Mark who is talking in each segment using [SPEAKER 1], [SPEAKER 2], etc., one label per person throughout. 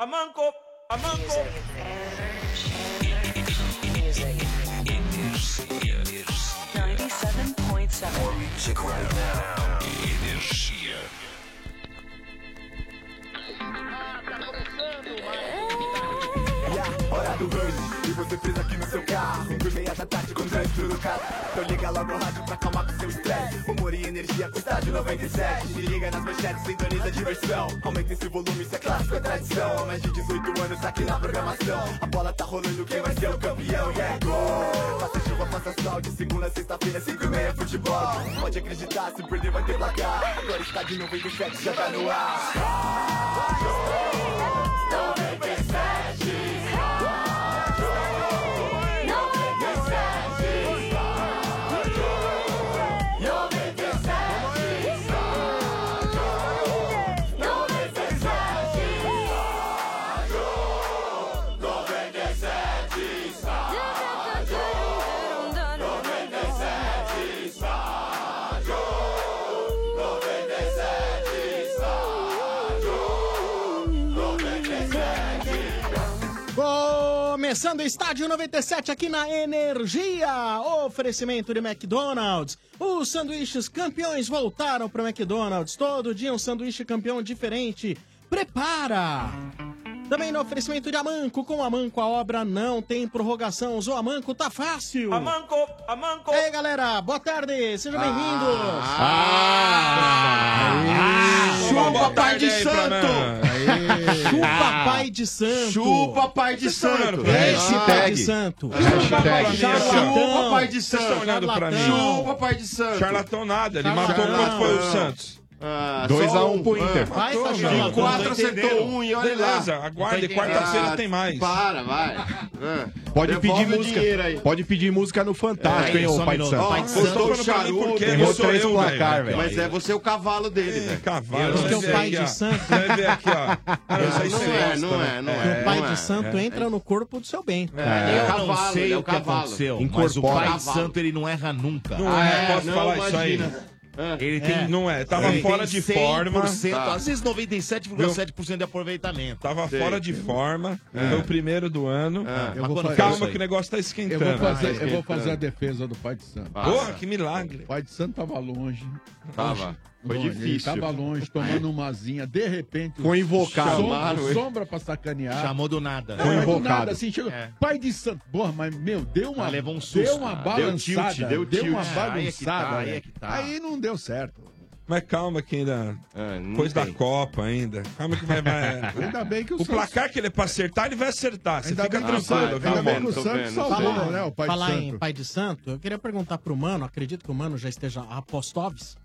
[SPEAKER 1] Amanco, amanco.
[SPEAKER 2] Hora do rush, e você fez aqui no seu carro Por meia da tarde com trânsito no carro Então liga logo o rádio pra acalmar com seu estresse Humor e energia com estádio 97 Se liga nas manchetes, sintoniza a diversão Aumenta esse volume, isso é clássico, é tradição Há mais de 18 anos aqui na programação A bola tá rolando, quem vai ser o campeão? E é gol! Faça chuva, faça sol, de segunda a sexta-feira, 5 e meia, futebol Pode acreditar, se perder vai ter placar Agora está de 97, já tá no ar 97
[SPEAKER 3] Começando o Estádio 97 aqui na Energia, oferecimento de McDonald's. Os sanduíches campeões voltaram para o McDonald's. Todo dia um sanduíche campeão diferente. Prepara! Também no oferecimento de Amanco. Com Amanco a obra não tem prorrogação. O Amanco tá fácil.
[SPEAKER 1] Amanco, Amanco.
[SPEAKER 3] Ei, galera, boa tarde. Sejam bem-vindos. Ah.
[SPEAKER 4] Chupa, pai de
[SPEAKER 3] aí,
[SPEAKER 4] santo!
[SPEAKER 3] Chupa pai de santo.
[SPEAKER 4] Chupa, pai de
[SPEAKER 5] Ah.
[SPEAKER 4] santo!
[SPEAKER 3] Esse pai de santo.
[SPEAKER 4] Chupa, pai de santo!
[SPEAKER 6] Vocês estão olhando pra mim?
[SPEAKER 4] Chupa, pai de santo!
[SPEAKER 6] Charlatão nada, ele matou quanto foi o Santos.
[SPEAKER 4] Ah,
[SPEAKER 6] 2
[SPEAKER 4] só
[SPEAKER 6] a 1
[SPEAKER 4] um.
[SPEAKER 6] pro Inter.
[SPEAKER 4] Ah, vai, tá charlatão. De quatro
[SPEAKER 6] Não
[SPEAKER 4] acertou
[SPEAKER 6] entenderam.
[SPEAKER 4] um e olha lá.
[SPEAKER 6] Beleza, aguarde,
[SPEAKER 4] Não tá
[SPEAKER 6] quarta-feira
[SPEAKER 4] entendendo.
[SPEAKER 6] tem mais. É.
[SPEAKER 4] Para, vai.
[SPEAKER 7] Pode
[SPEAKER 4] Devolve
[SPEAKER 7] pedir
[SPEAKER 4] o dinheiro
[SPEAKER 7] música. Pode pedir música no Fantástico,
[SPEAKER 4] É,
[SPEAKER 7] hein,
[SPEAKER 4] só
[SPEAKER 7] ô
[SPEAKER 4] um
[SPEAKER 7] Pai de
[SPEAKER 4] minuto.
[SPEAKER 7] Santo.
[SPEAKER 4] Ó,
[SPEAKER 7] Pai de
[SPEAKER 4] cortou
[SPEAKER 7] Santo.
[SPEAKER 4] o charuto,
[SPEAKER 7] porque
[SPEAKER 4] errou
[SPEAKER 7] sou
[SPEAKER 4] três
[SPEAKER 7] eu,
[SPEAKER 4] pro
[SPEAKER 7] placar, velho.
[SPEAKER 4] Mas é você o cavalo dele, né? velho.
[SPEAKER 6] Cavalo.
[SPEAKER 3] Porque o pai de santo.
[SPEAKER 4] Não é, não é, não é.
[SPEAKER 3] O pai
[SPEAKER 4] não é.
[SPEAKER 3] de santo entra no corpo do seu bem.
[SPEAKER 8] É, eu não sei o que aconteceu, mas o
[SPEAKER 3] Incorpora.
[SPEAKER 8] Pai Santo ele não erra nunca. É.
[SPEAKER 6] Não
[SPEAKER 3] Ah,
[SPEAKER 6] é,
[SPEAKER 3] é,
[SPEAKER 6] posso
[SPEAKER 3] não,
[SPEAKER 6] falar isso
[SPEAKER 3] imagina.
[SPEAKER 6] aí?
[SPEAKER 8] Ele
[SPEAKER 6] tem- não é, tava fora de forma. Tá.
[SPEAKER 8] Às vezes 97,7% de aproveitamento.
[SPEAKER 6] Tava fora de forma, então
[SPEAKER 8] É.
[SPEAKER 6] foi o primeiro do
[SPEAKER 4] É.
[SPEAKER 6] ano. Ah,
[SPEAKER 8] Eu vou fazer isso
[SPEAKER 6] Calma
[SPEAKER 8] aí.
[SPEAKER 6] que o negócio tá esquentando.
[SPEAKER 9] Eu vou fazer, eu vou
[SPEAKER 6] esquentando.
[SPEAKER 9] fazer a defesa do Pai de Santo.
[SPEAKER 6] Faça.
[SPEAKER 8] Ah.
[SPEAKER 6] Porra, que milagre.
[SPEAKER 9] O Pai de Santo tava longe.
[SPEAKER 4] Tava. Foi
[SPEAKER 9] Longe,
[SPEAKER 4] difícil.
[SPEAKER 9] Ele tava longe, tomando uma azinha. De repente...
[SPEAKER 4] Foi invocado.
[SPEAKER 9] Sombra,
[SPEAKER 4] Chamaram ele.
[SPEAKER 9] sombra pra sacanear.
[SPEAKER 8] Chamou do nada. É.
[SPEAKER 9] Não, do nada, assim, chegou. Pai de santo. Porra, mas, meu, deu uma.
[SPEAKER 8] Ah, levou um susto.
[SPEAKER 9] Deu uma
[SPEAKER 8] Ah,
[SPEAKER 9] balançada.
[SPEAKER 8] deu tilt, deu tilt.
[SPEAKER 9] uma
[SPEAKER 8] É, aí é que tá,
[SPEAKER 9] bagunçada.
[SPEAKER 8] aí
[SPEAKER 9] né?
[SPEAKER 8] é que tá.
[SPEAKER 9] Aí não deu certo.
[SPEAKER 6] Mas calma que ainda.
[SPEAKER 4] É,
[SPEAKER 6] Coisa da Copa ainda. Calma que vai. vai...
[SPEAKER 9] Ainda bem que o
[SPEAKER 6] o
[SPEAKER 9] Santos-
[SPEAKER 6] placar que ele é pra acertar, ele vai acertar. Você
[SPEAKER 9] Ainda
[SPEAKER 6] fica
[SPEAKER 9] bem que o
[SPEAKER 6] tranquilo,
[SPEAKER 9] Santos- ainda bem
[SPEAKER 6] mano?
[SPEAKER 9] que o Santos
[SPEAKER 6] Tô vendo, tô
[SPEAKER 9] salvou,
[SPEAKER 6] vendo.
[SPEAKER 9] né, o pai de
[SPEAKER 3] Falar em
[SPEAKER 9] santo.
[SPEAKER 3] pai de santo, eu queria perguntar pro Mano, acredito que o Mano já esteja a Postovs.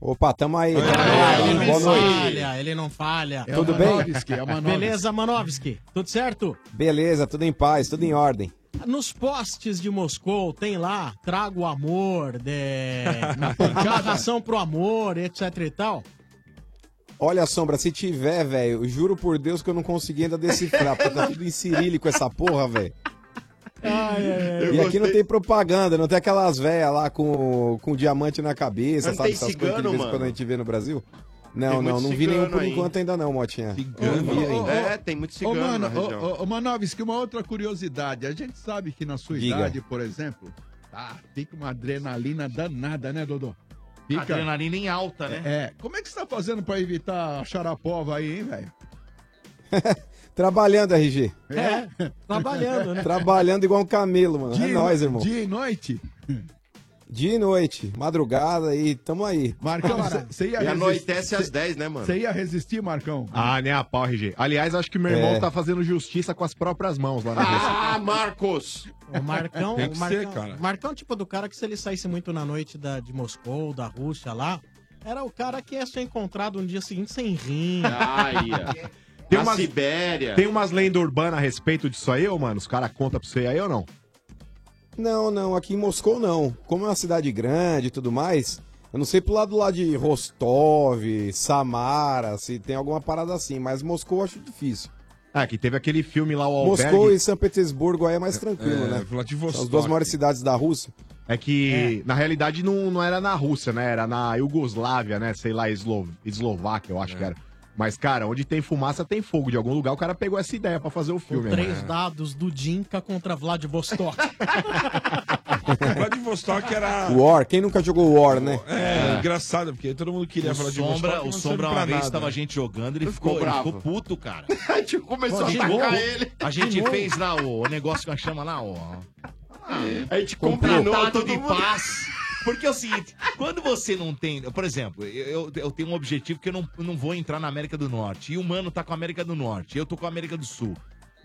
[SPEAKER 10] Opa, tamo aí.
[SPEAKER 3] ele não
[SPEAKER 10] Boa noite.
[SPEAKER 3] falha, ele não falha.
[SPEAKER 10] É Tudo o bem? Manovski, é o Manovski.
[SPEAKER 3] Beleza, Manovski? Tudo certo?
[SPEAKER 10] Beleza, tudo em paz, tudo em ordem.
[SPEAKER 3] Nos postes de Moscou tem lá, trago o amor, de... amarração pro amor, etc e tal.
[SPEAKER 10] Olha, Sombra, se tiver, velho, juro por Deus que eu não consegui ainda decifrar, porque tá tudo em cirílico essa porra, velho. Ah, E
[SPEAKER 4] Eu
[SPEAKER 10] aqui não tem propaganda, não tem aquelas velhas lá com, com diamante na cabeça,
[SPEAKER 4] Mas
[SPEAKER 10] sabe?
[SPEAKER 4] tem
[SPEAKER 10] Essas coisas que
[SPEAKER 4] cigano,
[SPEAKER 10] de vez em
[SPEAKER 4] mano.
[SPEAKER 10] quando a gente vê no Brasil.
[SPEAKER 4] Tem
[SPEAKER 10] Não,
[SPEAKER 4] muito
[SPEAKER 10] não, não vi
[SPEAKER 4] cigano
[SPEAKER 10] nenhum por
[SPEAKER 4] aí.
[SPEAKER 10] enquanto ainda não, Motinha.
[SPEAKER 9] Ô,
[SPEAKER 10] Não vi
[SPEAKER 9] ô, ô,
[SPEAKER 10] ainda.
[SPEAKER 4] É, tem muito cigano
[SPEAKER 9] Ô,
[SPEAKER 4] na
[SPEAKER 9] mano,
[SPEAKER 4] região.
[SPEAKER 9] ô, ô, ô, Manovis, que uma outra curiosidade. A gente sabe que na sua
[SPEAKER 10] Diga.
[SPEAKER 9] idade, por exemplo, tá, fica uma adrenalina danada, né, Dodô? Fica.
[SPEAKER 8] Adrenalina em alta, né?
[SPEAKER 9] É. Como é que você tá fazendo pra evitar a xarapova aí, hein, velho?
[SPEAKER 10] Trabalhando, RG.
[SPEAKER 9] É,
[SPEAKER 3] trabalhando, né?
[SPEAKER 10] Trabalhando igual um camelo, mano.
[SPEAKER 9] Dia
[SPEAKER 10] é
[SPEAKER 9] e
[SPEAKER 10] nóis,
[SPEAKER 9] no-
[SPEAKER 10] irmão.
[SPEAKER 9] Dia e noite?
[SPEAKER 10] Dia e noite, madrugada e tamo aí.
[SPEAKER 9] Marcão, você ia
[SPEAKER 4] E anoitece
[SPEAKER 9] resistir-
[SPEAKER 4] às 10, né, mano?
[SPEAKER 9] Você ia resistir, Marcão?
[SPEAKER 7] Ah, né, a pau, RG. Aliás, acho que meu irmão
[SPEAKER 10] É.
[SPEAKER 7] tá fazendo justiça com as próprias mãos lá na mesa.
[SPEAKER 4] Ah, Marcos!
[SPEAKER 3] O Marcão,
[SPEAKER 7] Tem
[SPEAKER 3] o
[SPEAKER 7] que
[SPEAKER 3] Marcão,
[SPEAKER 7] ser, cara.
[SPEAKER 3] Marcão é o tipo do cara que se ele saísse muito na noite da, de Moscou, da Rússia lá, era o cara que ia ser encontrado no dia seguinte sem rim.
[SPEAKER 4] Ai, ó.
[SPEAKER 7] Tem
[SPEAKER 4] Ah, Na
[SPEAKER 7] umas-
[SPEAKER 3] Ah.
[SPEAKER 4] Sibéria.
[SPEAKER 7] Tem umas lendas urbanas a respeito disso aí, ô, mano? Os caras contam pra você aí ou não?
[SPEAKER 10] Não, não, aqui em Moscou não. Como é uma cidade grande e tudo mais, eu não sei pro lado lá de Rostov, Samara, se tem alguma parada assim, mas Moscou eu acho difícil.
[SPEAKER 7] Ah, que teve aquele filme lá, o Albergue.
[SPEAKER 10] Moscou e São Petersburgo aí é mais tranquilo,
[SPEAKER 7] É,
[SPEAKER 10] né?
[SPEAKER 7] Vladivostok.
[SPEAKER 10] São as duas maiores cidades da Rússia.
[SPEAKER 7] É que, na realidade, não, não era na Rússia, né? Era na Iugoslávia, né? Sei lá, Eslo... Eslováquia, eu acho que era. Mas, cara, onde tem fumaça tem fogo. De algum lugar o cara pegou essa ideia pra fazer o filme.
[SPEAKER 3] Três
[SPEAKER 7] né?
[SPEAKER 3] dados do Dinka contra Vladivostok.
[SPEAKER 6] Vladivostok era.
[SPEAKER 10] War, quem nunca jogou War, né?
[SPEAKER 6] É, engraçado, porque todo mundo queria
[SPEAKER 10] O
[SPEAKER 6] falar de
[SPEAKER 10] Sombra-
[SPEAKER 6] Vostok,
[SPEAKER 10] o
[SPEAKER 6] não
[SPEAKER 10] Sombra
[SPEAKER 6] serve
[SPEAKER 10] uma
[SPEAKER 6] pra
[SPEAKER 10] vez
[SPEAKER 6] nada.
[SPEAKER 8] tava a gente jogando, ele
[SPEAKER 6] ficou
[SPEAKER 8] ficou, ele
[SPEAKER 6] bravo.
[SPEAKER 8] ficou puto, cara.
[SPEAKER 4] A gente começou
[SPEAKER 8] Pô,
[SPEAKER 4] a
[SPEAKER 8] de
[SPEAKER 4] atacar
[SPEAKER 8] novo?
[SPEAKER 4] ele.
[SPEAKER 8] A
[SPEAKER 4] De
[SPEAKER 8] gente
[SPEAKER 4] novo.
[SPEAKER 8] fez lá o, o negócio que nós chama lá, ó.
[SPEAKER 4] A gente
[SPEAKER 8] Um
[SPEAKER 4] combinou
[SPEAKER 8] tratado
[SPEAKER 4] todo
[SPEAKER 8] de
[SPEAKER 4] mundo.
[SPEAKER 8] paz. Porque é o seguinte, quando você não tem. Por exemplo, eu, eu- eu tenho um objetivo que eu não, não vou entrar na América do Norte. E o mano tá com a América do Norte, eu tô com a América do Sul.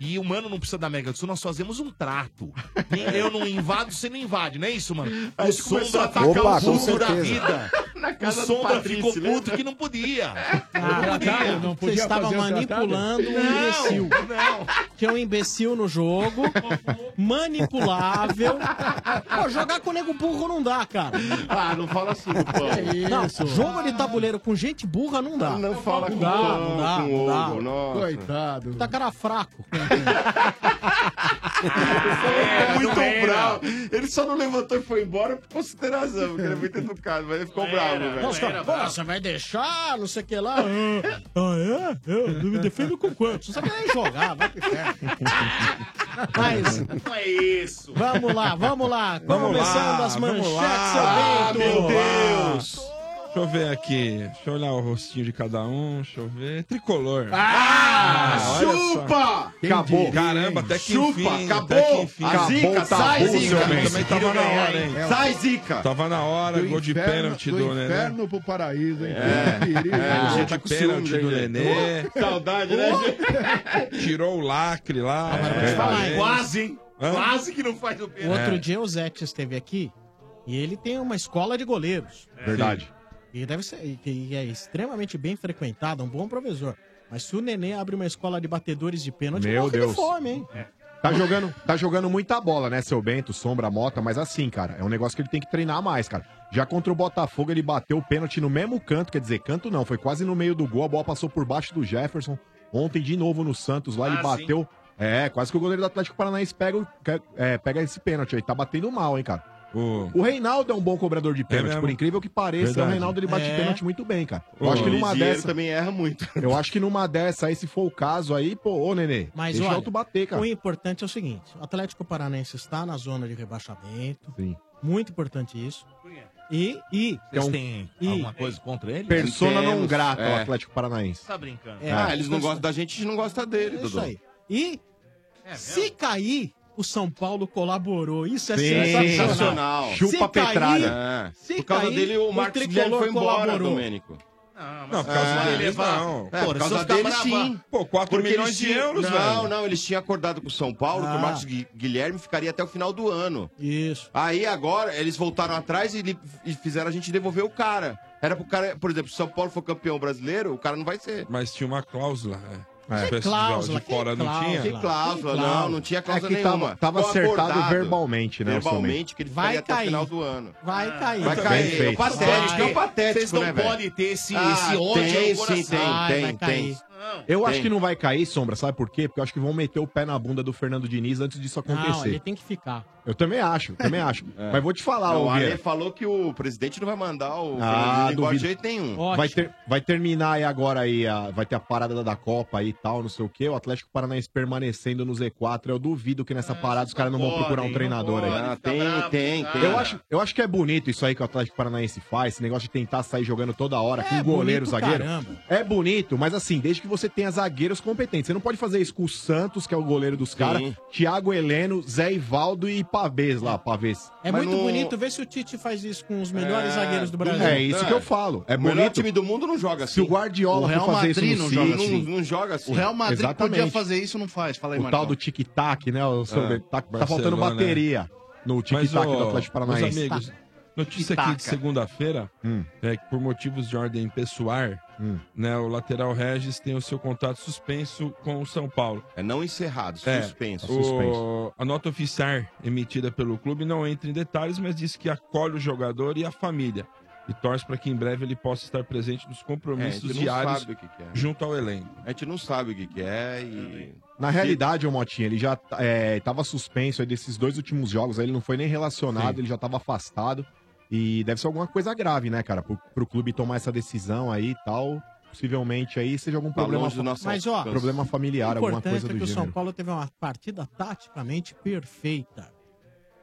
[SPEAKER 8] E o mano não precisa da América do Sul, nós fazemos um trato. Nem- Eu não invado, você não invade, não é isso, mano?
[SPEAKER 4] A
[SPEAKER 8] O
[SPEAKER 4] gente começou
[SPEAKER 8] sombra
[SPEAKER 4] a
[SPEAKER 8] atacar
[SPEAKER 4] Opa,
[SPEAKER 8] o
[SPEAKER 4] com
[SPEAKER 8] burro da
[SPEAKER 4] certeza.
[SPEAKER 8] vida.
[SPEAKER 4] Na
[SPEAKER 8] O
[SPEAKER 4] casa do
[SPEAKER 8] sombra
[SPEAKER 4] Patrício,
[SPEAKER 8] ficou
[SPEAKER 4] lembra? tá,
[SPEAKER 8] puto que não podia.
[SPEAKER 3] Ah,
[SPEAKER 8] Não
[SPEAKER 3] cara, não podia Você estava fazer o tratado? manipulando um imbecil. que é um imbecil no jogo, manipulável. Pô, jogar com o nego burro não dá, cara.
[SPEAKER 4] Ah, não fala assim, Lupão.
[SPEAKER 3] Não,
[SPEAKER 4] Isso.
[SPEAKER 3] jogo de tabuleiro com gente burra não dá.
[SPEAKER 4] Não fala
[SPEAKER 3] não
[SPEAKER 4] com
[SPEAKER 3] dá,
[SPEAKER 4] pão,
[SPEAKER 3] não dá,
[SPEAKER 4] com
[SPEAKER 3] não dá.
[SPEAKER 4] ovo, nossa.
[SPEAKER 9] Coitado.
[SPEAKER 3] Tá cara fraco.
[SPEAKER 4] É, muito
[SPEAKER 3] não era.
[SPEAKER 4] bravo. Ele só não levantou e foi embora por consideração, porque ele é muito educado, mas ele ficou bravo, velho.
[SPEAKER 3] Nossa, cara, pô, você vai deixar, não sei o que lá. Ah, Ah, é? Eu me defendo com quantos? Você vai jogar, vai pro inferno. Mas
[SPEAKER 4] Não é isso.
[SPEAKER 3] Vamos lá, vamos lá.
[SPEAKER 6] Vamos
[SPEAKER 3] Começando
[SPEAKER 6] lá,
[SPEAKER 3] as
[SPEAKER 6] vamos
[SPEAKER 3] manchetes,
[SPEAKER 6] lá.
[SPEAKER 3] seu Bento.
[SPEAKER 6] Ah, Deixa eu ver aqui. Deixa eu olhar o rostinho de cada um. Deixa eu ver. Tricolor.
[SPEAKER 4] Ah,
[SPEAKER 6] olha
[SPEAKER 4] chupa!
[SPEAKER 6] só. Quem
[SPEAKER 4] Acabou.
[SPEAKER 6] diria, Caramba, até que
[SPEAKER 4] Chupa,
[SPEAKER 6] enfim.
[SPEAKER 4] acabou.
[SPEAKER 6] até que enfim.
[SPEAKER 4] A zica,
[SPEAKER 6] Acabou,
[SPEAKER 4] sai,
[SPEAKER 6] acabou,
[SPEAKER 4] zica.
[SPEAKER 6] seu Bento. Também tava na
[SPEAKER 4] Ganhar,
[SPEAKER 6] hora, hein?
[SPEAKER 4] hein? Sai, zica.
[SPEAKER 6] Tava na hora, gol de
[SPEAKER 9] inferno-
[SPEAKER 6] pênalti do
[SPEAKER 9] Do
[SPEAKER 6] Nenê.
[SPEAKER 9] inferno pro paraíso, hein?
[SPEAKER 6] né? É,
[SPEAKER 9] Que perigo.
[SPEAKER 4] né?
[SPEAKER 9] né? Tá
[SPEAKER 6] é,
[SPEAKER 4] Tá
[SPEAKER 6] gol de pênalti do Nenê.
[SPEAKER 4] Saudade, né, gente?
[SPEAKER 6] Tirou o lacre lá.
[SPEAKER 3] te falar,
[SPEAKER 7] É.
[SPEAKER 3] hein?
[SPEAKER 4] É, Quase, hein?
[SPEAKER 6] Hã?
[SPEAKER 4] Quase que não faz
[SPEAKER 3] O
[SPEAKER 4] o
[SPEAKER 3] Outro
[SPEAKER 4] pênalti.
[SPEAKER 3] dia o Zete esteve aqui e ele tem uma escola de goleiros.
[SPEAKER 7] É. Verdade.
[SPEAKER 3] E deve ser e que- e é extremamente bem frequentada, um bom professor. Mas se o Nenê abre uma escola de batedores de pênalti,
[SPEAKER 7] Meu
[SPEAKER 3] morre de
[SPEAKER 7] Deus.
[SPEAKER 3] fome, hein?
[SPEAKER 4] É.
[SPEAKER 7] Tá jogando, tá jogando muita bola, né, seu Bento, Sombra, Mota, mas assim, cara, é um negócio que ele tem que treinar mais, cara. Já contra o Botafogo, ele bateu o pênalti no mesmo canto, quer dizer, canto não, foi quase no meio do gol, a bola passou por baixo do Jefferson. Ontem, de novo, no Santos, lá ele
[SPEAKER 4] Ah,
[SPEAKER 7] bateu. É, quase que o goleiro do Atlético Paranaense pega, o- é, pega esse pênalti aí. Tá batendo mal, hein, cara.
[SPEAKER 6] O,
[SPEAKER 7] Reinaldo é um bom cobrador de pênalti,
[SPEAKER 6] mesmo?
[SPEAKER 7] por incrível que pareça.
[SPEAKER 6] Verdade.
[SPEAKER 7] O Reinaldo ele bate
[SPEAKER 6] É.
[SPEAKER 7] pênalti muito bem, cara. Eu
[SPEAKER 6] O
[SPEAKER 7] acho que numa
[SPEAKER 4] Lisieiro
[SPEAKER 7] dessa.
[SPEAKER 4] também erra muito.
[SPEAKER 7] Eu acho que numa dessa aí, se for o caso aí, pô, ô, Nenê.
[SPEAKER 3] Mas
[SPEAKER 7] deixa o
[SPEAKER 3] olha,
[SPEAKER 7] outro bater, cara.
[SPEAKER 3] o importante é o seguinte: o Atlético Paranense está na zona de rebaixamento.
[SPEAKER 7] Sim.
[SPEAKER 3] Muito importante isso. E. e
[SPEAKER 8] Vocês
[SPEAKER 3] Então,
[SPEAKER 8] têm
[SPEAKER 3] e-
[SPEAKER 8] alguma coisa contra ele?
[SPEAKER 7] Persona não
[SPEAKER 4] Temos,
[SPEAKER 7] grata
[SPEAKER 4] é.
[SPEAKER 7] ao Atlético Paranaense.
[SPEAKER 8] Tá brincando.
[SPEAKER 3] É.
[SPEAKER 4] Ah, eles não gostam da gente, a gente não gosta dele,
[SPEAKER 3] É
[SPEAKER 4] Dudu.
[SPEAKER 3] isso aí. E se cair, o São Paulo colaborou. Isso é
[SPEAKER 4] Sim,
[SPEAKER 3] sensacional.
[SPEAKER 4] sensacional.
[SPEAKER 3] Se
[SPEAKER 4] Chupa
[SPEAKER 3] cair,
[SPEAKER 4] Petralha.
[SPEAKER 3] se
[SPEAKER 4] É. Por causa
[SPEAKER 3] cair,
[SPEAKER 4] dele, o
[SPEAKER 3] o
[SPEAKER 4] Marcos Guilherme
[SPEAKER 3] Tricolor
[SPEAKER 4] foi embora,
[SPEAKER 3] colaborou.
[SPEAKER 4] Domênico.
[SPEAKER 6] Não, por causa
[SPEAKER 4] Ah,
[SPEAKER 6] deles,
[SPEAKER 4] levar.
[SPEAKER 6] não.
[SPEAKER 4] É, por
[SPEAKER 6] Pô,
[SPEAKER 4] causa
[SPEAKER 6] se eu
[SPEAKER 4] dele,
[SPEAKER 6] ficar
[SPEAKER 4] sim.
[SPEAKER 3] assim.
[SPEAKER 6] bravo- Pô, 4 milhões
[SPEAKER 4] eles
[SPEAKER 6] de
[SPEAKER 4] tinham-
[SPEAKER 6] euros,
[SPEAKER 4] Não,
[SPEAKER 6] velho.
[SPEAKER 4] não, eles tinham acordado com o São Paulo, que
[SPEAKER 3] Ah.
[SPEAKER 4] o Marcos Gui- Guilherme ficaria até o final do ano.
[SPEAKER 3] Isso.
[SPEAKER 4] Aí agora, eles voltaram atrás e, li- e fizeram a gente devolver o cara. Era pro cara, por exemplo, se o São Paulo for campeão brasileiro, o cara não vai ser.
[SPEAKER 6] Mas tinha uma cláusula. É.
[SPEAKER 3] Que
[SPEAKER 6] Se tivesse
[SPEAKER 3] cláusula,
[SPEAKER 6] de fora
[SPEAKER 3] que
[SPEAKER 6] não
[SPEAKER 3] cláusula?
[SPEAKER 6] tinha?
[SPEAKER 4] Que cláusula, não, não tinha cláusula
[SPEAKER 7] É que tava-
[SPEAKER 4] nenhuma.
[SPEAKER 7] tava
[SPEAKER 4] Ficou
[SPEAKER 7] acertado verbalmente, né, o
[SPEAKER 4] Verbalmente, que ele
[SPEAKER 3] Vai
[SPEAKER 4] ficaria até o
[SPEAKER 3] cair.
[SPEAKER 4] final do ano.
[SPEAKER 3] Vai cair.
[SPEAKER 7] Muito
[SPEAKER 4] Vai
[SPEAKER 7] bem
[SPEAKER 4] cair. É
[SPEAKER 7] feito.
[SPEAKER 4] patético, é um patético,
[SPEAKER 8] Vocês não
[SPEAKER 4] né, velho?
[SPEAKER 8] podem ter esse,
[SPEAKER 4] Ah,
[SPEAKER 8] esse ódio
[SPEAKER 4] tem,
[SPEAKER 8] no coração.
[SPEAKER 4] sim, tem,
[SPEAKER 3] Ai, vai
[SPEAKER 4] tem,
[SPEAKER 3] cair.
[SPEAKER 4] tem.
[SPEAKER 8] Ah.
[SPEAKER 7] Eu
[SPEAKER 4] Tem.
[SPEAKER 7] acho que não vai cair, Sombra, sabe por quê? Porque eu acho que vão meter o pé na bunda do Fernando Diniz antes disso acontecer.
[SPEAKER 3] Não, ele tem que ficar.
[SPEAKER 7] Eu também acho, também acho. Mas vou te falar,
[SPEAKER 4] É. Não,
[SPEAKER 7] ô
[SPEAKER 4] o Ale
[SPEAKER 7] Guilherme.
[SPEAKER 4] falou que o presidente não vai mandar o
[SPEAKER 7] Ah,
[SPEAKER 4] Fernandinho embora de
[SPEAKER 7] duvido.
[SPEAKER 4] jeito nenhum. É,
[SPEAKER 3] Ótimo.
[SPEAKER 7] Vai, ter- vai terminar aí agora aí, a- vai ter a parada da- da Copa aí e tal, não sei o quê. O Atlético Paranaense permanecendo no Z4. Eu duvido que nessa parada os caras não vão procurar um treinador aí.
[SPEAKER 4] Ah, tem, tem,
[SPEAKER 8] né?
[SPEAKER 4] tem.
[SPEAKER 7] Eu acho, eu acho que é bonito isso aí que o Atlético Paranaense faz, esse negócio de tentar sair jogando toda hora com goleiro,
[SPEAKER 3] É bonito,
[SPEAKER 7] zagueiro.
[SPEAKER 3] caramba.
[SPEAKER 7] É bonito, mas assim, desde que você tenha zagueiros competentes. Você não pode fazer isso com o Santos, que é o goleiro dos caras, Thiago Heleno, Zé Ivaldo e Pavês lá, Pavês.
[SPEAKER 3] É
[SPEAKER 4] Mas
[SPEAKER 3] muito
[SPEAKER 4] não-
[SPEAKER 3] bonito ver se o Tite faz isso com os melhores
[SPEAKER 4] É,
[SPEAKER 3] zagueiros do
[SPEAKER 4] do
[SPEAKER 3] Brasil.
[SPEAKER 7] É isso
[SPEAKER 4] É.
[SPEAKER 7] que eu falo. É
[SPEAKER 4] o melhor
[SPEAKER 7] bonito.
[SPEAKER 4] time do mundo não joga assim.
[SPEAKER 7] Se o Guardiola
[SPEAKER 11] O Real
[SPEAKER 7] for fazer
[SPEAKER 11] Madrid
[SPEAKER 7] isso no
[SPEAKER 11] não
[SPEAKER 7] City,
[SPEAKER 11] joga
[SPEAKER 4] não, não joga assim.
[SPEAKER 11] O Real Madrid
[SPEAKER 7] Exatamente.
[SPEAKER 11] podia fazer isso, não faz. Fala aí,
[SPEAKER 7] o tal do tic-tac, né? O
[SPEAKER 4] É,
[SPEAKER 7] seu, tá, tá faltando
[SPEAKER 4] né?
[SPEAKER 6] Barcelona,
[SPEAKER 7] bateria no
[SPEAKER 6] Mas,
[SPEAKER 7] tic-tac
[SPEAKER 6] ó,
[SPEAKER 7] do Atlético
[SPEAKER 6] Meus
[SPEAKER 7] Paranaense. Hum.
[SPEAKER 6] amigos, notícia aqui de segunda-feira é que por motivos de ordem pessoal, né, o lateral Regis tem o seu contrato suspenso com o São Paulo.
[SPEAKER 4] É não encerrado,
[SPEAKER 6] É,
[SPEAKER 4] suspenso.
[SPEAKER 6] o- a nota oficial emitida pelo clube não entra em detalhes, mas diz que acolhe o jogador e a família. E torce para que em breve ele possa estar presente nos
[SPEAKER 4] É,
[SPEAKER 6] compromissos
[SPEAKER 4] ele não
[SPEAKER 6] diários
[SPEAKER 4] sabe o que que é.
[SPEAKER 6] junto ao elenco.
[SPEAKER 4] A gente não sabe o que, que é e.
[SPEAKER 7] Na realidade, ô Motinha, ele já é, tava suspenso aí desses dois últimos jogos, aí ele não foi nem relacionado, ele já tava afastado. E deve ser alguma coisa grave, né, cara? Pro, pro clube tomar essa decisão aí e tal. possivelmente aí seja algum
[SPEAKER 4] Tá
[SPEAKER 7] problema,
[SPEAKER 4] longe do nosso
[SPEAKER 3] Mas, ó, alcance.
[SPEAKER 7] problema familiar,
[SPEAKER 3] O
[SPEAKER 7] alguma
[SPEAKER 3] importante
[SPEAKER 7] coisa
[SPEAKER 3] é
[SPEAKER 7] do
[SPEAKER 3] que o São
[SPEAKER 7] gênero.
[SPEAKER 3] Paulo teve uma partida taticamente perfeita.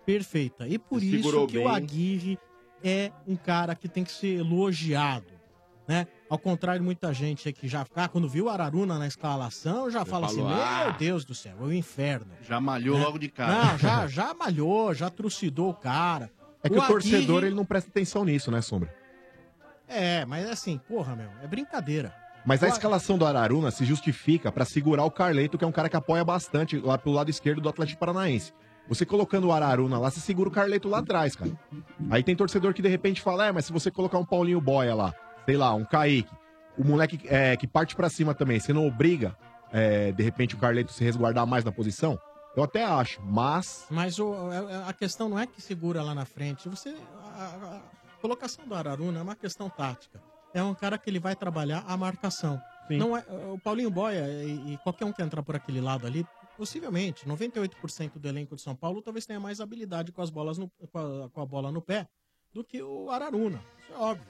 [SPEAKER 3] Perfeita. E por
[SPEAKER 4] Segurou
[SPEAKER 3] isso que
[SPEAKER 4] bem.
[SPEAKER 3] o Aguirre é um cara que tem que ser elogiado. Né? Ao contrário de muita gente aí que já ah, quando viu o Araruna na escalação, já fala assim:
[SPEAKER 11] falou, "Ah."
[SPEAKER 3] Meu Deus do céu, é
[SPEAKER 7] um
[SPEAKER 3] o inferno.
[SPEAKER 11] Já malhou
[SPEAKER 3] né?
[SPEAKER 11] logo de cara.
[SPEAKER 3] Não, já, já malhou, já trucidou o cara.
[SPEAKER 7] É que o, torcedor
[SPEAKER 3] Aguirre-
[SPEAKER 7] ele não presta atenção nisso, né, Sombra?
[SPEAKER 3] É, mas é assim, porra, meu, é brincadeira.
[SPEAKER 7] Mas a
[SPEAKER 3] O
[SPEAKER 7] escalação do Araruna se justifica pra segurar o Carleto, que é um cara que apoia bastante lá pelo lado esquerdo do Atlético Paranaense. Você colocando o Araruna lá, você segura o Carleto lá atrás, cara. Aí tem torcedor que de repente fala: é, mas se você colocar um Paulinho Boia lá, sei lá, um Kaique, o moleque é, que parte pra cima também, você não obriga, é, de repente, o Carleto se resguardar mais na posição? Eu até acho, mas.
[SPEAKER 3] Mas o- a- a questão não é que segura lá na frente. Você, a, a- a colocação do Araruna é uma questão tática. É um cara que ele vai trabalhar a marcação. Não é, o Paulinho Boia e, e qualquer um que entrar por aquele lado ali, possivelmente, 98% do elenco de São Paulo talvez tenha mais habilidade com, as bolas no- com, a, com a bola no pé do que o Araruna. Isso é óbvio.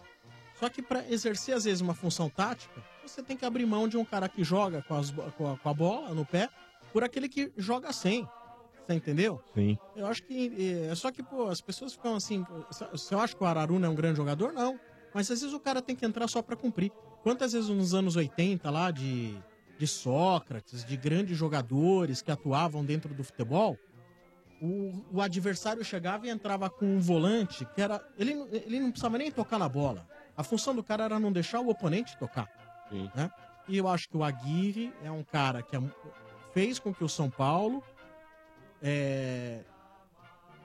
[SPEAKER 3] Só que para exercer, às vezes, uma função tática, você tem que abrir mão de um cara que joga com, as bo- com a, com a bola no pé por aquele que joga sem. Você entendeu?
[SPEAKER 7] Sim.
[SPEAKER 3] Eu acho que. É só que, pô, as pessoas ficam assim. Você acha que o Araruna é um grande jogador? Não. Mas às vezes o cara tem que entrar só pra cumprir. Quantas vezes nos anos 80 lá de, de Sócrates, de grandes jogadores que atuavam dentro do futebol, o, o adversário chegava e entrava com um volante que era. Ele, não- ele não precisava nem tocar na bola. A função do cara era não deixar o oponente tocar. né? E eu acho que o Aguirre é um cara que é mu- fez com que o São Paulo é,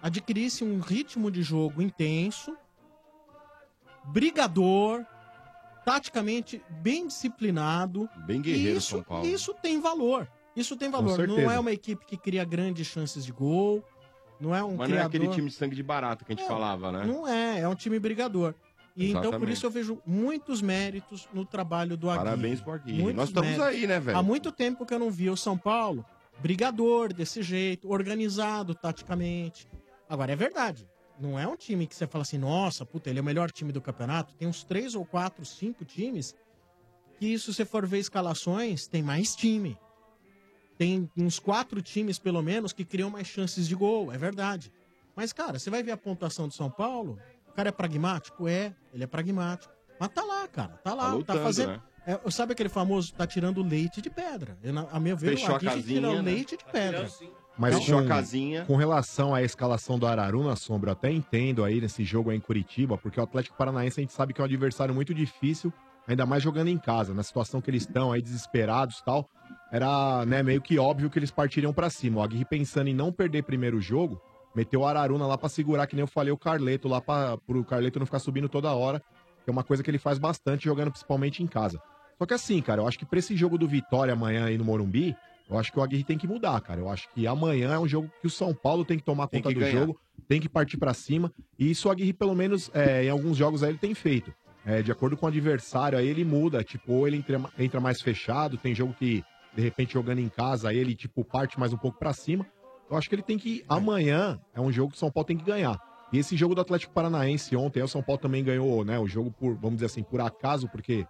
[SPEAKER 3] adquirisse um ritmo de jogo intenso, brigador, taticamente bem disciplinado.
[SPEAKER 4] Bem guerreiro,
[SPEAKER 3] E isso,
[SPEAKER 4] São Paulo.
[SPEAKER 3] Isso tem valor. Isso tem valor. Não
[SPEAKER 4] certeza.
[SPEAKER 3] é uma equipe que cria grandes chances de gol. Não é um
[SPEAKER 4] Mas não é
[SPEAKER 3] criador.
[SPEAKER 4] aquele time de sangue de barato que a gente falava, né?
[SPEAKER 3] Não é, é um time brigador. E então por
[SPEAKER 4] Exatamente.
[SPEAKER 3] isso eu vejo muitos méritos no trabalho do Aguirre.
[SPEAKER 4] Parabéns pro Aguirre.
[SPEAKER 3] Muitos
[SPEAKER 4] Nós estamos aí, né, velho?
[SPEAKER 3] Há muito tempo que eu não via o São Paulo brigador desse jeito, organizado taticamente. Agora é verdade. Não é um time que você fala assim, nossa, puta, ele é o melhor time do campeonato. Tem uns três ou quatro, cinco times que, se você for ver escalações, tem mais time. Tem uns quatro times, pelo menos, que criam mais chances de gol, é verdade. Mas, cara, você vai ver a pontuação do São Paulo, o cara é pragmático? É, ele é pragmático. Mas tá lá, cara, tá lá,
[SPEAKER 4] Tá
[SPEAKER 3] tá,
[SPEAKER 4] lutando,
[SPEAKER 3] fazendo...
[SPEAKER 4] né?
[SPEAKER 3] é, sabe aquele famoso, tá tirando leite de pedra. Eu, na- a meu ver,
[SPEAKER 4] Fechou a casinha,
[SPEAKER 3] tira
[SPEAKER 4] né?
[SPEAKER 3] leite de pedra.
[SPEAKER 7] Mas
[SPEAKER 4] Fechou
[SPEAKER 7] Então, com,
[SPEAKER 4] a casinha.
[SPEAKER 7] Com relação à escalação do Araruna, Sombra, eu até entendo aí nesse jogo aí em Curitiba, porque o Atlético Paranaense a gente sabe que é um adversário muito difícil, ainda mais jogando em casa, na situação que eles estão aí desesperados e tal. Era né, meio que óbvio que eles partiriam pra cima. O Aguirre pensando em não perder primeiro jogo, meteu o Araruna lá pra segurar, que nem eu falei, o Carleto lá para pro Carleto não ficar subindo toda hora, que é uma coisa que ele faz bastante jogando principalmente em casa. Só que assim, cara, eu acho que pra esse jogo do Vitória amanhã aí no Morumbi, eu acho que o Aguirre tem que mudar, cara. Eu acho que amanhã é um jogo que o São Paulo tem que tomar
[SPEAKER 4] Tem
[SPEAKER 7] conta
[SPEAKER 4] que
[SPEAKER 7] do
[SPEAKER 4] ganhar.
[SPEAKER 7] jogo, tem que partir pra cima. E isso o Aguirre, pelo menos, é, em alguns jogos aí ele tem feito. É, de acordo com o adversário, aí ele muda. Tipo, ou ele entra, entra mais fechado, tem jogo que, de repente, jogando em casa, aí ele, tipo, parte mais um pouco pra cima. Eu acho que ele tem que. Amanhã é um jogo que o São Paulo tem que ganhar. E esse jogo do Atlético Paranaense ontem, aí o São Paulo também ganhou, né? O jogo por, vamos dizer assim, por acaso, porque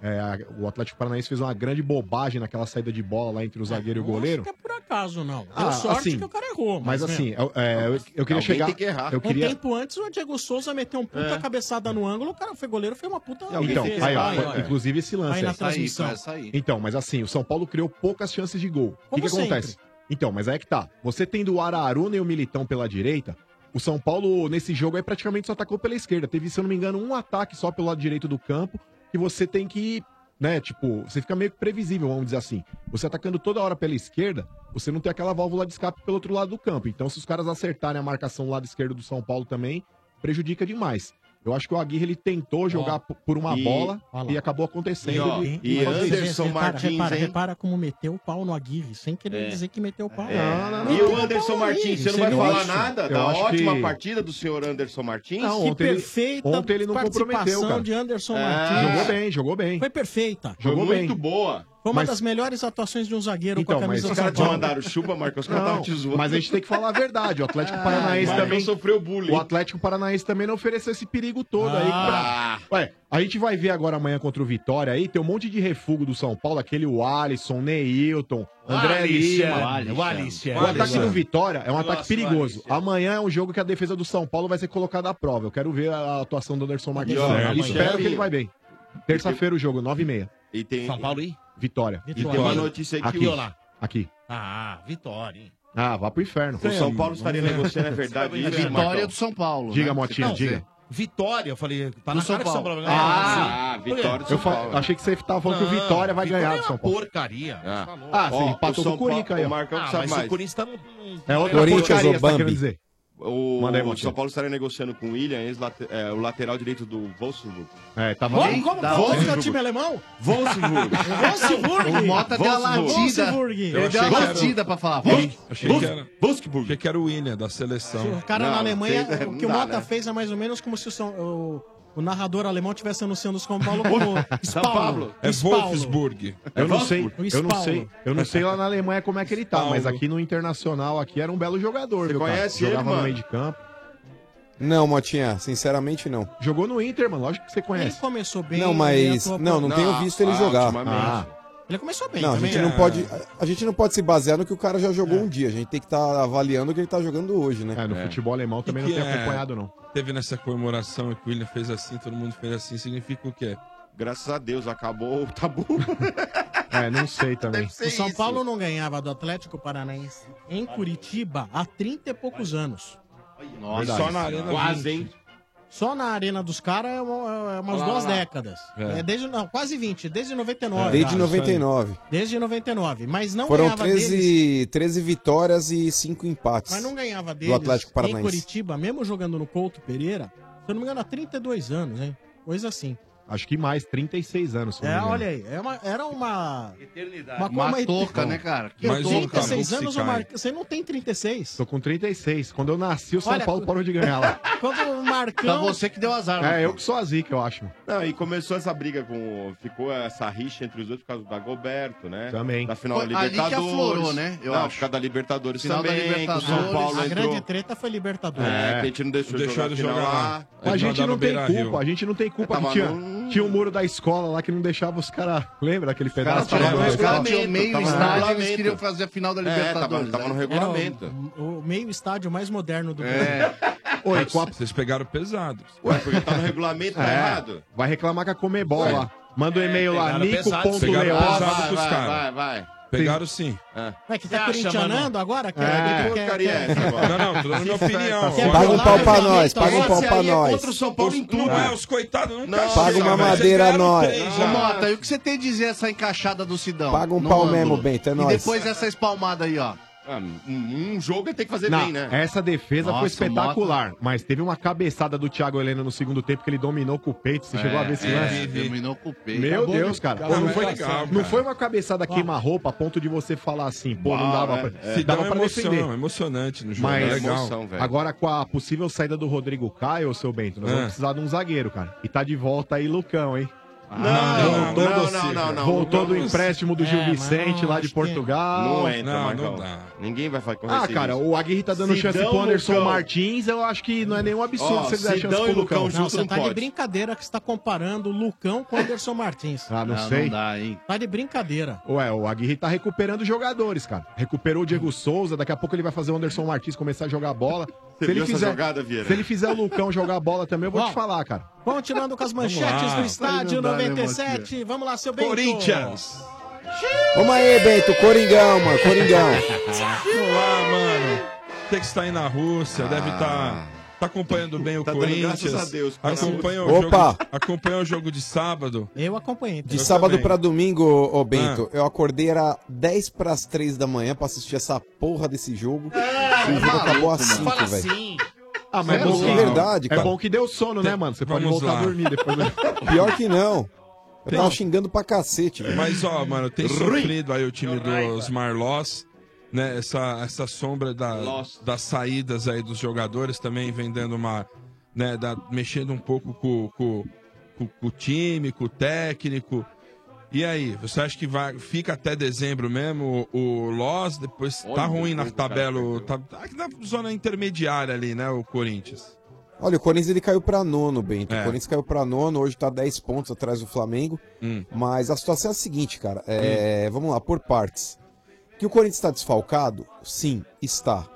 [SPEAKER 7] é, a- o Atlético Paranaense fez uma grande bobagem naquela saída de bola lá entre o zagueiro e o goleiro.
[SPEAKER 3] Por acaso, não. Deu
[SPEAKER 7] Ah,
[SPEAKER 3] sorte
[SPEAKER 7] assim,
[SPEAKER 3] que o cara errou.
[SPEAKER 7] Mas
[SPEAKER 3] né,
[SPEAKER 7] assim, eu, é, eu- eu queria
[SPEAKER 4] Alguém
[SPEAKER 7] chegar.
[SPEAKER 4] tem que errar.
[SPEAKER 7] Eu queria. É.
[SPEAKER 3] Um tempo antes, o Diego Souza meteu um puta cabeçada no ângulo, o cara foi goleiro, foi uma puta...
[SPEAKER 7] Então,
[SPEAKER 3] defesa.
[SPEAKER 7] aí, ó, foi- inclusive esse lance.
[SPEAKER 3] Tá
[SPEAKER 7] Tá
[SPEAKER 3] Aí na transmissão.
[SPEAKER 7] Então, mas assim, o São Paulo criou poucas chances de gol. O que,
[SPEAKER 3] Como
[SPEAKER 7] que
[SPEAKER 3] sempre.
[SPEAKER 7] acontece? Então, mas aí é que tá. Você tendo o Araruna e o Militão pela direita, o São Paulo nesse jogo aí praticamente só atacou pela esquerda. Teve, se eu não me engano, um ataque só pelo lado direito do campo e você tem que, né, tipo, você fica meio que previsível, vamos dizer assim. Você atacando toda hora pela esquerda, você não tem aquela válvula de escape pelo outro lado do campo. Então, se os caras acertarem a marcação do lado esquerdo do São Paulo também, prejudica demais. Eu acho que o Aguirre ele tentou jogar p- por uma
[SPEAKER 4] e-
[SPEAKER 7] bola
[SPEAKER 4] Ó lá.
[SPEAKER 7] e acabou acontecendo.
[SPEAKER 4] E, ó,
[SPEAKER 7] de-
[SPEAKER 4] e
[SPEAKER 7] de fazer isso.
[SPEAKER 4] Anderson
[SPEAKER 3] Repara,
[SPEAKER 4] Martins,
[SPEAKER 3] repara,
[SPEAKER 4] hein?
[SPEAKER 3] repara como meteu o pau no Aguirre, sem querer
[SPEAKER 4] É.
[SPEAKER 3] dizer que meteu o pau.
[SPEAKER 4] É.
[SPEAKER 3] Não, não,
[SPEAKER 4] E
[SPEAKER 3] não. tá
[SPEAKER 4] o Anderson Martins, você não vai
[SPEAKER 3] viu
[SPEAKER 4] falar
[SPEAKER 3] isso? é
[SPEAKER 4] nada
[SPEAKER 3] Eu
[SPEAKER 4] da
[SPEAKER 3] acho
[SPEAKER 4] ótima
[SPEAKER 3] que-
[SPEAKER 4] partida do senhor Anderson Martins? É.
[SPEAKER 3] Não, Que ontem ele- perfeita ontem ele não participação comprometeu, cara. de Anderson Martins.
[SPEAKER 7] Jogou bem, jogou bem.
[SPEAKER 3] Foi perfeita.
[SPEAKER 7] Jogou
[SPEAKER 4] Foi
[SPEAKER 7] bem.
[SPEAKER 4] muito boa.
[SPEAKER 3] Foi uma
[SPEAKER 7] Mas-
[SPEAKER 3] das melhores atuações de um zagueiro
[SPEAKER 7] Então,
[SPEAKER 3] com a camisa
[SPEAKER 7] mas
[SPEAKER 3] do
[SPEAKER 7] os caras
[SPEAKER 3] São
[SPEAKER 7] te
[SPEAKER 3] Paulo.
[SPEAKER 7] mandaram chupa, Marcos, os caras tavam te zoando. Mas a gente tem que falar a verdade, o Atlético
[SPEAKER 3] Ah,
[SPEAKER 7] Paranaense
[SPEAKER 3] vai.
[SPEAKER 7] também
[SPEAKER 4] sofreu bullying.
[SPEAKER 7] O Atlético Paranaense também não ofereceu esse perigo todo
[SPEAKER 4] Ah.
[SPEAKER 7] aí. Pra... Ué, a gente vai ver agora amanhã contra o Vitória aí, tem um monte de refugo do São Paulo, aquele o Alisson, Neilton, André
[SPEAKER 8] Alisson,
[SPEAKER 7] Lima.
[SPEAKER 8] o Alisson.
[SPEAKER 7] O
[SPEAKER 8] Alisson.
[SPEAKER 7] ataque do Vitória é um
[SPEAKER 8] Nossa,
[SPEAKER 7] ataque perigoso. Amanhã é um jogo que a defesa do São Paulo vai ser colocada à prova. Eu quero ver a atuação do Anderson Martins.
[SPEAKER 4] E, ó, amanhã-
[SPEAKER 7] Espero que ele vai bem. Terça-feira o jogo, 9h30.
[SPEAKER 4] E tem...
[SPEAKER 8] São Paulo aí?
[SPEAKER 7] Vitória.
[SPEAKER 8] Vitória. E tem uma notícia aí que-
[SPEAKER 7] aqui.
[SPEAKER 8] Viu lá?
[SPEAKER 7] Aqui.
[SPEAKER 8] Ah, vitória, hein?
[SPEAKER 7] Ah, vá pro inferno.
[SPEAKER 8] O São Paulo estaria negociando, é verdade isso, Vitória Marcão? do São Paulo, né?
[SPEAKER 7] Diga, Motinha,
[SPEAKER 8] Não,
[SPEAKER 7] diga.
[SPEAKER 8] Zé. Vitória, eu falei, tá
[SPEAKER 7] Do
[SPEAKER 8] na
[SPEAKER 7] São
[SPEAKER 8] cara que o São
[SPEAKER 7] Paulo.
[SPEAKER 8] Paulo. assim, vai
[SPEAKER 7] Ah,
[SPEAKER 8] ganhar.
[SPEAKER 7] ah,
[SPEAKER 8] Por quê?
[SPEAKER 7] Vitória do São Paulo. Eu achei que você tava falando que o
[SPEAKER 8] Não,
[SPEAKER 7] Vitória vai ganhar
[SPEAKER 8] Vitória
[SPEAKER 7] do
[SPEAKER 8] é
[SPEAKER 7] São
[SPEAKER 8] uma
[SPEAKER 7] Paulo.
[SPEAKER 8] Porcaria.
[SPEAKER 4] Ah.
[SPEAKER 7] Ah,
[SPEAKER 4] Ó,
[SPEAKER 7] você empatou
[SPEAKER 4] São
[SPEAKER 7] com o Corinthians
[SPEAKER 4] Paulo-
[SPEAKER 7] aí. ó.
[SPEAKER 4] O Marcão
[SPEAKER 8] tá Ah,
[SPEAKER 4] sabe
[SPEAKER 8] mas
[SPEAKER 4] mais.
[SPEAKER 8] o Corinthians tá... num-
[SPEAKER 7] É outra
[SPEAKER 10] Corinthians
[SPEAKER 7] porcaria,
[SPEAKER 10] ou
[SPEAKER 7] você tá
[SPEAKER 10] Bambi?
[SPEAKER 7] querendo dizer.
[SPEAKER 4] O,
[SPEAKER 7] Manda aí,
[SPEAKER 4] o
[SPEAKER 7] Motinha.
[SPEAKER 4] São Paulo estaria negociando com o William, ex -late... é, o lateral direito do Wolfsburg. Tá
[SPEAKER 7] É, tava
[SPEAKER 3] Como? Como? Como? que é o time alemão?
[SPEAKER 4] Wolfsburg.
[SPEAKER 3] Wolfsburg.
[SPEAKER 11] O Mota deu a latida.
[SPEAKER 3] Wolfsburg.
[SPEAKER 11] Ele deu a latida pra falar. Wolf-
[SPEAKER 6] Achei
[SPEAKER 11] Wolf-
[SPEAKER 6] que era. Achei que era o William da seleção.
[SPEAKER 3] O cara na Alemanha, o que o
[SPEAKER 7] né?
[SPEAKER 10] né?
[SPEAKER 3] Mota
[SPEAKER 6] fez.
[SPEAKER 3] fez é mais ou menos como se o, São- o- o narrador alemão estivesse anunciando o São Paulo como
[SPEAKER 6] São
[SPEAKER 3] Paulo.
[SPEAKER 6] Paulo. É Wolfsburg.
[SPEAKER 7] Eu
[SPEAKER 3] É
[SPEAKER 7] não sei,
[SPEAKER 3] O
[SPEAKER 7] eu não sei,
[SPEAKER 3] Spaulo.
[SPEAKER 7] eu não sei lá na Alemanha como é que ele tá,
[SPEAKER 10] Spaulo.
[SPEAKER 7] mas aqui no Internacional aqui era um belo jogador, viu,
[SPEAKER 10] conhece
[SPEAKER 7] cara?
[SPEAKER 10] ele,
[SPEAKER 7] Jogava no
[SPEAKER 10] mano?
[SPEAKER 7] meio de campo.
[SPEAKER 10] Não, Motinha, sinceramente não.
[SPEAKER 7] Jogou no Inter, mano, lógico que você conhece.
[SPEAKER 3] Ele começou bem.
[SPEAKER 10] não,
[SPEAKER 3] ele é
[SPEAKER 10] mas.
[SPEAKER 3] atuou
[SPEAKER 10] Não, não
[SPEAKER 3] por-
[SPEAKER 10] tenho visto ele jogar.
[SPEAKER 7] Ah.
[SPEAKER 3] Ele começou bem.
[SPEAKER 10] não, a
[SPEAKER 3] também,
[SPEAKER 10] gente
[SPEAKER 3] né?
[SPEAKER 10] não pode. a- A gente não pode se basear no que o cara já jogou um dia. A gente tem que estar avaliando o que ele tá jogando hoje, né?
[SPEAKER 7] É, no futebol alemão também
[SPEAKER 6] que é- Teve nessa comemoração que o William fez assim, todo mundo fez assim, significa o quê?
[SPEAKER 4] Graças a Deus, acabou o tabu.
[SPEAKER 7] É, não sei também.
[SPEAKER 3] O São Paulo não ganhava do Atlético Paranaense em Curitiba há 30 e poucos anos.
[SPEAKER 4] Nossa, só na Arena Quase, 20. hein?
[SPEAKER 3] Só na arena dos caras é, uma- é umas
[SPEAKER 4] Olha lá,
[SPEAKER 3] duas
[SPEAKER 4] olha lá.
[SPEAKER 3] décadas.
[SPEAKER 4] É.
[SPEAKER 3] É. desde, não, quase 20, desde 99.
[SPEAKER 10] Desde
[SPEAKER 3] cara.
[SPEAKER 10] 99.
[SPEAKER 3] Desde 99. Mas né? não
[SPEAKER 10] Foram
[SPEAKER 3] ganhava deles.
[SPEAKER 10] 13, 13 vitórias e 5 empates.
[SPEAKER 3] Mas não ganhava
[SPEAKER 10] Do
[SPEAKER 3] deles
[SPEAKER 10] Atlético
[SPEAKER 3] em
[SPEAKER 10] Paranaense.
[SPEAKER 3] Curitiba, mesmo jogando no Couto Pereira, se eu não me engano, há 32 anos, hein? Coisa assim.
[SPEAKER 7] Acho que mais, 36 anos. se eu não
[SPEAKER 3] É,
[SPEAKER 7] me engano.
[SPEAKER 3] olha aí, é uma- era uma...
[SPEAKER 4] Tá.
[SPEAKER 11] Eternidade.
[SPEAKER 3] Uma,
[SPEAKER 7] Uma touca, né,
[SPEAKER 11] cara?
[SPEAKER 3] Que
[SPEAKER 7] Mas o
[SPEAKER 3] 36
[SPEAKER 7] Caboclo
[SPEAKER 3] anos,
[SPEAKER 7] se
[SPEAKER 3] o Mar...
[SPEAKER 7] cai.
[SPEAKER 3] você não tem 36.
[SPEAKER 7] Tô com 36. Quando eu nasci, o São
[SPEAKER 3] Olha,
[SPEAKER 7] Paulo parou de ganhar lá.
[SPEAKER 3] Quando o Marcão...
[SPEAKER 7] É, eu que sou a zica, eu acho.
[SPEAKER 4] Não, e começou essa briga com. Ficou essa rixa entre os dois por causa do Dagoberto, né?
[SPEAKER 7] Também.
[SPEAKER 4] Da final
[SPEAKER 7] Foi
[SPEAKER 4] da
[SPEAKER 7] ali que
[SPEAKER 4] Libertadores.
[SPEAKER 7] aflorou, né? Eu
[SPEAKER 4] não,
[SPEAKER 7] acho.
[SPEAKER 4] por causa da Libertadores
[SPEAKER 7] Final da
[SPEAKER 4] também. que o São Paulo
[SPEAKER 3] a
[SPEAKER 4] entrou.
[SPEAKER 3] grande treta foi Libertadores.
[SPEAKER 4] É, que a gente não deixou, jogar, final lá.
[SPEAKER 7] A gente não tem culpa, a gente não tem culpa.
[SPEAKER 4] Tava
[SPEAKER 7] que tinha,
[SPEAKER 4] no-
[SPEAKER 7] tinha o muro da escola lá que não deixava os caras. Lembra aquele pedaço?
[SPEAKER 11] caras
[SPEAKER 7] lá?
[SPEAKER 11] tinham
[SPEAKER 7] Os caras-
[SPEAKER 11] regulamento, meio
[SPEAKER 7] tava no
[SPEAKER 11] estádio, Ah, eles
[SPEAKER 7] regulamento.
[SPEAKER 11] queriam fazer a final da
[SPEAKER 7] É,
[SPEAKER 11] Libertadores,
[SPEAKER 7] tava- tava
[SPEAKER 11] né?
[SPEAKER 7] no
[SPEAKER 3] Era o, o meio estádio mais moderno do mundo.
[SPEAKER 6] É.
[SPEAKER 3] É.
[SPEAKER 7] Oi, com a-
[SPEAKER 6] Vocês pegaram pesado.
[SPEAKER 4] Ué, porque tá no regulamento, tá
[SPEAKER 7] É,
[SPEAKER 4] errado.
[SPEAKER 7] Vai reclamar com a Comebol lá. Manda um
[SPEAKER 3] É,
[SPEAKER 7] e-mail lá,
[SPEAKER 6] pegaram
[SPEAKER 7] um
[SPEAKER 6] pesado, pegaram pesado com os
[SPEAKER 7] nico.leoz.
[SPEAKER 6] caras. Pegaram sim.
[SPEAKER 3] É que tá corintianando agora,
[SPEAKER 6] É.
[SPEAKER 3] cara?
[SPEAKER 6] Que porcaria é essa agora? Não, não, tô dando minha opinião.
[SPEAKER 4] é
[SPEAKER 10] Paga um pau pra nós, paga um pau
[SPEAKER 6] Esse
[SPEAKER 10] pra
[SPEAKER 6] aí é
[SPEAKER 10] nós.
[SPEAKER 6] contra o São Paulo em tudo. Não é, os coitados não, não
[SPEAKER 10] Paga uma madeira a nós.
[SPEAKER 11] Ô, Mota, e o que você tem a dizer essa encaixada do Sidão?
[SPEAKER 10] Paga um
[SPEAKER 11] No
[SPEAKER 10] pau
[SPEAKER 11] ângulo.
[SPEAKER 10] mesmo, Bento, é
[SPEAKER 11] E
[SPEAKER 10] nóis.
[SPEAKER 11] depois essa espalmada aí, ó.
[SPEAKER 4] Um jogo tem que fazer né?
[SPEAKER 7] Não, Essa defesa
[SPEAKER 11] Nossa,
[SPEAKER 7] foi espetacular, mas teve uma cabeçada do Thiago Helena no segundo tempo que ele dominou com o peito. Você chegou a ver esse lance?
[SPEAKER 11] É, Terminou com o peito. né?
[SPEAKER 7] Meu
[SPEAKER 4] né?
[SPEAKER 7] Deus, cara. Pô, não, foi, não foi uma cabeçada queima-roupa a ponto de você falar assim, pô, não
[SPEAKER 6] Uau,
[SPEAKER 7] dava
[SPEAKER 6] é,
[SPEAKER 7] pra,
[SPEAKER 6] é. Se dá
[SPEAKER 7] dava
[SPEAKER 6] uma
[SPEAKER 7] pra
[SPEAKER 6] emoção,
[SPEAKER 7] defender.
[SPEAKER 4] né,
[SPEAKER 6] é emocionante no jogo,
[SPEAKER 7] Mas
[SPEAKER 6] é legal. Emoção, velho.
[SPEAKER 7] agora com a possível saída do Rodrigo Caio, seu Bento, nós
[SPEAKER 4] Ah.
[SPEAKER 7] vamos
[SPEAKER 6] É.
[SPEAKER 7] precisar de um zagueiro, cara. E tá de volta aí Lucão, hein?
[SPEAKER 4] Ah, não,
[SPEAKER 7] voltou
[SPEAKER 4] não,
[SPEAKER 7] do-
[SPEAKER 4] não, não, não.
[SPEAKER 7] Voltou do
[SPEAKER 4] Lucão-
[SPEAKER 7] empréstimo do Gil
[SPEAKER 4] É, mas
[SPEAKER 7] Vicente lá de Portugal.
[SPEAKER 4] Não entra,
[SPEAKER 7] Não,
[SPEAKER 4] Marcão.
[SPEAKER 7] não dá.
[SPEAKER 4] Ninguém vai fazer
[SPEAKER 7] Ah, cara, o Aguirre tá dando chance pro Anderson Martins, eu acho que não é nenhum absurdo
[SPEAKER 4] Ó,
[SPEAKER 7] você dar chance
[SPEAKER 4] Sidão
[SPEAKER 7] pro
[SPEAKER 4] e
[SPEAKER 7] Lucão.
[SPEAKER 4] Lucão junto
[SPEAKER 3] Não, você tá de brincadeira que você tá comparando o Lucão com o Anderson Martins.
[SPEAKER 7] Ah, não Não, sei. não
[SPEAKER 11] dá, hein?
[SPEAKER 3] Tá de brincadeira.
[SPEAKER 7] Ué, o Aguirre tá recuperando jogadores, cara. Recuperou o Diego Souza, daqui a pouco ele vai fazer o Anderson Martins começar a jogar bola.
[SPEAKER 4] Você viu essa jogada, Vieira?
[SPEAKER 7] se ele fizer o Lucão jogar bola também, eu vou
[SPEAKER 3] Ó,
[SPEAKER 7] te falar, cara.
[SPEAKER 3] Continuando com as
[SPEAKER 7] Vamos
[SPEAKER 3] manchetes
[SPEAKER 7] lá.
[SPEAKER 3] do estádio
[SPEAKER 7] Vai andar, né,
[SPEAKER 3] 97. Vamos lá, seu Bento.
[SPEAKER 7] Corinthians.
[SPEAKER 10] Vamos aí, Bento, Coringão, mano, Coringão.
[SPEAKER 6] Vamos lá, mano. Tem que estar aí na Rússia, deve estar.
[SPEAKER 10] Ah.
[SPEAKER 6] Tá, tá acompanhando bem o
[SPEAKER 4] Tá dando
[SPEAKER 6] Corinthians.
[SPEAKER 4] graças a Deus, cara.
[SPEAKER 6] acompanha o
[SPEAKER 10] Opa!
[SPEAKER 6] Jogo, acompanha o jogo de sábado.
[SPEAKER 3] Eu acompanhei.
[SPEAKER 10] De
[SPEAKER 6] Eu
[SPEAKER 10] sábado
[SPEAKER 6] também. Ah.
[SPEAKER 10] pra domingo, ô ô, Bento, eu acordei era 10 pras 3 da manhã pra assistir essa porra desse jogo. E o jogo acabou às 5, velho.
[SPEAKER 7] Ah, mas é
[SPEAKER 10] Sério?
[SPEAKER 7] bom, que,
[SPEAKER 10] É verdade,
[SPEAKER 7] é
[SPEAKER 10] cara.
[SPEAKER 7] bom que deu sono, né, mano? Você pode
[SPEAKER 6] Vamos
[SPEAKER 7] voltar
[SPEAKER 6] lá.
[SPEAKER 7] a dormir depois. né?
[SPEAKER 10] Pior que não. Eu
[SPEAKER 6] Tem-
[SPEAKER 10] tava xingando pra cacete, velho.
[SPEAKER 6] Mas, ó, mano, tem sofrido aí o time dos Marlós, né? Essa, essa sombra da, das saídas aí dos jogadores também vem dando uma. Né, da- mexendo um pouco com, com, com- com o time, com o técnico. E aí, você acha que vai, fica até dezembro mesmo o, o Loss? Depois tá ruim na tabela, tá, tá aqui na zona intermediária ali, né, o Corinthians.
[SPEAKER 10] Olha, o Corinthians ele caiu pra nono, Bento.
[SPEAKER 6] É.
[SPEAKER 10] O Corinthians caiu pra nono, hoje tá 10 pontos atrás do Flamengo. Mas a situação é a seguinte, cara. é, Vamos lá, por partes. Que o Corinthians está desfalcado? Sim, está.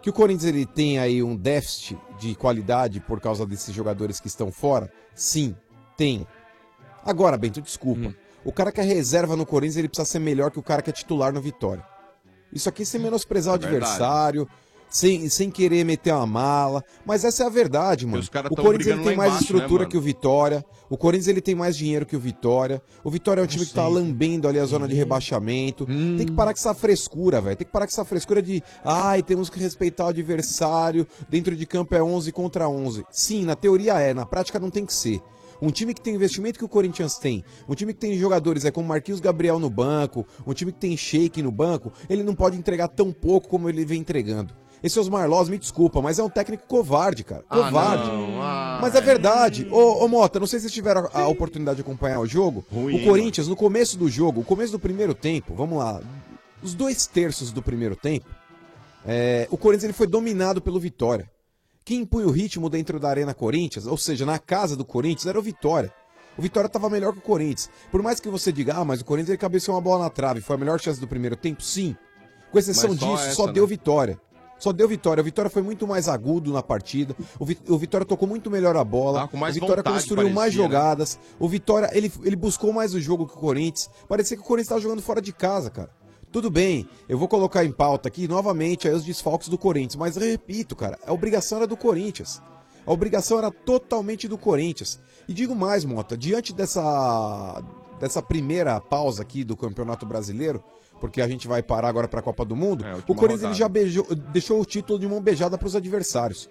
[SPEAKER 10] Que o Corinthians ele tem aí um déficit de qualidade por causa desses jogadores que estão fora? Sim, tem. Agora, Bento,
[SPEAKER 4] Hum.
[SPEAKER 10] desculpa. O cara que é reserva no Corinthians, ele precisa ser melhor que o cara que é titular no Vitória. Isso aqui sem menosprezar o
[SPEAKER 4] É verdade.
[SPEAKER 10] adversário, sem, sem querer meter uma mala. Mas essa é a verdade, mano.
[SPEAKER 4] os caras
[SPEAKER 10] o
[SPEAKER 4] tão
[SPEAKER 10] Corinthians ele
[SPEAKER 4] brigando
[SPEAKER 10] tem
[SPEAKER 4] lá
[SPEAKER 10] mais
[SPEAKER 4] embaixo, né,
[SPEAKER 10] estrutura
[SPEAKER 4] mano?
[SPEAKER 10] que o Vitória. O Corinthians ele tem mais dinheiro que o Vitória. O Vitória é um time que tá lambendo ali a zona de
[SPEAKER 11] Uhum.
[SPEAKER 10] rebaixamento. Tem
[SPEAKER 11] Hum.
[SPEAKER 10] que parar com essa frescura, velho. Tem que parar com essa frescura de, ai, temos que respeitar o adversário. Dentro de campo é 11 contra 11. Sim, na teoria é, na prática não tem que ser. Um time que tem o investimento que o Corinthians tem, um time que tem jogadores é como Marquinhos Gabriel no banco, um time que tem Sheik no banco, ele não pode entregar tão pouco como ele vem entregando. Esse Osmar Loz, me desculpa, mas é um técnico covarde, cara.
[SPEAKER 11] Ah,
[SPEAKER 10] Covarde.
[SPEAKER 11] não. Ah,
[SPEAKER 10] Mas é verdade. Ô, ô, Mota, não sei se vocês tiveram a oportunidade de acompanhar o jogo.
[SPEAKER 11] hein,
[SPEAKER 10] o Corinthians, no começo do jogo, o começo do primeiro tempo, vamos lá, os dois terços do primeiro tempo, é, o Corinthians ele foi dominado pelo Vitória. Quem impunha o ritmo dentro da Arena Corinthians, ou seja, na casa do Corinthians, era o Vitória. O Vitória estava melhor que o Corinthians. Por mais que você diga, ah, mas o Corinthians ele cabeceou uma bola na trave, foi a melhor chance do primeiro tempo, sim. Com exceção
[SPEAKER 4] Mas só
[SPEAKER 10] disso, só
[SPEAKER 4] essa, né?
[SPEAKER 10] deu vitória. Só deu vitória. O Vitória foi muito mais agudo na partida. O, Vi- o Vitória tocou muito melhor a bola.
[SPEAKER 4] Tava com mais
[SPEAKER 10] o Vitória
[SPEAKER 4] vontade,
[SPEAKER 10] construiu mais
[SPEAKER 4] parecia, né?
[SPEAKER 10] jogadas. O Vitória, ele, ele buscou mais o jogo que o Corinthians. Parecia que o Corinthians estava jogando fora de casa, cara. Tudo bem, eu vou colocar em pauta aqui novamente aí os desfalques do Corinthians, mas eu repito, cara, a obrigação era do Corinthians. A obrigação era totalmente do Corinthians. E digo mais, Mota, diante dessa dessa primeira pausa aqui do Campeonato Brasileiro, porque a gente vai parar agora para a Copa do Mundo, o Corinthians ele
[SPEAKER 4] rodada.
[SPEAKER 10] já beijou- deixou o título de mão beijada para os adversários.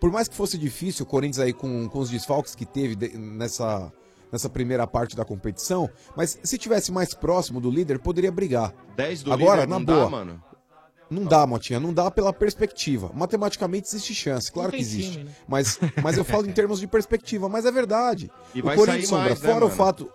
[SPEAKER 10] Por mais que fosse difícil, o Corinthians aí com, com os desfalques que teve de- nessa, nessa primeira parte da competição, mas se tivesse mais próximo do líder, poderia brigar.
[SPEAKER 4] 10 do
[SPEAKER 10] Agora,
[SPEAKER 4] líder
[SPEAKER 10] na
[SPEAKER 4] não
[SPEAKER 10] boa.
[SPEAKER 4] dá, mano.
[SPEAKER 10] Não dá, Motinha, não dá pela perspectiva. Matematicamente existe chance, claro
[SPEAKER 4] Não
[SPEAKER 10] que
[SPEAKER 4] tem
[SPEAKER 10] existe.
[SPEAKER 4] time, né?
[SPEAKER 10] Mas, mas eu falo em termos de perspectiva, mas é verdade.
[SPEAKER 4] E vai sair mais, né,
[SPEAKER 10] fora o
[SPEAKER 4] mano?
[SPEAKER 10] fato.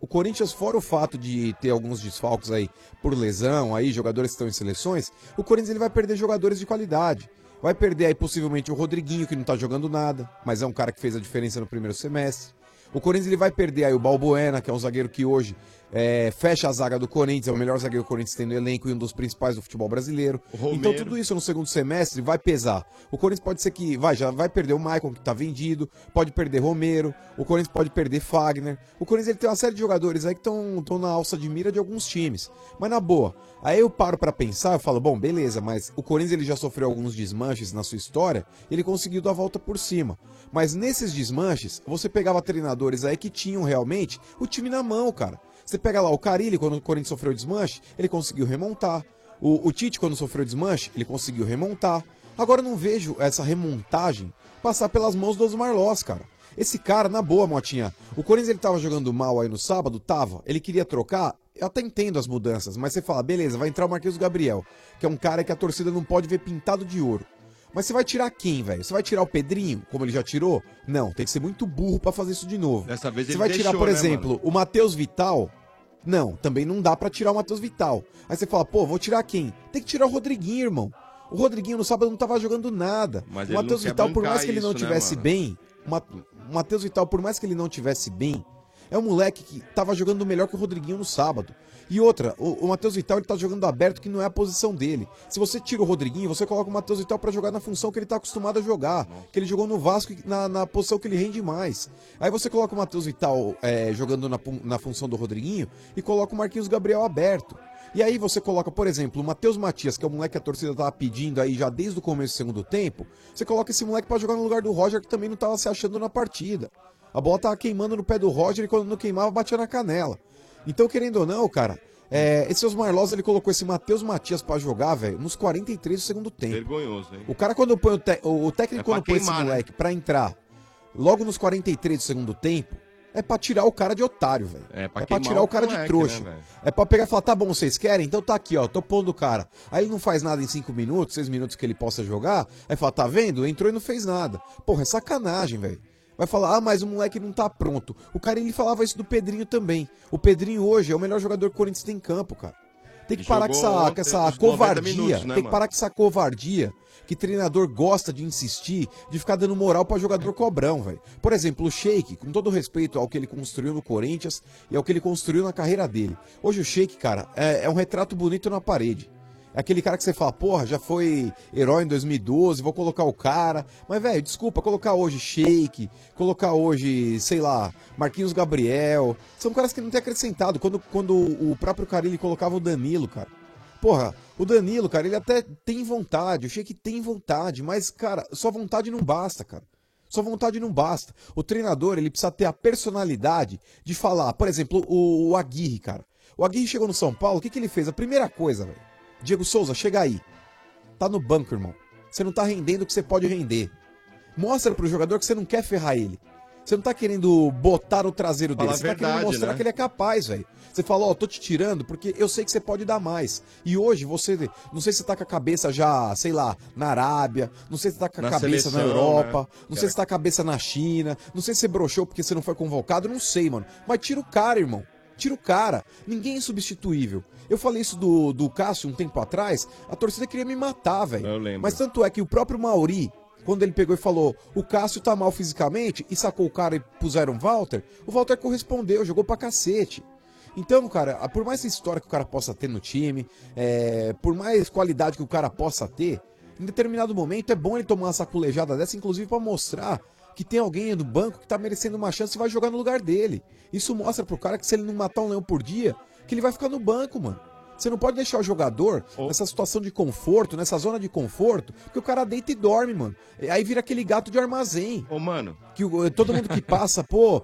[SPEAKER 10] O Corinthians, fora o fato de ter alguns desfalques aí por lesão, aí jogadores que estão em seleções, o Corinthians ele vai perder jogadores de qualidade. Vai perder aí possivelmente o Rodriguinho, que não tá jogando nada, mas é um cara que fez a diferença no primeiro semestre. O Corinthians ele vai perder aí o Balbuena, que é um zagueiro que hoje é, fecha a zaga do Corinthians, é o melhor zagueiro que o Corinthians tem no elenco e um dos principais do futebol brasileiro. Então tudo isso no segundo semestre vai pesar. O Corinthians pode ser que vai, já vai perder o Maicon, que tá vendido, pode perder Romero, o Corinthians pode perder Fagner. O Corinthians ele tem uma série de jogadores aí que estão na alça de mira de alguns times. Mas na boa, aí eu paro pra pensar, eu falo, bom, beleza, mas o Corinthians ele já sofreu alguns desmanches na sua história, ele conseguiu dar a volta por cima. Mas nesses desmanches, você pegava treinadores aí que tinham realmente o time na mão, cara. Você pega lá o Carilli, quando o Corinthians sofreu desmanche, ele conseguiu remontar. O, o Tite, quando sofreu desmanche, ele conseguiu remontar. Agora eu não vejo essa remontagem passar pelas mãos do Osmar Loss, cara. Esse cara, na boa, Motinha, o Corinthians ele tava jogando mal aí no sábado, tava, ele queria trocar, eu até entendo as mudanças, mas você fala, beleza, vai entrar o Marquinhos Gabriel, que é um cara que a torcida não pode ver pintado de ouro. Mas você vai tirar quem, velho? Você vai tirar o Pedrinho, como ele já tirou? Não, tem que ser muito burro pra fazer isso de novo.
[SPEAKER 4] Dessa vez
[SPEAKER 10] Você
[SPEAKER 4] ele
[SPEAKER 10] vai
[SPEAKER 4] deixou,
[SPEAKER 10] tirar, por
[SPEAKER 4] né,
[SPEAKER 10] exemplo, o Matheus Vital? Não, também não dá pra tirar o Matheus Vital. Aí você fala, pô, vou tirar quem? Tem que tirar o Rodriguinho, irmão. O Rodriguinho no sábado não tava jogando nada.
[SPEAKER 4] Mas
[SPEAKER 10] o
[SPEAKER 4] ele não
[SPEAKER 10] Matheus
[SPEAKER 4] quer
[SPEAKER 10] Vital, por
[SPEAKER 4] bancar
[SPEAKER 10] mais que ele não
[SPEAKER 4] isso, né,
[SPEAKER 10] tivesse
[SPEAKER 4] mano?
[SPEAKER 10] bem, o Ma- o Matheus Vital, por mais que ele não tivesse bem, é um moleque que tava jogando melhor que o Rodriguinho no sábado. E outra, o, o Matheus Vital ele tá jogando aberto que não é a posição dele. Se você tira o Rodriguinho, você coloca o Matheus Vital pra jogar na função que ele tá acostumado a jogar, que ele jogou no Vasco e na, na posição que ele rende mais. Aí você coloca o Matheus Vital é, jogando na, pun- na função do Rodriguinho e coloca o Marquinhos Gabriel aberto. E aí você coloca, por exemplo, o Matheus Matias, que é o moleque que a torcida tava pedindo aí já desde o começo do segundo tempo, você coloca esse moleque pra jogar no lugar do Roger, que também não tava se achando na partida. A bola tava queimando no pé do Roger e quando não queimava, batia na canela. Então, querendo ou não, cara, é, esse Osmar Loz, ele colocou esse Matheus Matias pra jogar, velho, nos 43 do segundo tempo.
[SPEAKER 4] Vergonhoso, hein?
[SPEAKER 10] O cara quando põe o, tec- o- o técnico
[SPEAKER 4] É pra
[SPEAKER 10] quando põe esse
[SPEAKER 4] queimar, né?
[SPEAKER 10] moleque pra entrar logo nos 43 do segundo tempo, é pra tirar o cara de otário, velho. É pra,
[SPEAKER 4] queimar
[SPEAKER 10] tirar
[SPEAKER 4] o
[SPEAKER 10] o cara
[SPEAKER 4] moleque,
[SPEAKER 10] de trouxa.
[SPEAKER 4] né, velho?
[SPEAKER 10] é pra pegar e falar, tá bom, vocês querem? Então tá aqui, ó, tô pondo o cara. Aí ele não faz nada em 5 minutos, 6 minutos que ele possa jogar, aí fala, tá vendo? Entrou e não fez nada. Porra, é sacanagem, velho. vai falar, ah, mas o moleque não tá pronto. O cara, ele falava isso do Pedrinho também. O Pedrinho hoje é o melhor jogador que o Corinthians tem em campo, cara. Tem que
[SPEAKER 12] E
[SPEAKER 10] parar com
[SPEAKER 12] jogou
[SPEAKER 10] essa, com
[SPEAKER 12] ontem
[SPEAKER 10] essa
[SPEAKER 12] os 90
[SPEAKER 10] covardia.
[SPEAKER 12] minutos, né,
[SPEAKER 10] tem que
[SPEAKER 12] mano?
[SPEAKER 10] parar com essa covardia que treinador gosta de insistir, de ficar dando moral pra jogador cobrão, velho. Por exemplo, o Sheik, com todo respeito ao que ele construiu no Corinthians e ao que ele construiu na carreira dele. Hoje o Sheik, cara, é, é um retrato bonito na parede. É aquele cara que você fala, porra, já foi herói em 2012, vou colocar o cara. Mas, velho, desculpa, colocar hoje Sheik, colocar hoje, sei lá, Marquinhos Gabriel. São caras que não tem acrescentado. Quando, quando o próprio Carilli colocava o Danilo, cara. Porra, o Danilo, cara, ele até tem vontade, o Sheik tem vontade, mas, cara, só vontade não basta, cara. Só vontade não basta. O treinador, ele precisa ter a personalidade de falar. Por exemplo, o, o Aguirre, cara. O Aguirre chegou no São Paulo, o que, que ele fez? A primeira coisa, velho. Diego Souza, chega aí. Tá no banco, irmão. Você não tá rendendo o que você pode render. Mostra pro jogador que você não quer ferrar ele. Você não tá querendo botar o traseiro dele,
[SPEAKER 4] Fala a
[SPEAKER 10] você tá querendo
[SPEAKER 4] verdade,
[SPEAKER 10] mostrar
[SPEAKER 4] né?
[SPEAKER 10] que ele é capaz, velho. Você fala, ó, tô te tirando porque eu sei que você pode dar mais. E hoje você, não sei se você tá com a cabeça já, sei lá, na Arábia, não sei se você tá com a
[SPEAKER 4] Na
[SPEAKER 10] cabeça na
[SPEAKER 4] seleção,
[SPEAKER 10] Europa,
[SPEAKER 4] né?
[SPEAKER 10] não sei se você tá com a cabeça na China, não sei se você broxou porque você não foi convocado, não sei, mano. Mas tira o cara, irmão. Tira o cara. Ninguém é insubstituível. Eu falei isso do, do Cássio um tempo atrás, a torcida queria me matar, velho. Eu lembro. Mas tanto é que o próprio Mauri, quando ele pegou e falou, o Cássio tá mal fisicamente, e sacou o cara e puseram o Walter, o Walter correspondeu, jogou pra cacete. Então, cara, por mais história que o cara possa ter no time, é, por mais qualidade que o cara possa ter, em determinado momento é bom ele tomar uma sacolejada dessa, inclusive pra mostrar que tem alguém do banco que tá merecendo uma chance e vai jogar no lugar dele. Isso mostra pro cara que se ele não matar um leão por dia, que ele vai ficar no banco, mano. Você não pode deixar o jogador nessa situação de conforto, nessa zona de conforto, porque o cara deita e dorme, mano. E Aí vira aquele gato de armazém.
[SPEAKER 4] Ô, mano.
[SPEAKER 10] Que o- todo mundo que passa, pô,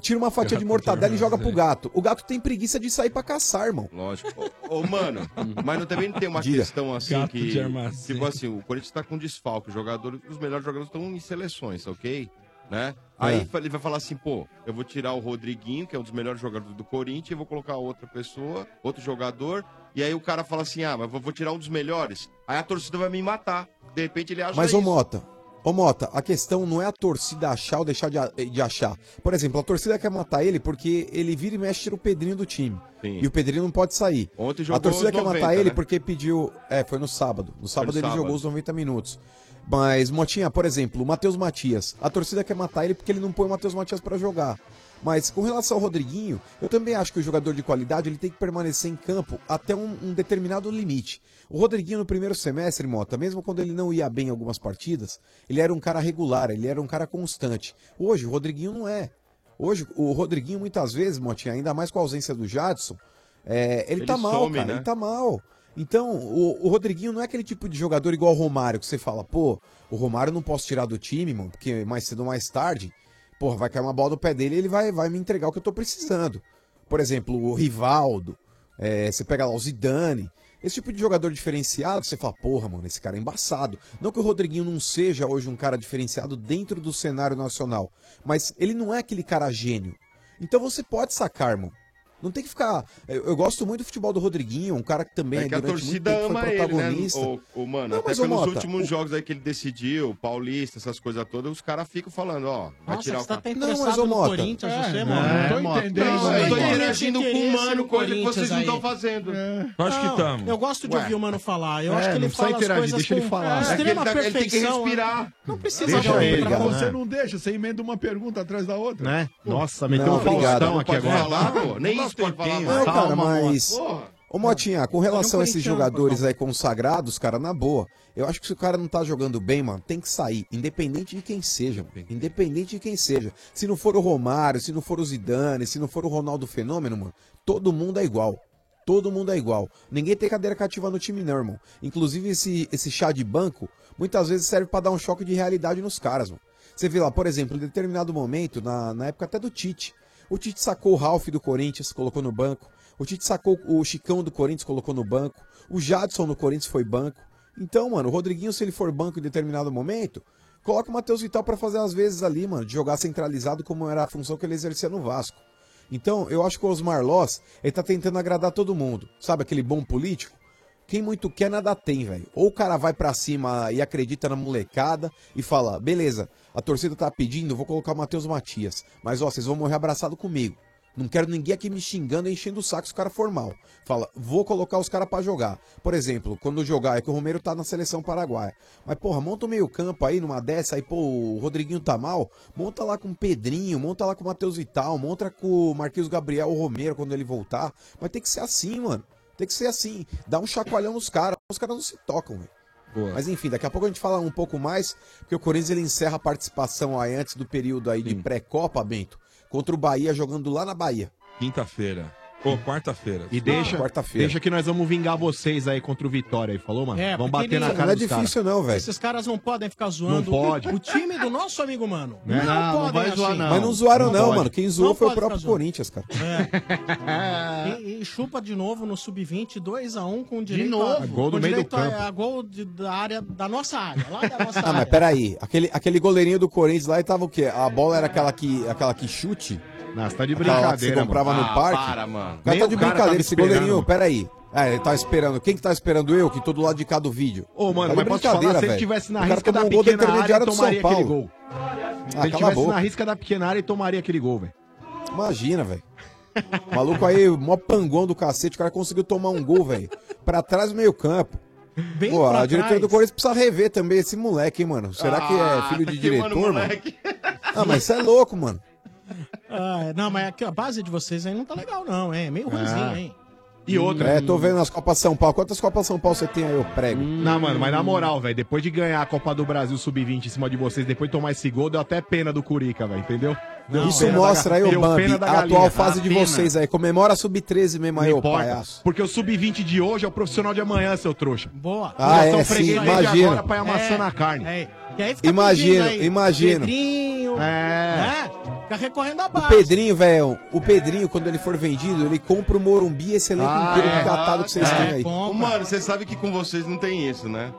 [SPEAKER 10] tira uma fatia de mortadela e joga pro gato. O gato tem preguiça de sair pra caçar, irmão.
[SPEAKER 4] Lógico. Ô, ô, mano, mas não- também não tem uma
[SPEAKER 10] Diga.
[SPEAKER 4] questão assim
[SPEAKER 10] Gato
[SPEAKER 4] que.
[SPEAKER 10] de armazém.
[SPEAKER 4] Tipo assim, o Corinthians tá com desfalque. Os, jogadores, os melhores jogadores estão em seleções, ok? Né? Aí
[SPEAKER 12] É.
[SPEAKER 4] fa- ele vai falar assim, pô, eu vou tirar o Rodriguinho, que é um dos melhores jogadores do Corinthians, e vou colocar outra pessoa, outro jogador. E aí o cara fala assim, ah, mas vou vou tirar um dos melhores. Aí a torcida vai me matar. De repente ele acha
[SPEAKER 10] Mas,
[SPEAKER 4] é isso.
[SPEAKER 10] ô Mota, ô Mota, a questão não é a torcida achar ou deixar de, a- de achar. Por exemplo, a torcida quer matar ele porque ele vira e mexe tira o Pedrinho do time.
[SPEAKER 4] Sim.
[SPEAKER 10] E o Pedrinho não pode sair.
[SPEAKER 4] Ontem
[SPEAKER 10] a
[SPEAKER 4] jogou
[SPEAKER 10] torcida
[SPEAKER 4] os
[SPEAKER 10] quer
[SPEAKER 4] 90,
[SPEAKER 10] matar ele
[SPEAKER 4] né?
[SPEAKER 10] porque pediu. É, foi no sábado. No sábado ele
[SPEAKER 4] sábado.
[SPEAKER 10] jogou os 90 minutos. Mas, Motinha, por exemplo, o Matheus Matias. A torcida quer matar ele porque ele não põe o Matheus Matias pra jogar. Mas com relação ao Rodriguinho, eu também acho que o jogador de qualidade ele tem que permanecer em campo até um, um determinado limite. O Rodriguinho no primeiro semestre, Mota, mesmo quando ele não ia bem em algumas partidas, ele era um cara regular, ele era um cara constante. Hoje o Rodriguinho não é. Hoje o Rodriguinho muitas vezes, Motinha, ainda mais com a ausência do Jadson, é, ele,
[SPEAKER 4] Ele
[SPEAKER 10] tá mal,
[SPEAKER 4] some,
[SPEAKER 10] cara,
[SPEAKER 4] né?
[SPEAKER 10] ele tá mal. Então, o, o Rodriguinho não é aquele tipo de jogador igual o Romário, que você fala, pô, o Romário eu não posso tirar do time, mano, porque mais cedo ou mais tarde, porra, vai cair uma bola do pé dele e ele vai, vai me entregar o que eu tô precisando. Por exemplo, o Rivaldo, é, você pega lá o Zidane, esse tipo de jogador diferenciado, que você fala, porra, mano, esse cara é embaçado. Não que o Rodriguinho não seja hoje um cara diferenciado dentro do cenário nacional, mas ele não é aquele cara gênio. Então você pode sacar, irmão. Não tem que ficar. Eu, eu gosto muito do futebol do Rodriguinho, um cara que também
[SPEAKER 4] É que a
[SPEAKER 10] durante muito
[SPEAKER 4] torcida
[SPEAKER 10] tempo, foi
[SPEAKER 4] ama ele, né?
[SPEAKER 10] protagonista.
[SPEAKER 4] O, o, mano,
[SPEAKER 10] Não,
[SPEAKER 4] até
[SPEAKER 10] mas, ô,
[SPEAKER 4] pelos
[SPEAKER 10] Mota,
[SPEAKER 4] últimos
[SPEAKER 10] o-
[SPEAKER 4] jogos aí que ele decidiu, Paulista, essas coisas todas, os caras ficam falando, ó, vai
[SPEAKER 3] Nossa,
[SPEAKER 4] tirar
[SPEAKER 3] você
[SPEAKER 4] o
[SPEAKER 3] tá
[SPEAKER 4] cara.
[SPEAKER 3] até Não, interessado mas, ô, no Mota, Corinthians, você, mano.
[SPEAKER 4] É,
[SPEAKER 3] Não tô
[SPEAKER 4] Mota.
[SPEAKER 3] entendendo.
[SPEAKER 4] Não, eu tô
[SPEAKER 3] Não,
[SPEAKER 4] interagindo
[SPEAKER 3] não
[SPEAKER 4] com
[SPEAKER 3] tem
[SPEAKER 4] o
[SPEAKER 3] interesse
[SPEAKER 4] mano,
[SPEAKER 3] no
[SPEAKER 4] coisa que vocês
[SPEAKER 3] é Corinthians
[SPEAKER 4] não estão
[SPEAKER 3] aí. É.
[SPEAKER 4] fazendo.
[SPEAKER 6] Acho que tamo.
[SPEAKER 3] Eu gosto de
[SPEAKER 6] Ué.
[SPEAKER 3] ouvir o mano falar. Eu
[SPEAKER 6] É,
[SPEAKER 3] acho que ele
[SPEAKER 6] não precisa
[SPEAKER 3] fala as
[SPEAKER 6] interagir,
[SPEAKER 3] coisas
[SPEAKER 6] deixa
[SPEAKER 3] com
[SPEAKER 6] ele falar.
[SPEAKER 3] é,
[SPEAKER 6] É que
[SPEAKER 3] extrema
[SPEAKER 6] ele tá- ele tem que
[SPEAKER 3] perfeição. né?
[SPEAKER 6] respirar.
[SPEAKER 3] Não precisa
[SPEAKER 7] Deixa
[SPEAKER 3] falar
[SPEAKER 7] ele,
[SPEAKER 3] pra
[SPEAKER 7] cara.
[SPEAKER 3] você.
[SPEAKER 9] Você não deixa, você emenda uma pergunta atrás da outra.
[SPEAKER 7] Né? Nossa, meteu
[SPEAKER 10] Não,
[SPEAKER 7] um Faustão
[SPEAKER 10] não
[SPEAKER 7] aqui
[SPEAKER 10] pode
[SPEAKER 7] agora.
[SPEAKER 10] falar, pô.
[SPEAKER 4] Nem isso pode falar mais.
[SPEAKER 10] Não, cara, mas.
[SPEAKER 4] Porra.
[SPEAKER 10] Ô Motinha, com relação a esses
[SPEAKER 4] corintiano,
[SPEAKER 10] jogadores aí consagrados, cara, na boa, eu acho que se o cara não tá jogando bem, mano, tem que sair, independente de quem seja, mano. independente de quem seja. Se não for o Romário, se não for o Zidane, se não for o Ronaldo Fenômeno, mano, todo mundo é igual. Todo mundo é igual. Ninguém tem cadeira cativa no time, não, irmão. Inclusive, esse, esse chá de banco muitas vezes serve pra dar um choque de realidade nos caras, mano. Você vê lá, por exemplo, em determinado momento, na, na época até do Tite, o Tite sacou o Ralf do Corinthians, colocou no banco. O Tite sacou o Chicão do Corinthians, colocou no banco. O Jadson no Corinthians foi banco. Então, mano, o Rodriguinho, se ele for banco em determinado momento, coloca o Matheus Vital pra fazer as vezes ali, mano, de jogar centralizado como era a função que ele exercia no Vasco. Então, eu acho que o Osmar Loss, ele tá tentando agradar todo mundo. Sabe aquele bom político? Quem muito quer, nada tem, velho. Ou o cara vai pra cima e acredita na molecada e fala: beleza, a torcida tá pedindo, vou colocar o Matheus Matias. Mas ó, vocês vão morrer abraçado comigo. Não quero ninguém aqui me xingando e enchendo o saco se o cara for mal. Fala, vou colocar os caras pra jogar. Por exemplo, quando jogar, é que o Romero tá na seleção paraguaia. Mas, porra, monta o meio-campo aí numa dessa, aí, pô, o Rodriguinho tá mal. Monta lá com o Pedrinho, monta lá com o Matheus Vital, monta com o Marquinhos Gabriel, o Romero quando ele voltar. Mas tem que ser assim, mano. Tem que ser assim. Dá um chacoalhão nos caras, os caras não se tocam, velho. Mas enfim, daqui a pouco a gente fala um pouco mais, porque o Corinthians ele encerra a participação aí antes do período aí de pré-copa, Bento, contra o Bahia jogando lá na Bahia.
[SPEAKER 6] Quinta-feira. Ou quarta-feira.
[SPEAKER 7] E deixa, deixa que nós vamos vingar vocês aí contra o Vitória aí, falou, mano? vamos
[SPEAKER 3] É, porque
[SPEAKER 7] bater na
[SPEAKER 3] eles-
[SPEAKER 7] cara
[SPEAKER 10] é
[SPEAKER 7] dos caras.
[SPEAKER 3] Esses caras não podem ficar zoando
[SPEAKER 7] Não pode.
[SPEAKER 3] o time do nosso amigo mano.
[SPEAKER 7] Né? Não, não vai zoar, não.
[SPEAKER 10] Mas não zoaram,
[SPEAKER 7] Não
[SPEAKER 10] não,
[SPEAKER 7] pode.
[SPEAKER 10] mano. Quem zoou
[SPEAKER 3] assim. Não
[SPEAKER 10] foi o
[SPEAKER 3] pode
[SPEAKER 10] próprio
[SPEAKER 3] ficar zoando.
[SPEAKER 10] Corinthians, cara.
[SPEAKER 3] E, e chupa de novo no sub-20, 2x1 com direito
[SPEAKER 10] novo?
[SPEAKER 3] a
[SPEAKER 10] Gol do
[SPEAKER 3] com
[SPEAKER 10] meio do
[SPEAKER 3] direito a-
[SPEAKER 10] campo.
[SPEAKER 3] a gol de- da área da nossa área, lá da nossa
[SPEAKER 10] Ah, mas
[SPEAKER 3] área.
[SPEAKER 10] peraí. Aquele, aquele goleirinho do Corinthians lá e tava o quê? A bola era aquela que, aquela que chute?
[SPEAKER 7] Não, você tá
[SPEAKER 10] de
[SPEAKER 7] brincadeira,
[SPEAKER 10] Que você comprava
[SPEAKER 7] mano.
[SPEAKER 10] no
[SPEAKER 7] Ah,
[SPEAKER 10] parque.
[SPEAKER 7] para, mano.
[SPEAKER 10] O cara
[SPEAKER 7] Nem
[SPEAKER 10] tá
[SPEAKER 7] o
[SPEAKER 10] de
[SPEAKER 7] cara
[SPEAKER 10] brincadeira
[SPEAKER 7] tava
[SPEAKER 10] esse
[SPEAKER 7] esperando.
[SPEAKER 10] goleirinho, peraí. Ah, ele tava esperando. Quem que tá esperando eu? Que tô do lado de cá do vídeo.
[SPEAKER 7] Ô, mano,
[SPEAKER 10] tá de
[SPEAKER 7] mas posso te falar, se ele
[SPEAKER 10] velho.
[SPEAKER 7] tivesse na
[SPEAKER 10] O cara
[SPEAKER 7] risca da
[SPEAKER 10] tomou um gol do
[SPEAKER 7] pequena área,
[SPEAKER 10] intermediário
[SPEAKER 7] ele
[SPEAKER 10] do São
[SPEAKER 7] tomaria aquele
[SPEAKER 10] Paulo.
[SPEAKER 7] gol. Se
[SPEAKER 10] Ah,
[SPEAKER 7] ele
[SPEAKER 10] cala a
[SPEAKER 7] tivesse
[SPEAKER 10] boca.
[SPEAKER 7] na risca da pequena área, ele tomaria aquele gol, velho.
[SPEAKER 10] Imagina, velho. O Maluco aí, mó pangão do cacete, o cara conseguiu tomar um gol, velho. Pra trás do meio campo.
[SPEAKER 3] Bem
[SPEAKER 10] Pô,
[SPEAKER 3] pra
[SPEAKER 10] a diretora
[SPEAKER 3] trás.
[SPEAKER 10] do Corinthians precisa rever também esse moleque, hein, mano. Será que é
[SPEAKER 3] Ah,
[SPEAKER 10] filho
[SPEAKER 3] tá
[SPEAKER 10] de
[SPEAKER 3] queimando o
[SPEAKER 10] diretor, mano?
[SPEAKER 3] moleque.
[SPEAKER 10] Ah, mas isso é louco, mano.
[SPEAKER 3] Ah, não, mas aqui, a base de vocês aí não tá legal, não, hein? É meio ruimzinho,
[SPEAKER 10] Ah.
[SPEAKER 3] hein?
[SPEAKER 10] É, tô vendo as Copas São Paulo. Quantas Copas São Paulo você tem aí, eu prego?
[SPEAKER 7] Hum. Não, mano, mas na moral, velho, depois de ganhar a Copa do Brasil Sub-20 em cima de vocês, depois de tomar esse gol, deu até pena do Curica, velho, entendeu? Deu
[SPEAKER 10] Isso
[SPEAKER 3] é.
[SPEAKER 7] pena da
[SPEAKER 10] mostra
[SPEAKER 7] ga-
[SPEAKER 10] aí, ô
[SPEAKER 7] deu
[SPEAKER 10] Bambi,
[SPEAKER 7] pena da
[SPEAKER 10] a
[SPEAKER 7] galinha.
[SPEAKER 10] atual fase
[SPEAKER 7] Ah,
[SPEAKER 10] de
[SPEAKER 7] pena.
[SPEAKER 10] vocês aí. Comemora a sub-13 mesmo aí,
[SPEAKER 7] Não
[SPEAKER 10] ô
[SPEAKER 7] importa,
[SPEAKER 10] palhaço.
[SPEAKER 7] Porque o sub-20 de hoje é o profissional de amanhã, seu trouxa.
[SPEAKER 3] Boa.
[SPEAKER 10] Ah, é, sim, imagina.
[SPEAKER 7] agora pra ir amassando a carne.
[SPEAKER 3] É. E aí fica
[SPEAKER 10] Imagino,
[SPEAKER 3] pedindo aí,
[SPEAKER 10] imagino.
[SPEAKER 3] Pedrinho,
[SPEAKER 7] É.
[SPEAKER 3] né? Fica recorrendo à
[SPEAKER 7] um
[SPEAKER 10] O
[SPEAKER 3] base.
[SPEAKER 10] Pedrinho, velho, o Pedrinho, quando ele for vendido, ele compra o Morumbi esse elenco
[SPEAKER 7] Ah,
[SPEAKER 10] inteiro
[SPEAKER 7] é.
[SPEAKER 10] de Ah, tá, catado que
[SPEAKER 3] É,
[SPEAKER 10] vocês têm aí.
[SPEAKER 4] Ô, mano, você sabe que com vocês não tem isso, né?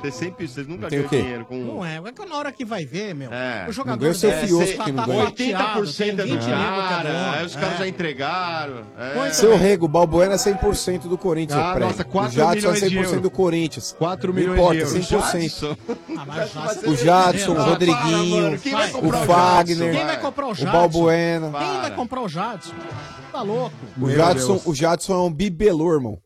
[SPEAKER 4] Vocês sempre, vocês nunca
[SPEAKER 10] tem o
[SPEAKER 4] ganham
[SPEAKER 10] quê?
[SPEAKER 4] dinheiro com...
[SPEAKER 3] Não é, é que na hora que vai ver, meu,
[SPEAKER 4] É.
[SPEAKER 3] o jogador
[SPEAKER 4] Não ganha o seu
[SPEAKER 3] deve
[SPEAKER 4] fiosco
[SPEAKER 3] estar
[SPEAKER 4] que não
[SPEAKER 3] tá
[SPEAKER 4] ganha.
[SPEAKER 3] fatiado, tem
[SPEAKER 4] 80% é do
[SPEAKER 3] 20 nego que é
[SPEAKER 4] cara,
[SPEAKER 3] dono,
[SPEAKER 4] aí os caras já entregaram. é.
[SPEAKER 10] Seu rego, Balbuena é 100% do Corinthians.
[SPEAKER 4] Ah,
[SPEAKER 10] eu prego.
[SPEAKER 4] nossa, 4
[SPEAKER 10] o Jadson
[SPEAKER 4] milhões
[SPEAKER 10] é
[SPEAKER 4] de
[SPEAKER 10] 100% do
[SPEAKER 4] euros.
[SPEAKER 10] Corinthians.
[SPEAKER 7] 4
[SPEAKER 10] Não
[SPEAKER 7] milhões
[SPEAKER 10] importa,
[SPEAKER 7] de euros.
[SPEAKER 10] 100%.
[SPEAKER 3] Ah, mas já se-
[SPEAKER 10] O Jadson, o
[SPEAKER 3] Ah, para,
[SPEAKER 10] Rodriguinho,
[SPEAKER 3] mano, quem vai
[SPEAKER 10] o
[SPEAKER 3] comprar Jadson?
[SPEAKER 10] Fagner,
[SPEAKER 3] Quem vai comprar o
[SPEAKER 10] o
[SPEAKER 3] Jadson?
[SPEAKER 10] Balbuena.
[SPEAKER 3] Quem vai
[SPEAKER 10] Para.
[SPEAKER 3] comprar o Jadson? Tá louco.
[SPEAKER 10] O Jadson, o Jadson é um bibelô, irmão.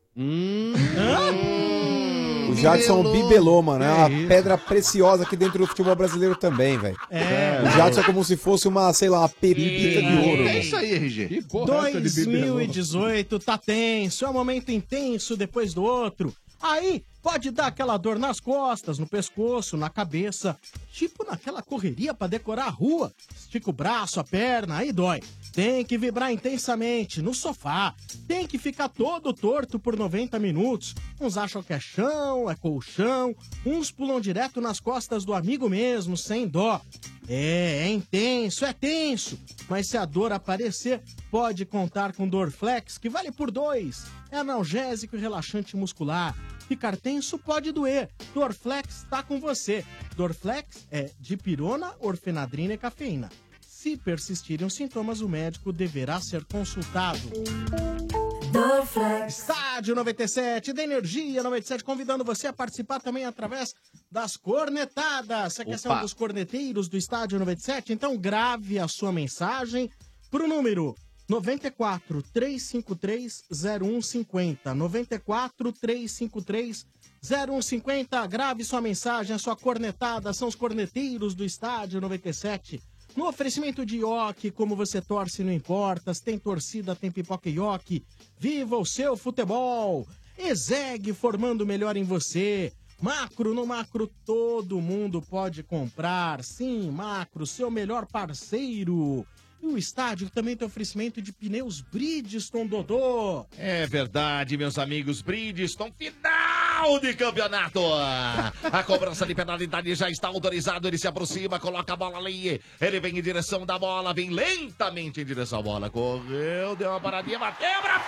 [SPEAKER 10] o Jadson é um
[SPEAKER 3] bibelô.
[SPEAKER 10] bibelô, mano. É uma
[SPEAKER 3] Que isso.
[SPEAKER 10] pedra preciosa aqui dentro do futebol brasileiro também, velho.
[SPEAKER 3] É.
[SPEAKER 10] O Jadson é como se fosse uma, sei lá, uma pepita de ouro.
[SPEAKER 11] É
[SPEAKER 10] velho.
[SPEAKER 11] isso aí, RG.
[SPEAKER 3] 2018 tá tenso, é um momento intenso depois do outro. Aí pode dar aquela dor nas costas, no pescoço, na cabeça, tipo naquela correria pra decorar a rua. Estica o braço, a perna, aí dói. Tem que vibrar intensamente no sofá. Tem que ficar todo torto por 90 minutos. Uns acham que é chão, é colchão. Uns pulam direto nas costas do amigo mesmo, sem dó. É, é intenso, é tenso. Mas se a dor aparecer, pode contar com Dorflex, que vale por dois. É analgésico e relaxante muscular. Ficar tenso pode doer. Dorflex tá com você. Dorflex é dipirona, orfenadrina e cafeína. Se persistirem os sintomas, o médico deverá ser consultado. Estádio 97 da Energia 97, convidando você a participar também através das cornetadas. Você quer ser um
[SPEAKER 12] Opa.
[SPEAKER 3] dos corneteiros do Estádio 97? Então grave a sua mensagem para o número 94 353 0150. 94 353 0150. Grave sua mensagem, a sua cornetada. São os corneteiros do Estádio 97. No oferecimento de Ioki, como você torce, não importa. Se tem torcida, tem pipoca e Ioki. Viva o seu futebol! Exegue formando o melhor em você. Macro, no macro, todo mundo pode comprar. Sim, macro, seu melhor parceiro. E o estádio também tem oferecimento de pneus Bridgestone Dodô.
[SPEAKER 8] É verdade, meus amigos. Bridgestone, final de campeonato. A cobrança de penalidade já está autorizada. Ele se aproxima, coloca a bola ali. Ele vem em direção da bola, vem lentamente em direção à bola. Correu, deu uma paradinha, bateu pra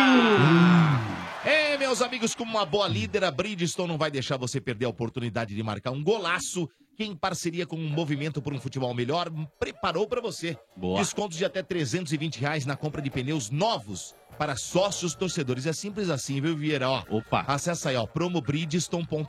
[SPEAKER 8] fora! É, meus amigos, como uma boa líder, a Bridgestone não vai deixar você perder a oportunidade de marcar um golaço que, em parceria com um movimento por um futebol melhor, preparou para você.
[SPEAKER 11] Boa.
[SPEAKER 8] Descontos de até 320 reais na compra de pneus novos para sócios torcedores. É simples assim, viu, Vieira? Ó, Opa. Acessa aí, ó, promobridgestone.com.br.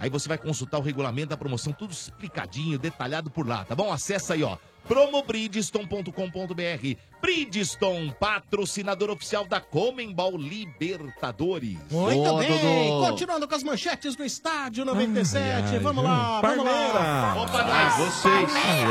[SPEAKER 8] Aí você vai consultar o regulamento da promoção, tudo explicadinho, detalhado por lá, tá bom? Acessa aí, ó, promobridgestone.com.br. Bridgestone, patrocinador oficial da Comembol Libertadores.
[SPEAKER 3] Muito bem, continuando com as manchetes do estádio 97.
[SPEAKER 8] Ai,
[SPEAKER 3] vamos
[SPEAKER 8] viu?
[SPEAKER 3] lá, vamos lá.
[SPEAKER 8] Palmeiras. Opa, tá. nós.
[SPEAKER 4] Vocês.
[SPEAKER 3] né?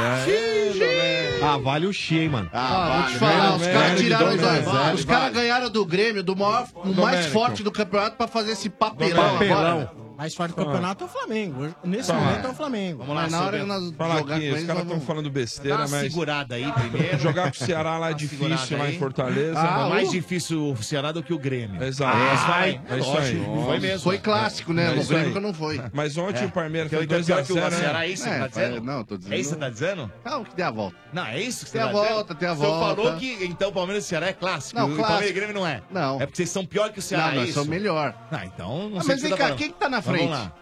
[SPEAKER 7] Ah, vale o Xi, hein, mano.
[SPEAKER 11] Ah, vou te falar, os caras tiraram os dois. Os caras
[SPEAKER 7] ganharam.
[SPEAKER 11] ganharam do Grêmio, do maior, o mais
[SPEAKER 3] Domênico.
[SPEAKER 11] forte do campeonato, pra fazer esse papelão. agora.
[SPEAKER 3] Mais forte do
[SPEAKER 11] Toma.
[SPEAKER 3] campeonato é o Flamengo. Hoje- Nesse
[SPEAKER 6] Toma.
[SPEAKER 3] momento é o Flamengo.
[SPEAKER 6] Vamos lá,
[SPEAKER 11] Mas na hora que nós
[SPEAKER 6] Fala
[SPEAKER 11] jogar com
[SPEAKER 6] aqui, os
[SPEAKER 11] eles, nós
[SPEAKER 6] caras estão
[SPEAKER 11] vamos- assim,
[SPEAKER 6] falando
[SPEAKER 11] Dá
[SPEAKER 6] besteira,
[SPEAKER 11] uma
[SPEAKER 6] mas.
[SPEAKER 8] segurada aí primeiro.
[SPEAKER 6] Jogar com o Ceará lá é
[SPEAKER 8] Uma
[SPEAKER 6] difícil,
[SPEAKER 8] segurada
[SPEAKER 6] lá
[SPEAKER 8] aí.
[SPEAKER 6] em Fortaleza.
[SPEAKER 8] Ah,
[SPEAKER 6] né?
[SPEAKER 8] mais difícil o Ceará do que o Grêmio.
[SPEAKER 6] Exato.
[SPEAKER 8] É, vai.
[SPEAKER 6] É isso aí.
[SPEAKER 8] Lógico, Foi mesmo.
[SPEAKER 11] Foi clássico, né?
[SPEAKER 6] É
[SPEAKER 11] O
[SPEAKER 6] isso
[SPEAKER 11] Grêmio
[SPEAKER 6] aí.
[SPEAKER 11] que não foi. É.
[SPEAKER 6] Mas ontem o Palmeiras
[SPEAKER 8] Então,
[SPEAKER 6] foi
[SPEAKER 8] então,
[SPEAKER 6] 2
[SPEAKER 8] pior
[SPEAKER 6] a
[SPEAKER 8] que o
[SPEAKER 6] 0
[SPEAKER 8] Ceará, é isso que você tá dizendo?
[SPEAKER 11] Não, tô dizendo.
[SPEAKER 8] É isso que você tá dizendo?
[SPEAKER 11] Calma que dê a volta.
[SPEAKER 8] Não, é isso que você
[SPEAKER 11] Tem a
[SPEAKER 8] tá dizendo?
[SPEAKER 11] volta, tem a
[SPEAKER 8] Você
[SPEAKER 11] volta.
[SPEAKER 8] falou que então o Palmeiras e o Ceará é clássico.
[SPEAKER 11] Não,
[SPEAKER 8] o
[SPEAKER 11] clássico.
[SPEAKER 8] Palmeiras e o Grêmio não é.
[SPEAKER 11] Não.
[SPEAKER 8] É porque vocês são pior que o Ceará,
[SPEAKER 11] Não, nós
[SPEAKER 8] é isso?
[SPEAKER 11] somos melhor.
[SPEAKER 8] Ah, então não
[SPEAKER 11] Ah, mas
[SPEAKER 8] sei o que
[SPEAKER 11] vem
[SPEAKER 8] você
[SPEAKER 11] cá,
[SPEAKER 8] falando.
[SPEAKER 11] quem que tá na
[SPEAKER 8] Mas vamos
[SPEAKER 11] frente?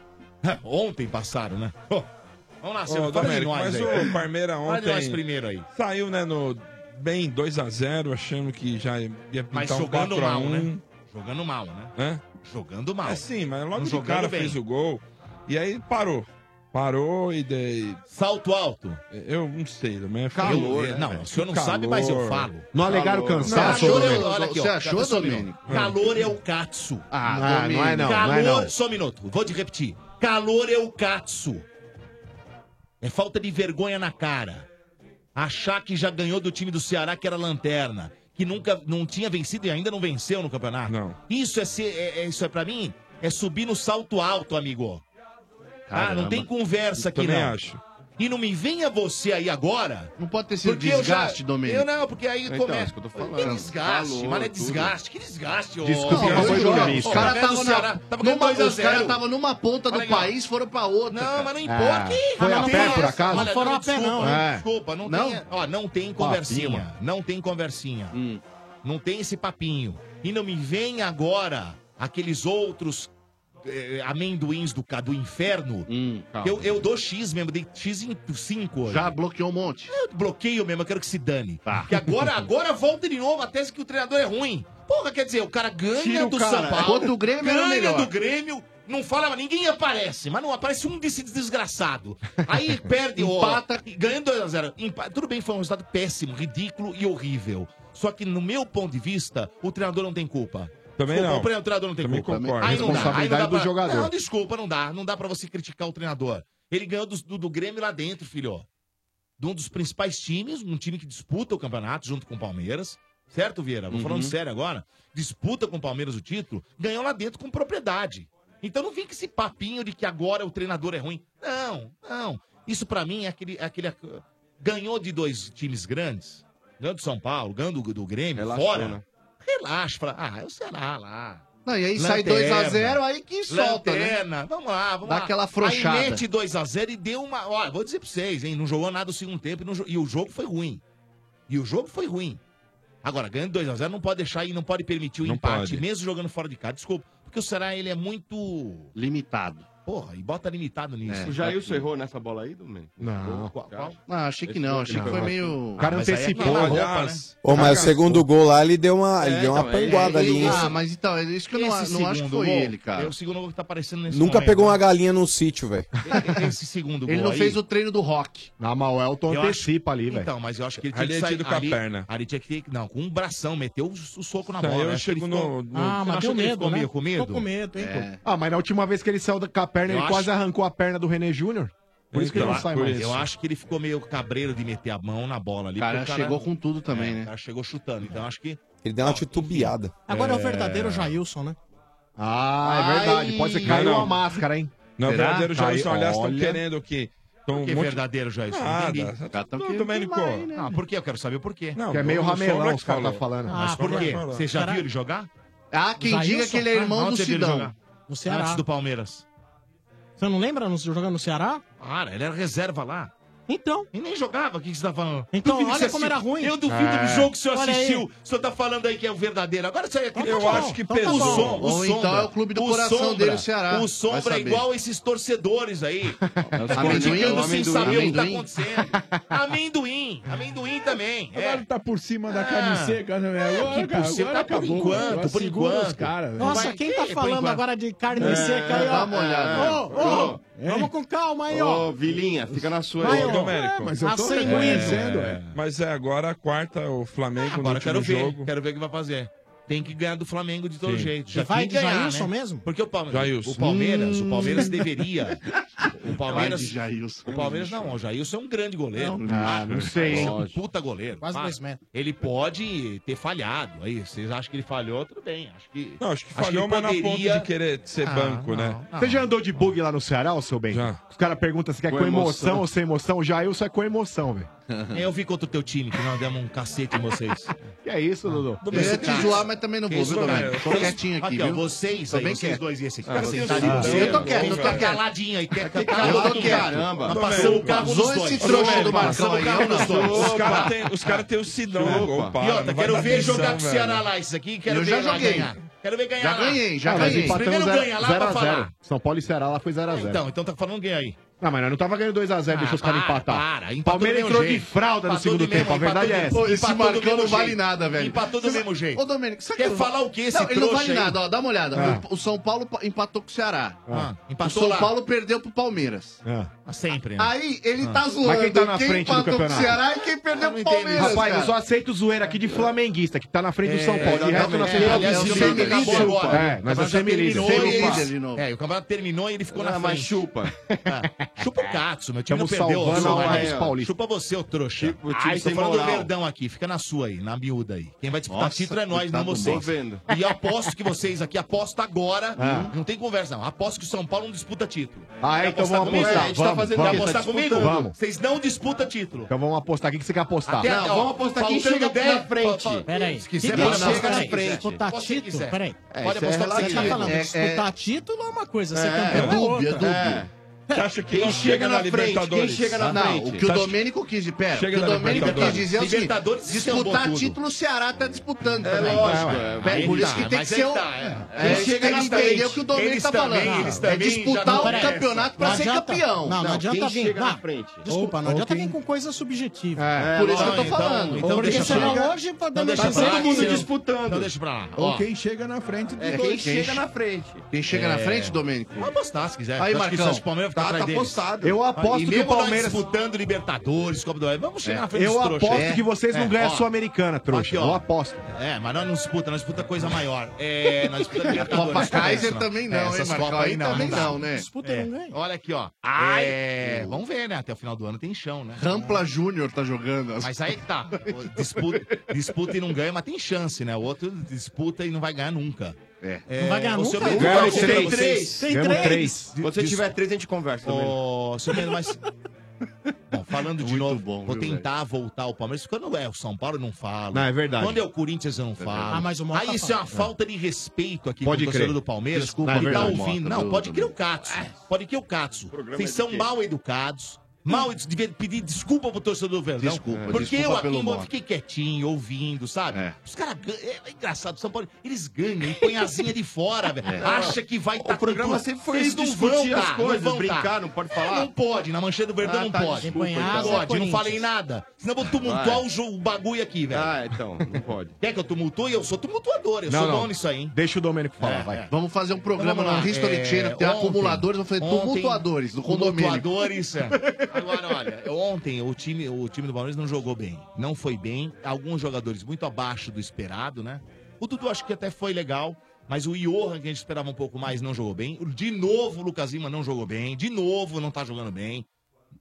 [SPEAKER 8] lá. Ontem passaram, né? Ô,
[SPEAKER 6] Então
[SPEAKER 8] Vamos lá, Silvio,
[SPEAKER 6] Ô,
[SPEAKER 8] fala de
[SPEAKER 6] Domérico,
[SPEAKER 8] nós
[SPEAKER 6] mas
[SPEAKER 8] aí.
[SPEAKER 6] o Palmeiras
[SPEAKER 8] Fala de nós
[SPEAKER 6] ontem
[SPEAKER 8] primeiro aí.
[SPEAKER 6] saiu, né, no bem 2x0, achando que já ia pintar
[SPEAKER 8] Mas
[SPEAKER 6] um
[SPEAKER 8] jogando
[SPEAKER 6] 4 a
[SPEAKER 8] mal,
[SPEAKER 6] 1
[SPEAKER 8] né? Jogando mal, né?
[SPEAKER 6] né?
[SPEAKER 8] Jogando mal.
[SPEAKER 6] É sim, mas
[SPEAKER 8] Não
[SPEAKER 6] logo de
[SPEAKER 8] jogando
[SPEAKER 6] cara
[SPEAKER 8] bem.
[SPEAKER 6] fez o gol. E aí parou. Parou e daí.
[SPEAKER 8] Salto alto.
[SPEAKER 6] Eu não sei, também é
[SPEAKER 8] Calor,
[SPEAKER 6] Eu-
[SPEAKER 8] né, velho? Calor.
[SPEAKER 7] Não alegaram
[SPEAKER 6] Calor.
[SPEAKER 7] cansaço?
[SPEAKER 8] Calor é,
[SPEAKER 7] Domênico?
[SPEAKER 8] olha aqui, ó,
[SPEAKER 7] Você achou,
[SPEAKER 8] só um minuto.
[SPEAKER 6] Ah.
[SPEAKER 7] Domênico?
[SPEAKER 8] Calor é o Katsu.
[SPEAKER 7] Ah, Não, Domênico. não é não, não é
[SPEAKER 8] Calor-
[SPEAKER 7] não.
[SPEAKER 8] Só um minuto, vou te repetir. Calor é o Katsu. É falta de vergonha na cara. Achar que já ganhou do time do Ceará, que era lanterna. Que nunca, não tinha vencido e ainda não venceu no campeonato. Isso é ser, é, é- isso é pra mim, é subir no salto alto, amigo. Ah,
[SPEAKER 6] Caramba.
[SPEAKER 8] não tem conversa
[SPEAKER 6] Eu
[SPEAKER 8] aqui,
[SPEAKER 6] também
[SPEAKER 8] não.
[SPEAKER 6] acho.
[SPEAKER 8] E não me venha você aí agora.
[SPEAKER 11] Não pode ter
[SPEAKER 8] sido
[SPEAKER 11] desgaste, Domênico.
[SPEAKER 8] Eu não, porque aí
[SPEAKER 11] Então,
[SPEAKER 8] começa.
[SPEAKER 11] é isso que eu tô falando.
[SPEAKER 8] Que desgaste,
[SPEAKER 11] Calor,
[SPEAKER 8] mas não é
[SPEAKER 11] tudo.
[SPEAKER 8] desgaste. Que desgaste, ô.
[SPEAKER 11] Desculpa,
[SPEAKER 8] Não,
[SPEAKER 11] mas
[SPEAKER 8] eu
[SPEAKER 11] foi
[SPEAKER 8] juro,
[SPEAKER 11] jornalista.
[SPEAKER 8] ó,
[SPEAKER 11] Os caras
[SPEAKER 8] ganhando
[SPEAKER 11] estavam
[SPEAKER 8] do Ceará,
[SPEAKER 11] na-
[SPEAKER 8] tava
[SPEAKER 11] numa-
[SPEAKER 8] ganhando 2 a
[SPEAKER 11] os
[SPEAKER 8] 0.
[SPEAKER 11] caras estavam numa ponta do
[SPEAKER 8] Olha aí, ó. É.
[SPEAKER 11] país, foram pra outra,
[SPEAKER 8] Não,
[SPEAKER 11] cara.
[SPEAKER 8] mas não importa. Ih,
[SPEAKER 11] Ah, Foi a
[SPEAKER 8] não
[SPEAKER 11] pé,
[SPEAKER 8] tem
[SPEAKER 11] por
[SPEAKER 8] essa.
[SPEAKER 11] acaso?
[SPEAKER 8] Olha,
[SPEAKER 11] Foram a pé,
[SPEAKER 8] desculpa,
[SPEAKER 11] não, é.
[SPEAKER 8] Desculpa, não
[SPEAKER 11] Não?
[SPEAKER 8] tem, ó, não tem
[SPEAKER 11] Papinho, Hum.
[SPEAKER 8] conversinha.
[SPEAKER 11] mano.
[SPEAKER 8] não tem conversinha. Não tem esse papinho. E não me vem agora aqueles outros eh, amendoins do, ca- do inferno.
[SPEAKER 3] Hum,
[SPEAKER 11] calma.
[SPEAKER 8] eu, eu dou X mesmo, dei X em 5 hoje.
[SPEAKER 11] Já bloqueou um monte. Tá.
[SPEAKER 8] Eu bloqueio mesmo, eu quero que se dane. Porque agora, agora volta de novo a tese que o treinador é ruim. Porra, quer dizer, o cara ganha
[SPEAKER 11] Tira o
[SPEAKER 8] do
[SPEAKER 11] cara.
[SPEAKER 8] São Paulo.
[SPEAKER 11] Contra o Grêmio era o
[SPEAKER 8] ganha
[SPEAKER 11] melhor.
[SPEAKER 8] do Grêmio. Não falava, ninguém aparece, mas não aparece um desse desgraçado. Aí perde o.
[SPEAKER 11] Empata.
[SPEAKER 8] Ganhando 2x0. Tudo bem, foi um resultado péssimo, ridículo e horrível. Só que, no meu ponto de vista, o treinador não tem culpa.
[SPEAKER 6] Também
[SPEAKER 8] Desculpa,
[SPEAKER 6] não.
[SPEAKER 8] O pre- o treinador não tem
[SPEAKER 6] Também
[SPEAKER 8] culpa.
[SPEAKER 6] concordo.
[SPEAKER 8] Aí não dá. Aí não dá
[SPEAKER 6] Responsabilidade
[SPEAKER 8] pra...
[SPEAKER 6] do jogador.
[SPEAKER 8] Não, desculpa, não dá. Não dá pra você criticar o treinador. Ele ganhou do, do, do Grêmio lá dentro, filho. De um dos principais times, um time que disputa o campeonato junto com o Palmeiras. Certo, Vieira? Vou falando
[SPEAKER 11] Uhum.
[SPEAKER 8] sério agora. Disputa com o Palmeiras o título, ganhou lá dentro com propriedade. Então não vem com esse papinho de que agora o treinador é ruim. Não, não. Isso pra mim é aquele, é aquele. Ganhou de dois times grandes. Ganhou do São Paulo, ganhou do, do Grêmio,
[SPEAKER 11] Relaxou,
[SPEAKER 8] fora.
[SPEAKER 11] né?
[SPEAKER 8] Relaxa, fala, ah, é o Ceará lá.
[SPEAKER 11] Não, e aí sai 2 a 0, aí que solta, né?
[SPEAKER 8] Lanterna. Vamos lá, vamos
[SPEAKER 11] Dá
[SPEAKER 8] lá.
[SPEAKER 11] aquela afrouxada.
[SPEAKER 8] Aí mete 2x0 e deu uma... Olha, vou dizer pra vocês, hein? Não jogou nada o segundo tempo e, não jo- e o jogo foi ruim. E o jogo foi ruim. Agora, ganhando 2x0 não pode deixar e não pode permitir o
[SPEAKER 6] Não
[SPEAKER 8] empate,
[SPEAKER 6] pode.
[SPEAKER 8] mesmo jogando fora de casa. Desculpa, porque o Ceará, ele é muito...
[SPEAKER 11] Limitado.
[SPEAKER 8] Porra, e bota limitado nisso.
[SPEAKER 4] É.
[SPEAKER 8] Tá
[SPEAKER 4] O Jailson errou nessa bola aí, Domênico?
[SPEAKER 7] Não.
[SPEAKER 8] Qual- qual?
[SPEAKER 11] Ah, achei que não, achei que foi meio.
[SPEAKER 7] O cara
[SPEAKER 11] Ah, mas aí é
[SPEAKER 7] antecipou,
[SPEAKER 11] aquela roupa,
[SPEAKER 7] aliás.
[SPEAKER 11] né? É, então,
[SPEAKER 10] Ô, mas o segundo gol lá, ele deu uma, ele deu uma panguada ali. hein?
[SPEAKER 11] Ah, mas então, é isso que eu não,
[SPEAKER 8] Esse
[SPEAKER 11] não acho que
[SPEAKER 8] segundo
[SPEAKER 11] foi
[SPEAKER 8] gol
[SPEAKER 11] ele, cara.
[SPEAKER 8] É o segundo gol que tá aparecendo nesse
[SPEAKER 10] Nunca
[SPEAKER 8] momento.
[SPEAKER 10] pegou uma galinha num sítio, velho.
[SPEAKER 8] Esse segundo
[SPEAKER 11] Ele
[SPEAKER 8] gol
[SPEAKER 11] não
[SPEAKER 8] aí-
[SPEAKER 11] fez o treino do rock.
[SPEAKER 7] Na Mauelton
[SPEAKER 8] Eu
[SPEAKER 7] antecipa ali, velho.
[SPEAKER 8] Então, mas eu acho que ele tinha
[SPEAKER 6] Ali
[SPEAKER 8] que
[SPEAKER 6] é
[SPEAKER 8] sair
[SPEAKER 6] tido com a perna.
[SPEAKER 8] Ali tinha que ter, não, com um bração, meteu o, o soco na
[SPEAKER 6] Tá,
[SPEAKER 8] bola.
[SPEAKER 6] eu
[SPEAKER 7] né?
[SPEAKER 8] Acho que ele
[SPEAKER 6] chego
[SPEAKER 8] ficou-
[SPEAKER 6] no- no-
[SPEAKER 8] Você
[SPEAKER 3] Ah,
[SPEAKER 8] não
[SPEAKER 3] mas
[SPEAKER 8] achou
[SPEAKER 3] deu
[SPEAKER 8] que ele
[SPEAKER 3] medo,
[SPEAKER 8] ficou
[SPEAKER 3] né?
[SPEAKER 8] meio com medo?
[SPEAKER 3] Ficou com medo, hein?
[SPEAKER 8] É.
[SPEAKER 7] Ah, mas na última vez que ele saiu da- com a perna,
[SPEAKER 8] Eu
[SPEAKER 7] ele quase
[SPEAKER 8] acho-
[SPEAKER 7] arrancou a perna do René Júnior. Por isso que ele
[SPEAKER 8] Então,
[SPEAKER 7] não sai
[SPEAKER 8] por
[SPEAKER 7] mais.
[SPEAKER 8] isso. Eu acho que ele ficou meio cabreiro de meter a mão na bola
[SPEAKER 11] O
[SPEAKER 8] ali.
[SPEAKER 11] cara
[SPEAKER 8] porque
[SPEAKER 11] chegou com tudo também,
[SPEAKER 8] É,
[SPEAKER 11] né?
[SPEAKER 8] O cara chegou chutando, então acho que...
[SPEAKER 10] Ele deu uma titubeada.
[SPEAKER 3] Agora é o verdadeiro Jailson, né?
[SPEAKER 7] Ah, é verdade. Pode ser que caiu
[SPEAKER 6] Não, não.
[SPEAKER 7] a máscara, hein?
[SPEAKER 6] Não, é
[SPEAKER 7] Será?
[SPEAKER 6] verdadeiro Jailson,
[SPEAKER 7] Caiu,
[SPEAKER 6] aliás, estão
[SPEAKER 7] olha.
[SPEAKER 6] querendo que. Tão
[SPEAKER 8] Por que
[SPEAKER 6] um monte-
[SPEAKER 8] verdadeiro, é Jailson? Não entendi.
[SPEAKER 6] Nada. Tá
[SPEAKER 8] Não, Domênico.
[SPEAKER 11] né?
[SPEAKER 8] Ah, por quê? Eu quero saber por quê.
[SPEAKER 6] Não,
[SPEAKER 7] Que é meio
[SPEAKER 6] o Sombra
[SPEAKER 7] ramelão,
[SPEAKER 6] que
[SPEAKER 7] os caras tá falando.
[SPEAKER 8] Mas
[SPEAKER 7] Ah,
[SPEAKER 8] por
[SPEAKER 7] Sombra
[SPEAKER 8] quê?
[SPEAKER 7] falou.
[SPEAKER 8] Você já
[SPEAKER 7] Cara-
[SPEAKER 8] viu ele jogar?
[SPEAKER 11] Ah, quem
[SPEAKER 3] Jailson?
[SPEAKER 11] diga que ele é irmão
[SPEAKER 3] Ah,
[SPEAKER 11] do
[SPEAKER 3] onde você viu ele
[SPEAKER 11] Sidão.
[SPEAKER 3] jogar? No Ceará.
[SPEAKER 8] Antes do Palmeiras.
[SPEAKER 3] Você não lembra nos- jogando no Ceará?
[SPEAKER 8] Cara, ele era reserva lá.
[SPEAKER 3] Então.
[SPEAKER 8] E nem jogava, o que que você tá falando?
[SPEAKER 3] Então,
[SPEAKER 8] Duvido que
[SPEAKER 3] olha
[SPEAKER 8] você
[SPEAKER 3] como era
[SPEAKER 8] assistiu.
[SPEAKER 3] ruim.
[SPEAKER 8] Eu duvido
[SPEAKER 6] É.
[SPEAKER 8] do jogo que você
[SPEAKER 6] Olha aí. Então tá
[SPEAKER 8] assistiu. O senhor tá falando aí que é o verdadeiro. Agora isso aí é aquele
[SPEAKER 6] Eu acho que pesou.
[SPEAKER 8] O som, o
[SPEAKER 6] Ou então
[SPEAKER 8] Sombra-
[SPEAKER 6] é o clube do coração dele, o Ceará.
[SPEAKER 8] O
[SPEAKER 6] Vai
[SPEAKER 8] Sombra é
[SPEAKER 6] saber.
[SPEAKER 8] igual esses torcedores aí. Criticando
[SPEAKER 6] Amendoim,
[SPEAKER 8] sem
[SPEAKER 6] amendoim,
[SPEAKER 8] saber o que tá
[SPEAKER 6] amendoim.
[SPEAKER 8] acontecendo. Amendoim. Amendoim também. É.
[SPEAKER 9] Agora tá por cima da
[SPEAKER 8] Ah.
[SPEAKER 9] carne seca, né?
[SPEAKER 8] É,
[SPEAKER 9] velho?
[SPEAKER 8] que por cima tá por enquanto,
[SPEAKER 9] agora
[SPEAKER 8] por
[SPEAKER 9] segura os
[SPEAKER 8] enquanto.
[SPEAKER 9] Cara, velho.
[SPEAKER 3] Nossa,
[SPEAKER 9] Vai-
[SPEAKER 3] quem tá
[SPEAKER 9] Ih,
[SPEAKER 3] falando
[SPEAKER 9] põe
[SPEAKER 3] agora de carne
[SPEAKER 9] É,
[SPEAKER 3] seca aí, ó?
[SPEAKER 9] dá uma olhada.
[SPEAKER 3] Ô, ô,
[SPEAKER 4] É.
[SPEAKER 3] vamos com calma aí, ó.
[SPEAKER 4] Ô, Vilinha, fica na sua
[SPEAKER 3] Vai,
[SPEAKER 4] aí.
[SPEAKER 3] ó.
[SPEAKER 6] Domérico.
[SPEAKER 3] É, mas eu tô Assanguido.
[SPEAKER 6] Ah, É, mas é agora a quarta, o Flamengo no
[SPEAKER 8] Ah, Agora
[SPEAKER 6] último
[SPEAKER 8] quero ver,
[SPEAKER 6] jogo.
[SPEAKER 8] quero ver o que vai fazer. Tem que ganhar do Flamengo de todo
[SPEAKER 6] Sim.
[SPEAKER 8] jeito.
[SPEAKER 6] E vai
[SPEAKER 8] tem que né?
[SPEAKER 6] de Jailson
[SPEAKER 3] mesmo?
[SPEAKER 8] Porque o Palmeiras,
[SPEAKER 6] Jailson.
[SPEAKER 8] o Palmeiras,
[SPEAKER 6] Hum.
[SPEAKER 8] o Palmeiras deveria. O Palmeiras,
[SPEAKER 11] Vai de
[SPEAKER 8] o Palmeiras não, o Jailson é um grande goleiro.
[SPEAKER 11] Não, ah, não sei,
[SPEAKER 8] Jailson
[SPEAKER 11] hein?
[SPEAKER 8] é um puta goleiro.
[SPEAKER 3] Quase
[SPEAKER 8] Mas
[SPEAKER 3] dois metros.
[SPEAKER 8] Ele pode ter falhado aí. Vocês acham que ele falhou? Tudo bem. Acho que Ah,
[SPEAKER 6] Não, acho que falhou, mas na ponta de querer ser banco, né?
[SPEAKER 3] Ah.
[SPEAKER 7] Você já andou de bug lá no Ceará, ô seu bem? Já. Os caras perguntam se quer
[SPEAKER 8] Com
[SPEAKER 7] com emoção,
[SPEAKER 8] emoção.
[SPEAKER 7] ou sem emoção. Já eu só é com emoção, velho.
[SPEAKER 8] Eu vi contra o teu time que nós demos um cacete em vocês. Ah.
[SPEAKER 7] Que é isso, Dudu?
[SPEAKER 8] Eu ia te zoar, mas também não vou, viu, Domênico? Tô quietinho aqui, viu? Tô bem quieto. Ah, vocês dois.
[SPEAKER 11] Eu tô quieto, eu tô quieto.
[SPEAKER 8] caladinho aí, quer
[SPEAKER 11] cantar
[SPEAKER 8] Eu
[SPEAKER 11] do
[SPEAKER 8] tô
[SPEAKER 11] lado.
[SPEAKER 8] quieto.
[SPEAKER 11] Tá Caramba.
[SPEAKER 8] Nós passamos o Tá carro
[SPEAKER 11] Zoa
[SPEAKER 8] nos dois.
[SPEAKER 11] esse trouxa
[SPEAKER 8] Domênico,
[SPEAKER 11] do Marcão
[SPEAKER 8] passamos o
[SPEAKER 11] aí,
[SPEAKER 8] carro
[SPEAKER 11] eu
[SPEAKER 8] nos
[SPEAKER 11] não.
[SPEAKER 8] dois.
[SPEAKER 11] Opa.
[SPEAKER 6] Os caras têm cara tem o Sidão.
[SPEAKER 11] Opa.
[SPEAKER 6] Opa.
[SPEAKER 8] E outra, quero ver jogar com o Ceará lá isso aqui. Quero
[SPEAKER 7] Eu
[SPEAKER 8] ver
[SPEAKER 7] já
[SPEAKER 8] lá
[SPEAKER 7] joguei.
[SPEAKER 8] ganhar. Quero ver ganhar
[SPEAKER 7] Já
[SPEAKER 8] lá. Ah,
[SPEAKER 7] ganhei, já ganhei.
[SPEAKER 8] Primeiro ganha lá pra falar.
[SPEAKER 7] São Paulo e Ceará lá foi 0x0.
[SPEAKER 8] Então, então tá falando ganhar aí.
[SPEAKER 7] Ah, mas nós não tava ganhando 2x0,
[SPEAKER 8] Ah,
[SPEAKER 7] deixou os caras
[SPEAKER 8] para,
[SPEAKER 7] empatar.
[SPEAKER 8] para, empatou
[SPEAKER 7] Palmeiras
[SPEAKER 8] do
[SPEAKER 7] entrou
[SPEAKER 8] mesmo
[SPEAKER 7] de
[SPEAKER 8] jeito.
[SPEAKER 7] fralda no
[SPEAKER 8] Empatou
[SPEAKER 7] segundo
[SPEAKER 8] do mesmo,
[SPEAKER 7] tempo, a verdade é essa.
[SPEAKER 11] Pô, esse
[SPEAKER 8] Empatou do
[SPEAKER 11] Marcão não
[SPEAKER 8] mesmo
[SPEAKER 11] vale
[SPEAKER 8] jeito.
[SPEAKER 11] nada, velho.
[SPEAKER 8] Empatou do mesmo jeito.
[SPEAKER 11] Ô, Domênico, sabe
[SPEAKER 8] Quer
[SPEAKER 11] que eu-
[SPEAKER 8] falar o quê, esse
[SPEAKER 11] Não, ele não
[SPEAKER 8] trouxa
[SPEAKER 11] vale
[SPEAKER 8] aí?
[SPEAKER 11] nada, ó. Dá uma olhada.
[SPEAKER 8] Ah.
[SPEAKER 11] O, o São Paulo pa- empatou com o Ceará.
[SPEAKER 8] Ah. Empatou
[SPEAKER 11] o São
[SPEAKER 8] lá.
[SPEAKER 11] Paulo perdeu pro Palmeiras.
[SPEAKER 8] Sempre, né?
[SPEAKER 11] Aí ele
[SPEAKER 7] Ah.
[SPEAKER 11] tá
[SPEAKER 7] Mas
[SPEAKER 11] zoando.
[SPEAKER 7] quem tá na frente do
[SPEAKER 11] empatou com o
[SPEAKER 7] campeonato?
[SPEAKER 11] Ceará e quem perdeu pro Palmeiras.
[SPEAKER 7] Rapaz, eu
[SPEAKER 11] cara.
[SPEAKER 7] só aceito zoeira aqui de flamenguista, que tá na frente do São Paulo. De resto, nós
[SPEAKER 8] É, aliás,
[SPEAKER 7] somos
[SPEAKER 8] o campeonato
[SPEAKER 7] vice-líder.
[SPEAKER 8] acabou agora.
[SPEAKER 7] É, nós
[SPEAKER 8] O
[SPEAKER 7] é
[SPEAKER 8] campeonato
[SPEAKER 7] semilíder.
[SPEAKER 8] terminou e ele- É, o campeonato terminou e ele ficou na
[SPEAKER 7] Ah, mas
[SPEAKER 8] frente. É.
[SPEAKER 4] chupa.
[SPEAKER 8] chupa o Catso, meu time
[SPEAKER 7] Tamo
[SPEAKER 8] não perdeu.
[SPEAKER 7] salvando
[SPEAKER 8] chupa, Ah,
[SPEAKER 7] a
[SPEAKER 8] vai.
[SPEAKER 7] Raiz Paulista.
[SPEAKER 8] Chupa você, ô trouxa.
[SPEAKER 4] Tipo,
[SPEAKER 7] o time
[SPEAKER 8] Ai, tô
[SPEAKER 7] sem
[SPEAKER 8] falando do
[SPEAKER 7] moral.
[SPEAKER 8] Verdão aqui. Fica na sua aí, na miúda aí. Quem vai disputar
[SPEAKER 11] Nossa,
[SPEAKER 8] título é nós, não
[SPEAKER 11] coitado do
[SPEAKER 8] vocês.
[SPEAKER 11] Boca. Vendo.
[SPEAKER 8] E aposto que vocês aqui, aposto agora,
[SPEAKER 11] Ah.
[SPEAKER 8] não tem conversa não. Aposto que o São Paulo não disputa título.
[SPEAKER 7] Ah, é?
[SPEAKER 8] Quer
[SPEAKER 7] Então
[SPEAKER 8] apostar
[SPEAKER 7] vamos
[SPEAKER 8] comigo?
[SPEAKER 7] apostar.
[SPEAKER 8] É, a gente tá
[SPEAKER 7] Vamos,
[SPEAKER 8] fazendo
[SPEAKER 7] vamos.
[SPEAKER 8] Quer apostar
[SPEAKER 7] Tá
[SPEAKER 8] comigo?
[SPEAKER 7] disputando. Vamos.
[SPEAKER 8] Vocês não disputam título.
[SPEAKER 7] Então vamos apostar. O que que você quer apostar?
[SPEAKER 8] Até- ó, faltando dez- fa- fa-
[SPEAKER 3] Peraí.
[SPEAKER 8] Se quiser,
[SPEAKER 3] Que
[SPEAKER 8] pode
[SPEAKER 3] disputar-
[SPEAKER 8] chegar na
[SPEAKER 3] peraí,
[SPEAKER 8] frente.
[SPEAKER 3] Disputar
[SPEAKER 8] Pode se
[SPEAKER 3] título?
[SPEAKER 8] quiser.
[SPEAKER 3] Peraí.
[SPEAKER 8] É, Pode isso é apostar
[SPEAKER 3] Você tá
[SPEAKER 8] relativo.
[SPEAKER 3] falando,
[SPEAKER 8] É, é-
[SPEAKER 3] disputar título é uma coisa, ser
[SPEAKER 11] É,
[SPEAKER 3] campeão é
[SPEAKER 11] é dúbio, é
[SPEAKER 3] outra.
[SPEAKER 11] dúbio.
[SPEAKER 6] Você acha que
[SPEAKER 11] Quem
[SPEAKER 6] não
[SPEAKER 11] chega
[SPEAKER 6] chega
[SPEAKER 11] na
[SPEAKER 6] na
[SPEAKER 11] frente,
[SPEAKER 6] Libertadores?
[SPEAKER 11] quem chega na
[SPEAKER 6] Não,
[SPEAKER 11] frente?
[SPEAKER 6] o que o Dom-
[SPEAKER 11] Domênico quis, pera.
[SPEAKER 6] Chega
[SPEAKER 11] o que
[SPEAKER 6] na
[SPEAKER 11] o Domênico quis
[SPEAKER 6] Libertadores.
[SPEAKER 11] dizer é o seguinte:
[SPEAKER 8] Libertadores descambou
[SPEAKER 11] disputar
[SPEAKER 8] tudo.
[SPEAKER 11] título, o Ceará tá disputando.
[SPEAKER 8] É
[SPEAKER 11] também.
[SPEAKER 8] lógico, é.
[SPEAKER 11] Pera,
[SPEAKER 8] Aí
[SPEAKER 11] Por
[SPEAKER 8] que
[SPEAKER 11] isso
[SPEAKER 8] tá,
[SPEAKER 11] que tem que
[SPEAKER 8] mas
[SPEAKER 11] ser
[SPEAKER 8] aí
[SPEAKER 11] o.
[SPEAKER 8] tá, é.
[SPEAKER 11] É,
[SPEAKER 8] Eles
[SPEAKER 11] chega tem que
[SPEAKER 8] também-
[SPEAKER 11] entender o que o Domênico
[SPEAKER 8] eles
[SPEAKER 11] tá falando.
[SPEAKER 8] também- eles
[SPEAKER 11] é
[SPEAKER 8] também já
[SPEAKER 11] disputar
[SPEAKER 8] não-
[SPEAKER 11] o
[SPEAKER 8] Peraí.
[SPEAKER 11] campeonato pra
[SPEAKER 3] Não
[SPEAKER 11] ser
[SPEAKER 3] adianta-
[SPEAKER 11] campeão.
[SPEAKER 3] Não, não adianta
[SPEAKER 11] quem
[SPEAKER 3] vir.
[SPEAKER 11] chega
[SPEAKER 3] Não,
[SPEAKER 11] na frente.
[SPEAKER 3] Desculpa, não adianta vir com coisa subjetiva.
[SPEAKER 11] É, Por isso que eu tô então, falando. então
[SPEAKER 3] Porque
[SPEAKER 11] deixa
[SPEAKER 3] senão
[SPEAKER 11] pra lá.
[SPEAKER 3] hoje
[SPEAKER 11] Então
[SPEAKER 3] podemos
[SPEAKER 11] deixa
[SPEAKER 3] deixar
[SPEAKER 11] pra lá,
[SPEAKER 3] todo mundo
[SPEAKER 11] senão-
[SPEAKER 3] disputando.
[SPEAKER 11] então deixa pra lá.
[SPEAKER 9] Ou
[SPEAKER 11] Ó.
[SPEAKER 9] quem chega na frente.
[SPEAKER 11] É,
[SPEAKER 9] dos
[SPEAKER 11] quem
[SPEAKER 9] dois.
[SPEAKER 11] chega na
[SPEAKER 4] frente.
[SPEAKER 11] Quem chega na
[SPEAKER 9] É.
[SPEAKER 11] frente, Domênico?
[SPEAKER 8] Pode apostar, Tá, se quiser.
[SPEAKER 11] Aí,
[SPEAKER 8] Eu acho que
[SPEAKER 11] Marcão.
[SPEAKER 8] o Santos Palmeiras tá,
[SPEAKER 11] Tá-
[SPEAKER 8] atrás
[SPEAKER 11] tá
[SPEAKER 8] deles.
[SPEAKER 11] apostado.
[SPEAKER 7] Eu aposto
[SPEAKER 8] E
[SPEAKER 7] que o
[SPEAKER 8] mesmo nós
[SPEAKER 7] Palmeiras-
[SPEAKER 8] disputando Libertadores, Copa do Brasil. Vamos chegar na frente
[SPEAKER 7] Eu
[SPEAKER 8] dos trouxas.
[SPEAKER 7] aposto
[SPEAKER 8] É.
[SPEAKER 7] que vocês não
[SPEAKER 8] É.
[SPEAKER 7] ganham a
[SPEAKER 8] Ó,
[SPEAKER 7] Sul-Americana, trouxa.
[SPEAKER 8] Aqui, ó.
[SPEAKER 7] Eu aposto.
[SPEAKER 8] É, mas nós não disputa, nós disputa coisa maior. É, nós disputa Libertadores.
[SPEAKER 11] Copa Kaiser
[SPEAKER 8] Não.
[SPEAKER 11] também não,
[SPEAKER 8] É,
[SPEAKER 11] hein,
[SPEAKER 8] essas
[SPEAKER 11] Marcão?
[SPEAKER 8] Copas
[SPEAKER 11] Aí também
[SPEAKER 8] dá.
[SPEAKER 11] não, né?
[SPEAKER 3] Disputa
[SPEAKER 8] É.
[SPEAKER 5] um,
[SPEAKER 3] não ganha.
[SPEAKER 8] Olha aqui, ó. É, vamos ver, né? Até o final do ano tem chão, né?
[SPEAKER 11] Rampla Júnior tá jogando.
[SPEAKER 8] Mas aí que tá. Disputa, disputa e não ganha, mas tem chance, né? O outro disputa e não vai ganhar nunca.
[SPEAKER 11] É.
[SPEAKER 4] Não vai ganhar
[SPEAKER 8] o seu
[SPEAKER 4] nunca?
[SPEAKER 8] Bento,
[SPEAKER 4] Ganhamos
[SPEAKER 8] eu
[SPEAKER 4] três.
[SPEAKER 8] vou dizer pra vocês.
[SPEAKER 4] Tem Ganhamos três. três. Se você tiver três, a gente conversa também.
[SPEAKER 8] Ô, seu Bento, mas... Bom, falando de novo, vou
[SPEAKER 4] viu,
[SPEAKER 8] tentar voltar ao Palmeiras. Quando é o São Paulo, eu não falo.
[SPEAKER 7] Não, é verdade.
[SPEAKER 8] Quando é o Corinthians, eu não falo.
[SPEAKER 3] Ah, mas o Mota
[SPEAKER 8] Aí
[SPEAKER 3] fala.
[SPEAKER 8] isso é uma
[SPEAKER 3] É.
[SPEAKER 8] falta de respeito aqui
[SPEAKER 7] Pode
[SPEAKER 8] com o torcedor
[SPEAKER 7] crer.
[SPEAKER 8] do Palmeiras.
[SPEAKER 7] Desculpa,
[SPEAKER 8] que
[SPEAKER 7] é
[SPEAKER 8] tá
[SPEAKER 7] verdade,
[SPEAKER 8] ouvindo.
[SPEAKER 7] Mota,
[SPEAKER 8] Não,
[SPEAKER 7] do-
[SPEAKER 8] pode
[SPEAKER 7] do-
[SPEAKER 8] crer o Katsu.
[SPEAKER 4] É.
[SPEAKER 8] Pode crer o Katsu. Vocês
[SPEAKER 11] é de
[SPEAKER 8] são
[SPEAKER 11] quê?
[SPEAKER 8] mal educados. Mal, edu- devia pedir desculpa pro torcedor do Verdão.
[SPEAKER 11] Desculpa,
[SPEAKER 8] porque
[SPEAKER 11] desculpa
[SPEAKER 8] eu aqui
[SPEAKER 11] pelo
[SPEAKER 8] mo-
[SPEAKER 11] Mota.
[SPEAKER 8] fiquei quietinho, ouvindo, sabe? Os caras ganham. É engraçado, São Paulo. Eles ganham, e põem asinha de fora, velho.
[SPEAKER 4] É.
[SPEAKER 8] Acha que vai estar.
[SPEAKER 4] O programa sempre foi
[SPEAKER 8] Eles
[SPEAKER 4] isso,
[SPEAKER 8] não vão
[SPEAKER 4] discutir as
[SPEAKER 8] tá,
[SPEAKER 4] coisas,
[SPEAKER 8] não vão
[SPEAKER 4] brincar,
[SPEAKER 8] tá.
[SPEAKER 4] não pode
[SPEAKER 8] É,
[SPEAKER 4] falar.
[SPEAKER 8] não pode, na manchete do Verdão
[SPEAKER 4] Ah,
[SPEAKER 8] não
[SPEAKER 4] tá,
[SPEAKER 8] pode.
[SPEAKER 4] desculpa, então.
[SPEAKER 8] Não pode, não
[SPEAKER 4] Corinthians.
[SPEAKER 8] falei nada. Senão eu vou tumultuar
[SPEAKER 4] Vai.
[SPEAKER 8] o, jogo, o bagulho aqui, velho.
[SPEAKER 4] Ah, então, não pode.
[SPEAKER 8] Quer que eu tumultue? Eu sou tumultuador, eu sou dono nisso aí. hein? É,
[SPEAKER 7] Deixa o Domênico falar, vai.
[SPEAKER 11] Vamos fazer um programa
[SPEAKER 8] Então vamos
[SPEAKER 11] na
[SPEAKER 8] lá.
[SPEAKER 11] History
[SPEAKER 8] É,
[SPEAKER 11] Channel, que tem
[SPEAKER 8] ontem-
[SPEAKER 11] acumuladores, vamos fazer
[SPEAKER 8] ontem-
[SPEAKER 11] tumultuadores do condomínio.
[SPEAKER 8] Tumultuadores, é. Agora, olha, ontem o time, o time do Palmeiras não jogou bem. Não foi bem. Alguns jogadores muito abaixo do esperado, né? O Dudu acho que até foi legal, mas o Johan, que a gente esperava um pouco mais, não jogou bem. De novo o Lucas Lima não jogou bem. De novo não tá jogando bem.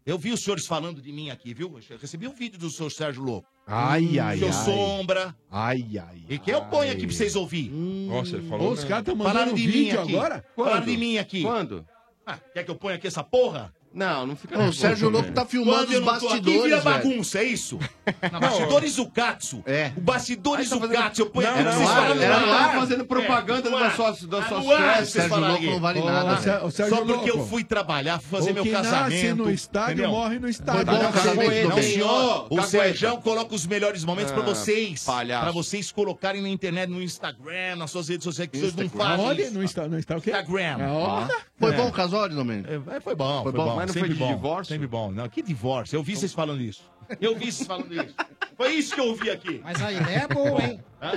[SPEAKER 8] Eu vi os senhores falando de mim aqui, viu? Eu recebi um vídeo do senhor Sérgio Louco.
[SPEAKER 7] Ai, ai,
[SPEAKER 8] Seu
[SPEAKER 7] ai.
[SPEAKER 8] sombra.
[SPEAKER 7] Ai, ai.
[SPEAKER 8] E que eu ponho aqui pra vocês ouvirem.
[SPEAKER 6] Nossa, ele falou.
[SPEAKER 9] Hum. Os caras estão
[SPEAKER 8] Falaram
[SPEAKER 9] mandando
[SPEAKER 8] de
[SPEAKER 9] vídeo
[SPEAKER 8] mim aqui.
[SPEAKER 9] agora?
[SPEAKER 8] Falaram de mim aqui. Quando? Ah, quer que eu ponha aqui essa porra?
[SPEAKER 4] Não, não fica né?
[SPEAKER 11] Não, o Sérgio Louco tá filmando os bastidores,
[SPEAKER 8] Aqui vira
[SPEAKER 11] velho.
[SPEAKER 8] bagunça, é isso? Não, bastidores do Katsu. É. O bastidores do Katsu. Eu ponho
[SPEAKER 4] tá Não,
[SPEAKER 8] aqui,
[SPEAKER 4] não,
[SPEAKER 8] vocês
[SPEAKER 4] era
[SPEAKER 8] falam no
[SPEAKER 4] lá,
[SPEAKER 8] ar.
[SPEAKER 4] era lá fazendo propaganda
[SPEAKER 8] no
[SPEAKER 4] da
[SPEAKER 8] ar.
[SPEAKER 4] sua- da
[SPEAKER 8] Ah,
[SPEAKER 4] sua
[SPEAKER 8] no ar,
[SPEAKER 4] festa.
[SPEAKER 8] vocês
[SPEAKER 4] Sérgio
[SPEAKER 8] falam
[SPEAKER 4] Louco
[SPEAKER 8] aqui.
[SPEAKER 4] não vale
[SPEAKER 8] Ô,
[SPEAKER 4] nada,
[SPEAKER 8] Sé-
[SPEAKER 4] velho.
[SPEAKER 8] ô, Sérgio Só porque
[SPEAKER 4] Louco.
[SPEAKER 8] eu fui trabalhar, fui fazer
[SPEAKER 4] O
[SPEAKER 8] meu
[SPEAKER 4] que nasce
[SPEAKER 8] casamento.
[SPEAKER 4] no estádio morre
[SPEAKER 9] no
[SPEAKER 4] estádio. Foi bom o casamento do
[SPEAKER 8] Não,
[SPEAKER 4] Bento.
[SPEAKER 8] senhor. O
[SPEAKER 4] Cagueta.
[SPEAKER 8] Sérgio coloca os melhores momentos pra
[SPEAKER 4] né? Ah,
[SPEAKER 8] vocês.
[SPEAKER 4] palhaço.
[SPEAKER 8] Pra vocês colocarem na internet, no Instagram, nas suas redes sociais, que vocês não
[SPEAKER 11] Instagram.
[SPEAKER 8] fazem.
[SPEAKER 11] Olha,
[SPEAKER 8] isso.
[SPEAKER 9] Não está, não está o quê?
[SPEAKER 8] Instagram.
[SPEAKER 9] Ah,
[SPEAKER 11] Foi
[SPEAKER 8] É.
[SPEAKER 11] bom o casório, Domênico?
[SPEAKER 8] É, foi bom,
[SPEAKER 11] Foi
[SPEAKER 8] foi,
[SPEAKER 11] bom,
[SPEAKER 8] bom.
[SPEAKER 11] mas não foi de
[SPEAKER 8] Sempre bom.
[SPEAKER 11] divórcio?
[SPEAKER 8] Sempre bom. Não, que divórcio? Eu vi vocês falando isso. Eu vi vocês falando isso. Foi isso que eu ouvi aqui.
[SPEAKER 12] Mas a ideia é boa, hein?
[SPEAKER 8] Hã?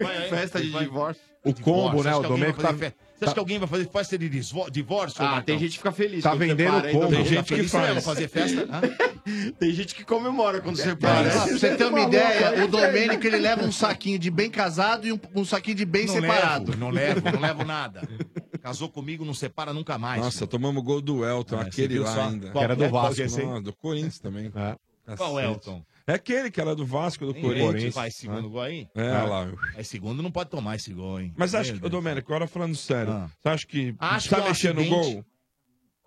[SPEAKER 8] Vai, hein?
[SPEAKER 4] Festa de
[SPEAKER 8] Vai.
[SPEAKER 4] divórcio.
[SPEAKER 7] O combo, né?
[SPEAKER 8] Você acha
[SPEAKER 7] O
[SPEAKER 8] que alguém
[SPEAKER 7] Domênico
[SPEAKER 8] vai
[SPEAKER 7] tá.
[SPEAKER 8] fazer fe- Você acha que alguém vai fazer festa de disvo- divórcio?
[SPEAKER 4] Ah, tem gente que fica feliz.
[SPEAKER 7] Tá
[SPEAKER 4] quando
[SPEAKER 7] vendendo
[SPEAKER 4] separa, hein,
[SPEAKER 7] combo.
[SPEAKER 4] Domênico?
[SPEAKER 7] Tem gente
[SPEAKER 4] Tá
[SPEAKER 7] que
[SPEAKER 4] feliz
[SPEAKER 7] faz.
[SPEAKER 4] mesmo
[SPEAKER 8] fazer festa?
[SPEAKER 4] Tem gente que comemora quando você
[SPEAKER 11] Pra
[SPEAKER 4] para.
[SPEAKER 11] você ter uma ideia, o Domênico ele leva um saquinho de bem casado e um, um saquinho de bem
[SPEAKER 8] Não
[SPEAKER 11] separado.
[SPEAKER 8] levo, não levo, não levo nada. Casou comigo, não separa nunca mais. É,
[SPEAKER 6] Nossa, tomamos gol do Elton, aquele
[SPEAKER 8] viu
[SPEAKER 6] lá
[SPEAKER 8] só?
[SPEAKER 6] ainda.
[SPEAKER 8] Qual- Era do qual que é
[SPEAKER 6] Não,
[SPEAKER 8] esse aí? É.
[SPEAKER 6] do Corinthians também.
[SPEAKER 8] Qual
[SPEAKER 6] Cacete.
[SPEAKER 8] Elton?
[SPEAKER 6] É aquele que era do Vasco, do
[SPEAKER 8] Tem
[SPEAKER 6] Corinthians. né?
[SPEAKER 8] gente faz segundo gol aí?
[SPEAKER 6] É, olha lá.
[SPEAKER 8] É segundo, não pode tomar esse gol, hein?
[SPEAKER 6] Mas acho
[SPEAKER 8] Meu
[SPEAKER 6] que, ô, Domênico, agora falando sério,
[SPEAKER 8] Ah.
[SPEAKER 6] você acha que
[SPEAKER 8] Acho
[SPEAKER 6] tá
[SPEAKER 8] que é um
[SPEAKER 6] mexendo no
[SPEAKER 8] acidente.
[SPEAKER 6] gol?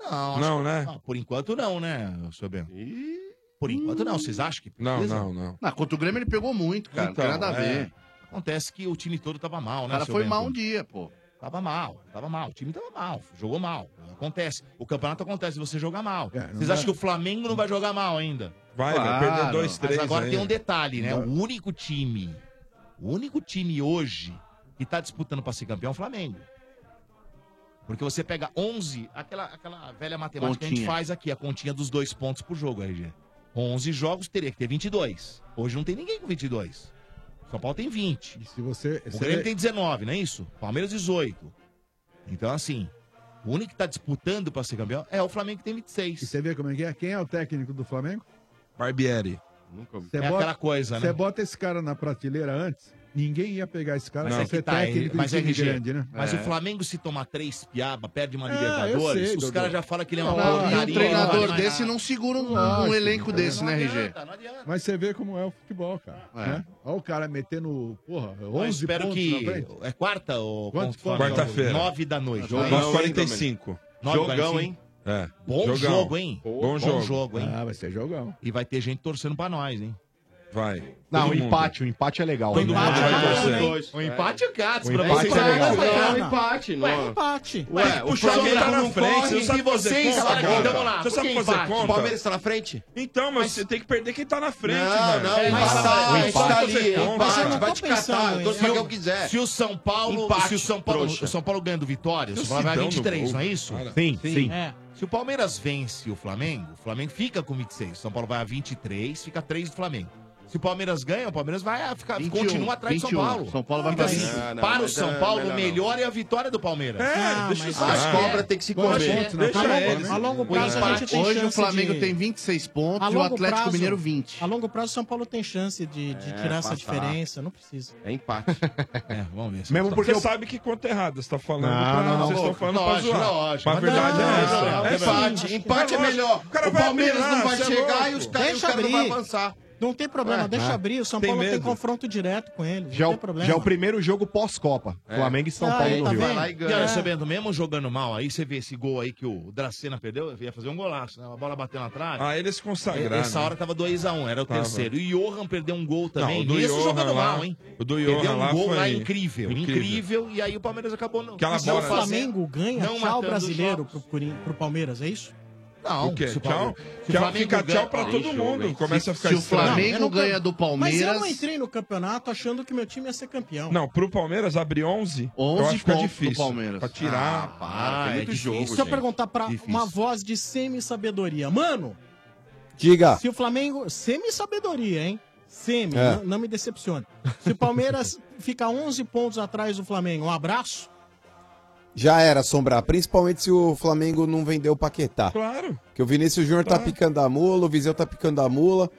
[SPEAKER 8] Não, acho
[SPEAKER 6] Não,
[SPEAKER 8] que-
[SPEAKER 6] né?
[SPEAKER 8] por enquanto não, né, seu Bento? Por enquanto não, vocês acham que
[SPEAKER 6] Não,
[SPEAKER 8] precisa?
[SPEAKER 6] não, não.
[SPEAKER 11] Ah, contra o Grêmio ele pegou muito, cara.
[SPEAKER 8] Então,
[SPEAKER 11] não tem nada a
[SPEAKER 8] é.
[SPEAKER 11] ver.
[SPEAKER 8] Acontece que o time todo tava mal,
[SPEAKER 11] O
[SPEAKER 8] né?
[SPEAKER 11] cara
[SPEAKER 8] seu
[SPEAKER 11] foi
[SPEAKER 8] Bento?
[SPEAKER 11] mal um dia, pô.
[SPEAKER 8] Tava mal, tava mal. O time tava mal, jogou mal. Acontece. O campeonato acontece se você jogar mal.
[SPEAKER 11] É,
[SPEAKER 8] Vocês
[SPEAKER 6] dá.
[SPEAKER 8] acham que o Flamengo não vai jogar mal ainda?
[SPEAKER 6] Vai, vai perder dois, três
[SPEAKER 8] Mas agora
[SPEAKER 6] aí.
[SPEAKER 8] tem um detalhe, né?
[SPEAKER 6] Vai.
[SPEAKER 8] O único time, o único time hoje que tá disputando pra ser campeão é o Flamengo. Porque você pega 11, aquela, aquela velha matemática que a gente
[SPEAKER 11] Continha.
[SPEAKER 8] faz aqui, a continha dos dois pontos por jogo, RG. 11 jogos teria que ter 22. Hoje não tem ninguém com 22. São Paulo tem 20.
[SPEAKER 9] Se você.
[SPEAKER 8] O Grêmio tem 19, não é isso? Palmeiras 18. Então, assim, o único que tá disputando pra ser campeão é o Flamengo que tem 26.
[SPEAKER 9] E você vê como é que é? Quem é o técnico do Flamengo?
[SPEAKER 6] Barbieri.
[SPEAKER 9] Você
[SPEAKER 8] é aquela coisa, né?
[SPEAKER 9] Você bota esse cara na prateleira antes, ninguém ia pegar esse cara
[SPEAKER 8] Mas
[SPEAKER 9] pra
[SPEAKER 8] é que
[SPEAKER 9] ser
[SPEAKER 8] tá,
[SPEAKER 9] técnico
[SPEAKER 8] mas
[SPEAKER 9] de time
[SPEAKER 8] RG,
[SPEAKER 9] grande, né?
[SPEAKER 8] Mas o Flamengo se tomar três piaba, perde uma
[SPEAKER 9] É, eu
[SPEAKER 8] Libertadores,
[SPEAKER 9] sei,
[SPEAKER 8] os
[SPEAKER 9] Dodô.
[SPEAKER 8] caras já falam que ele é uma
[SPEAKER 9] Não,
[SPEAKER 8] porcaria.
[SPEAKER 9] e um treinador
[SPEAKER 8] não vale mais
[SPEAKER 11] desse
[SPEAKER 8] nada.
[SPEAKER 11] não segura um, um
[SPEAKER 9] Lógico,
[SPEAKER 11] elenco
[SPEAKER 9] não
[SPEAKER 11] desse, né, RG?
[SPEAKER 9] Mas você vê como é o futebol, cara.
[SPEAKER 11] É.
[SPEAKER 9] né? Olha o cara metendo, porra, 11
[SPEAKER 8] Eu espero
[SPEAKER 9] pontos
[SPEAKER 8] que...
[SPEAKER 9] na frente.
[SPEAKER 8] É quarta ou...
[SPEAKER 9] Quantos
[SPEAKER 8] quando-
[SPEAKER 9] pontos?
[SPEAKER 6] Quarta-feira.
[SPEAKER 8] 9 da noite.
[SPEAKER 6] Jogão,
[SPEAKER 8] Nove
[SPEAKER 6] hein, 45.
[SPEAKER 8] Nove e
[SPEAKER 6] Jogão,
[SPEAKER 8] 45.
[SPEAKER 6] hein? É.
[SPEAKER 8] Bom
[SPEAKER 6] Jogão.
[SPEAKER 8] jogo, hein?
[SPEAKER 6] Bom
[SPEAKER 8] Bom
[SPEAKER 6] jogo.
[SPEAKER 8] jogo, hein?
[SPEAKER 9] Ah, vai ser jogão.
[SPEAKER 8] E vai ter gente torcendo pra nós, hein?
[SPEAKER 6] Vai.
[SPEAKER 7] Não,
[SPEAKER 6] Todo
[SPEAKER 7] o
[SPEAKER 6] mundo.
[SPEAKER 7] empate, o empate é legal. né?
[SPEAKER 6] Todo mundo vai
[SPEAKER 7] Ah,
[SPEAKER 6] torcer.
[SPEAKER 7] é.
[SPEAKER 6] Dois.
[SPEAKER 8] O empate é o Cats
[SPEAKER 7] O
[SPEAKER 8] pra
[SPEAKER 7] empate
[SPEAKER 8] vocês.
[SPEAKER 7] é legal.
[SPEAKER 8] Não,
[SPEAKER 4] Não, Um empate,
[SPEAKER 8] Ué,
[SPEAKER 4] não.
[SPEAKER 3] empate.
[SPEAKER 4] Ué,
[SPEAKER 8] Ué,
[SPEAKER 4] o
[SPEAKER 8] o
[SPEAKER 4] Flamengo
[SPEAKER 8] Flamengo
[SPEAKER 4] tá
[SPEAKER 8] não
[SPEAKER 4] na
[SPEAKER 8] corre
[SPEAKER 4] frente, você não
[SPEAKER 8] e
[SPEAKER 4] sabe fazer
[SPEAKER 8] vocês
[SPEAKER 4] conta.
[SPEAKER 8] sabe,
[SPEAKER 4] Cala a
[SPEAKER 8] vamos
[SPEAKER 4] boca.
[SPEAKER 8] lá.
[SPEAKER 6] Você sabe
[SPEAKER 8] Por que
[SPEAKER 6] fazer
[SPEAKER 8] empate?
[SPEAKER 6] conta?
[SPEAKER 4] O Palmeiras tá na frente?
[SPEAKER 6] Então, mas você tem que perder quem tá na frente,
[SPEAKER 4] Não,
[SPEAKER 6] velho.
[SPEAKER 4] não, mas
[SPEAKER 6] Para,
[SPEAKER 4] tá,
[SPEAKER 6] para,
[SPEAKER 4] empate,
[SPEAKER 6] para,
[SPEAKER 4] tá
[SPEAKER 6] fazer
[SPEAKER 4] ali,
[SPEAKER 6] conta.
[SPEAKER 4] empate,
[SPEAKER 6] Você não
[SPEAKER 4] vai
[SPEAKER 6] tá
[SPEAKER 4] te catar,
[SPEAKER 6] pensando
[SPEAKER 4] eu tô
[SPEAKER 6] nisso.
[SPEAKER 4] pra quem eu quiser.
[SPEAKER 8] Se o São Paulo,
[SPEAKER 4] Empate,
[SPEAKER 8] se o São Paulo,
[SPEAKER 4] trouxa.
[SPEAKER 8] o São Paulo ganhando vitória, o São Paulo vai
[SPEAKER 4] Sidão no
[SPEAKER 8] 23,
[SPEAKER 4] gol,
[SPEAKER 8] não é isso?
[SPEAKER 4] cara. Sim, Sim. sim.
[SPEAKER 8] É. Se o Palmeiras vence o Flamengo, o Flamengo fica com 26. O São Paulo vai a 23, fica 3 do Flamengo. Se o Palmeiras ganha, o Palmeiras vai a ficar,
[SPEAKER 11] 21,
[SPEAKER 8] continua atrás do
[SPEAKER 11] 21.
[SPEAKER 8] São Paulo.
[SPEAKER 11] São Paulo vai
[SPEAKER 8] então,
[SPEAKER 11] pra
[SPEAKER 8] assim,
[SPEAKER 11] cima. Não, não,
[SPEAKER 8] Para o
[SPEAKER 11] mas
[SPEAKER 8] São
[SPEAKER 11] é
[SPEAKER 8] Paulo,
[SPEAKER 11] melhor
[SPEAKER 8] o
[SPEAKER 11] não.
[SPEAKER 8] melhor é a vitória do Palmeiras.
[SPEAKER 11] É, Então,
[SPEAKER 8] Ah,
[SPEAKER 11] deixa
[SPEAKER 8] mas
[SPEAKER 11] os caras.
[SPEAKER 8] é.
[SPEAKER 11] As cobras têm que se comer.
[SPEAKER 8] Deixa-
[SPEAKER 11] Pontos na
[SPEAKER 8] deixa
[SPEAKER 11] Copa, né?
[SPEAKER 8] eles.
[SPEAKER 11] A longo
[SPEAKER 8] O
[SPEAKER 11] prazo,
[SPEAKER 8] empate-
[SPEAKER 11] a gente tem Hoje o chance Flamengo de- tem 26 pontos
[SPEAKER 3] A
[SPEAKER 11] e o
[SPEAKER 3] longo
[SPEAKER 11] Atlético Mineiro 20.
[SPEAKER 3] A longo prazo, São Paulo tem chance de, de
[SPEAKER 6] É,
[SPEAKER 3] tirar essa
[SPEAKER 6] passar.
[SPEAKER 3] diferença. Não precisa.
[SPEAKER 4] É empate.
[SPEAKER 8] é, vamos ver.
[SPEAKER 6] Mesmo porque
[SPEAKER 3] Você
[SPEAKER 6] você sabe que conta errada, você tá falando.
[SPEAKER 7] Não, não,
[SPEAKER 6] pra,
[SPEAKER 7] não.
[SPEAKER 6] Vocês estão
[SPEAKER 7] Lógico,
[SPEAKER 6] falando pra
[SPEAKER 7] lógico,
[SPEAKER 6] zoar.
[SPEAKER 7] lógico.
[SPEAKER 6] Mas a verdade
[SPEAKER 7] Não,
[SPEAKER 6] é essa.
[SPEAKER 7] não,
[SPEAKER 6] é
[SPEAKER 7] empate,
[SPEAKER 6] sim.
[SPEAKER 7] empate é
[SPEAKER 6] Mas
[SPEAKER 7] melhor.
[SPEAKER 6] lógico, cara
[SPEAKER 7] O
[SPEAKER 6] vai
[SPEAKER 7] Palmeiras
[SPEAKER 6] abrir,
[SPEAKER 7] não vai
[SPEAKER 6] você é
[SPEAKER 7] chegar
[SPEAKER 6] louco.
[SPEAKER 7] e os
[SPEAKER 3] caras- Deixa
[SPEAKER 4] o cara não vai
[SPEAKER 3] abrir.
[SPEAKER 4] avançar.
[SPEAKER 3] Não tem problema,
[SPEAKER 7] É,
[SPEAKER 3] deixa
[SPEAKER 7] né?
[SPEAKER 3] abrir. O São
[SPEAKER 7] Tem
[SPEAKER 3] Paulo tem
[SPEAKER 7] medo.
[SPEAKER 3] confronto direto com ele. não tem
[SPEAKER 7] Já, é o-
[SPEAKER 3] problema.
[SPEAKER 7] já é o primeiro jogo pós-Copa. Flamengo É. e São
[SPEAKER 3] Ah,
[SPEAKER 7] Paulo
[SPEAKER 3] aí,
[SPEAKER 7] no
[SPEAKER 3] tá
[SPEAKER 7] Rio.
[SPEAKER 3] vendo?
[SPEAKER 8] E olha, sabendo, mesmo jogando mal aí, você vê esse gol aí que o Dracena perdeu, ia fazer um golaço, né? A bola bateu na trave.
[SPEAKER 6] Ah, eles consagraram.
[SPEAKER 8] Nessa hora tava 2x1, era o
[SPEAKER 6] Tava.
[SPEAKER 8] terceiro. E o Johan perdeu um gol também.
[SPEAKER 6] o do
[SPEAKER 8] Isso
[SPEAKER 6] Johan
[SPEAKER 8] jogando
[SPEAKER 6] lá-
[SPEAKER 8] mal, hein?
[SPEAKER 6] o do
[SPEAKER 8] perdeu
[SPEAKER 6] Johan
[SPEAKER 8] um
[SPEAKER 6] lá
[SPEAKER 8] gol lá
[SPEAKER 6] foi
[SPEAKER 8] incrível, incrível.
[SPEAKER 6] incrível.
[SPEAKER 8] E aí o Palmeiras acabou não.
[SPEAKER 6] Aquela né?
[SPEAKER 8] não
[SPEAKER 3] Se o
[SPEAKER 8] fazendo-
[SPEAKER 3] Flamengo ganha,
[SPEAKER 8] não
[SPEAKER 3] tchau
[SPEAKER 8] matando
[SPEAKER 3] brasileiro pro, Corin- pro Palmeiras, é isso?
[SPEAKER 8] Não,
[SPEAKER 6] O quê?
[SPEAKER 3] se o
[SPEAKER 6] Tchau?
[SPEAKER 3] Palmeiras-
[SPEAKER 8] se o
[SPEAKER 6] Tchau
[SPEAKER 8] Flamengo
[SPEAKER 6] fica tchau
[SPEAKER 8] ganha-
[SPEAKER 6] pra
[SPEAKER 8] Aí,
[SPEAKER 6] todo
[SPEAKER 8] jogo,
[SPEAKER 6] mundo.
[SPEAKER 8] hein?
[SPEAKER 6] Começa a ficar
[SPEAKER 11] se o
[SPEAKER 6] estranho.
[SPEAKER 11] Flamengo
[SPEAKER 3] Eu não-
[SPEAKER 11] ganha do
[SPEAKER 3] Mas eu
[SPEAKER 11] Palmeiras.
[SPEAKER 3] não entrei no campeonato achando que meu time ia ser campeão.
[SPEAKER 6] Não, pro Palmeiras abrir 11,
[SPEAKER 11] 11
[SPEAKER 6] eu acho que fica
[SPEAKER 11] pontos do
[SPEAKER 6] difícil.
[SPEAKER 11] Palmeiras.
[SPEAKER 6] Pra tirar.
[SPEAKER 11] Ah, para, tem muito jogo,
[SPEAKER 3] Deixa É eu perguntar pra
[SPEAKER 6] Difícil.
[SPEAKER 3] uma voz de semi-sabedoria. Mano,
[SPEAKER 10] Diga.
[SPEAKER 3] se o Flamengo. Semi-sabedoria, hein? Semi,
[SPEAKER 10] É.
[SPEAKER 3] n- não, me decepcione. Se o Palmeiras fica 11 pontos atrás do Flamengo, um abraço.
[SPEAKER 10] Já era assombrar, principalmente se o Flamengo não vendeu o Paquetá.
[SPEAKER 6] Claro.
[SPEAKER 10] Que o Vinícius Júnior tá
[SPEAKER 6] Claro.
[SPEAKER 10] picando a mula, o Viseu tá picando a mula.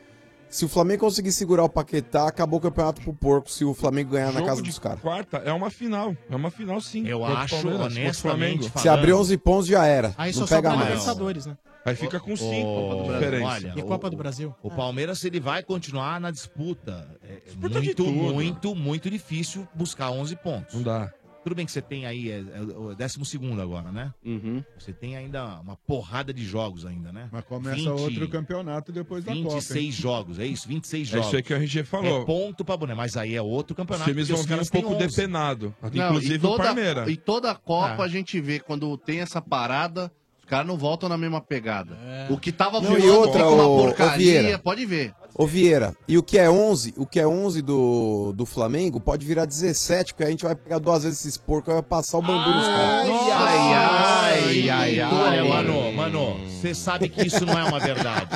[SPEAKER 10] Se o Flamengo conseguir segurar o Paquetá, acabou o campeonato pro porco se o Flamengo ganhar na
[SPEAKER 6] Jogo
[SPEAKER 10] casa
[SPEAKER 6] de
[SPEAKER 10] dos caras.
[SPEAKER 6] Quarta é uma final. É uma final, sim.
[SPEAKER 8] Eu
[SPEAKER 6] Contra o
[SPEAKER 8] acho,
[SPEAKER 6] Palmeiras, contra o
[SPEAKER 8] honestamente
[SPEAKER 6] Flamengo.
[SPEAKER 10] Se abrir 11 pontos, já era.
[SPEAKER 3] Aí
[SPEAKER 10] não
[SPEAKER 3] só
[SPEAKER 10] pega
[SPEAKER 3] sobra a
[SPEAKER 10] mais.
[SPEAKER 3] Libertadores, né?
[SPEAKER 6] Aí fica com 5
[SPEAKER 8] Ô,
[SPEAKER 6] de diferença.
[SPEAKER 8] olha,
[SPEAKER 3] E
[SPEAKER 8] o-
[SPEAKER 3] Copa do Brasil.
[SPEAKER 8] O Palmeiras ele vai continuar na disputa. É
[SPEAKER 6] de
[SPEAKER 8] muito,
[SPEAKER 6] tudo.
[SPEAKER 8] muito, muito difícil buscar 11 pontos.
[SPEAKER 6] Não dá.
[SPEAKER 8] Tudo bem que você tem aí, é, é o 12 agora, né?
[SPEAKER 6] Uhum.
[SPEAKER 8] Você tem ainda uma porrada de jogos ainda, né? Mas
[SPEAKER 9] Começa outro campeonato depois da Copa. hein?
[SPEAKER 8] 26 jogos, é isso? 26
[SPEAKER 6] É
[SPEAKER 8] jogos.
[SPEAKER 6] isso aí que o RG falou.
[SPEAKER 8] É ponto pra boné, mas aí é outro
[SPEAKER 6] Os
[SPEAKER 8] campeonato.
[SPEAKER 6] times
[SPEAKER 8] porque
[SPEAKER 6] vão vir um
[SPEAKER 8] caras têm
[SPEAKER 6] pouco
[SPEAKER 8] 11.
[SPEAKER 6] depenado.
[SPEAKER 11] Não,
[SPEAKER 6] Inclusive
[SPEAKER 11] e toda-
[SPEAKER 6] o Parmeira.
[SPEAKER 11] E toda a Copa
[SPEAKER 6] Ah.
[SPEAKER 11] a gente vê, quando tem essa parada, os caras não voltam na mesma pegada. O que tava
[SPEAKER 10] Não, e
[SPEAKER 11] voando
[SPEAKER 10] outra,
[SPEAKER 11] fica
[SPEAKER 10] ô- ô Vieira.
[SPEAKER 11] pode ver.
[SPEAKER 10] Ô Vieira, e o que é 11, o que é 11 do, do Flamengo pode virar 17, porque a gente vai pegar duas vezes esses porcos e vai passar o bambu nos caras.
[SPEAKER 8] Ai, ai, ai, ai. Olha, mano, mano, você sabe que isso não é uma verdade.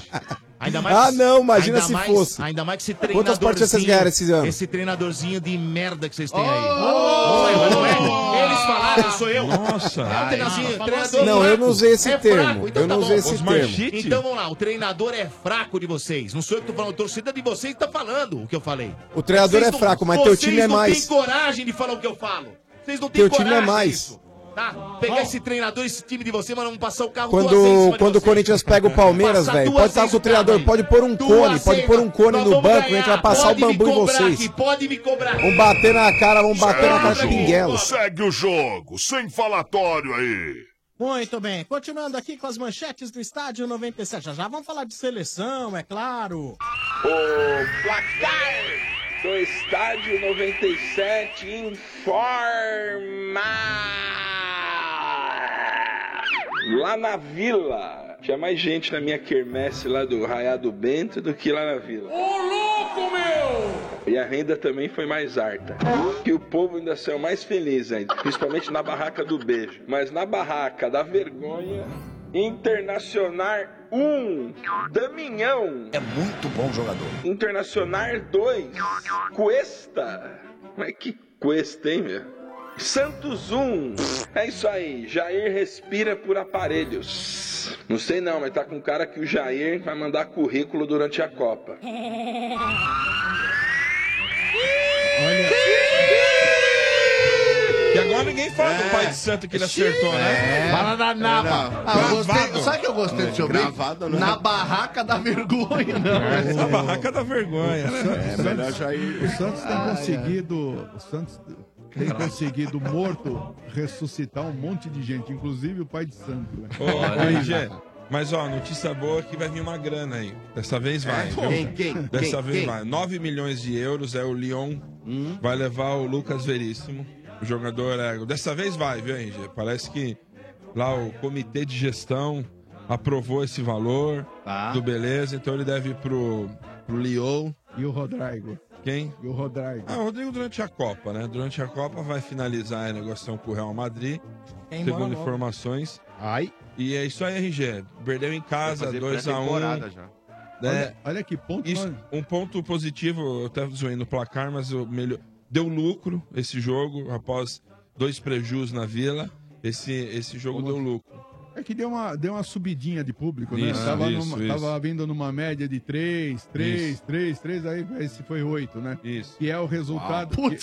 [SPEAKER 8] Ainda mais,
[SPEAKER 10] Ah, não, imagina
[SPEAKER 8] ainda
[SPEAKER 10] se
[SPEAKER 8] mais-
[SPEAKER 10] fosse.
[SPEAKER 8] Ainda mais que esse treinadorzinho...
[SPEAKER 10] Quantas partidas vocês ganharam esse ano? Oh!
[SPEAKER 8] Esse treinadorzinho de merda que vocês têm aí. Não é, não é? Eles falaram, sou eu.
[SPEAKER 6] Nossa.
[SPEAKER 8] É o treinadorzinho,
[SPEAKER 10] Ai,
[SPEAKER 8] treinador
[SPEAKER 10] um não,
[SPEAKER 8] fraco.
[SPEAKER 10] eu não usei esse
[SPEAKER 8] É
[SPEAKER 10] termo,
[SPEAKER 8] fraco,
[SPEAKER 10] eu não usei esse
[SPEAKER 8] Osmar
[SPEAKER 10] termo.
[SPEAKER 8] Chite. Então vamos lá, o treinador é fraco de vocês. Não sou eu que tô falando, a torcida de vocês tá falando o que eu falei.
[SPEAKER 10] O treinador
[SPEAKER 8] Vocês
[SPEAKER 10] é
[SPEAKER 8] não-
[SPEAKER 10] fraco, mas teu time é
[SPEAKER 8] Vocês
[SPEAKER 10] mais.
[SPEAKER 8] não têm coragem de falar o que eu falo. Vocês não têm
[SPEAKER 10] Teu
[SPEAKER 8] coragem.
[SPEAKER 10] time é mais.
[SPEAKER 8] Tá? Pegar esse treinador, esse time de você, mas vamos passar o carro duas vezes em cima
[SPEAKER 10] Quando,
[SPEAKER 8] de
[SPEAKER 10] quando o
[SPEAKER 8] vocês.
[SPEAKER 10] Corinthians pega o Palmeiras, velho, pode estar com o treinador, pode pôr um cone, pode pôr um cone no banco, a gente vai passar o bambu em vocês.
[SPEAKER 8] Pode me cobrar.
[SPEAKER 10] Vão bater na cara, vão bater na cara de pinguela.
[SPEAKER 12] Segue o jogo, sem falatório aí.
[SPEAKER 3] Muito bem, continuando aqui com as manchetes do estádio 97. Já já vamos falar de seleção, é claro.
[SPEAKER 13] O placar do estádio 97 informa. Lá na vila. Tinha mais gente na minha quermesse lá do Raiado Bento do que lá na vila.
[SPEAKER 1] Ô louco, meu!
[SPEAKER 13] E a renda também foi mais alta. Que o povo ainda saiu mais feliz ainda. Principalmente na barraca do beijo. Mas na barraca da vergonha, Internacional 1, Damião. É muito bom jogador. Internacional 2, Cuesta. Mas que Cuesta, hein, meu? Santos 1. É isso aí. Jair respira por aparelhos. Não sei não, mas tá com cara que o Jair vai mandar currículo durante a Copa.
[SPEAKER 6] E agora ninguém fala
[SPEAKER 9] É.
[SPEAKER 6] do pai de santo que ele acertou,
[SPEAKER 11] É.
[SPEAKER 6] né?
[SPEAKER 8] Fala da naba.
[SPEAKER 11] Ah, eu gostei, sabe o que eu gostei do seu brinco? Na barraca da vergonha, não.
[SPEAKER 6] É,
[SPEAKER 11] é
[SPEAKER 6] Na barraca da vergonha,
[SPEAKER 9] né? É, melhor já ir. O Santos tem conseguido. O Santos tem conseguido morto ressuscitar um monte de gente, inclusive o pai de santo. né?
[SPEAKER 6] Ô, RG, mas ó, notícia boa é que vai vir uma grana aí. Dessa vez vai.
[SPEAKER 9] É,
[SPEAKER 6] viu?
[SPEAKER 9] quem, quem,
[SPEAKER 6] Dessa
[SPEAKER 9] quem,
[SPEAKER 6] vez
[SPEAKER 9] quem?
[SPEAKER 6] vai. 9 milhões de euros é o Lyon.
[SPEAKER 4] Hum?
[SPEAKER 6] Vai levar o Lucas Veríssimo. O jogador é. Dessa vez vai, viu, RG? Parece que lá o comitê de gestão aprovou esse valor
[SPEAKER 4] Tá.
[SPEAKER 6] do beleza, então ele deve ir pro, pro Lyon.
[SPEAKER 9] E o Rodrigo?
[SPEAKER 6] Quem?
[SPEAKER 9] E o Rodrigo?
[SPEAKER 6] Ah, o Rodrigo durante a Copa, né? Durante a Copa vai finalizar a negociação com o Real Madrid,
[SPEAKER 9] É, embora
[SPEAKER 6] segundo
[SPEAKER 9] logo.
[SPEAKER 6] informações. Ai. E é isso aí, RG. Perdeu em casa,
[SPEAKER 4] fazer
[SPEAKER 6] 2x1.
[SPEAKER 4] pré-temporada já.
[SPEAKER 9] Olha- que ponto.
[SPEAKER 6] Né? um ponto positivo, eu até zoei no placar, mas o melhor. Deu lucro esse jogo, após dois prejus na vila. Esse, esse jogo deu lucro.
[SPEAKER 9] É que deu uma, deu uma subidinha de público, né?
[SPEAKER 6] Isso,
[SPEAKER 9] tava,
[SPEAKER 6] isso,
[SPEAKER 9] numa-
[SPEAKER 6] isso.
[SPEAKER 9] tava vindo numa média de 3, 3,
[SPEAKER 6] Isso.
[SPEAKER 9] 3, 3, aí esse foi 8, né?
[SPEAKER 6] Isso.
[SPEAKER 9] Que é o resultado.
[SPEAKER 6] Uau,
[SPEAKER 9] que,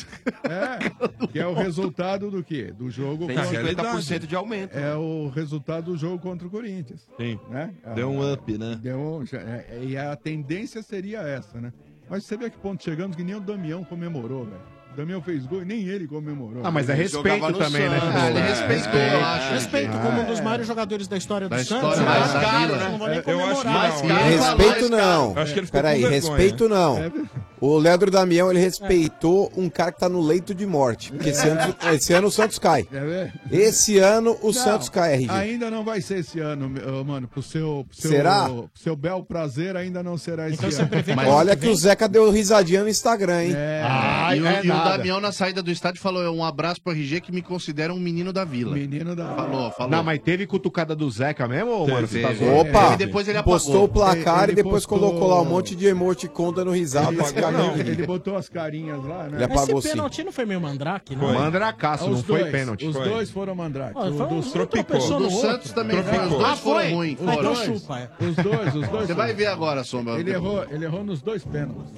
[SPEAKER 9] é, que é o resultado do quê? Do jogo
[SPEAKER 4] Tem 50% de aumento.
[SPEAKER 9] É o resultado do jogo contra o Corinthians.
[SPEAKER 6] Sim.
[SPEAKER 9] Né?
[SPEAKER 6] Deu um up, né?
[SPEAKER 9] Deu um- já- é- é- e a tendência seria essa, né? Mas você vê a que ponto chegamos que nem o Damião comemorou, velho. O Damião fez gol e nem ele comemorou.
[SPEAKER 7] Ah, mas é Ele respeito jogava no também, né? Santos, Ah, ele né? respeitou,
[SPEAKER 3] É,
[SPEAKER 7] eu acho,
[SPEAKER 3] Respeito
[SPEAKER 7] gente.
[SPEAKER 3] como um
[SPEAKER 7] Ah,
[SPEAKER 3] dos maiores jogadores da história do
[SPEAKER 7] Da
[SPEAKER 3] Santos.
[SPEAKER 7] história, mas
[SPEAKER 3] mais
[SPEAKER 7] da
[SPEAKER 3] caro,
[SPEAKER 7] Vila,
[SPEAKER 3] né? Não vou nem
[SPEAKER 7] é, eu acho que
[SPEAKER 3] comemorar.
[SPEAKER 7] não,
[SPEAKER 3] isso.
[SPEAKER 7] hein?
[SPEAKER 10] Respeito não.
[SPEAKER 7] Acho que ele ficou com
[SPEAKER 10] Peraí,
[SPEAKER 7] vergonha.
[SPEAKER 10] respeito não. O Leandro Damião, ele respeitou um cara que tá no leito de morte. Porque esse ano, esse ano o Santos cai.
[SPEAKER 9] Quer ver?
[SPEAKER 10] Esse ano o
[SPEAKER 9] Não,
[SPEAKER 10] Santos cai, RG.
[SPEAKER 9] Ainda não vai ser esse ano, me- ô, mano. Pro seu, pro seu,
[SPEAKER 10] Será?
[SPEAKER 9] Pro seu bel prazer, ainda não será
[SPEAKER 3] Então
[SPEAKER 9] esse ano.
[SPEAKER 10] Mas Olha que o Zeca deu risadinha no Instagram, hein?
[SPEAKER 8] É. Ah,
[SPEAKER 11] e o,
[SPEAKER 9] é
[SPEAKER 11] e o Damião, na saída do estádio, falou: um abraço pro RG que me considera um menino da vila.
[SPEAKER 9] Menino da
[SPEAKER 11] Falou, falou.
[SPEAKER 7] Não, mas teve cutucada do Zeca mesmo, ô, mano? Você tá
[SPEAKER 11] Teve.
[SPEAKER 7] zoando?
[SPEAKER 10] Opa,
[SPEAKER 11] E depois ele apagou.
[SPEAKER 10] postou o placar
[SPEAKER 11] Ele- ele
[SPEAKER 10] e depois
[SPEAKER 11] postou-
[SPEAKER 10] colocou lá um monte de emoticon dando risada.
[SPEAKER 9] Ele,
[SPEAKER 10] Esse cara
[SPEAKER 9] não,
[SPEAKER 10] é
[SPEAKER 9] ele
[SPEAKER 10] ridículo.
[SPEAKER 9] botou as carinhas lá, né?
[SPEAKER 10] Ele apagou
[SPEAKER 3] Esse
[SPEAKER 10] sim.
[SPEAKER 3] pênalti não foi meio mandrake, não?
[SPEAKER 10] Foi. Mandracaço,
[SPEAKER 9] Ah, os
[SPEAKER 10] não foi
[SPEAKER 9] dois.
[SPEAKER 7] pênalti.
[SPEAKER 9] Os
[SPEAKER 7] Foi.
[SPEAKER 9] dois foram mandrake.
[SPEAKER 3] Ah,
[SPEAKER 9] O
[SPEAKER 3] foi um-
[SPEAKER 9] dos-
[SPEAKER 3] Tropicou.
[SPEAKER 11] Do Santos também foi, os
[SPEAKER 3] Ah,
[SPEAKER 11] dois foram ruins.
[SPEAKER 9] Os
[SPEAKER 3] então
[SPEAKER 9] dois.
[SPEAKER 3] é.
[SPEAKER 9] Os dois, os dois.
[SPEAKER 11] Você vai ver agora, Sombra.
[SPEAKER 9] Ele errou, ele errou nos dois pênaltis.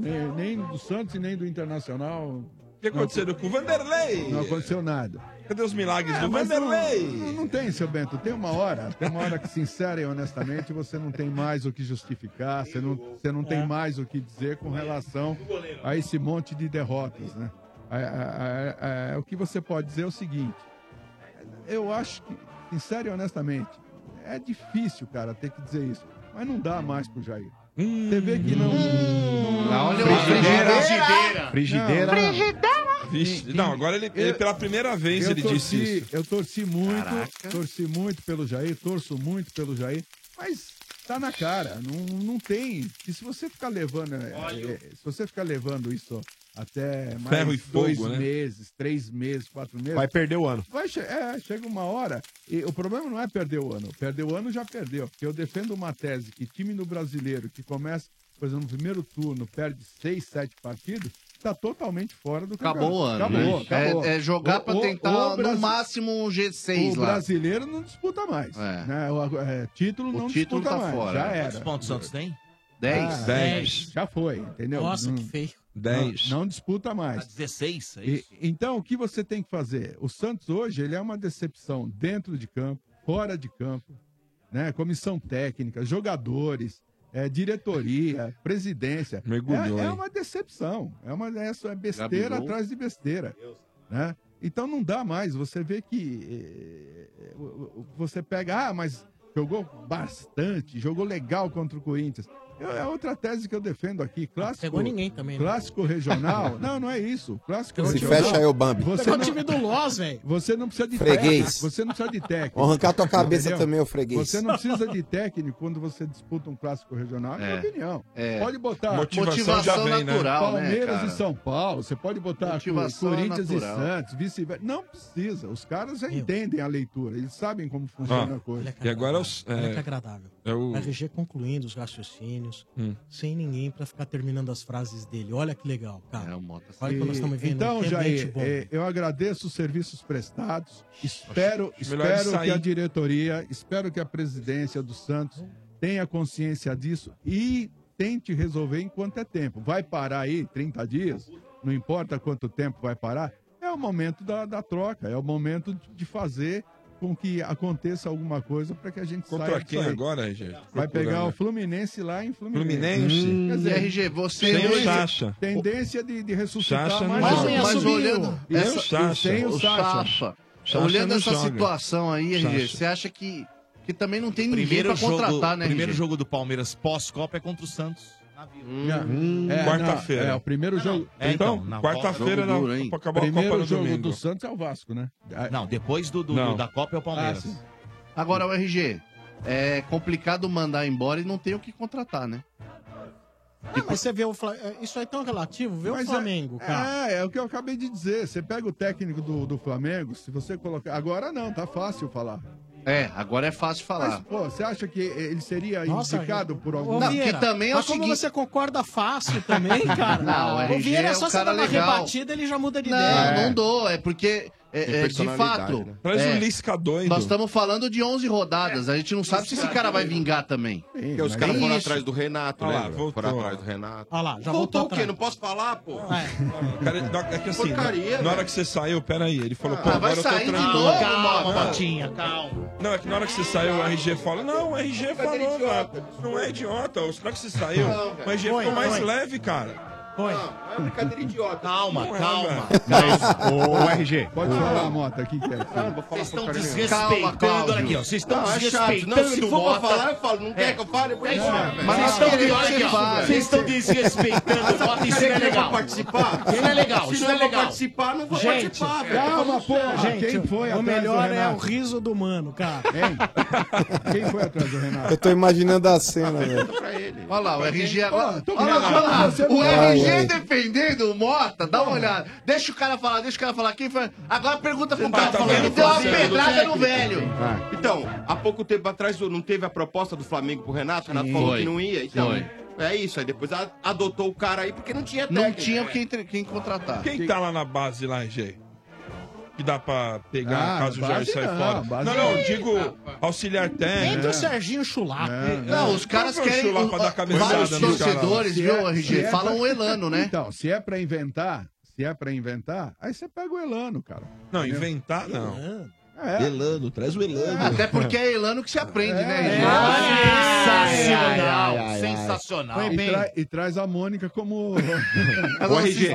[SPEAKER 9] Nem, nem do Santos e nem do Internacional.
[SPEAKER 6] O que aconteceu com o Vanderlei?
[SPEAKER 9] Não aconteceu nada.
[SPEAKER 6] Cadê os milagres
[SPEAKER 9] É,
[SPEAKER 6] do
[SPEAKER 9] mas não-
[SPEAKER 6] Vanderlei?
[SPEAKER 9] Não, não tem, seu Bento. Tem uma hora, tem uma hora que, sincera e honestamente, você não tem mais o que justificar, você não, você não tem mais o que dizer com relação a esse monte de derrotas, né? É, é, é, é, o que você pode dizer é o seguinte: eu acho que, sincero e honestamente, é difícil, cara, ter que dizer isso. Mas não dá mais pro Jair. Você vê que não.
[SPEAKER 6] Ah, olha
[SPEAKER 9] o
[SPEAKER 6] o- Frigideira. Frigideira.
[SPEAKER 9] Não,
[SPEAKER 6] Vixe, não, agora ele, ele pela primeira vez
[SPEAKER 9] eu
[SPEAKER 6] ele
[SPEAKER 9] torci,
[SPEAKER 6] disse isso.
[SPEAKER 9] Eu torci muito,
[SPEAKER 6] Caraca.
[SPEAKER 9] torci muito pelo Jair, torço muito pelo Jair, mas tá na cara, não, não tem. E se você ficar levando, é, é, se você ficar levando isso até mais
[SPEAKER 7] Ferro e fogo,
[SPEAKER 9] dois
[SPEAKER 7] né?
[SPEAKER 9] meses, três meses, quatro meses,
[SPEAKER 7] Vai perder o ano.
[SPEAKER 9] Vai che- é, chega uma hora. E o problema não é perder o ano. Perder o ano já perdeu. Porque eu defendo uma tese que time no brasileiro que começa, por exemplo, no primeiro turno, perde seis, sete partidos, está totalmente fora do
[SPEAKER 11] Acabou o ano.
[SPEAKER 9] Acabou,
[SPEAKER 11] né?
[SPEAKER 9] acabou.
[SPEAKER 11] É, é jogar pra
[SPEAKER 9] O- o-
[SPEAKER 11] tentar
[SPEAKER 9] o Brasi-
[SPEAKER 11] no máximo um G6
[SPEAKER 9] o
[SPEAKER 11] lá.
[SPEAKER 9] brasileiro não disputa mais.
[SPEAKER 11] É.
[SPEAKER 9] né? O, é, título
[SPEAKER 11] O
[SPEAKER 9] não
[SPEAKER 11] título
[SPEAKER 9] disputa
[SPEAKER 11] tá
[SPEAKER 9] mais.
[SPEAKER 11] fora,
[SPEAKER 9] Já
[SPEAKER 11] né?
[SPEAKER 9] era.
[SPEAKER 11] Quantos pontos o Santos tem?
[SPEAKER 9] Dez.
[SPEAKER 11] Dez.
[SPEAKER 9] Dez. Já foi, entendeu? Hum.
[SPEAKER 11] Nossa,
[SPEAKER 9] Não-
[SPEAKER 11] que feio.
[SPEAKER 6] Dez.
[SPEAKER 9] Não, não disputa mais.
[SPEAKER 8] 16, é
[SPEAKER 9] E-
[SPEAKER 8] isso?
[SPEAKER 9] então, o que você tem que fazer? O Santos hoje ele é uma decepção dentro de campo, fora de campo, né? Comissão técnica, jogadores, eh, diretoria, presidência.
[SPEAKER 6] Mergulhou,
[SPEAKER 9] é, é
[SPEAKER 6] hein?
[SPEAKER 9] uma decepção. É uma é, só- é besteira
[SPEAKER 6] Gabigol.
[SPEAKER 9] atrás de besteira, né? Então não dá mais. Você vê que eh, o- o- você pega, ah, mas jogou bastante, jogou legal contra o Corinthians. Eu- é outra tese que eu defendo aqui. Clássico,
[SPEAKER 3] Pegou ninguém também, né?
[SPEAKER 9] Clássico regional. não, não é isso. Clássico
[SPEAKER 10] Se
[SPEAKER 9] regional.
[SPEAKER 10] fecha aí, ô Bambi.
[SPEAKER 9] Você
[SPEAKER 10] Pegou o
[SPEAKER 9] não,
[SPEAKER 3] É time do Loz, velho.
[SPEAKER 9] Você não precisa de
[SPEAKER 10] Freguês.
[SPEAKER 9] técnico. Você não precisa de técnico.
[SPEAKER 10] Vou arrancar tua cabeça também, ô freguês.
[SPEAKER 9] Você não precisa de técnico quando você disputa um clássico regional, na
[SPEAKER 10] É.
[SPEAKER 9] minha opinião.
[SPEAKER 10] É.
[SPEAKER 9] Pode botar
[SPEAKER 10] Motivação Motivação já vem, né? natural, né,
[SPEAKER 9] Palmeiras
[SPEAKER 10] cara?
[SPEAKER 9] e São Paulo, você pode botar
[SPEAKER 11] Motivação
[SPEAKER 9] Corinthians
[SPEAKER 11] natural.
[SPEAKER 9] e Santos, vice-versa. Não precisa. Os caras já entendem a leitura, eles sabem como funciona
[SPEAKER 3] Ah.
[SPEAKER 6] Ó,
[SPEAKER 9] a coisa.
[SPEAKER 6] e agora é os-
[SPEAKER 3] Olha
[SPEAKER 6] é,
[SPEAKER 3] que agradável.
[SPEAKER 6] é o-
[SPEAKER 3] RG concluindo os raciocínios,
[SPEAKER 6] Hum.
[SPEAKER 3] sem ninguém pra ficar terminando as frases dele. Olha que legal, cara.
[SPEAKER 9] assim.
[SPEAKER 3] Olha como nós estamos
[SPEAKER 9] E-
[SPEAKER 3] vivendo.
[SPEAKER 9] Então,
[SPEAKER 3] que é ambiente
[SPEAKER 9] Jair,
[SPEAKER 3] bom.
[SPEAKER 9] eh, eu agradeço os serviços prestados. Espero,
[SPEAKER 6] acho melhor ele
[SPEAKER 9] espero que
[SPEAKER 6] sair.
[SPEAKER 9] a diretoria, espero que a presidência do Santos tenha consciência disso e tente resolver enquanto é tempo. Vai parar aí 30 dias, não importa quanto tempo vai parar, é o momento da, da troca, é o momento de fazer com que aconteça alguma coisa para que a gente
[SPEAKER 6] Contra
[SPEAKER 9] saia disso
[SPEAKER 6] quem
[SPEAKER 9] aí.
[SPEAKER 6] agora, gente?
[SPEAKER 9] Vai
[SPEAKER 6] Procurando.
[SPEAKER 8] né?
[SPEAKER 9] pegar o Fluminense lá em Fluminense.
[SPEAKER 6] Fluminense?
[SPEAKER 3] Hum,
[SPEAKER 9] Quer dizer,
[SPEAKER 6] RG,
[SPEAKER 11] você-
[SPEAKER 6] Sem o
[SPEAKER 9] tendência-
[SPEAKER 6] Sacha.
[SPEAKER 9] Tendência de, de ressuscitar
[SPEAKER 6] Sacha não
[SPEAKER 9] mais
[SPEAKER 6] joga.
[SPEAKER 9] um.
[SPEAKER 6] Mas
[SPEAKER 11] Mas olhando.
[SPEAKER 8] É
[SPEAKER 9] E
[SPEAKER 11] essa-
[SPEAKER 9] o Sacha.
[SPEAKER 11] e tem o Sacha.
[SPEAKER 9] Sacha
[SPEAKER 11] Olhando
[SPEAKER 9] não
[SPEAKER 11] essa
[SPEAKER 9] joga.
[SPEAKER 11] situação aí, RG, você acha que, que também não tem ninguém pra contratar, né,
[SPEAKER 8] primeiro
[SPEAKER 11] RG?
[SPEAKER 8] jogo do Palmeiras pós-Copa é contra o Santos.
[SPEAKER 9] Hum. É,
[SPEAKER 6] Quarta-feira.
[SPEAKER 9] não, É, o primeiro jogo.
[SPEAKER 8] É, então, Então, na quarta-feira volta- na- Jogo duro, hein? pra acabar a Copa
[SPEAKER 9] primeiro
[SPEAKER 8] no
[SPEAKER 9] jogo
[SPEAKER 8] domingo.
[SPEAKER 9] do Santos é o Vasco, né?
[SPEAKER 8] Não, depois do, do-
[SPEAKER 9] Não.
[SPEAKER 8] da Copa é o
[SPEAKER 9] Ah,
[SPEAKER 8] Palmeiras.
[SPEAKER 9] sim.
[SPEAKER 11] Agora, o RG, é complicado mandar embora e não tem o que contratar, né?
[SPEAKER 3] Ah, mas você vê o Fla- é, Isso é tão relativo. Vê
[SPEAKER 9] Mas
[SPEAKER 3] o Flamengo,
[SPEAKER 9] é,
[SPEAKER 3] cara.
[SPEAKER 9] É, é o que eu acabei de dizer. Você pega o técnico do, do Flamengo, se você colocar. Agora não, tá fácil falar.
[SPEAKER 11] É, agora é fácil falar.
[SPEAKER 9] Mas, pô, você acha que ele seria
[SPEAKER 3] Ah. Nossa,
[SPEAKER 9] indicado por
[SPEAKER 3] Ô,
[SPEAKER 9] algum.
[SPEAKER 3] Vieira,
[SPEAKER 8] é
[SPEAKER 3] mas como você concorda fácil também, cara?
[SPEAKER 11] Não, o
[SPEAKER 3] o
[SPEAKER 11] RG
[SPEAKER 3] Vieira
[SPEAKER 11] é
[SPEAKER 3] é
[SPEAKER 11] um
[SPEAKER 3] só você
[SPEAKER 11] cara
[SPEAKER 3] dar uma
[SPEAKER 11] legal.
[SPEAKER 3] rebatida, ele já muda de
[SPEAKER 11] Não,
[SPEAKER 3] ideia.
[SPEAKER 11] não dou, é porque,
[SPEAKER 3] Tem
[SPEAKER 11] é, é, de
[SPEAKER 3] personalidade,
[SPEAKER 11] fato...
[SPEAKER 3] né?
[SPEAKER 6] Traz
[SPEAKER 5] um
[SPEAKER 11] é,
[SPEAKER 6] o Lisca doido.
[SPEAKER 11] Nós estamos falando de 11 rodadas, a gente não sabe se esse cara vai vingar também.
[SPEAKER 4] Porque os caras foram atrás do Renato,
[SPEAKER 11] Olha
[SPEAKER 4] né?
[SPEAKER 11] lá,
[SPEAKER 4] velho?
[SPEAKER 11] voltou.
[SPEAKER 4] Foram atrás do Renato.
[SPEAKER 3] Olha lá,
[SPEAKER 4] já voltou. o quê? Não posso falar, pô?
[SPEAKER 6] Cara, na- é que assim,
[SPEAKER 4] Porcaria, né?
[SPEAKER 6] na, na hora que você saiu, peraí, ele falou, pô,
[SPEAKER 4] Ah, vai
[SPEAKER 6] agora eu tô
[SPEAKER 4] sair de
[SPEAKER 6] tranquilo.
[SPEAKER 4] novo,
[SPEAKER 8] Calma,
[SPEAKER 6] Não.
[SPEAKER 8] Botinha, calma.
[SPEAKER 6] Não, é que na hora que você saiu, o RG fala, não, o RG
[SPEAKER 8] Mas ele é
[SPEAKER 6] falou,
[SPEAKER 8] idiota.
[SPEAKER 6] cara, não é idiota, ou na hora que você saiu,
[SPEAKER 8] Não, velho.
[SPEAKER 6] o RG
[SPEAKER 8] Foi,
[SPEAKER 6] ficou mais
[SPEAKER 8] foi.
[SPEAKER 6] leve, cara.
[SPEAKER 3] Foi.
[SPEAKER 4] É uma brincadeira idiota.
[SPEAKER 8] Calma,
[SPEAKER 6] Não é,
[SPEAKER 8] calma.
[SPEAKER 6] velho.
[SPEAKER 9] Mas,
[SPEAKER 7] ô, RG.
[SPEAKER 9] Pode falar, Mota, o que, que é?
[SPEAKER 8] Vocês estão
[SPEAKER 9] porcaria nenhuma.
[SPEAKER 8] desrespeitando
[SPEAKER 9] Calma, Cláudio.
[SPEAKER 8] aqui, ó. Vocês estão
[SPEAKER 9] Não, é chato.
[SPEAKER 8] desrespeitando
[SPEAKER 9] Não, se
[SPEAKER 8] o
[SPEAKER 9] for pra
[SPEAKER 8] Mota.
[SPEAKER 4] falar, eu falo. Não quer
[SPEAKER 8] É.
[SPEAKER 4] que eu fale? né,
[SPEAKER 8] É isso
[SPEAKER 4] Não,
[SPEAKER 8] mesmo.
[SPEAKER 4] mas
[SPEAKER 8] Vocês
[SPEAKER 4] não
[SPEAKER 8] estão
[SPEAKER 4] quer
[SPEAKER 8] pior
[SPEAKER 4] que
[SPEAKER 8] aqui,
[SPEAKER 4] você
[SPEAKER 8] ó.
[SPEAKER 4] fale.
[SPEAKER 8] Vocês estão desrespeitando o Mota. Isso não é
[SPEAKER 4] Quer
[SPEAKER 8] legal.
[SPEAKER 4] participar?
[SPEAKER 8] Isso não é legal. Isso
[SPEAKER 4] Se
[SPEAKER 8] não é
[SPEAKER 4] eu vou
[SPEAKER 8] legal.
[SPEAKER 4] participar, não vou
[SPEAKER 3] Gente,
[SPEAKER 4] participar, velho.
[SPEAKER 9] Calma, porra. Quem foi
[SPEAKER 3] o
[SPEAKER 9] atrás do
[SPEAKER 3] melhor é
[SPEAKER 9] Renato?
[SPEAKER 3] o riso do mano, cara.
[SPEAKER 9] Quem foi atrás do Renato?
[SPEAKER 10] Eu tô imaginando a cena, velho.
[SPEAKER 11] Olha lá, o RG agora.
[SPEAKER 9] tô
[SPEAKER 11] Olha lá,
[SPEAKER 9] querendo
[SPEAKER 11] olha lá.
[SPEAKER 9] você
[SPEAKER 11] O
[SPEAKER 9] não-
[SPEAKER 11] RG
[SPEAKER 10] Ai, ai.
[SPEAKER 11] defendendo o Mota, dá uma olhada. Deixa o cara falar, deixa o cara falar. Quem foi? Agora pergunta pro cara.
[SPEAKER 4] Tá
[SPEAKER 11] falando, Ele
[SPEAKER 4] vendo?
[SPEAKER 11] deu uma
[SPEAKER 4] Fazendo
[SPEAKER 11] pedrada no
[SPEAKER 8] Tá
[SPEAKER 4] técnico.
[SPEAKER 11] velho.
[SPEAKER 4] Então, há pouco tempo atrás não teve a proposta do Flamengo pro Renato? O Renato
[SPEAKER 11] Sim.
[SPEAKER 4] falou
[SPEAKER 11] Foi.
[SPEAKER 4] que não ia. Então,
[SPEAKER 11] Foi.
[SPEAKER 4] é isso. Aí depois a- adotou o cara aí porque não tinha
[SPEAKER 11] Não
[SPEAKER 4] técnico.
[SPEAKER 11] tinha É quem, entre- quem contratar.
[SPEAKER 6] Quem tá lá na base lá, RG? Que dá pra pegar
[SPEAKER 11] Ah,
[SPEAKER 6] caso o Jair
[SPEAKER 11] base
[SPEAKER 6] sair
[SPEAKER 11] não,
[SPEAKER 6] fora.
[SPEAKER 11] base
[SPEAKER 6] Não, não, eu digo auxiliar técnico.
[SPEAKER 3] Nem do Serginho Chulapa.
[SPEAKER 9] é,
[SPEAKER 11] Não, os caras
[SPEAKER 6] Qual foi o
[SPEAKER 11] querem.
[SPEAKER 6] chulapa da cabeçada
[SPEAKER 11] vários
[SPEAKER 6] nos caras lá?
[SPEAKER 11] torcedores,
[SPEAKER 6] Se
[SPEAKER 11] viu,
[SPEAKER 6] é-
[SPEAKER 11] RG?
[SPEAKER 6] se é-
[SPEAKER 11] Falam o Elano, né?
[SPEAKER 9] Então, se é pra inventar, se é pra inventar, aí você pega o Elano, cara. É.
[SPEAKER 6] Não, inventar não. Elano, traz o
[SPEAKER 9] Ah,
[SPEAKER 6] Elano.
[SPEAKER 11] Até porque é Elano que se aprende, né?
[SPEAKER 9] É.
[SPEAKER 11] gente?
[SPEAKER 8] Sensacional,
[SPEAKER 11] Sensacional, sensacional. Então,
[SPEAKER 9] E, tra- e traz a Mônica como.
[SPEAKER 7] O RG.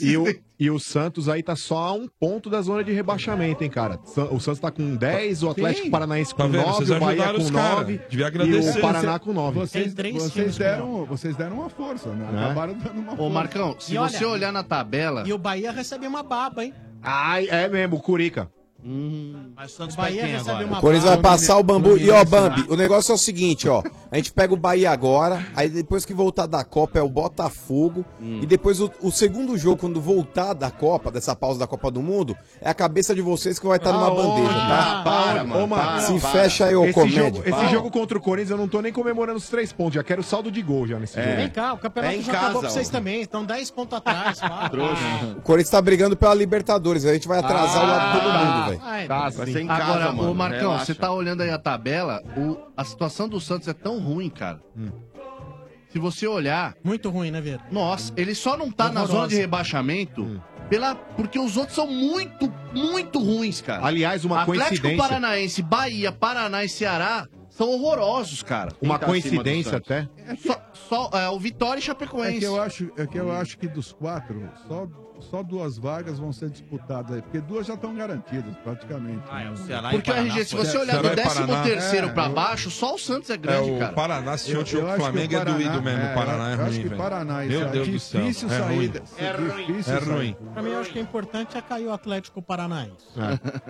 [SPEAKER 7] E o, e o Santos aí tá só a um ponto da zona de rebaixamento, hein, cara? Sa- O Santos tá com 10, o Atlético
[SPEAKER 9] Sim.
[SPEAKER 7] Paranaense
[SPEAKER 9] Tá
[SPEAKER 7] com
[SPEAKER 9] vendo?
[SPEAKER 7] 9,
[SPEAKER 9] Vocês
[SPEAKER 7] o Bahia
[SPEAKER 9] ajudaram
[SPEAKER 7] com
[SPEAKER 9] os cara.
[SPEAKER 7] 9
[SPEAKER 9] Devia
[SPEAKER 7] e
[SPEAKER 9] agradecer.
[SPEAKER 7] o Paraná com 9.
[SPEAKER 9] Vocês, vocês, deram, vocês deram uma força, né?
[SPEAKER 7] Né?
[SPEAKER 9] Acabaram dando uma força.
[SPEAKER 11] Ô, Marcão, se
[SPEAKER 3] E olha-
[SPEAKER 11] você olhar na tabela.
[SPEAKER 3] E o Bahia recebe uma baba, hein?
[SPEAKER 7] Ai, é mesmo, o Curica.
[SPEAKER 11] Mas Hum, o Santos
[SPEAKER 3] vai Bahia quem recebe agora?
[SPEAKER 5] Ah,
[SPEAKER 3] uma
[SPEAKER 10] O Corinthians vai passar o bambu. E ó, Bambi, o negócio é o seguinte, ó. A gente pega o Bahia agora, aí depois que voltar da Copa é o Botafogo. E depois o, o segundo jogo, quando voltar da Copa, dessa pausa da Copa do Mundo, é a cabeça de vocês que vai estar numa bandeja, tá?
[SPEAKER 7] Ah, para,
[SPEAKER 10] Ô, Se fecha aí, ô
[SPEAKER 7] esse
[SPEAKER 10] comédia.
[SPEAKER 7] jogo, esse jogo contra o Corinthians, eu não tô nem comemorando os três pontos, já quero saldo de gol já nesse
[SPEAKER 10] É.
[SPEAKER 7] jogo.
[SPEAKER 3] Vem cá, o campeonato
[SPEAKER 10] É em
[SPEAKER 3] já acabou
[SPEAKER 10] casa,
[SPEAKER 3] pra vocês
[SPEAKER 10] ó.
[SPEAKER 3] também. Estão 10 pontos atrás. fala.
[SPEAKER 10] O Corinthians tá brigando pela Libertadores, a gente vai atrasar o lado de todo
[SPEAKER 11] tá.
[SPEAKER 10] mundo, velho.
[SPEAKER 3] Ah, então.
[SPEAKER 11] Tá,
[SPEAKER 10] Vai
[SPEAKER 11] sim.
[SPEAKER 10] ser em
[SPEAKER 11] Agora,
[SPEAKER 10] casa, mano,
[SPEAKER 11] ô Marcão,
[SPEAKER 10] relaxa.
[SPEAKER 11] você tá olhando aí a tabela, o- a situação do Santos é tão ruim, cara.
[SPEAKER 10] Hum.
[SPEAKER 11] Se você olhar.
[SPEAKER 3] Muito ruim, né, Vieira?
[SPEAKER 11] Nossa, ele só não tá na
[SPEAKER 3] Horrorosa.
[SPEAKER 11] zona de rebaixamento
[SPEAKER 10] Hum.
[SPEAKER 11] pela, porque os outros são muito, muito ruins, cara.
[SPEAKER 7] Aliás, uma
[SPEAKER 11] Atlético
[SPEAKER 7] coincidência.
[SPEAKER 11] Paranaense, Bahia, Paraná e Ceará são horrorosos, cara.
[SPEAKER 7] Uma
[SPEAKER 10] tá
[SPEAKER 7] coincidência até.
[SPEAKER 11] Só, é, o Vitória e Chapecoense.
[SPEAKER 9] É que eu acho, é que eu acho que dos quatro, só, só duas vagas vão ser disputadas aí, porque duas já estão garantidas praticamente. né?
[SPEAKER 8] Ceará
[SPEAKER 11] Hum. Porque, RG, se você olhar do
[SPEAKER 9] Ceará e
[SPEAKER 11] 13
[SPEAKER 9] Paraná,
[SPEAKER 11] terceiro
[SPEAKER 9] é,
[SPEAKER 11] pra
[SPEAKER 9] eu-
[SPEAKER 11] baixo, só o Santos é grande,
[SPEAKER 6] É, o
[SPEAKER 11] cara.
[SPEAKER 6] Paraná, se
[SPEAKER 9] Eu-
[SPEAKER 6] o
[SPEAKER 9] eu
[SPEAKER 6] jogo do
[SPEAKER 9] acho que
[SPEAKER 6] Flamengo
[SPEAKER 9] o
[SPEAKER 6] é doído mesmo.
[SPEAKER 9] é,
[SPEAKER 6] O Paraná é
[SPEAKER 9] eu acho
[SPEAKER 6] ruim,
[SPEAKER 9] que
[SPEAKER 6] velho.
[SPEAKER 9] Paraná, isso
[SPEAKER 6] Meu
[SPEAKER 9] é
[SPEAKER 6] Deus do céu.
[SPEAKER 9] difícil
[SPEAKER 6] É ruim.
[SPEAKER 9] saída,
[SPEAKER 6] É ruim.
[SPEAKER 9] difícil
[SPEAKER 6] É ruim.
[SPEAKER 3] Pra mim, eu acho que o importante é cair o Atlético Paranaense.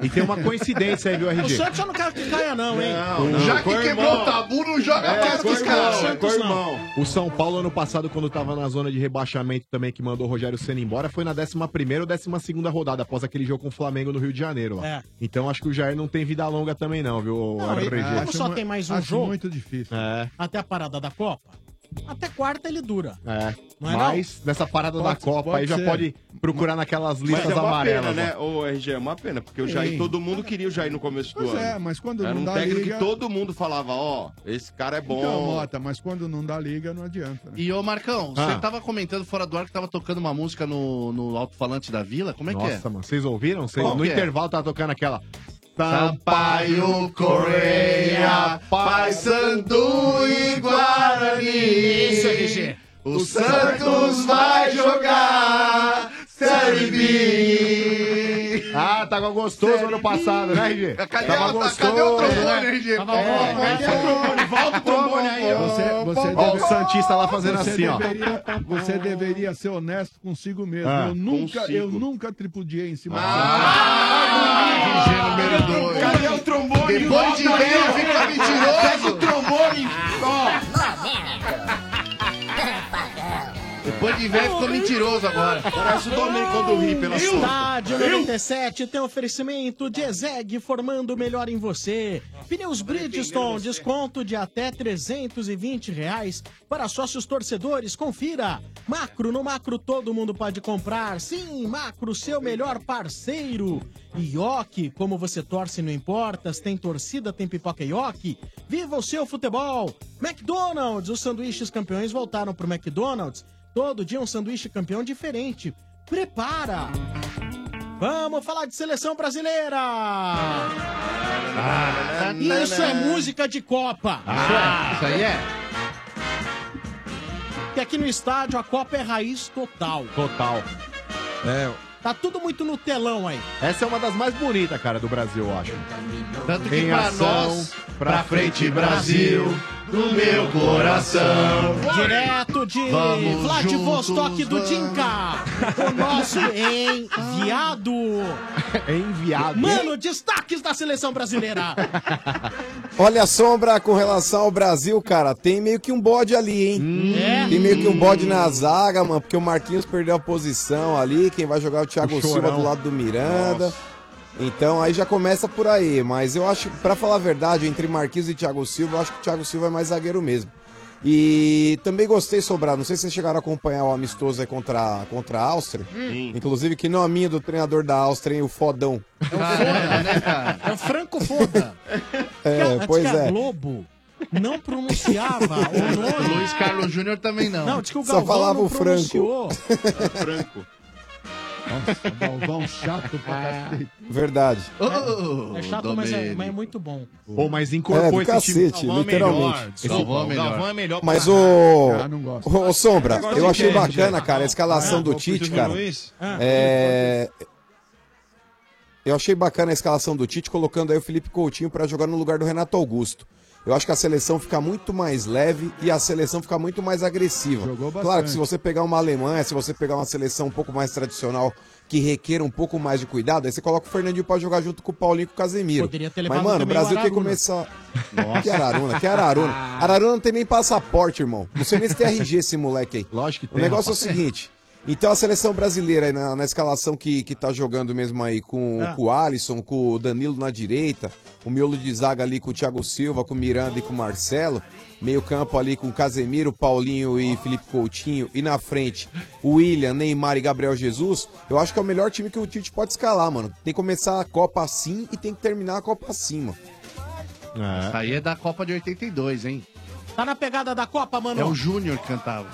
[SPEAKER 7] É. E tem uma coincidência aí, viu,
[SPEAKER 3] O
[SPEAKER 7] RG?
[SPEAKER 3] Santos eu não quero que caia, não, hein?
[SPEAKER 7] não. Já que Foi quebrou irmão. o
[SPEAKER 11] tabu, não joga
[SPEAKER 3] mais com os caras. Santos não.
[SPEAKER 7] é, O São Paulo, ano passado, quando tava na zona de rebaixamento também, que mandou o Rogério Senna embora, foi na 11 ou 12 rodada, após aquele jogo com o Flamengo no Rio de Janeiro. lá.
[SPEAKER 3] É.
[SPEAKER 7] Então acho que o Jair não tem vida longa também, não, viu,
[SPEAKER 3] Não, e
[SPEAKER 7] RG?
[SPEAKER 3] como só tem mais um
[SPEAKER 7] acho
[SPEAKER 3] jogo
[SPEAKER 9] muito difícil.
[SPEAKER 7] É.
[SPEAKER 3] até a parada da Copa, até quarta ele dura.
[SPEAKER 7] É.
[SPEAKER 3] Não é
[SPEAKER 7] Mas nessa parada da
[SPEAKER 3] Pode-
[SPEAKER 7] Copa
[SPEAKER 3] pode
[SPEAKER 7] aí já
[SPEAKER 3] ser.
[SPEAKER 7] pode procurar naquelas
[SPEAKER 4] Mas
[SPEAKER 7] listas
[SPEAKER 4] é uma
[SPEAKER 7] amarelas.
[SPEAKER 4] pena,
[SPEAKER 7] ó.
[SPEAKER 4] né? Ô, RG, é uma pena, porque o Jair,
[SPEAKER 7] Sim.
[SPEAKER 4] todo mundo queria o Jair no começo
[SPEAKER 9] Pois
[SPEAKER 4] do ano.
[SPEAKER 9] é, mas quando
[SPEAKER 4] Era
[SPEAKER 9] não
[SPEAKER 4] um
[SPEAKER 9] dá
[SPEAKER 4] técnico
[SPEAKER 9] liga-
[SPEAKER 4] que todo mundo falava, ó, esse cara é bom.
[SPEAKER 9] Então, Mota, mas quando não dá liga, não adianta. né?
[SPEAKER 11] E ô Marcão,
[SPEAKER 9] Ah.
[SPEAKER 11] você tava comentando fora do ar que tava tocando uma música no, no alto-falante da vila? Como é que é?
[SPEAKER 7] Nossa, mano, vocês ouviram? Vocês-
[SPEAKER 11] Qual
[SPEAKER 7] no
[SPEAKER 11] que é?
[SPEAKER 7] intervalo tá tocando aquela.
[SPEAKER 11] Sampaio Correia, Paysandu e Guarani. Isso, RG. O Santos vai jogar Série B.
[SPEAKER 7] Ah, tava gostoso ano passado, né, RG?
[SPEAKER 11] Tá
[SPEAKER 5] tá,
[SPEAKER 7] tava gostoso. né?
[SPEAKER 11] Tava bom, Volta o trombone
[SPEAKER 9] É,
[SPEAKER 11] aí, ó.
[SPEAKER 9] Você, você
[SPEAKER 7] Ó, o Santista lá fazendo
[SPEAKER 9] você
[SPEAKER 7] assim, ó.
[SPEAKER 9] deveria, ó. Você deveria ser honesto consigo mesmo.
[SPEAKER 7] Ah,
[SPEAKER 9] eu, nunca,
[SPEAKER 7] consigo.
[SPEAKER 9] eu nunca tripudiei em cima Ah!
[SPEAKER 11] número dois. Cadê o trombone? Depois de ver, fica mentiroso. Pega o trombone. Depois de ver, ficou mentiroso agora.
[SPEAKER 3] um-
[SPEAKER 4] Parece o Domenico do Rio pela
[SPEAKER 3] Estádio 97 tem oferecimento de Zeg formando o melhor em você. Pneus Bridgestone, desconto de até 320 reais para sócios torcedores. Confira. Macro, no Macro todo mundo pode comprar. Sim, Macro, seu melhor parceiro. Ioki, como você torce, não importa. Se tem torcida, tem pipoca Ioki. Viva o seu futebol. McDonald's, os sanduíches campeões voltaram pro McDonald's. Todo dia um sanduíche campeão diferente. Prepara! Vamos falar de seleção brasileira! isso é música de Copa!
[SPEAKER 11] Ah. Isso aí é.
[SPEAKER 3] Porque aqui no estádio a Copa é raiz total.
[SPEAKER 7] Total.
[SPEAKER 10] É.
[SPEAKER 3] Tá tudo muito no telão aí.
[SPEAKER 7] Essa é uma das mais bonitas, cara, do Brasil, eu acho.
[SPEAKER 11] Tanto que
[SPEAKER 7] Em
[SPEAKER 11] pra
[SPEAKER 7] ação,
[SPEAKER 11] nós,
[SPEAKER 7] pra
[SPEAKER 11] pra frente Brasil, do meu coração.
[SPEAKER 3] Direto de
[SPEAKER 11] Vamos
[SPEAKER 3] Vladivostok
[SPEAKER 11] juntos,
[SPEAKER 3] do Dinka! O nosso enviado!
[SPEAKER 7] Enviado.
[SPEAKER 3] Mano, destaques da seleção brasileira!
[SPEAKER 10] Olha a sombra com relação ao Brasil, cara. Tem meio que um bode ali, hein?
[SPEAKER 3] É.
[SPEAKER 10] Tem meio que um bode na zaga, mano, porque o Marquinhos perdeu a posição ali. Quem vai jogar é o Thiago
[SPEAKER 7] O chorão.
[SPEAKER 10] Silva do lado do Miranda. Então aí já começa por aí, mas eu acho, pra falar a verdade, entre Marquinhos e Thiago Silva, eu acho que o Thiago Silva é mais zagueiro mesmo. E também gostei, Sobrar, não sei se vocês chegaram a acompanhar o amistoso aí contra, contra a Áustria.
[SPEAKER 3] Hum.
[SPEAKER 4] Sim.
[SPEAKER 10] Inclusive, que nominho do treinador da Áustria, hein, o fodão.
[SPEAKER 11] né,
[SPEAKER 3] É o Franco Foda!
[SPEAKER 10] É,
[SPEAKER 3] Antes
[SPEAKER 10] pois
[SPEAKER 3] que a
[SPEAKER 10] é.
[SPEAKER 3] Globo não pronunciava o nome.
[SPEAKER 11] Luiz Carlos Júnior também não.
[SPEAKER 3] Não, diz que o
[SPEAKER 10] Só
[SPEAKER 3] Galvão
[SPEAKER 10] falava
[SPEAKER 3] não
[SPEAKER 10] o Franco.
[SPEAKER 3] pronunciou.
[SPEAKER 4] Franco.
[SPEAKER 9] Nossa, Galvão chato pra
[SPEAKER 8] É.
[SPEAKER 9] cacete.
[SPEAKER 10] Verdade.
[SPEAKER 3] é chato, mas é, mas é muito bom.
[SPEAKER 7] Pô, mas
[SPEAKER 10] É, do
[SPEAKER 7] incorporou esse time.
[SPEAKER 10] cacete, literalmente.
[SPEAKER 8] melhor
[SPEAKER 10] Mas
[SPEAKER 8] pra
[SPEAKER 10] o.
[SPEAKER 3] Ah,
[SPEAKER 8] caralho.
[SPEAKER 10] Ô, ô, Sombra,
[SPEAKER 8] Agora
[SPEAKER 10] eu
[SPEAKER 8] de
[SPEAKER 10] achei
[SPEAKER 8] quem,
[SPEAKER 10] bacana,
[SPEAKER 8] gente?
[SPEAKER 10] cara, a escalação
[SPEAKER 8] Ah,
[SPEAKER 10] do
[SPEAKER 8] vou
[SPEAKER 10] Tite,
[SPEAKER 8] pedir
[SPEAKER 10] cara.
[SPEAKER 8] Luiz? Ah.
[SPEAKER 10] É. Eu achei bacana a escalação do Tite colocando aí o Felipe Coutinho pra jogar no lugar do Renato Augusto. Eu acho que a seleção fica muito mais leve e a seleção fica muito mais agressiva. Claro que se você pegar uma Alemanha, se você pegar uma seleção um pouco mais tradicional que requer um pouco mais de cuidado, aí você coloca o Fernandinho pra jogar junto com o Paulinho e com o Casemiro.
[SPEAKER 3] Poderia ter
[SPEAKER 10] Mas,
[SPEAKER 3] levado
[SPEAKER 10] mano, o
[SPEAKER 3] também
[SPEAKER 10] Brasil tem que
[SPEAKER 3] Araruna.
[SPEAKER 10] começar.
[SPEAKER 3] Nossa.
[SPEAKER 10] Que Araruna, que Araruna. Araruna não tem nem passaporte, irmão. Não sei nem se tem RG esse moleque aí.
[SPEAKER 7] Lógico que
[SPEAKER 10] O
[SPEAKER 7] tem,
[SPEAKER 10] negócio
[SPEAKER 7] rapaz.
[SPEAKER 10] é o seguinte. Então a seleção brasileira aí na, na escalação que, que tá jogando mesmo aí com,
[SPEAKER 14] Ah.
[SPEAKER 10] com o Alisson, com o Danilo na direita, o miolo de zaga ali com o Thiago Silva, com o Miranda e com o Marcelo, meio campo ali com o Casemiro, Paulinho e Felipe Coutinho, e na frente o William, Neymar e Gabriel Jesus, eu acho que é o melhor time que o Tite pode escalar, mano. Tem que começar a Copa assim e tem que terminar a Copa assim, mano.
[SPEAKER 11] Isso aí é da Copa de 82, hein?
[SPEAKER 3] Tá na pegada da Copa, mano.
[SPEAKER 11] É o Júnior que cantava.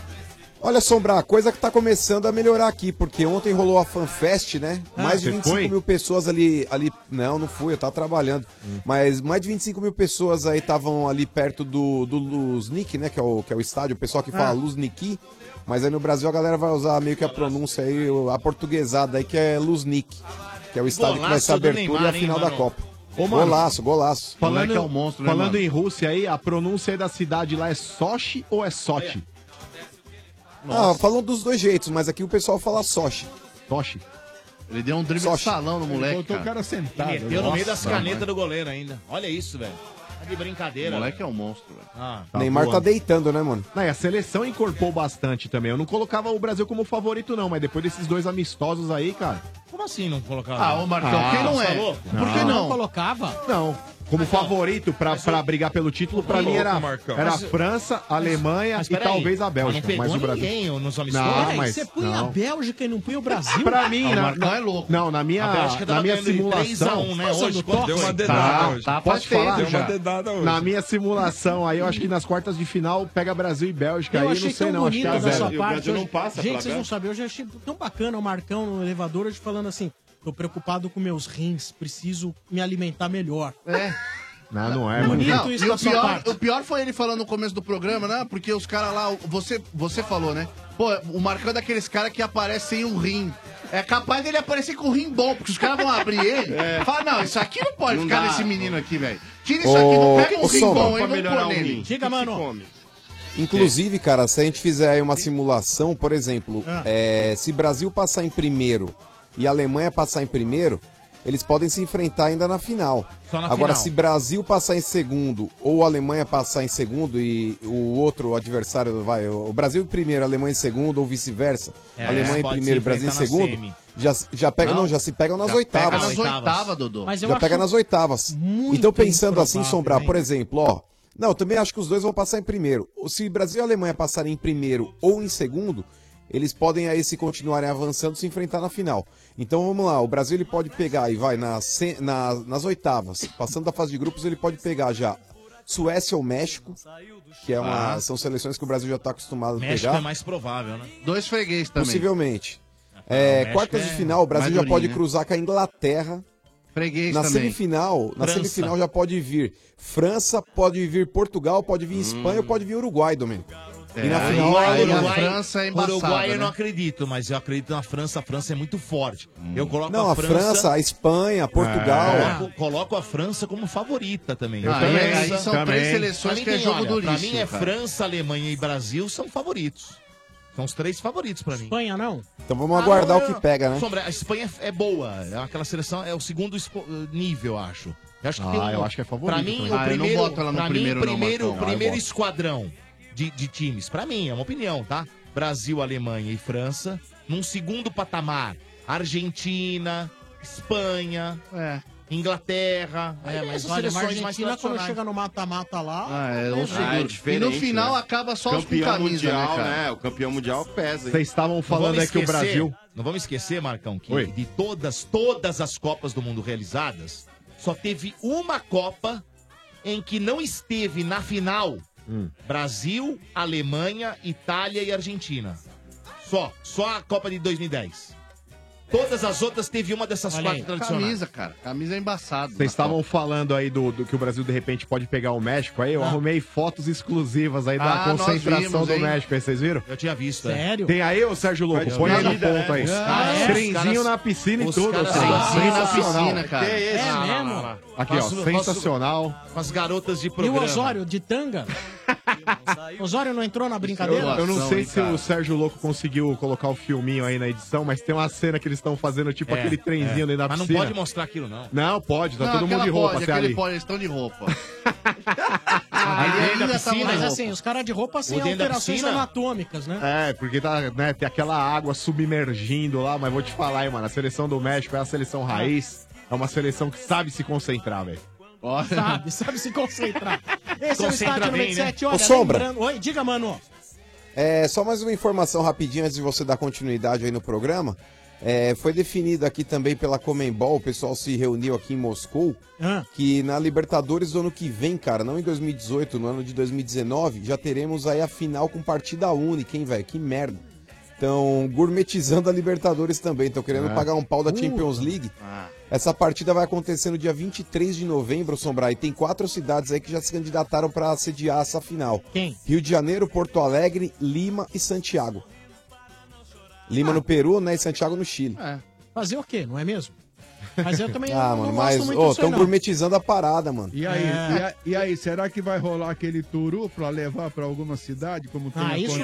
[SPEAKER 10] Olha, Sombra, a coisa que tá começando a melhorar aqui, porque ontem rolou a FanFest, né? mais de
[SPEAKER 7] Ah, você
[SPEAKER 10] 25
[SPEAKER 7] foi?
[SPEAKER 10] mil pessoas ali, ali. Não, não fui, eu tava trabalhando.
[SPEAKER 7] Hum.
[SPEAKER 10] Mas mais de 25 mil pessoas aí estavam ali perto do, do Luznik, né? Que é, o, que é o estádio, o pessoal que fala
[SPEAKER 3] Ah.
[SPEAKER 10] Luzniki. Mas aí no Brasil a galera vai usar meio que a pronúncia aí, a portuguesada aí, que é Luznik. Que é o estádio que vai
[SPEAKER 7] Golaço
[SPEAKER 10] ser a
[SPEAKER 7] do
[SPEAKER 10] abertura e a
[SPEAKER 7] Neymar, hein,
[SPEAKER 10] final da
[SPEAKER 7] mano?
[SPEAKER 10] Copa.
[SPEAKER 7] Ô, mano, é
[SPEAKER 10] golaço, golaço.
[SPEAKER 7] Falando,
[SPEAKER 10] Moleque
[SPEAKER 7] falando
[SPEAKER 10] mano?
[SPEAKER 7] em Rússia aí, a pronúncia aí da cidade lá é Sochi ou é Sochi?
[SPEAKER 10] Ah, falam dos dois jeitos, mas aqui o pessoal fala Sochi.
[SPEAKER 7] Sochi.
[SPEAKER 11] Ele deu um drible de salão no moleque.
[SPEAKER 8] botou o cara
[SPEAKER 11] sentado.
[SPEAKER 8] Meteu no meio das canetas do goleiro ainda. Olha isso, velho. Tá de brincadeira.
[SPEAKER 11] O moleque é um monstro, velho.
[SPEAKER 8] Ah.
[SPEAKER 10] Neymar tá
[SPEAKER 7] voando.
[SPEAKER 10] deitando, né, mano?
[SPEAKER 7] Não, e a seleção encorpou bastante também. Eu não colocava o Brasil como favorito, não, mas depois desses dois amistosos aí, cara.
[SPEAKER 8] Como assim não tá colocar?
[SPEAKER 7] Ah, ô, Marcão, quem não é? Por
[SPEAKER 8] Ah.
[SPEAKER 7] que não? Não
[SPEAKER 3] colocava?
[SPEAKER 7] Não. Como favorito pra, pra brigar pelo título, pra
[SPEAKER 8] Ô,
[SPEAKER 7] mim era,
[SPEAKER 8] Marcão.
[SPEAKER 7] era a
[SPEAKER 8] Mas-
[SPEAKER 7] França, a Alemanha
[SPEAKER 8] mas
[SPEAKER 7] e
[SPEAKER 8] peraí,
[SPEAKER 7] talvez a Bélgica.
[SPEAKER 8] mas não
[SPEAKER 7] Mas, o
[SPEAKER 8] pegou
[SPEAKER 7] Brasil.
[SPEAKER 8] ninguém nos amistosos?
[SPEAKER 7] não,
[SPEAKER 8] Peraí,
[SPEAKER 7] mas
[SPEAKER 3] Você põe a
[SPEAKER 7] não.
[SPEAKER 3] Bélgica e não põe o Brasil?
[SPEAKER 7] Pra mim, na, na- Não, na minha,
[SPEAKER 3] A Bélgica tá tava
[SPEAKER 7] na minha
[SPEAKER 3] ganhando de
[SPEAKER 7] simulação.
[SPEAKER 3] 3 a 1, né, hoje, quando deu uma dedada
[SPEAKER 7] tá,
[SPEAKER 3] hoje.
[SPEAKER 7] tá,
[SPEAKER 3] Faz
[SPEAKER 7] Pode
[SPEAKER 3] tempo
[SPEAKER 7] falar?
[SPEAKER 3] já. Deu uma dedada hoje.
[SPEAKER 7] Na minha simulação aí, eu acho que nas quartas de final pega Brasil e Bélgica.
[SPEAKER 3] Eu
[SPEAKER 7] aí,
[SPEAKER 3] achei
[SPEAKER 7] não sei
[SPEAKER 3] tão
[SPEAKER 7] não, acho que
[SPEAKER 3] bonito
[SPEAKER 7] é
[SPEAKER 3] da sua
[SPEAKER 7] zero.
[SPEAKER 3] parte. hoje. Gente, vocês não sabem, eu já achei tão bacana o Marcão no elevador hoje falando assim: tô preocupado com meus rins, preciso me alimentar melhor.
[SPEAKER 11] É.
[SPEAKER 7] Não, não é, mano.
[SPEAKER 3] Bonito
[SPEAKER 11] Não,
[SPEAKER 3] isso
[SPEAKER 11] e
[SPEAKER 3] da
[SPEAKER 11] o
[SPEAKER 3] sua
[SPEAKER 11] pior,
[SPEAKER 3] parte.
[SPEAKER 11] o pior foi ele falando no começo do programa, né? Porque os caras lá, o- você, você falou, né? Pô, o Marcão é daqueles caras que aparecem sem um rim. É capaz dele aparecer com um rim bom, porque os caras vão abrir ele.
[SPEAKER 8] É.
[SPEAKER 11] Fala, não, isso aqui não pode
[SPEAKER 8] Não
[SPEAKER 11] ficar
[SPEAKER 8] dá.
[SPEAKER 11] nesse menino aqui, velho. Tira isso aqui, não pega um rim bom, hein? Vamos pôr nele.
[SPEAKER 3] Diga, mano.
[SPEAKER 10] Inclusive, cara, se a gente fizer aí uma simulação, por exemplo,
[SPEAKER 3] Ah.
[SPEAKER 10] é, se Brasil passar em primeiro e Alemanha passar em primeiro, eles podem se enfrentar ainda na final.
[SPEAKER 8] Só na
[SPEAKER 10] Agora,
[SPEAKER 8] final.
[SPEAKER 10] se Brasil passar em segundo ou Alemanha passar em segundo e o outro adversário vai, o Brasil em primeiro, a Alemanha em segundo ou vice-versa,
[SPEAKER 11] É,
[SPEAKER 10] Alemanha em
[SPEAKER 11] pode se
[SPEAKER 10] primeiro, Brasil em
[SPEAKER 11] enfrentar na
[SPEAKER 10] segundo,
[SPEAKER 11] semi.
[SPEAKER 10] já, já pega, não,
[SPEAKER 11] Não,
[SPEAKER 10] já se pegam nas
[SPEAKER 11] já pega
[SPEAKER 10] oitavas.
[SPEAKER 11] nas oitavas, Dodô. Mas eu
[SPEAKER 10] já
[SPEAKER 11] acho
[SPEAKER 10] pega nas oitavas.
[SPEAKER 11] muito
[SPEAKER 10] Então, pensando assim,
[SPEAKER 11] improvável,
[SPEAKER 10] Sombrar,
[SPEAKER 11] hein?
[SPEAKER 10] por exemplo, ó. Não, eu também acho que os dois vão passar em primeiro. Se Brasil e Alemanha passarem em primeiro ou em segundo, eles podem aí se continuarem avançando se enfrentar na final. Então vamos lá, o Brasil ele pode pegar e vai nas, ce- na- nas oitavas, passando da fase de grupos, ele pode pegar já Suécia ou México, que é uma,
[SPEAKER 8] Ah.
[SPEAKER 10] são seleções que o Brasil já está acostumado a
[SPEAKER 8] México
[SPEAKER 10] pegar.
[SPEAKER 8] é mais provável, né?
[SPEAKER 11] Dois freguês
[SPEAKER 10] Possivelmente. É,
[SPEAKER 8] México
[SPEAKER 10] quartas
[SPEAKER 8] é
[SPEAKER 10] de final, o Brasil já
[SPEAKER 8] madurinho,
[SPEAKER 10] pode
[SPEAKER 8] né?
[SPEAKER 10] cruzar com a Inglaterra.
[SPEAKER 11] Freguês
[SPEAKER 10] na
[SPEAKER 11] também.
[SPEAKER 10] semifinal, na
[SPEAKER 11] França.
[SPEAKER 10] semifinal já pode vir França, pode vir Portugal, pode
[SPEAKER 8] Hum.
[SPEAKER 10] vir Espanha, pode vir Uruguai, Domênico.
[SPEAKER 11] É,
[SPEAKER 10] e na final, é
[SPEAKER 8] Uruguai,
[SPEAKER 10] Alemanha-
[SPEAKER 8] É, Uruguai- Uruguai
[SPEAKER 11] né?
[SPEAKER 8] eu não
[SPEAKER 10] não...
[SPEAKER 8] acredito, mas eu acredito na França. A França é muito forte. Eu coloco
[SPEAKER 10] Hum. a França, a Espanha, Portugal.
[SPEAKER 11] É.
[SPEAKER 8] Coloco, coloco a França como favorita também.
[SPEAKER 10] Eu
[SPEAKER 7] Ah,
[SPEAKER 8] A
[SPEAKER 10] também,
[SPEAKER 7] é,
[SPEAKER 8] França-
[SPEAKER 10] aí são três
[SPEAKER 8] Também.
[SPEAKER 10] seleções
[SPEAKER 8] Pra
[SPEAKER 10] que
[SPEAKER 8] mim
[SPEAKER 10] é
[SPEAKER 8] tem,
[SPEAKER 10] jogo
[SPEAKER 8] olha,
[SPEAKER 10] do
[SPEAKER 8] Pra
[SPEAKER 10] lixo,
[SPEAKER 8] mim é
[SPEAKER 10] cara.
[SPEAKER 8] França, Alemanha e Brasil são favoritos. São os três favoritos pra mim.
[SPEAKER 3] Espanha não?
[SPEAKER 10] Então vamos aguardar
[SPEAKER 8] Ah,
[SPEAKER 10] o
[SPEAKER 8] não,
[SPEAKER 10] que
[SPEAKER 8] eu-
[SPEAKER 10] pega, né?
[SPEAKER 8] Sombra, a Espanha é boa. É aquela seleção, é o segundo espo- nível, eu acho. Eu acho que
[SPEAKER 7] Ah,
[SPEAKER 8] tem um-
[SPEAKER 7] eu acho que é favorito
[SPEAKER 8] Pra mim,
[SPEAKER 7] também.
[SPEAKER 8] o
[SPEAKER 7] Ah, eu não
[SPEAKER 8] primeiro,
[SPEAKER 7] boto ela no
[SPEAKER 8] pra mim,
[SPEAKER 7] primeiro, não,
[SPEAKER 8] primeiro,
[SPEAKER 7] Marcão. Ah, eu
[SPEAKER 8] primeiro
[SPEAKER 7] boto.
[SPEAKER 8] esquadrão de, de times, pra mim, é uma opinião, tá? Brasil, Alemanha e França. Num segundo patamar, Argentina, Espanha, Inglaterra. É, mas
[SPEAKER 3] Mas
[SPEAKER 8] essas
[SPEAKER 3] olha, a
[SPEAKER 8] seleções mais
[SPEAKER 3] Argentina quando
[SPEAKER 8] tradicionais.
[SPEAKER 3] chega no mata-mata lá.
[SPEAKER 11] Ah, é um
[SPEAKER 3] né,
[SPEAKER 11] seguro.
[SPEAKER 3] velho?
[SPEAKER 11] e no final acaba só os com
[SPEAKER 4] campeão
[SPEAKER 11] camisa,
[SPEAKER 4] mundial,
[SPEAKER 11] né, cara?
[SPEAKER 4] O campeão mundial pesa, hein?
[SPEAKER 7] Vocês estavam falando aí que o Brasil.
[SPEAKER 8] Não vamos esquecer, Marcão, que
[SPEAKER 7] Oi.
[SPEAKER 8] de todas, todas as Copas do Mundo realizadas, só teve uma Copa em que não esteve na final
[SPEAKER 7] Hum.
[SPEAKER 8] Brasil, Alemanha, Itália e Argentina. Só. Só a Copa de 2010. Todas as outras teve uma dessas
[SPEAKER 11] Olha
[SPEAKER 8] quatro
[SPEAKER 11] aí.
[SPEAKER 8] tradicionais.
[SPEAKER 11] Camisa, cara. Camisa é embaçado.
[SPEAKER 7] Vocês estavam falando aí do, do que o Brasil de repente pode pegar o México. Aí eu arrumei fotos exclusivas aí da
[SPEAKER 11] Ah, nós
[SPEAKER 7] concentração
[SPEAKER 11] vimos,
[SPEAKER 7] do
[SPEAKER 11] hein?
[SPEAKER 7] México. Aí vocês viram?
[SPEAKER 8] Eu tinha visto.
[SPEAKER 11] Sério?
[SPEAKER 7] Tem aí, ô Sérgio Louco, põe aí no ponto aí. trenzinho na piscina e tudo. cara. Sensacional.
[SPEAKER 8] Que isso?
[SPEAKER 7] É
[SPEAKER 8] Não, não,
[SPEAKER 7] mesmo?
[SPEAKER 8] não, não.
[SPEAKER 7] Aqui, ó,
[SPEAKER 8] Faço-
[SPEAKER 7] sensacional.
[SPEAKER 8] faço Com as garotas de
[SPEAKER 3] E o
[SPEAKER 8] programa.
[SPEAKER 3] Osório, de tanga? Osório não entrou na brincadeira?
[SPEAKER 7] Eu não sei se o Sérgio Louco conseguiu colocar o filminho aí na edição, mas tem uma cena que eles estão fazendo, tipo,
[SPEAKER 8] É,
[SPEAKER 7] aquele trenzinho
[SPEAKER 8] é.
[SPEAKER 7] ali na
[SPEAKER 8] Mas não
[SPEAKER 7] piscina.
[SPEAKER 8] pode mostrar aquilo, não.
[SPEAKER 7] Não, pode, tá
[SPEAKER 11] Não,
[SPEAKER 7] todo mundo
[SPEAKER 11] aquela
[SPEAKER 7] de roupa
[SPEAKER 11] pode,
[SPEAKER 7] até
[SPEAKER 11] aquele
[SPEAKER 7] ali.
[SPEAKER 11] pode, eles estão de roupa.
[SPEAKER 3] Ainda
[SPEAKER 11] piscina,
[SPEAKER 3] tá- mas
[SPEAKER 11] roupa.
[SPEAKER 3] assim, os caras de roupa sem
[SPEAKER 7] O dentro da
[SPEAKER 3] alterações
[SPEAKER 7] piscina?
[SPEAKER 3] anatômicas, né?
[SPEAKER 7] É, porque tá, né, tem aquela água submergindo lá, mas vou te falar, hein, mano, a seleção do México é a seleção
[SPEAKER 3] Ah.
[SPEAKER 7] raiz, é uma seleção que sabe se concentrar, velho.
[SPEAKER 3] Sabe, sabe se concentrar. Esse é o
[SPEAKER 10] Concentra
[SPEAKER 3] Estádio
[SPEAKER 10] bem,
[SPEAKER 3] 97,
[SPEAKER 10] né?
[SPEAKER 3] olha,
[SPEAKER 10] Ô, Sombra.
[SPEAKER 3] lembrando... Oi, diga, mano.
[SPEAKER 10] É, só mais uma informação rapidinho antes de você dar continuidade aí no programa. É, foi definido aqui também pela Comembol, o pessoal se reuniu aqui em Moscou, que na Libertadores do ano que vem, cara, não em 2018, no ano de 2019, já teremos aí a final com partida única, hein, velho? Que merda. Estão gourmetizando a Libertadores também, estão querendo
[SPEAKER 7] Ah.
[SPEAKER 10] pagar um pau da
[SPEAKER 7] Puta.
[SPEAKER 10] Champions League. Essa partida vai acontecer no dia 23 de novembro, Sombra, e tem quatro cidades aí que já se candidataram para sediar essa final.
[SPEAKER 3] Quem?
[SPEAKER 10] Rio de Janeiro, Porto Alegre, Lima e Santiago. Lima no Peru, né, e Santiago no Chile.
[SPEAKER 3] É. Fazer o quê, não é mesmo? Mas eu também não
[SPEAKER 10] Ah, mano,
[SPEAKER 3] gosto
[SPEAKER 10] mas
[SPEAKER 3] muito
[SPEAKER 10] ô,
[SPEAKER 3] disso aí,
[SPEAKER 10] estão
[SPEAKER 3] não. É.
[SPEAKER 10] gourmetizando a parada, mano.
[SPEAKER 9] E aí, e, a- e aí, será que vai rolar aquele turu pra levar pra alguma cidade? Como
[SPEAKER 3] Ah,
[SPEAKER 9] tem a con-
[SPEAKER 10] Ah,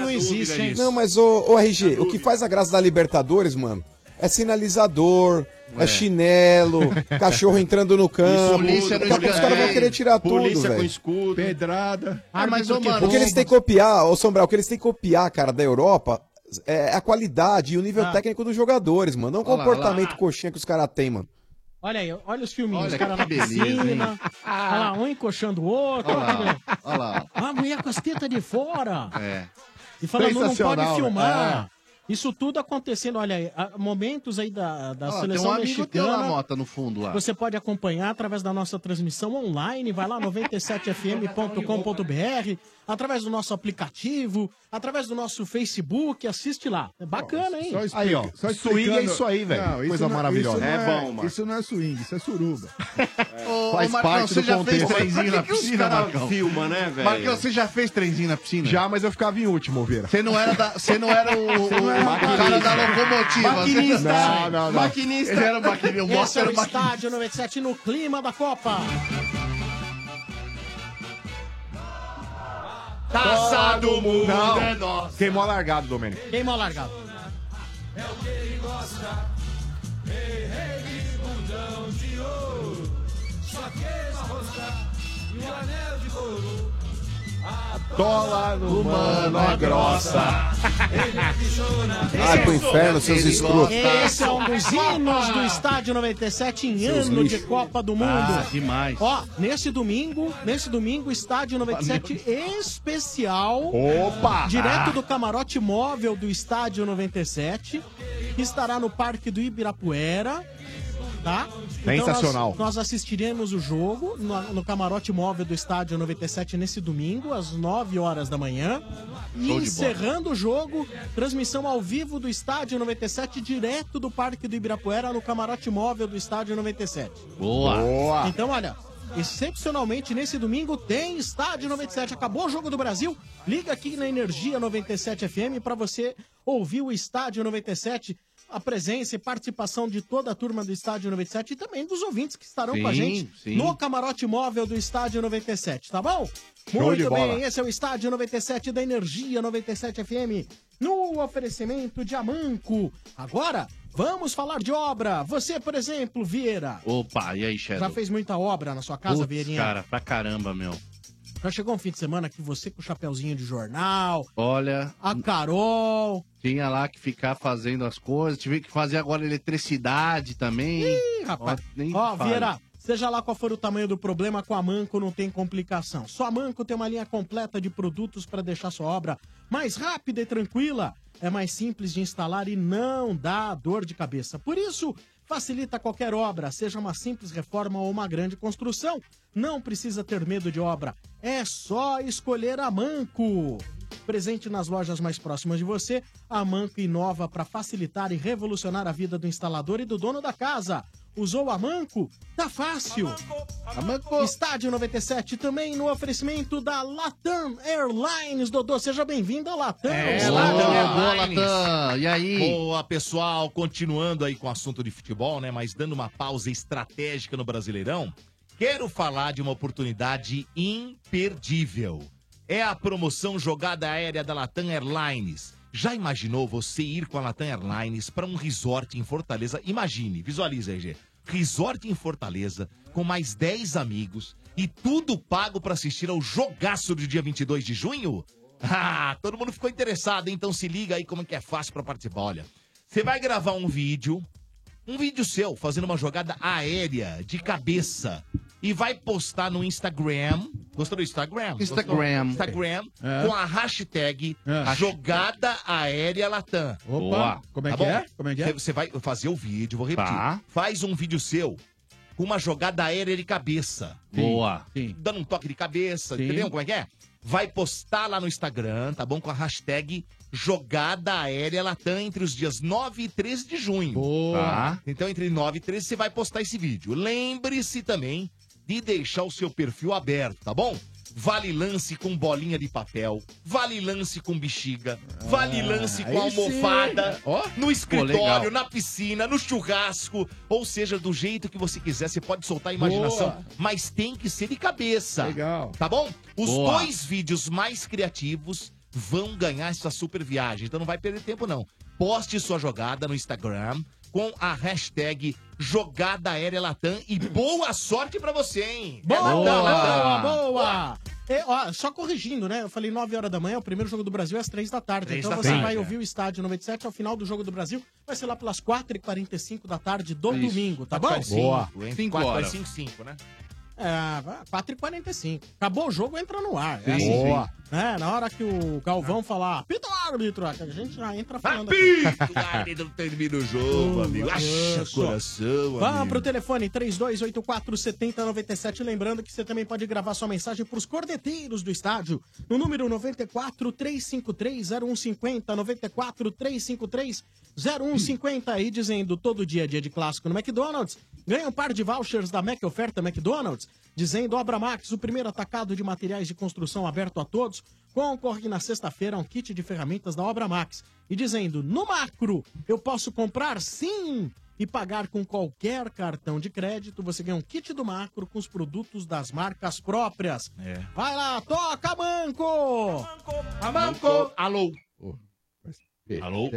[SPEAKER 10] Não, mas o, RG, o que faz a graça da Libertadores, mano, é sinalizador, é,
[SPEAKER 7] É.
[SPEAKER 10] chinelo, cachorro entrando no
[SPEAKER 9] é
[SPEAKER 10] campo.
[SPEAKER 7] polícia no
[SPEAKER 10] Daqui a pouco os caras vão
[SPEAKER 7] escanteio,
[SPEAKER 10] querer tirar
[SPEAKER 7] polícia
[SPEAKER 10] tudo,
[SPEAKER 7] com
[SPEAKER 10] velho.
[SPEAKER 4] escudo,
[SPEAKER 9] pedrada.
[SPEAKER 11] Ah, mas, ô, mano,
[SPEAKER 10] o que eles têm que copiar, ô Sombral, o que eles têm que copiar, cara, da Europa é a qualidade e o nível
[SPEAKER 3] Ah.
[SPEAKER 10] técnico dos jogadores, mano. Não o
[SPEAKER 3] Olha lá,
[SPEAKER 10] comportamento
[SPEAKER 3] olha lá.
[SPEAKER 10] coxinha que os caras têm, mano.
[SPEAKER 3] Olha aí, olha os filminhos.
[SPEAKER 10] Olha
[SPEAKER 3] os caras
[SPEAKER 10] que
[SPEAKER 3] na
[SPEAKER 10] beleza,
[SPEAKER 3] piscina.
[SPEAKER 10] hein?
[SPEAKER 3] Olha lá, um encoxando o outro.
[SPEAKER 10] Olha lá,
[SPEAKER 11] olha lá.
[SPEAKER 3] A mulher com as tetas de fora.
[SPEAKER 11] É.
[SPEAKER 3] E falando, não pode
[SPEAKER 11] Sensacional,
[SPEAKER 3] filmar. Isso tudo acontecendo, olha aí, há momentos aí da, da
[SPEAKER 11] Olha lá,
[SPEAKER 3] seleção
[SPEAKER 11] tem um amigo teu lá,
[SPEAKER 3] mexicana.
[SPEAKER 11] Mota, no fundo lá.
[SPEAKER 3] Você pode acompanhar através da nossa transmissão online, vai lá 97fm.com.br, através do nosso aplicativo, através do nosso Facebook, assiste lá. É bacana, hein?
[SPEAKER 9] Só explica- só explicando- Não, isso não- é isso não Isso não é swing, isso é suruba.
[SPEAKER 11] Faz Marcão, parte você do já contexto. fez trenzinho na piscina, Marcão?
[SPEAKER 4] filma, né, velho?
[SPEAKER 11] Marcão, você já fez trenzinho na piscina?
[SPEAKER 7] Já, mas eu ficava em último, Vira.
[SPEAKER 11] Você não era, da- você não era o,
[SPEAKER 7] Você não
[SPEAKER 11] o-
[SPEAKER 7] era
[SPEAKER 11] o cara
[SPEAKER 7] maquinista.
[SPEAKER 11] da locomotiva.
[SPEAKER 7] Maquinista.
[SPEAKER 11] Não,
[SPEAKER 7] Não, não, não.
[SPEAKER 11] Maquinista. Ele era o maquinista. O
[SPEAKER 3] Esse
[SPEAKER 11] Mota
[SPEAKER 3] é
[SPEAKER 11] era
[SPEAKER 3] o
[SPEAKER 11] o maquinista.
[SPEAKER 3] estádio 97 no clima da Copa.
[SPEAKER 8] Taça do mundo
[SPEAKER 7] Não.
[SPEAKER 8] é nossa.
[SPEAKER 7] Queimou a largada, Domênico.
[SPEAKER 3] Queimou a largada.
[SPEAKER 7] Tola no mano é grossa.
[SPEAKER 10] Vai pro inferno, seus escrotos.
[SPEAKER 3] Esse é um dos hinos do Estádio 97 em
[SPEAKER 10] Seus
[SPEAKER 3] ano de
[SPEAKER 10] lixos.
[SPEAKER 3] Copa do Mundo.
[SPEAKER 11] Ah, demais.
[SPEAKER 3] Ó, nesse domingo, nesse domingo, Estádio
[SPEAKER 10] Ah,
[SPEAKER 3] 97 especial.
[SPEAKER 7] Opa!
[SPEAKER 3] Direto do camarote móvel do Estádio 97, que estará no Parque do Ibirapuera. Tá? Então,
[SPEAKER 7] Sensacional.
[SPEAKER 3] nós, nós assistiremos o jogo no, no camarote móvel do Estádio 97 nesse domingo, às 9 horas da manhã.
[SPEAKER 11] Show
[SPEAKER 3] E
[SPEAKER 11] de bola.
[SPEAKER 3] encerrando o jogo, transmissão ao vivo do Estádio 97, direto do Parque do Ibirapuera, no camarote móvel do Estádio 97.
[SPEAKER 11] Boa. Boa.
[SPEAKER 3] Então, olha, excepcionalmente nesse domingo tem Estádio 97. Acabou o Jogo do Brasil? Liga aqui na Energia 97 FM para você ouvir o Estádio 97. A presença e participação de toda a turma do Estádio 97 e também dos ouvintes que estarão com a
[SPEAKER 11] Sim,
[SPEAKER 3] gente
[SPEAKER 11] sim.
[SPEAKER 3] no camarote móvel do Estádio 97, tá bom?
[SPEAKER 11] Show
[SPEAKER 3] Muito
[SPEAKER 11] de
[SPEAKER 3] bem,
[SPEAKER 11] bola.
[SPEAKER 3] esse é o Estádio 97 da Energia 97 FM, no oferecimento de Amanco. Agora, vamos falar de obra. Você, por exemplo, Vieira,
[SPEAKER 11] Opa, e aí,
[SPEAKER 3] já
[SPEAKER 11] Shadow?
[SPEAKER 3] fez muita obra na sua casa,
[SPEAKER 11] Putz,
[SPEAKER 3] Vieirinha?
[SPEAKER 11] cara, pra caramba, meu.
[SPEAKER 3] Já chegou um fim de semana que você com o chapéuzinho de jornal,
[SPEAKER 11] Olha,
[SPEAKER 3] a Carol...
[SPEAKER 11] tinha lá que ficar fazendo as coisas. Tive que fazer agora eletricidade também.
[SPEAKER 3] Ih, rapaz. Ó, Vieira, seja lá qual for o tamanho do problema, com a Manco não tem complicação. Só a Manco tem uma linha completa de produtos para deixar sua obra mais rápida e tranquila. É mais simples de instalar e não dá dor de cabeça. Por isso, facilita qualquer obra, seja uma simples reforma ou uma grande construção. Não precisa ter medo de obra. É só escolher a Manco. Presente nas lojas mais próximas de você, a Manca inova para facilitar e revolucionar a vida do instalador e do dono da casa. Usou a Manco? Tá fácil! A Manco! Estádio 97 também no oferecimento da Latam Airlines. Dodô, seja bem-vindo à Latam!
[SPEAKER 8] É,
[SPEAKER 3] Latam
[SPEAKER 8] boa,
[SPEAKER 3] Airlines.
[SPEAKER 8] Latam.
[SPEAKER 11] E aí?
[SPEAKER 8] Boa, pessoal. Continuando aí com o assunto de futebol, né? Mas dando uma pausa estratégica no Brasileirão, quero falar de uma oportunidade imperdível. É a promoção jogada aérea da Latam Airlines. Já imaginou você ir com a Latam Airlines para um resort em Fortaleza? Imagine, visualize, RG. Resort em Fortaleza, com mais 10 amigos e tudo pago para assistir ao jogaço do dia 22 de junho? Ah, todo mundo ficou interessado, hein? então se liga aí como é que é fácil pra participar. Olha, você vai gravar um vídeo, um vídeo seu fazendo uma jogada aérea de cabeça e vai postar no Instagram. Gostou do Instagram? Gostou?
[SPEAKER 11] Instagram.
[SPEAKER 8] Instagram
[SPEAKER 11] É.
[SPEAKER 8] com a hashtag
[SPEAKER 11] É.
[SPEAKER 8] jogada aérea Latam. Tá
[SPEAKER 11] Opa, como é que é? Como é que é?
[SPEAKER 8] Você vai fazer o vídeo, vou repetir.
[SPEAKER 11] Tá.
[SPEAKER 8] Faz um vídeo seu com uma jogada aérea de cabeça.
[SPEAKER 11] Sim, Boa. sim.
[SPEAKER 8] Dando um toque de cabeça,
[SPEAKER 11] Sim.
[SPEAKER 8] entendeu? Como é que é? Vai postar lá no Instagram, tá bom? Com a hashtag Jogada Aérea Latam entre os dias 9 e 13 de junho. Boa. Então, entre 9 e 13 você vai postar esse vídeo. Lembre-se também de deixar o seu perfil aberto, tá bom? Vale lance com bolinha de papel, vale lance com bexiga, vale
[SPEAKER 11] Ah,
[SPEAKER 8] lance com
[SPEAKER 11] aí
[SPEAKER 8] almofada,
[SPEAKER 11] sim. Ó,
[SPEAKER 8] no
[SPEAKER 11] legal.
[SPEAKER 8] escritório, na piscina, no churrasco, ou seja, do jeito que você quiser, você pode soltar a imaginação,
[SPEAKER 11] Boa.
[SPEAKER 8] mas tem que ser de cabeça. Legal. Tá bom? Os
[SPEAKER 11] Boa.
[SPEAKER 8] dois vídeos mais criativos vão ganhar essa super viagem, então não vai perder tempo não. Poste sua jogada no Instagram com a hashtag Jogada Aérea Latam e boa sorte pra você, hein?
[SPEAKER 3] Boa,
[SPEAKER 8] É Latam,
[SPEAKER 3] boa,
[SPEAKER 8] Latam.
[SPEAKER 3] boa! E, ó, só corrigindo, né? Eu falei 9 horas da manhã, o primeiro jogo do Brasil é às 3 da tarde.
[SPEAKER 8] Três
[SPEAKER 3] então
[SPEAKER 8] da
[SPEAKER 3] você
[SPEAKER 8] tarde,
[SPEAKER 3] vai
[SPEAKER 8] é.
[SPEAKER 3] ouvir é o estádio 97 ao final do jogo do Brasil. Vai ser lá pelas 4h45 da tarde do
[SPEAKER 8] É Isso.
[SPEAKER 3] domingo, tá bom?
[SPEAKER 8] Quatro e cinco, hein? Quatro e cinco, cinco, né?
[SPEAKER 3] É, 4h45. Acabou o jogo, entra no ar.
[SPEAKER 8] Sim,
[SPEAKER 3] é assim,
[SPEAKER 8] boa.
[SPEAKER 3] né? Na hora que o Galvão falar, apita o árbitro, a gente já entra falando. aqui.
[SPEAKER 8] Apito, árbitro, termina o jogo, amigo. Acha coração,
[SPEAKER 3] Vamos
[SPEAKER 8] amigo.
[SPEAKER 3] pro telefone 3284 7097. Lembrando que você também pode gravar sua mensagem pros cordeteiros do estádio no número 94 353 0150 94 353 0150 aí um dizendo todo dia é dia de clássico no McDonald's. Ganha um par de vouchers da Mac Oferta McDonald's, dizendo Obra Max, o primeiro atacado de materiais de construção aberto a todos, concorre na sexta-feira a um kit de ferramentas da Obra Max. E dizendo, no macro, eu posso comprar sim! e pagar com qualquer cartão de crédito, você ganha um kit do macro com os produtos das marcas próprias.
[SPEAKER 8] É.
[SPEAKER 3] Vai lá, toca, Manco! A
[SPEAKER 8] Manco! Alô!
[SPEAKER 9] Alô?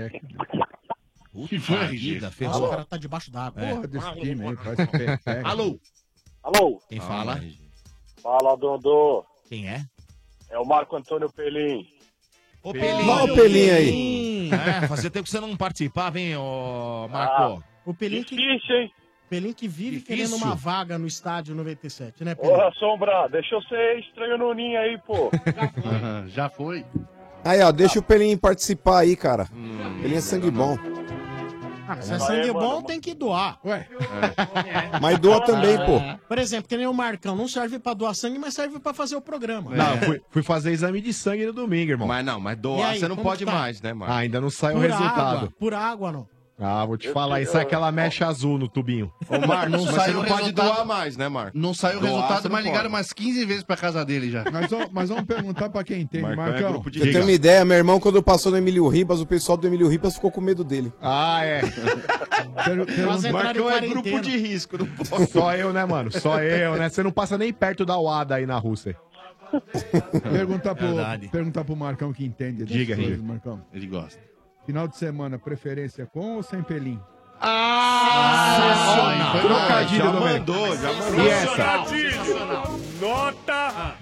[SPEAKER 8] Que foi, vida, ferrou.
[SPEAKER 3] Nossa, o cara tá debaixo d'água.
[SPEAKER 8] É.
[SPEAKER 9] Porra desse time aí, parece pepeca.
[SPEAKER 8] Alô?
[SPEAKER 14] Alô?
[SPEAKER 8] Quem fala?
[SPEAKER 14] Fala, Dondô.
[SPEAKER 8] Quem é?
[SPEAKER 14] É o Marco Antônio Pelim.
[SPEAKER 8] Ô,
[SPEAKER 14] Pelim.
[SPEAKER 8] Olha
[SPEAKER 14] o Pelim aí.
[SPEAKER 8] É, fazia tempo que você não participava, hein, ô Marco?
[SPEAKER 3] O Pelin que, Pelin que vive querendo uma vaga no estádio 97, né, Pelin?
[SPEAKER 14] Porra, Sombra, deixa eu ser estranho no ninho aí, pô.
[SPEAKER 11] Já foi.
[SPEAKER 10] Aí, ó, deixa o Pelinho participar aí, cara.
[SPEAKER 3] Hum.
[SPEAKER 10] Pelinho é sangue bom.
[SPEAKER 3] Ah, se é sangue
[SPEAKER 10] Aí,
[SPEAKER 3] bom, tem que doar. É.
[SPEAKER 9] Ué.
[SPEAKER 7] É.
[SPEAKER 10] Mas doa também, pô.
[SPEAKER 3] Por exemplo, que nem o Marcão, não serve pra doar sangue, mas serve pra fazer o programa.
[SPEAKER 7] Não, eu fui, fui fazer exame de sangue no domingo, irmão.
[SPEAKER 4] É. Mas não, mas
[SPEAKER 3] doar E aí, você não como pode que tá? mais,
[SPEAKER 4] né,
[SPEAKER 7] Ah, ainda não saiu o
[SPEAKER 3] Por
[SPEAKER 7] resultado.
[SPEAKER 3] água, por água, não.
[SPEAKER 7] Ah, vou te falar, isso é aquela mecha azul no tubinho.
[SPEAKER 4] Ô, Marcos,
[SPEAKER 7] Não
[SPEAKER 4] mas
[SPEAKER 7] saiu
[SPEAKER 4] você
[SPEAKER 7] o
[SPEAKER 4] não pode
[SPEAKER 7] resultado.
[SPEAKER 4] doar mais, né, Marcos?
[SPEAKER 11] Não saiu o
[SPEAKER 4] Doar,
[SPEAKER 11] resultado,
[SPEAKER 4] você não
[SPEAKER 11] mas ligaram
[SPEAKER 4] pode.
[SPEAKER 11] umas 15 vezes pra casa dele já.
[SPEAKER 9] Mas, vamos- mas vamos perguntar pra quem tem,
[SPEAKER 10] é
[SPEAKER 9] Marcão.
[SPEAKER 10] Você tem uma ideia, meu irmão, quando passou no Emílio Ribas, o pessoal do Emílio Ribas ficou com medo dele.
[SPEAKER 7] Ah, é. Marcão é grupo de
[SPEAKER 4] risco, não
[SPEAKER 7] posso. Só eu, né, mano? Só eu, né? Você não passa nem perto da UADA aí na Rússia.
[SPEAKER 9] Perguntar pro,
[SPEAKER 7] Verdade.
[SPEAKER 9] perguntar pro Marcão que entende. dessas
[SPEAKER 7] Diga,
[SPEAKER 9] coisas,
[SPEAKER 7] Henrique.
[SPEAKER 9] Marcão.
[SPEAKER 8] Ele gosta.
[SPEAKER 9] Final de semana, preferência com ou sem pelim?
[SPEAKER 1] Ah,
[SPEAKER 9] Trocadilho do meio. E essa?
[SPEAKER 1] Nota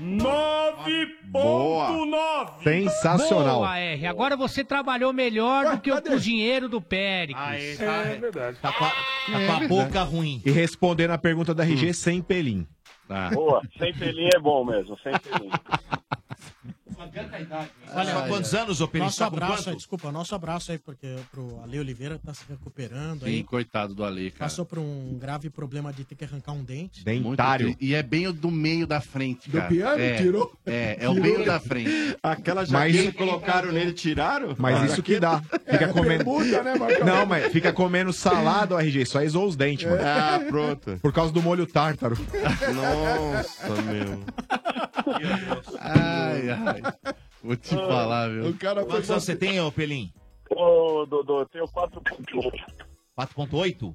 [SPEAKER 1] 9.9.
[SPEAKER 7] 9.9. Sensacional.
[SPEAKER 15] Boa, R. Agora você trabalhou melhor do que o cozinheiro do Péricles.
[SPEAKER 8] É
[SPEAKER 15] verdade.
[SPEAKER 8] Tá com a,
[SPEAKER 15] É
[SPEAKER 7] verdade.
[SPEAKER 8] boca ruim.
[SPEAKER 7] E respondendo a pergunta da
[SPEAKER 4] Hum.
[SPEAKER 7] RG sem pelim.
[SPEAKER 4] Ah.
[SPEAKER 14] Boa, sem pelinho é bom mesmo, sem pelinho.
[SPEAKER 8] adianta a idade. né?
[SPEAKER 3] Olha,
[SPEAKER 8] Só quantos anos, ô Peri?
[SPEAKER 3] Nosso
[SPEAKER 8] Tá com
[SPEAKER 3] abraço,
[SPEAKER 8] quanto?
[SPEAKER 3] aí, desculpa, nosso abraço aí porque pro Ale Oliveira que tá se recuperando
[SPEAKER 11] Sim,
[SPEAKER 3] aí.
[SPEAKER 11] coitado do Ale, cara.
[SPEAKER 3] Passou por um grave problema de ter que arrancar um dente.
[SPEAKER 11] Muito tri- E é bem o do meio da frente,
[SPEAKER 3] Do
[SPEAKER 11] cara.
[SPEAKER 3] piano,
[SPEAKER 11] é,
[SPEAKER 3] tirou?
[SPEAKER 11] É, é o
[SPEAKER 3] Tirou.
[SPEAKER 11] meio da frente.
[SPEAKER 4] Aquela
[SPEAKER 7] Mas-
[SPEAKER 4] jaqueta que colocaram nele, tiraram?
[SPEAKER 10] Ah.
[SPEAKER 7] Mas isso que dá. Fica
[SPEAKER 10] É
[SPEAKER 7] comendo.
[SPEAKER 10] né,
[SPEAKER 7] Não, mas fica comendo salada, ó, RG. Só isou os dentes, mano.
[SPEAKER 4] Ah, pronto.
[SPEAKER 7] Por causa do molho tártaro.
[SPEAKER 4] Nossa, meu.
[SPEAKER 8] Ai, ai. Vou te
[SPEAKER 14] Ah,
[SPEAKER 11] falar, viu?
[SPEAKER 8] O cara Quantos anos você tem, ô Pelim?
[SPEAKER 14] Ô, Dodô, eu tenho 4.8.
[SPEAKER 8] 4.8?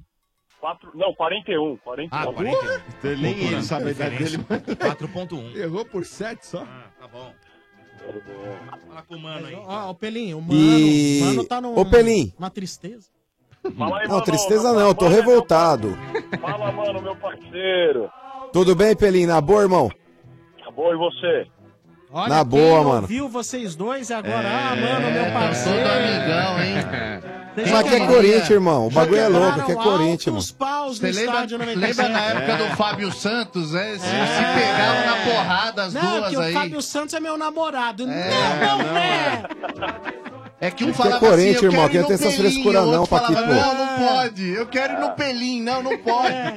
[SPEAKER 14] 4, não, 41. 41.
[SPEAKER 8] Ah, 41.
[SPEAKER 14] nem ele
[SPEAKER 8] sabe a idade dele. 4.1.
[SPEAKER 9] Errou por 7 só.
[SPEAKER 8] Tá bom. Fala com o mano aí.
[SPEAKER 3] Tá Ó, o Pelinho, o Mano,
[SPEAKER 10] E-
[SPEAKER 3] o mano tá num,
[SPEAKER 10] Ô, Pelim.
[SPEAKER 3] uma tristeza.
[SPEAKER 10] Não,
[SPEAKER 3] tá
[SPEAKER 10] tristeza não, eu tô
[SPEAKER 3] né?
[SPEAKER 10] revoltado.
[SPEAKER 14] Fala, mano, meu parceiro.
[SPEAKER 10] Tudo bem, Pelim? Na boa, irmão?
[SPEAKER 14] Tá bom, e você?
[SPEAKER 3] Olha,
[SPEAKER 10] Na boa,
[SPEAKER 3] quem
[SPEAKER 10] mano.
[SPEAKER 3] Viu vocês dois e agora, ah, mano, meu parceiro.
[SPEAKER 11] É, Todo amigão, hein?
[SPEAKER 3] Vocês
[SPEAKER 10] Mas
[SPEAKER 3] já
[SPEAKER 10] aqui é
[SPEAKER 3] quebraram-
[SPEAKER 10] Corinthians, irmão. O
[SPEAKER 3] já
[SPEAKER 10] bagulho é louco,
[SPEAKER 3] quebraram
[SPEAKER 10] aqui é Corinthians, mano.
[SPEAKER 3] paus no
[SPEAKER 11] Você lembra,
[SPEAKER 3] estádio 97.
[SPEAKER 11] lembra na época
[SPEAKER 10] É.
[SPEAKER 11] do Fábio Santos, né? Se, se pegavam na porrada as
[SPEAKER 3] não,
[SPEAKER 11] duas
[SPEAKER 3] que
[SPEAKER 11] aí.
[SPEAKER 3] o Fábio Santos é meu namorado. não, não, é.
[SPEAKER 11] É que
[SPEAKER 10] Aqui
[SPEAKER 11] um
[SPEAKER 10] é
[SPEAKER 11] falava
[SPEAKER 10] coerente,
[SPEAKER 11] assim, eu
[SPEAKER 10] irmão, aqui
[SPEAKER 11] quero ir
[SPEAKER 10] não tem
[SPEAKER 11] no
[SPEAKER 10] essas
[SPEAKER 11] Pelim,
[SPEAKER 10] frescura
[SPEAKER 11] o outro
[SPEAKER 10] não,
[SPEAKER 11] falava,
[SPEAKER 10] Paquito.
[SPEAKER 11] não, não pode, eu quero ir no Pelim, não, não pode.
[SPEAKER 14] É,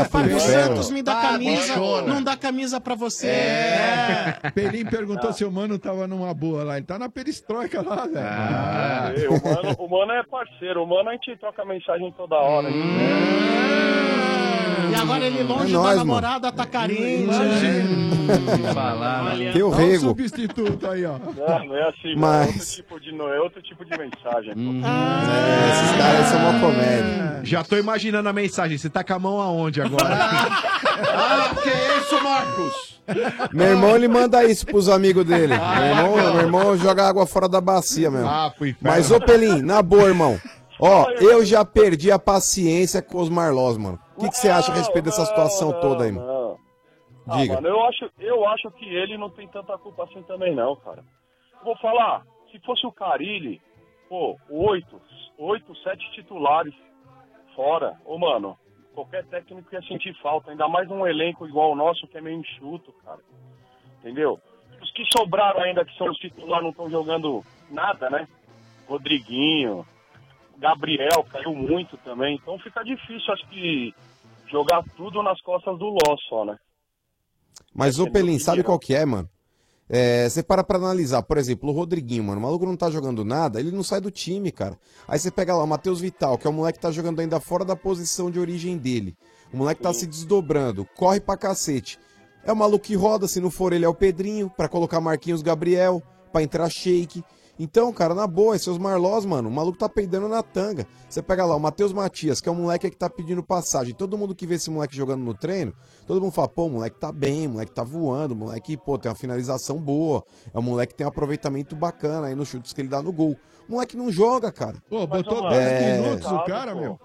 [SPEAKER 10] Ah,
[SPEAKER 3] Fábio
[SPEAKER 10] puta,
[SPEAKER 3] Santos
[SPEAKER 10] é,
[SPEAKER 3] me dá
[SPEAKER 11] Ah,
[SPEAKER 3] camisa,
[SPEAKER 11] bichona.
[SPEAKER 3] não dá camisa pra você.
[SPEAKER 11] É.
[SPEAKER 9] Pelim perguntou se o mano tava numa boa lá. Ele tá na perestroika lá, velho.
[SPEAKER 3] Ah,
[SPEAKER 14] Ei, O, mano, o mano é parceiro, o mano a gente troca mensagem toda hora.
[SPEAKER 8] Hum.
[SPEAKER 3] E agora ele longe
[SPEAKER 14] É nóis,
[SPEAKER 3] da namorada, tá carente.
[SPEAKER 14] Falar,
[SPEAKER 10] Tem o
[SPEAKER 9] Olha
[SPEAKER 10] rego.
[SPEAKER 9] um substituto aí, ó.
[SPEAKER 14] Não, não é assim, não, é outro
[SPEAKER 10] Mas-
[SPEAKER 14] tipo de, não, é outro tipo de mensagem. pô.
[SPEAKER 10] É, esses caras são uma comédia.
[SPEAKER 7] Já tô imaginando a mensagem. Você tá com a mão aonde agora?
[SPEAKER 4] Ah, que isso, Marcos?
[SPEAKER 10] Meu irmão, ele manda isso pros amigos dele. Meu irmão, meu irmão joga água fora da bacia mesmo.
[SPEAKER 7] Ah, pro inferno.
[SPEAKER 10] Mas, ô Pelim, na boa, irmão. Ó, eu já perdi a paciência com os Marlós, mano. O que que você acha a respeito dessa situação toda aí, mano?
[SPEAKER 14] Não. Ah,
[SPEAKER 10] Diga.
[SPEAKER 14] mano, eu acho, eu acho que ele não tem tanta culpa assim também, não, cara. Vou falar, se fosse o Carilli, pô, oito, oito, sete titulares fora, ô, mano, qualquer técnico ia sentir falta, ainda mais um elenco igual o nosso, que é meio enxuto, cara. Entendeu? Os que sobraram ainda, que são os titulares, não estão jogando nada, né? Rodriguinho, Gabriel caiu muito também, então fica difícil, acho que jogar tudo nas costas do Ló só, né?
[SPEAKER 10] Mas, ô Pelim, sabe qual que é, mano? É, você para pra analisar, por exemplo, o Rodriguinho, mano, o maluco não tá jogando nada, ele não sai do time, cara. Aí você pega lá o Matheus Vital, que é um moleque que tá jogando ainda fora da posição de origem dele. O moleque tá se desdobrando, corre pra cacete. É o maluco que roda, se não for ele é o Pedrinho, pra colocar Marquinhos Gabriel, pra entrar Shake. Então, cara, na boa, esses Marlós, mano, o maluco tá peidando na tanga. Você pega lá o Matheus Matias, que é um moleque que tá pedindo passagem. Todo mundo que vê esse moleque jogando no treino, todo mundo fala, pô, o moleque tá bem, o moleque tá voando, o moleque, pô, tem uma finalização boa. É um moleque que tem um aproveitamento bacana aí nos chutes que ele dá no gol. O moleque não joga, cara.
[SPEAKER 9] Pô,
[SPEAKER 14] botou
[SPEAKER 10] o
[SPEAKER 14] 10 minutos o cara, meu.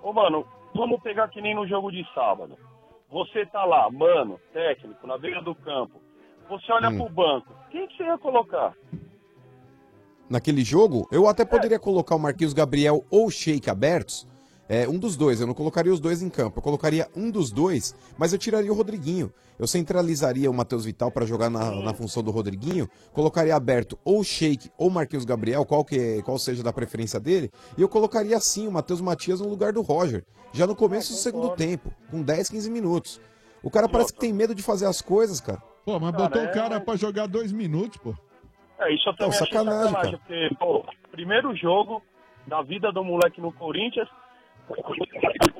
[SPEAKER 14] Ô, mano, vamos pegar que nem no jogo de sábado. Você tá lá, mano, técnico, na beira do campo. Você olha
[SPEAKER 10] Hum.
[SPEAKER 14] pro banco. Quem que você ia colocar?
[SPEAKER 10] naquele jogo, eu até poderia colocar o Marquinhos Gabriel ou o Sheik abertos. É, um dos dois, eu não colocaria os dois em campo. Eu colocaria um dos dois, mas eu tiraria o Rodriguinho. Eu centralizaria o Matheus Vital pra jogar na, na função do Rodriguinho. Colocaria aberto ou o Sheik ou o Marquinhos Gabriel, qual, que, qual seja da preferência dele. E eu colocaria sim o Matheus Matias no lugar do Roger. Já no começo do segundo tempo, com 10, 15 minutos. O cara parece que tem medo de fazer as coisas, cara.
[SPEAKER 9] Pô, mas
[SPEAKER 14] Cara,
[SPEAKER 9] botou o
[SPEAKER 14] é,
[SPEAKER 9] cara pra jogar dois minutos, pô.
[SPEAKER 14] É, isso eu também achei
[SPEAKER 10] sacanagem, cara.
[SPEAKER 14] porque, pô, primeiro jogo da vida do moleque no Corinthians,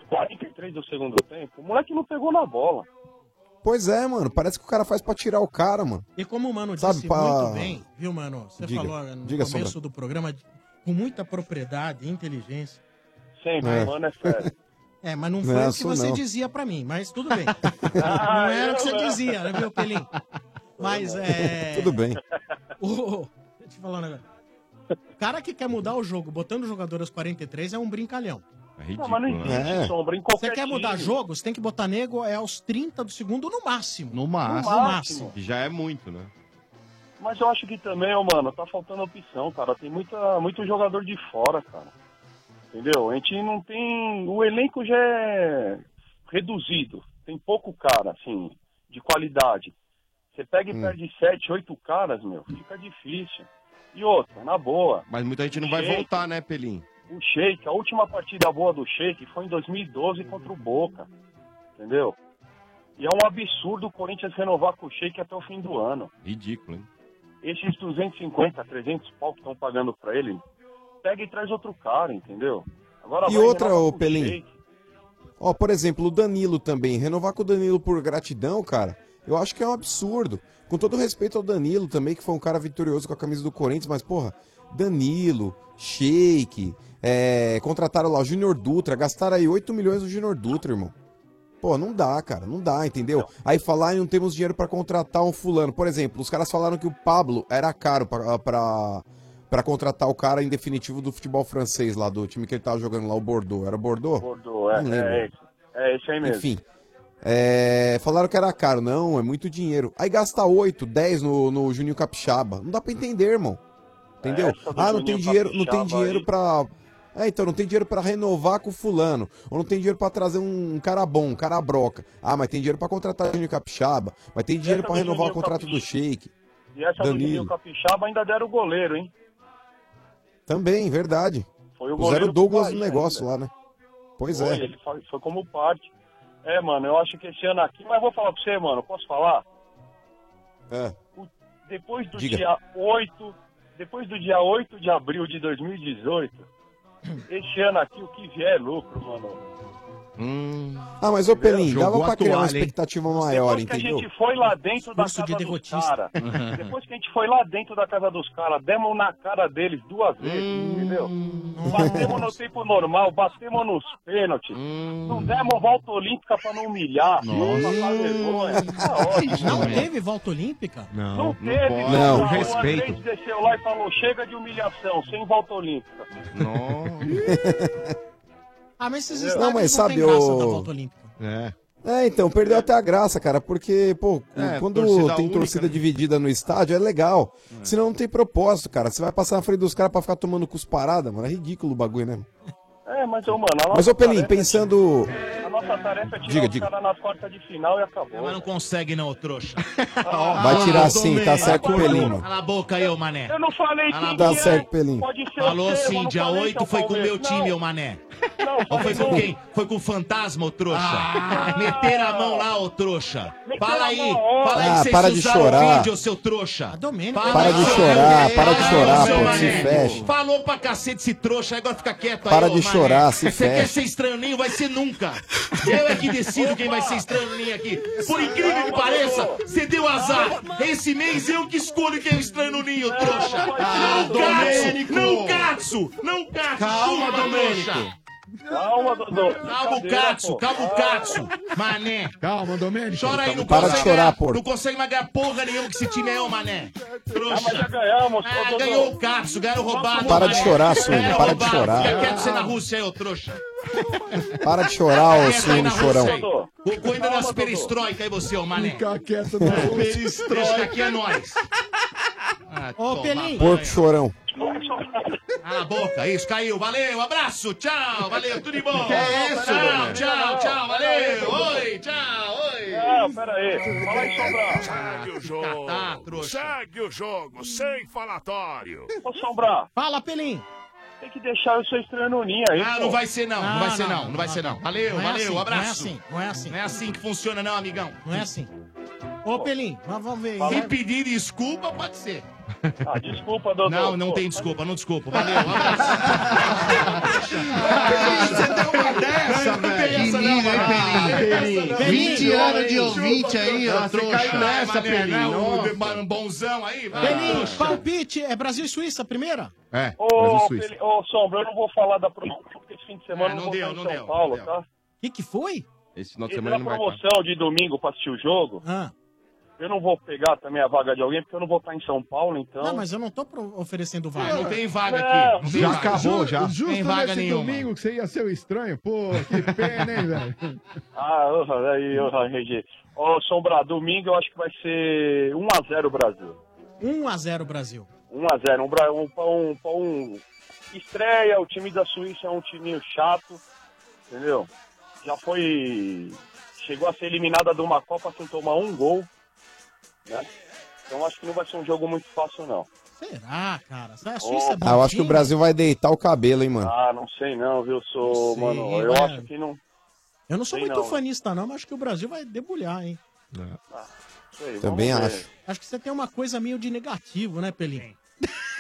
[SPEAKER 14] 43 do segundo tempo, o moleque não pegou na bola.
[SPEAKER 10] Pois é, mano. Parece que o cara faz pra tirar o cara, mano.
[SPEAKER 3] E como o Mano disse
[SPEAKER 10] Sabe, pra-
[SPEAKER 3] muito bem, viu, Mano? Você
[SPEAKER 10] Diga.
[SPEAKER 3] falou no
[SPEAKER 10] Diga,
[SPEAKER 3] começo do
[SPEAKER 10] Sombra.
[SPEAKER 3] programa com muita propriedade e inteligência.
[SPEAKER 14] Sempre,
[SPEAKER 10] É.
[SPEAKER 14] mano, é sério.
[SPEAKER 3] É, mas não
[SPEAKER 10] Não,
[SPEAKER 3] foi o que
[SPEAKER 10] sou
[SPEAKER 3] você
[SPEAKER 10] não.
[SPEAKER 3] dizia pra mim, mas tudo bem. não era o que você
[SPEAKER 14] Ah, eu não.
[SPEAKER 3] dizia, né, viu, Pelim? Mas é.
[SPEAKER 10] Tudo bem.
[SPEAKER 3] O... Deixa eu te falar um negócio. O cara que quer mudar o jogo botando o jogador aos 43 é né? um brincalhão.
[SPEAKER 14] Não, mas não existe
[SPEAKER 10] É.
[SPEAKER 14] sombra em
[SPEAKER 3] Você
[SPEAKER 14] qualquer
[SPEAKER 3] quer mudar
[SPEAKER 14] time.
[SPEAKER 3] jogo, você tem que botar nego é aos 30 do segundo no máximo. No
[SPEAKER 14] máximo.
[SPEAKER 3] No máximo.
[SPEAKER 4] Que Já é muito, né?
[SPEAKER 14] Mas eu acho que também, ô, mano, tá faltando opção, cara. Tem muita, muito jogador de fora, cara. Entendeu? A gente não tem. O elenco já é reduzido. Tem pouco cara, assim, de qualidade. Você pega e
[SPEAKER 4] Hum.
[SPEAKER 14] perde sete, oito caras, meu, fica difícil. E outra, na boa,
[SPEAKER 4] Mas muita gente não vai
[SPEAKER 14] Gente.
[SPEAKER 4] voltar, né, Pelim?
[SPEAKER 14] o Sheik, a última partida boa do Sheik foi em 2012 contra o Boca, entendeu? E é um absurdo o Corinthians renovar com o Sheik até o fim do ano.
[SPEAKER 4] Ridículo, hein?
[SPEAKER 14] Esses 250, 300 pau que estão pagando pra ele, pega e traz outro cara, entendeu? Agora
[SPEAKER 10] E
[SPEAKER 14] vai
[SPEAKER 10] outra,
[SPEAKER 14] renovar
[SPEAKER 10] ô
[SPEAKER 14] com o
[SPEAKER 10] Pelim.
[SPEAKER 14] Sheik.
[SPEAKER 10] Ó, por exemplo, o Danilo também. Renovar com o Danilo por gratidão, cara, eu acho que é um absurdo. Com todo respeito ao Danilo também, que foi um cara vitorioso com a camisa do Corinthians, mas, porra, Danilo, Sheik, é, contrataram lá o Júnior Dutra, gastaram aí 8 milhões no Júnior Dutra, irmão. Pô, não dá, cara, não dá, entendeu? Aí falar, "Ai, não temos dinheiro pra contratar um fulano. Por exemplo, os caras falaram que o Pablo era caro pra, ah, pra, pra contratar o cara em definitivo do futebol francês lá, do time que ele tava jogando lá, o Bordeaux. Era Bordeaux?
[SPEAKER 14] Bordeaux, é,
[SPEAKER 10] Não lembro.
[SPEAKER 14] é esse. É esse aí mesmo.
[SPEAKER 10] Enfim. é, falaram que era caro. Não, é muito dinheiro. Aí gasta 8, 10 no, no Juninho Capixaba. Não dá pra entender, irmão. Entendeu?
[SPEAKER 14] É,
[SPEAKER 5] Essa do
[SPEAKER 10] ah, não tem
[SPEAKER 5] Juninho
[SPEAKER 14] tá
[SPEAKER 10] dinheiro, não tem
[SPEAKER 5] Capixaba
[SPEAKER 10] dinheiro
[SPEAKER 5] aí.
[SPEAKER 10] pra. É, então, não tem dinheiro pra renovar com o fulano. Ou não tem dinheiro pra trazer um cara bom, um cara broca. Ah, mas tem dinheiro pra contratar o Juninho Capixaba. Mas tem dinheiro
[SPEAKER 14] Essa
[SPEAKER 10] pra
[SPEAKER 14] do
[SPEAKER 10] renovar o
[SPEAKER 14] Juninho
[SPEAKER 10] contrato do Sheik.
[SPEAKER 14] E essa do
[SPEAKER 10] Danilo.
[SPEAKER 14] Juninho Capixaba ainda deram o goleiro, hein?
[SPEAKER 10] Também, verdade.
[SPEAKER 14] Foi o
[SPEAKER 10] Puseram
[SPEAKER 14] goleiro
[SPEAKER 10] o
[SPEAKER 14] do
[SPEAKER 10] Douglas
[SPEAKER 14] Bahia
[SPEAKER 10] no negócio lá, né? Pois
[SPEAKER 14] foi,
[SPEAKER 10] é.
[SPEAKER 14] Ele foi, foi como parte. É, mano, eu acho que esse ano aqui, mas vou falar pra você, mano, posso falar?
[SPEAKER 10] É.
[SPEAKER 14] Depois do
[SPEAKER 10] Diga.
[SPEAKER 14] dia 8, depois do dia 8 de abril de 2018, esse ano aqui o que vier é lucro, mano.
[SPEAKER 10] Ah, mas ô Pelim,
[SPEAKER 14] Jogou
[SPEAKER 10] dava
[SPEAKER 14] a
[SPEAKER 10] pra criar uma
[SPEAKER 14] toalha, hein?
[SPEAKER 10] expectativa maior,
[SPEAKER 14] Depois que a
[SPEAKER 10] entendeu?
[SPEAKER 14] gente foi lá dentro da casa dos caras,
[SPEAKER 10] Uhum.
[SPEAKER 14] depois que a gente foi lá dentro da casa dos caras, demos na cara deles duas vezes, entendeu? Batemos no tempo normal, batemos nos pênaltis, não demos volta olímpica pra não humilhar,
[SPEAKER 3] Nossa.
[SPEAKER 14] pra passar vergonha. Tá ótimo,
[SPEAKER 3] Não
[SPEAKER 14] velho.
[SPEAKER 3] teve volta olímpica?
[SPEAKER 14] Não teve, O Andrés desceu lá e falou: chega de humilhação, sem volta olímpica.
[SPEAKER 3] Ah, mas esses
[SPEAKER 10] Não,
[SPEAKER 3] estádios não,
[SPEAKER 10] mas sabe,
[SPEAKER 3] tem graça
[SPEAKER 10] ô-
[SPEAKER 3] da volta olímpica.
[SPEAKER 10] É. então, perdeu até a graça, cara, porque, pô,
[SPEAKER 3] É,
[SPEAKER 10] quando
[SPEAKER 3] torcida
[SPEAKER 10] tem
[SPEAKER 3] única,
[SPEAKER 10] torcida dividida no estádio, é legal. Senão não tem propósito, cara. Você vai passar na frente dos caras pra ficar tomando cusparada, mano. É ridículo o bagulho, né?
[SPEAKER 14] É, mas, ô, mano, a nossa é
[SPEAKER 10] Mas, ô Pelim,
[SPEAKER 14] tarefa-
[SPEAKER 10] pensando.
[SPEAKER 14] A nossa tarefa é tirar
[SPEAKER 10] Diga,
[SPEAKER 14] os
[SPEAKER 10] diga.
[SPEAKER 14] caras nas quartas de final e acabou. Ah,
[SPEAKER 8] Mas não consegue não, ô trouxa.
[SPEAKER 10] Vai tirar sim, tá certo o Pelim, mano.
[SPEAKER 8] Cala a boca aí, ô mané.
[SPEAKER 14] assim. Eu Ah, não falei é,
[SPEAKER 8] Cala a
[SPEAKER 10] Tá
[SPEAKER 8] boca.
[SPEAKER 10] certo, Pelim.
[SPEAKER 8] Falou sim, dia 8 foi com o meu time, ô mané. Ou foi com quem? Foi com o fantasma, ô trouxa.
[SPEAKER 14] Ah.
[SPEAKER 8] Meteram a mão lá, ô trouxa. Fala aí, fala aí
[SPEAKER 10] Ah,
[SPEAKER 8] que vocês
[SPEAKER 10] para de
[SPEAKER 8] usaram
[SPEAKER 10] chorar.
[SPEAKER 8] o vídeo, ô seu trouxa. Fala
[SPEAKER 10] Para
[SPEAKER 14] é
[SPEAKER 8] aí,
[SPEAKER 14] um
[SPEAKER 10] de
[SPEAKER 8] seu
[SPEAKER 10] chorar, para
[SPEAKER 8] mané.
[SPEAKER 10] de
[SPEAKER 8] Fala aí,
[SPEAKER 10] chorar,
[SPEAKER 8] seu
[SPEAKER 10] pô,
[SPEAKER 8] mané.
[SPEAKER 10] se fecha.
[SPEAKER 8] Falou pra cacete esse trouxa, agora fica quieto aí,
[SPEAKER 10] Para
[SPEAKER 8] ô
[SPEAKER 10] de
[SPEAKER 8] mané.
[SPEAKER 10] chorar, se
[SPEAKER 8] Você quer
[SPEAKER 10] fecha.
[SPEAKER 8] ser estranho, vai ser nunca. Eu é que decido quem vai ser estranho aqui. Por incrível que pareça, você deu azar. Esse mês eu que escolho quem é o estranho no ninho, trouxa.
[SPEAKER 14] Ah,
[SPEAKER 8] Não, Gatsu!
[SPEAKER 14] Domênico.
[SPEAKER 8] Não, Gatsu! Não, Gatsu!
[SPEAKER 14] Calma,
[SPEAKER 8] Chupa,
[SPEAKER 14] Domênico.
[SPEAKER 8] trouxa.
[SPEAKER 14] Calma, Dodô.
[SPEAKER 8] Calma o Katsu, calma o Katsu. Mané.
[SPEAKER 9] Calma, Domênico.
[SPEAKER 8] Chora aí, não
[SPEAKER 10] Para de
[SPEAKER 8] consegue
[SPEAKER 10] chorar,
[SPEAKER 8] ganhar-
[SPEAKER 10] porra.
[SPEAKER 8] Não consegue mais ganhar porra nenhuma que esse time é, ô Mané. Trouxa.
[SPEAKER 14] mas já ganhamos,
[SPEAKER 8] Ah,
[SPEAKER 14] ô, Dodô.
[SPEAKER 8] ganhou o Katsu, ganhou roubado.
[SPEAKER 10] Para de
[SPEAKER 8] Mané.
[SPEAKER 10] chorar, Suene,
[SPEAKER 8] Ganharam
[SPEAKER 10] para de
[SPEAKER 8] roubado. Fica
[SPEAKER 10] chorar.
[SPEAKER 8] quieto você na Rússia aí, ô trouxa.
[SPEAKER 10] Para de chorar, ô
[SPEAKER 8] Fica quieto aí
[SPEAKER 10] Suene
[SPEAKER 14] tá
[SPEAKER 8] na
[SPEAKER 10] assim, chorão.
[SPEAKER 8] Rússia aí. Cu- Cuida das perestroicas aí, você, ô Mané. Fica
[SPEAKER 9] quieto
[SPEAKER 8] na Rússia. Perestroika aqui é nós. Ah, toma banho.
[SPEAKER 10] Porco chorão.
[SPEAKER 8] Cala a boca, isso, caiu. Valeu, abraço, tchau, valeu, tudo de bom.
[SPEAKER 14] Que é isso,
[SPEAKER 8] Tchau,
[SPEAKER 14] Dona?
[SPEAKER 8] tchau, tchau, valeu. Oi, tchau, oi. Tá,
[SPEAKER 14] Não, pera aí. Fala aí,
[SPEAKER 12] Segue o jogo. Segue o jogo, sem falatório.
[SPEAKER 14] Ô, Sombra.
[SPEAKER 3] Fala, Pelim.
[SPEAKER 14] Então, Tem que deixar eu ser estranho no ninho aí.
[SPEAKER 8] Ah,
[SPEAKER 14] pô.
[SPEAKER 8] não vai ser não, não vai ser não, não vai ser não. Valeu,
[SPEAKER 3] Não é
[SPEAKER 8] valeu,
[SPEAKER 3] assim,
[SPEAKER 8] abraço.
[SPEAKER 3] não é assim, não é assim.
[SPEAKER 8] Não é assim que funciona não, amigão.
[SPEAKER 3] Não é assim. Ô, Pelim, mas vamos ver.
[SPEAKER 8] Se pedir desculpa, pode ser.
[SPEAKER 14] Ah, desculpa, doutor.
[SPEAKER 8] Não, não tem desculpa, não desculpa. Valeu, abraço.
[SPEAKER 11] Essa, velho. Pelinho, Pelinho. 20 anos de ouvinte aí, ó. trouxa.
[SPEAKER 5] né?
[SPEAKER 8] Pelinho. Bonzão aí, vai.
[SPEAKER 3] Pelim, palpite. É Brasil e Suíça, a primeira?
[SPEAKER 7] É,
[SPEAKER 3] Brasil e
[SPEAKER 14] Ô,
[SPEAKER 3] Suíça.
[SPEAKER 14] Peli- ô, Sombra, eu não vou falar da promoção porque esse fim de semana
[SPEAKER 3] É, não
[SPEAKER 14] eu não, vou
[SPEAKER 3] deu,
[SPEAKER 14] estar em
[SPEAKER 3] não
[SPEAKER 14] São
[SPEAKER 3] deu,
[SPEAKER 14] Paulo,
[SPEAKER 3] não deu.
[SPEAKER 14] tá?
[SPEAKER 3] O que, que foi?
[SPEAKER 4] Esse final de
[SPEAKER 14] E
[SPEAKER 4] semana
[SPEAKER 14] na
[SPEAKER 4] ele não vai estar.
[SPEAKER 14] promoção de domingo pra assistir o jogo,
[SPEAKER 3] Ah.
[SPEAKER 14] eu não vou pegar também a vaga de alguém, porque eu não vou estar em São Paulo, então.
[SPEAKER 3] Não, mas eu não tô pro- oferecendo vaga.
[SPEAKER 8] Não tem vaga
[SPEAKER 14] aqui,
[SPEAKER 9] Ju- ju- Justo nesse domingo que você ia ser o estranho, pô, que pena, hein, velho?
[SPEAKER 14] Ah, ô, aí, eu Regi. Ô, Sombra, domingo eu acho que vai ser 1x0 Brasil.
[SPEAKER 3] 1x0 Brasil.
[SPEAKER 14] 1x0. Um, Bra- um, pra um, pra um Estreia, o time da Suíça é um timinho chato, entendeu? Já foi. Chegou a ser eliminada de uma Copa sem tomar um gol. né? Então acho que não vai ser um jogo muito fácil, não.
[SPEAKER 3] Será, cara? A Suíça é
[SPEAKER 10] Ah, eu acho que o Brasil vai deitar o cabelo, hein, mano.
[SPEAKER 14] Ah, não sei não, viu? Sou,
[SPEAKER 3] Não sei,
[SPEAKER 14] mano, eu
[SPEAKER 3] é.
[SPEAKER 14] acho que não.
[SPEAKER 3] Eu não sou
[SPEAKER 14] Sei
[SPEAKER 3] muito
[SPEAKER 14] não.
[SPEAKER 3] fanista, não, mas acho que o Brasil vai debulhar, hein?
[SPEAKER 5] É.
[SPEAKER 14] Ah, não sei,
[SPEAKER 10] Também
[SPEAKER 14] vamos ver.
[SPEAKER 10] acho.
[SPEAKER 3] Acho que você tem uma coisa meio de negativo, né, Pelinho?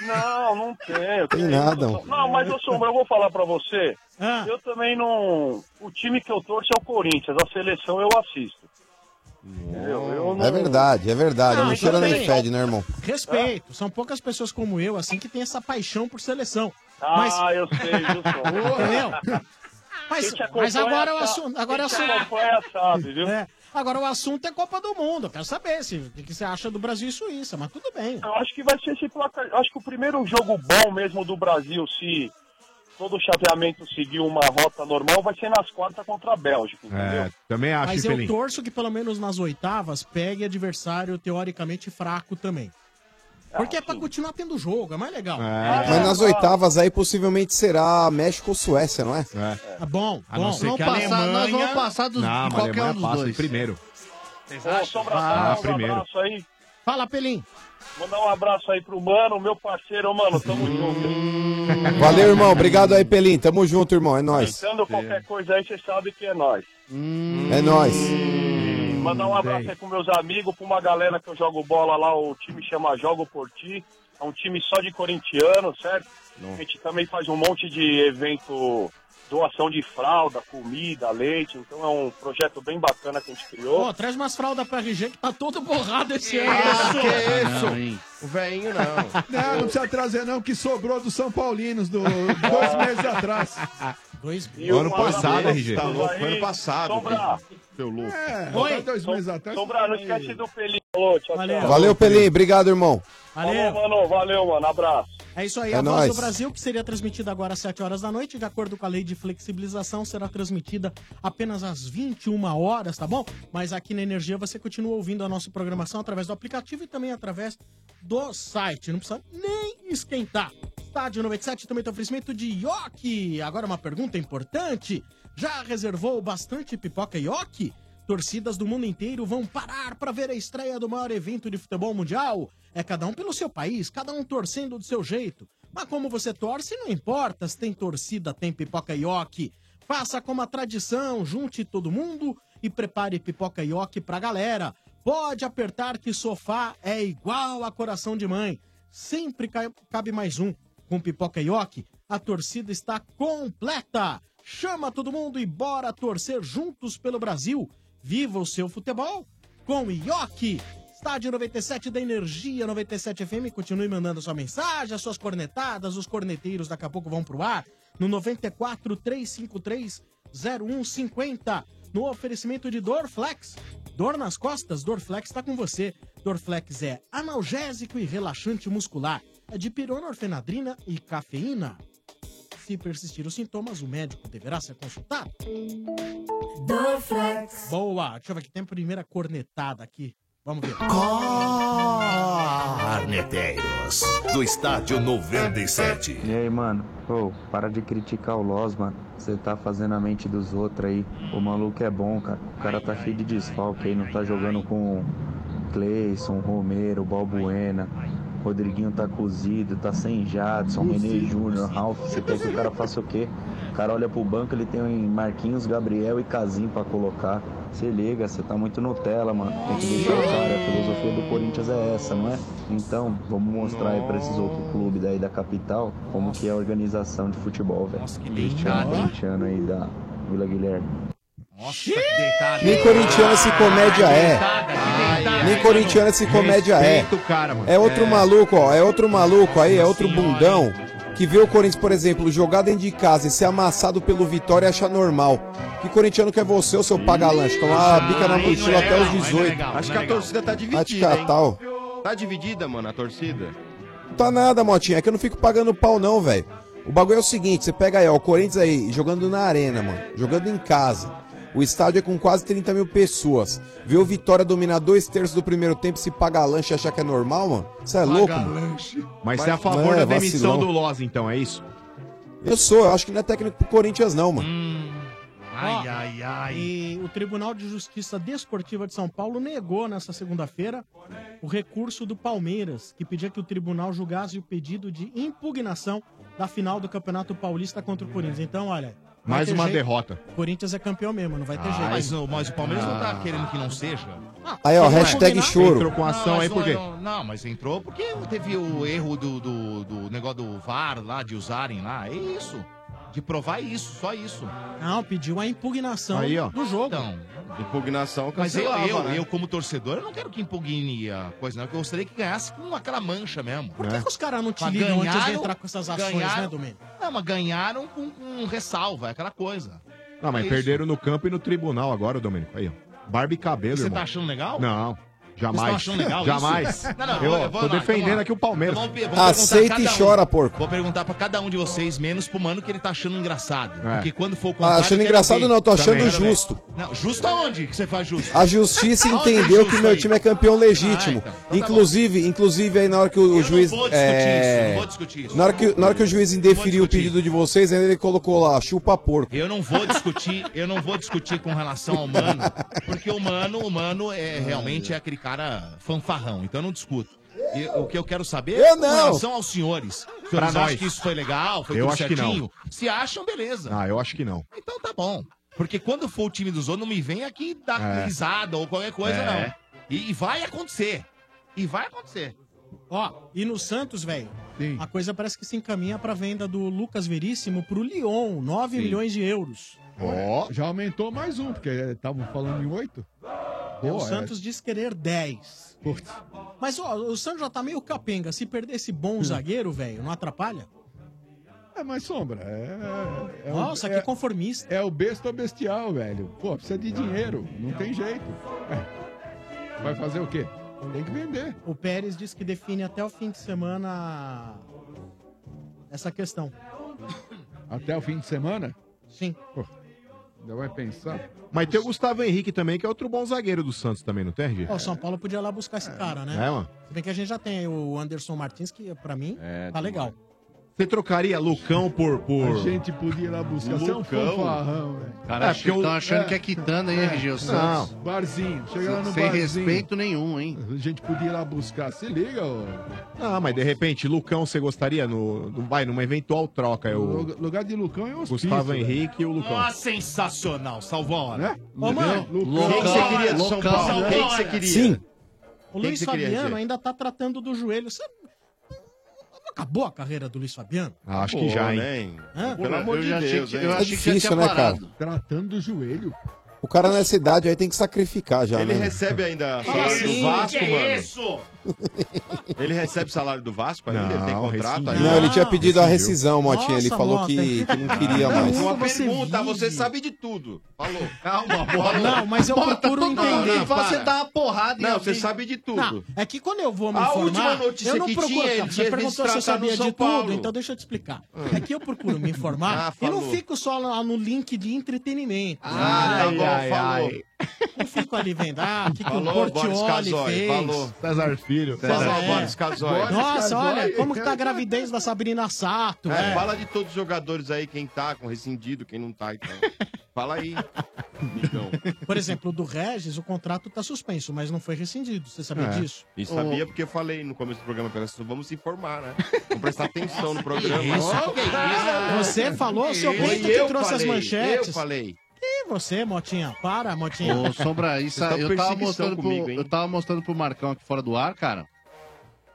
[SPEAKER 14] Não, não tenho.
[SPEAKER 10] Tem
[SPEAKER 14] tenho.
[SPEAKER 10] nada,
[SPEAKER 14] Não, Não, mas eu sou, eu vou falar pra você. Eu também não. O time que eu torço é o Corinthians, a seleção eu assisto. Entendeu? Eu não- então
[SPEAKER 10] É verdade, é verdade.
[SPEAKER 3] Ah,
[SPEAKER 10] não cheira
[SPEAKER 3] tudo
[SPEAKER 10] nem
[SPEAKER 3] bem.
[SPEAKER 10] fede, né, irmão?
[SPEAKER 3] Respeito, são poucas pessoas como eu, assim, que tem essa paixão por seleção.
[SPEAKER 14] Ah,
[SPEAKER 3] Mas,
[SPEAKER 14] eu sei, Wilson.
[SPEAKER 3] entendeu? Mas,
[SPEAKER 14] Quem te acompanha
[SPEAKER 3] mas agora é o
[SPEAKER 14] sabe.
[SPEAKER 3] assunto. Agora é o
[SPEAKER 14] Quem te
[SPEAKER 3] assunto.
[SPEAKER 14] acompanha sabe, viu?
[SPEAKER 3] É, agora o assunto é Copa do Mundo. Eu quero saber se, o que que você acha do Brasil e Suíça, mas tudo bem.
[SPEAKER 14] Eu acho que vai ser esse placar. eu Acho que o primeiro jogo bom mesmo do Brasil, se todo o chaveamento seguir uma rota normal, vai ser nas quartas contra a Bélgica.
[SPEAKER 7] É, também acho,
[SPEAKER 3] Mas
[SPEAKER 7] hein,
[SPEAKER 3] eu
[SPEAKER 7] Pelinho.
[SPEAKER 3] torço que pelo menos nas oitavas pegue adversário teoricamente fraco também. Porque é pra continuar tendo jogo, é mais legal.
[SPEAKER 10] Mas nas oitavas aí possivelmente será México ou Suécia, não é?
[SPEAKER 3] Tá bom,
[SPEAKER 10] A não
[SPEAKER 3] bom.
[SPEAKER 10] ser
[SPEAKER 3] Vamos
[SPEAKER 10] que a
[SPEAKER 3] passar, nós
[SPEAKER 10] Alemanha-
[SPEAKER 3] vamos passar dos,
[SPEAKER 10] Não,
[SPEAKER 3] de
[SPEAKER 10] mas a
[SPEAKER 3] qualquer um
[SPEAKER 10] Alemanha
[SPEAKER 3] dos
[SPEAKER 10] passa em
[SPEAKER 3] dois.
[SPEAKER 7] primeiro.
[SPEAKER 14] Vocês acham? Um
[SPEAKER 3] Ah,
[SPEAKER 14] abraço, um
[SPEAKER 3] primeiro.
[SPEAKER 14] abraço aí.
[SPEAKER 3] Fala, Pelim.
[SPEAKER 14] Mandar um abraço aí pro mano, meu parceiro, Ô, mano. Tamo junto.
[SPEAKER 10] Valeu, irmão. Obrigado aí, Pelim. Tamo junto, irmão. É nóis.
[SPEAKER 14] Pensando qualquer coisa aí, vocês sabem que é nós.
[SPEAKER 10] É nóis.
[SPEAKER 14] Mandar um abraço aí pros meus amigos, pra uma galera que eu jogo bola lá, o time chama Jogo por Ti. É um time só de corintianos, certo? A gente também faz um monte de evento, doação de fralda, comida, leite. Então é um projeto bem bacana que a gente criou.
[SPEAKER 3] Pô, traz umas fraldas pra RG que tá todo borrado esse ano.
[SPEAKER 9] que
[SPEAKER 4] O velhinho não.
[SPEAKER 9] Não, não precisa trazer não, que sobrou dos São Paulinos do, dois meses atrás.
[SPEAKER 3] Dois
[SPEAKER 14] E um abraço pra
[SPEAKER 4] Tá
[SPEAKER 14] todos
[SPEAKER 4] louco,
[SPEAKER 14] aí.
[SPEAKER 4] foi ano passado.
[SPEAKER 14] Sombra,
[SPEAKER 4] Seu louco.
[SPEAKER 9] É,
[SPEAKER 14] Oi.
[SPEAKER 9] dois meses atrás.
[SPEAKER 14] Sombra, não esquece do Pelinho. Alô, tchau, tchau.
[SPEAKER 10] Valeu, Pelim. Obrigado, irmão.
[SPEAKER 14] Valeu, mano. Valeu, mano. Abraço.
[SPEAKER 3] É isso aí,
[SPEAKER 10] É
[SPEAKER 3] a voz
[SPEAKER 10] nóis.
[SPEAKER 3] do Brasil, que seria transmitida agora às 7 horas da noite, de acordo com a lei de flexibilização, será transmitida apenas às 21 horas, tá bom? Mas aqui na Energia você continua ouvindo a nossa programação através do aplicativo e também através do site. Não precisa nem esquentar. Tá Estádio 97 também tem oferecimento de Yoki. Agora uma pergunta importante. Já reservou bastante pipoca Yoki? Torcidas do mundo inteiro vão parar para ver a estreia do maior evento de futebol mundial. É cada um pelo seu país, cada um torcendo do seu jeito. Mas como você torce, não importa se tem torcida, tem pipoca ioki. Faça como a tradição, junte todo mundo e prepare pipoca ioki pra galera. Pode apertar que sofá é igual a coração de mãe. Sempre ca- cabe mais um. Com pipoca ioki, a torcida está completa. Chama todo mundo e bora torcer juntos pelo Brasil. Viva o seu futebol com Ioki. Estádio 97 da Energia 97 FM. Continue mandando sua mensagem, as suas cornetadas. Os corneteiros daqui a pouco vão pro ar no 94 353 0150. No oferecimento de Dorflex. Dor nas costas? Dorflex está com você. Dorflex é analgésico e relaxante muscular. É de pirona, orfenadrina e cafeína. Se persistir os sintomas, o médico deverá ser consultado. Dorflex. Boa! Deixa eu ver aqui, tem a primeira cornetada aqui. Vamos ver.
[SPEAKER 5] Arneteiros, do estádio 97.
[SPEAKER 16] E aí, mano? Pô, para de criticar o Loz, mano. Você tá fazendo a mente dos outros aí. O maluco é bom, cara. O cara tá cheio de desfalque aí, não tá jogando com Cleison, Romero, Balbuena. Rodriguinho tá cozido, tá sem Jadson, René Júnior, Ralf. Você quer que o cara faça o quê? O cara olha pro banco, ele tem um Marquinhos, Gabriel e Casim pra colocar. Se liga, você tá muito Nutella, mano. Tem que deixar o cara. A filosofia do Corinthians é essa, não é? Então, vamos mostrar aí pra esses outros clubes daí da capital como que é a organização de futebol, velho. Nossa, que
[SPEAKER 10] deitado, hein?
[SPEAKER 16] corintiano aí da Vila Guilherme.
[SPEAKER 10] Nem corintiano se comédia é. Nem corintiano se comédia é.
[SPEAKER 16] Respeita o cara, mano.
[SPEAKER 10] É outro maluco, ó. É outro maluco aí, é outro bundão que vê o Corinthians, por exemplo, jogar dentro de casa e ser amassado pelo Vitória e achar normal. Que corintiano que é você, o seu paga-lanche? Tomar a bica na mochila
[SPEAKER 4] é
[SPEAKER 10] até os 18.
[SPEAKER 4] Acho que a torcida tá
[SPEAKER 10] é Vai te
[SPEAKER 4] dividida. hein?
[SPEAKER 10] catar, ó.
[SPEAKER 4] Tá dividida, mano, a torcida?
[SPEAKER 10] Não tá nada, Motinha. É que eu não fico pagando pau, não, velho. O bagulho é o seguinte: você pega aí, ó, o Corinthians aí, jogando na arena, mano. Jogando em casa. O estádio é com quase 30 mil pessoas. Ver o Vitória dominar dois terços do primeiro tempo, se pagar lanche e achar que é normal, mano? Você é louco, mano?
[SPEAKER 7] Mas você é a favor da demissão
[SPEAKER 10] vacilão.
[SPEAKER 7] do Loz, então, é isso?
[SPEAKER 8] Hum.
[SPEAKER 10] Eu sou, eu acho que não é técnico pro Corinthians, não, mano.
[SPEAKER 8] Ai,
[SPEAKER 3] Ó,
[SPEAKER 8] ai, ai.
[SPEAKER 3] E o Tribunal de Justiça Desportiva de São Paulo negou nessa segunda-feira o recurso do Palmeiras, que pedia que o tribunal julgasse o pedido de impugnação da final do Campeonato Paulista contra o Corinthians. Então, olha. vai
[SPEAKER 7] Mais
[SPEAKER 3] ter
[SPEAKER 7] uma derrota.
[SPEAKER 3] Corinthians é campeão mesmo, não vai ter jeito.
[SPEAKER 8] Ah,
[SPEAKER 3] Ah.
[SPEAKER 8] Mas, o- mas o Palmeiras não tá querendo que não seja.
[SPEAKER 10] Aí, ó,
[SPEAKER 8] Não é.
[SPEAKER 10] hashtag choro. Entrou com ação
[SPEAKER 8] mas
[SPEAKER 10] aí, por
[SPEAKER 8] não-
[SPEAKER 10] quê?
[SPEAKER 8] Não, não, mas entrou porque teve o erro do, do, do negócio do VAR lá, de usarem lá. É isso. De provar isso, só isso.
[SPEAKER 3] Não, pediu a impugnação
[SPEAKER 8] Aí, ó.
[SPEAKER 3] do jogo.
[SPEAKER 4] Impugnação
[SPEAKER 8] Mas eu,
[SPEAKER 4] cancelava,
[SPEAKER 8] eu,
[SPEAKER 4] né?
[SPEAKER 8] eu, como torcedor, eu não quero que impugne a coisa, não. Eu gostaria que ganhasse com aquela mancha mesmo.
[SPEAKER 3] Por que, que os caras não te ligam antes de entrar com essas ações, né, Domênio?
[SPEAKER 8] Não, mas ganharam com, com ressalva, é aquela coisa.
[SPEAKER 7] Não, mas
[SPEAKER 8] É isso.
[SPEAKER 7] perderam no campo e no tribunal agora, Domênico. Aí, ó. Barba e cabelo,
[SPEAKER 8] Você
[SPEAKER 7] irmão.
[SPEAKER 8] tá achando legal?
[SPEAKER 7] Não. Jamais.
[SPEAKER 8] Vocês estão achando legal
[SPEAKER 7] Jamais.
[SPEAKER 8] isso? Não, não,
[SPEAKER 7] eu,
[SPEAKER 8] vou-
[SPEAKER 7] ó,
[SPEAKER 8] eu vou
[SPEAKER 7] tô
[SPEAKER 8] lá,
[SPEAKER 7] defendendo
[SPEAKER 8] vamos lá.
[SPEAKER 7] aqui o Palmeiras.
[SPEAKER 8] Vamos pe- vamos perguntar a cada um. Vou perguntar pra cada um de vocês, menos pro mano que ele tá achando engraçado.
[SPEAKER 10] É.
[SPEAKER 8] Porque quando for o
[SPEAKER 10] Ah,
[SPEAKER 8] contrário,
[SPEAKER 10] achando
[SPEAKER 8] eu quero
[SPEAKER 10] engraçado
[SPEAKER 8] ver.
[SPEAKER 10] não, eu tô achando
[SPEAKER 8] Também, também.
[SPEAKER 10] justo.
[SPEAKER 8] Não, justo aonde que você faz justo?
[SPEAKER 10] A justiça
[SPEAKER 8] Aonde é
[SPEAKER 10] entendeu
[SPEAKER 8] justo
[SPEAKER 10] que meu
[SPEAKER 8] aí? Ah, então.
[SPEAKER 10] time é campeão legítimo.
[SPEAKER 8] tá
[SPEAKER 10] inclusive, inclusive aí na hora que o, o juiz
[SPEAKER 8] vou discutir isso,
[SPEAKER 10] é...
[SPEAKER 8] eu não vou discutir isso.
[SPEAKER 10] Na hora que na hora que o juiz indeferiu o pedido de vocês, ainda ele colocou lá chupa porco.
[SPEAKER 8] Eu não vou discutir, eu não vou discutir com relação ao mano, porque o mano, o mano é realmente é aquele cara fanfarrão, então eu não discuto. E o que eu quero saber é
[SPEAKER 10] Eu
[SPEAKER 8] com
[SPEAKER 10] não.
[SPEAKER 8] relação aos senhores.
[SPEAKER 7] Pra
[SPEAKER 8] Os senhores acham
[SPEAKER 7] nós.
[SPEAKER 8] que isso foi legal, foi
[SPEAKER 7] Eu
[SPEAKER 8] tudo
[SPEAKER 7] acho que não.
[SPEAKER 8] certinho? Se acham, beleza.
[SPEAKER 7] Ah, eu acho que não.
[SPEAKER 8] Então tá bom. Porque quando for o time dos outros, não me vem aqui dar
[SPEAKER 7] É.
[SPEAKER 8] risada ou qualquer coisa,
[SPEAKER 7] É.
[SPEAKER 8] não. E, e vai acontecer. E vai acontecer.
[SPEAKER 3] Ó, e no Santos, velho, a coisa parece que se encaminha pra venda do Lucas Veríssimo pro Lyon, 9 milhões de euros.
[SPEAKER 9] Ó, Já aumentou mais um, porque estavam falando em oito.
[SPEAKER 3] É, o
[SPEAKER 9] Boa, é.
[SPEAKER 3] Santos diz querer 10. Mas ó, o Santos já tá meio capenga. Se perder esse bom
[SPEAKER 9] Hum.
[SPEAKER 3] zagueiro, velho, não atrapalha?
[SPEAKER 9] É, mas sombra. É, é o-
[SPEAKER 3] Nossa,
[SPEAKER 9] é-
[SPEAKER 3] que conformista.
[SPEAKER 9] É o besta ou bestial, velho. Pô, precisa de dinheiro. Não tem jeito. É. Vai fazer o quê? Tem que vender.
[SPEAKER 3] O Pérez diz que define até o fim de semana essa questão.
[SPEAKER 9] Até o fim de semana?
[SPEAKER 3] Sim.
[SPEAKER 9] ainda vai pensar.
[SPEAKER 7] Mas tem o Gustavo Henrique também, que é outro bom zagueiro do Santos também, não tem, RG?
[SPEAKER 3] Ó, o São Paulo podia ir lá buscar esse cara, né?
[SPEAKER 7] É, mano.
[SPEAKER 3] Se bem que a gente já tem aí o Anderson Martins, que pra mim
[SPEAKER 7] É,
[SPEAKER 3] tá
[SPEAKER 7] demais.
[SPEAKER 3] legal.
[SPEAKER 7] Você trocaria Lucão por... por...
[SPEAKER 9] A gente podia ir lá buscar. Você é um
[SPEAKER 7] Lucão.
[SPEAKER 9] fanfarrão, velho.
[SPEAKER 7] Cara, É, porque o-
[SPEAKER 11] Estão achando que é quitanda, hein, RG? O Santos.
[SPEAKER 9] Não. Barzinho. Chega lá no
[SPEAKER 11] Sem
[SPEAKER 9] barzinho.
[SPEAKER 11] respeito nenhum, hein?
[SPEAKER 9] A gente podia ir lá buscar. Se liga, ô.
[SPEAKER 7] Ah, mas de repente, Lucão, você gostaria? No, no- vai, numa eventual troca,
[SPEAKER 9] O
[SPEAKER 7] eu...
[SPEAKER 9] lugar de Lucão é um hospício.
[SPEAKER 7] Gustavo
[SPEAKER 9] velho. Né?
[SPEAKER 7] Henrique e o Lucão.
[SPEAKER 8] Ah, sensacional. Salvou a hora.
[SPEAKER 9] Ô, mano,
[SPEAKER 8] Lucão.
[SPEAKER 9] quem que você queria
[SPEAKER 7] do São Paulo?
[SPEAKER 8] Salvou a
[SPEAKER 7] Quem que
[SPEAKER 8] hora.
[SPEAKER 7] você queria?
[SPEAKER 3] O
[SPEAKER 7] Sim. Quem que
[SPEAKER 3] Luiz
[SPEAKER 7] você queria
[SPEAKER 3] Fabiano
[SPEAKER 7] dizer?
[SPEAKER 3] ainda tá tratando do joelho. Você... Acabou a carreira do Luiz Fabiano?
[SPEAKER 7] Ah, Acho que já, hein?
[SPEAKER 17] né?
[SPEAKER 3] Hã?
[SPEAKER 7] Pelo amor de Deus, hein?
[SPEAKER 10] É difícil, né, cara?
[SPEAKER 9] Tratando o joelho.
[SPEAKER 10] O cara nessa idade aí tem que sacrificar já,
[SPEAKER 4] Ele
[SPEAKER 10] né?
[SPEAKER 4] recebe ainda
[SPEAKER 10] Que
[SPEAKER 4] salário
[SPEAKER 10] isso,
[SPEAKER 4] do Vasco,
[SPEAKER 10] que
[SPEAKER 4] mano?
[SPEAKER 10] isso?
[SPEAKER 4] Ele recebe salário do Vasco ainda? ele
[SPEAKER 7] Ah,
[SPEAKER 4] tem
[SPEAKER 10] Não,
[SPEAKER 4] contrato ainda?
[SPEAKER 10] Não, ele tinha pedido a rescisão, Motinha. Ele falou que, que não
[SPEAKER 4] Ah,
[SPEAKER 10] queria mais.
[SPEAKER 4] Uma pergunta, você sabe de tudo. Falou. Calma,
[SPEAKER 3] Não, mas eu procuro entender.
[SPEAKER 4] Você dá
[SPEAKER 11] uma porrada
[SPEAKER 4] Não, você sabe de tudo.
[SPEAKER 3] Não, é que quando eu vou me
[SPEAKER 4] A
[SPEAKER 3] informar...
[SPEAKER 4] última notícia
[SPEAKER 3] eu não
[SPEAKER 4] que
[SPEAKER 3] procuro,
[SPEAKER 4] tinha, ele
[SPEAKER 3] cara,
[SPEAKER 4] tinha
[SPEAKER 3] Você perguntou se eu
[SPEAKER 4] registrado
[SPEAKER 3] sabia
[SPEAKER 4] no
[SPEAKER 3] de
[SPEAKER 4] São Paulo.
[SPEAKER 3] tudo, então deixa eu te explicar. É que eu procuro me informar
[SPEAKER 4] Ah,
[SPEAKER 3] e não
[SPEAKER 4] falou.
[SPEAKER 3] fico só lá no link de entretenimento.
[SPEAKER 4] Ah, tá bom, falou.
[SPEAKER 3] Não fico ali vendo, ah, o que, que o
[SPEAKER 4] Falou, Boris
[SPEAKER 3] Portioli
[SPEAKER 4] Casoy,
[SPEAKER 3] fez. é.
[SPEAKER 4] falou.
[SPEAKER 7] César Filho.
[SPEAKER 4] Falou, Boris Casoy.
[SPEAKER 3] Nossa, olha, como que tá a gravidez da Sabrina Sato,
[SPEAKER 4] É,
[SPEAKER 3] velho.
[SPEAKER 4] Fala de todos os jogadores aí, quem tá com rescindido, quem não tá, então. Fala aí. Então,
[SPEAKER 3] Por exemplo, o do Regis, o contrato tá suspenso, mas não foi rescindido. Você sabia
[SPEAKER 4] É.
[SPEAKER 3] disso?
[SPEAKER 4] E sabia porque eu falei no começo do programa, pera, só vamos se informar, né? Vamos prestar atenção no programa.
[SPEAKER 3] Que isso?
[SPEAKER 4] Ó, cara.
[SPEAKER 3] Você falou, seu
[SPEAKER 4] Foi
[SPEAKER 3] Bento que
[SPEAKER 4] eu
[SPEAKER 3] trouxe as
[SPEAKER 4] falei,
[SPEAKER 3] manchetes.
[SPEAKER 4] Eu falei.
[SPEAKER 3] E você, Motinha? Para, Motinha.
[SPEAKER 11] Ô, Sombra, isso
[SPEAKER 4] tá
[SPEAKER 3] Vocês tão
[SPEAKER 11] eu tava
[SPEAKER 3] perseguição
[SPEAKER 11] mostrando
[SPEAKER 3] comigo,
[SPEAKER 11] pro,
[SPEAKER 3] hein?
[SPEAKER 11] eu tava mostrando pro Marcão aqui fora do ar, cara.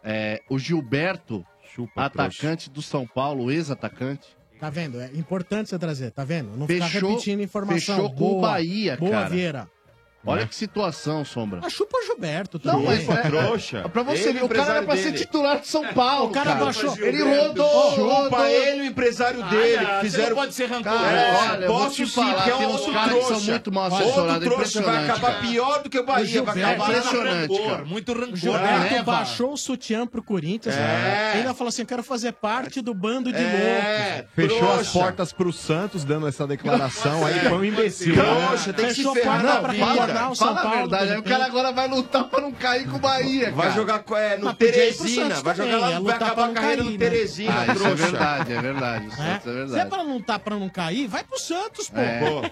[SPEAKER 11] É, o Gilberto, atacante do São Paulo, ex-atacante,
[SPEAKER 3] Tá vendo? É importante você trazer, tá vendo? Não ficar
[SPEAKER 11] fechou,
[SPEAKER 3] repetindo informação.
[SPEAKER 11] fechou com o
[SPEAKER 3] Boa.
[SPEAKER 11] Bahia,
[SPEAKER 3] Boa,
[SPEAKER 11] cara.
[SPEAKER 3] Vieira.
[SPEAKER 4] é?
[SPEAKER 11] Olha que situação, Sombra.
[SPEAKER 3] Ah, chupa o Gilberto
[SPEAKER 11] Não,
[SPEAKER 3] também.
[SPEAKER 11] mas é, é pra você ver, o cara era pra ser titular de São Paulo.
[SPEAKER 3] É, O cara baixou.
[SPEAKER 11] Ele rodou, rodou.
[SPEAKER 4] Chupa ele e o
[SPEAKER 8] Ah,
[SPEAKER 4] empresário dele. que fizeram...
[SPEAKER 11] Cara, olha,
[SPEAKER 4] É,
[SPEAKER 11] eu vou te
[SPEAKER 4] posso sim,
[SPEAKER 11] falar,
[SPEAKER 8] um
[SPEAKER 4] porque é
[SPEAKER 11] tem uns
[SPEAKER 4] outro
[SPEAKER 11] caras que são
[SPEAKER 4] trouxa.
[SPEAKER 11] muito mal
[SPEAKER 4] Olha,
[SPEAKER 11] assessorados,
[SPEAKER 4] Outro trouxa vai
[SPEAKER 11] impressionante,
[SPEAKER 4] acabar
[SPEAKER 11] cara.
[SPEAKER 4] pior do que o
[SPEAKER 11] O
[SPEAKER 4] Bahia.
[SPEAKER 11] Gilberto,
[SPEAKER 4] Vai acabar
[SPEAKER 11] impressionante, cara. É,
[SPEAKER 8] Muito rancor.
[SPEAKER 3] O Gilberto
[SPEAKER 11] Leva.
[SPEAKER 3] baixou o sutiã pro Corinthians.
[SPEAKER 7] É.
[SPEAKER 3] né? Ainda falou assim: eu quero fazer parte do bando de
[SPEAKER 7] É,
[SPEAKER 3] loucos.
[SPEAKER 7] Fechou as portas pro Santos dando essa
[SPEAKER 11] Então
[SPEAKER 7] declaração aí,
[SPEAKER 11] É.
[SPEAKER 7] foi um imbecil.
[SPEAKER 4] Trouxa, tem que se
[SPEAKER 7] Fechou a
[SPEAKER 4] ferrar
[SPEAKER 7] porta
[SPEAKER 4] na
[SPEAKER 7] É pra
[SPEAKER 4] vida.
[SPEAKER 7] retornar o São
[SPEAKER 11] Fala a
[SPEAKER 7] Paulo,
[SPEAKER 11] verdade,
[SPEAKER 7] de
[SPEAKER 11] aí o cara
[SPEAKER 7] repente.
[SPEAKER 11] agora vai lutar pra não cair com o Bahia, cara.
[SPEAKER 4] Vai jogar co- é, no
[SPEAKER 11] Mas podia ir pro
[SPEAKER 4] Teresina,
[SPEAKER 11] Santos
[SPEAKER 4] vai jogar lá,
[SPEAKER 11] também,
[SPEAKER 4] vai
[SPEAKER 11] é lutar
[SPEAKER 4] acabar
[SPEAKER 11] pra
[SPEAKER 4] a
[SPEAKER 11] não
[SPEAKER 4] carreira do
[SPEAKER 11] né?
[SPEAKER 4] Teresina,
[SPEAKER 11] Ah, isso é
[SPEAKER 4] trouxa.
[SPEAKER 11] verdade, é verdade. Isso
[SPEAKER 3] É?
[SPEAKER 11] é
[SPEAKER 3] Se é
[SPEAKER 11] verdade.
[SPEAKER 3] pra não tá pra não cair, vai pro Santos, pô.
[SPEAKER 11] É.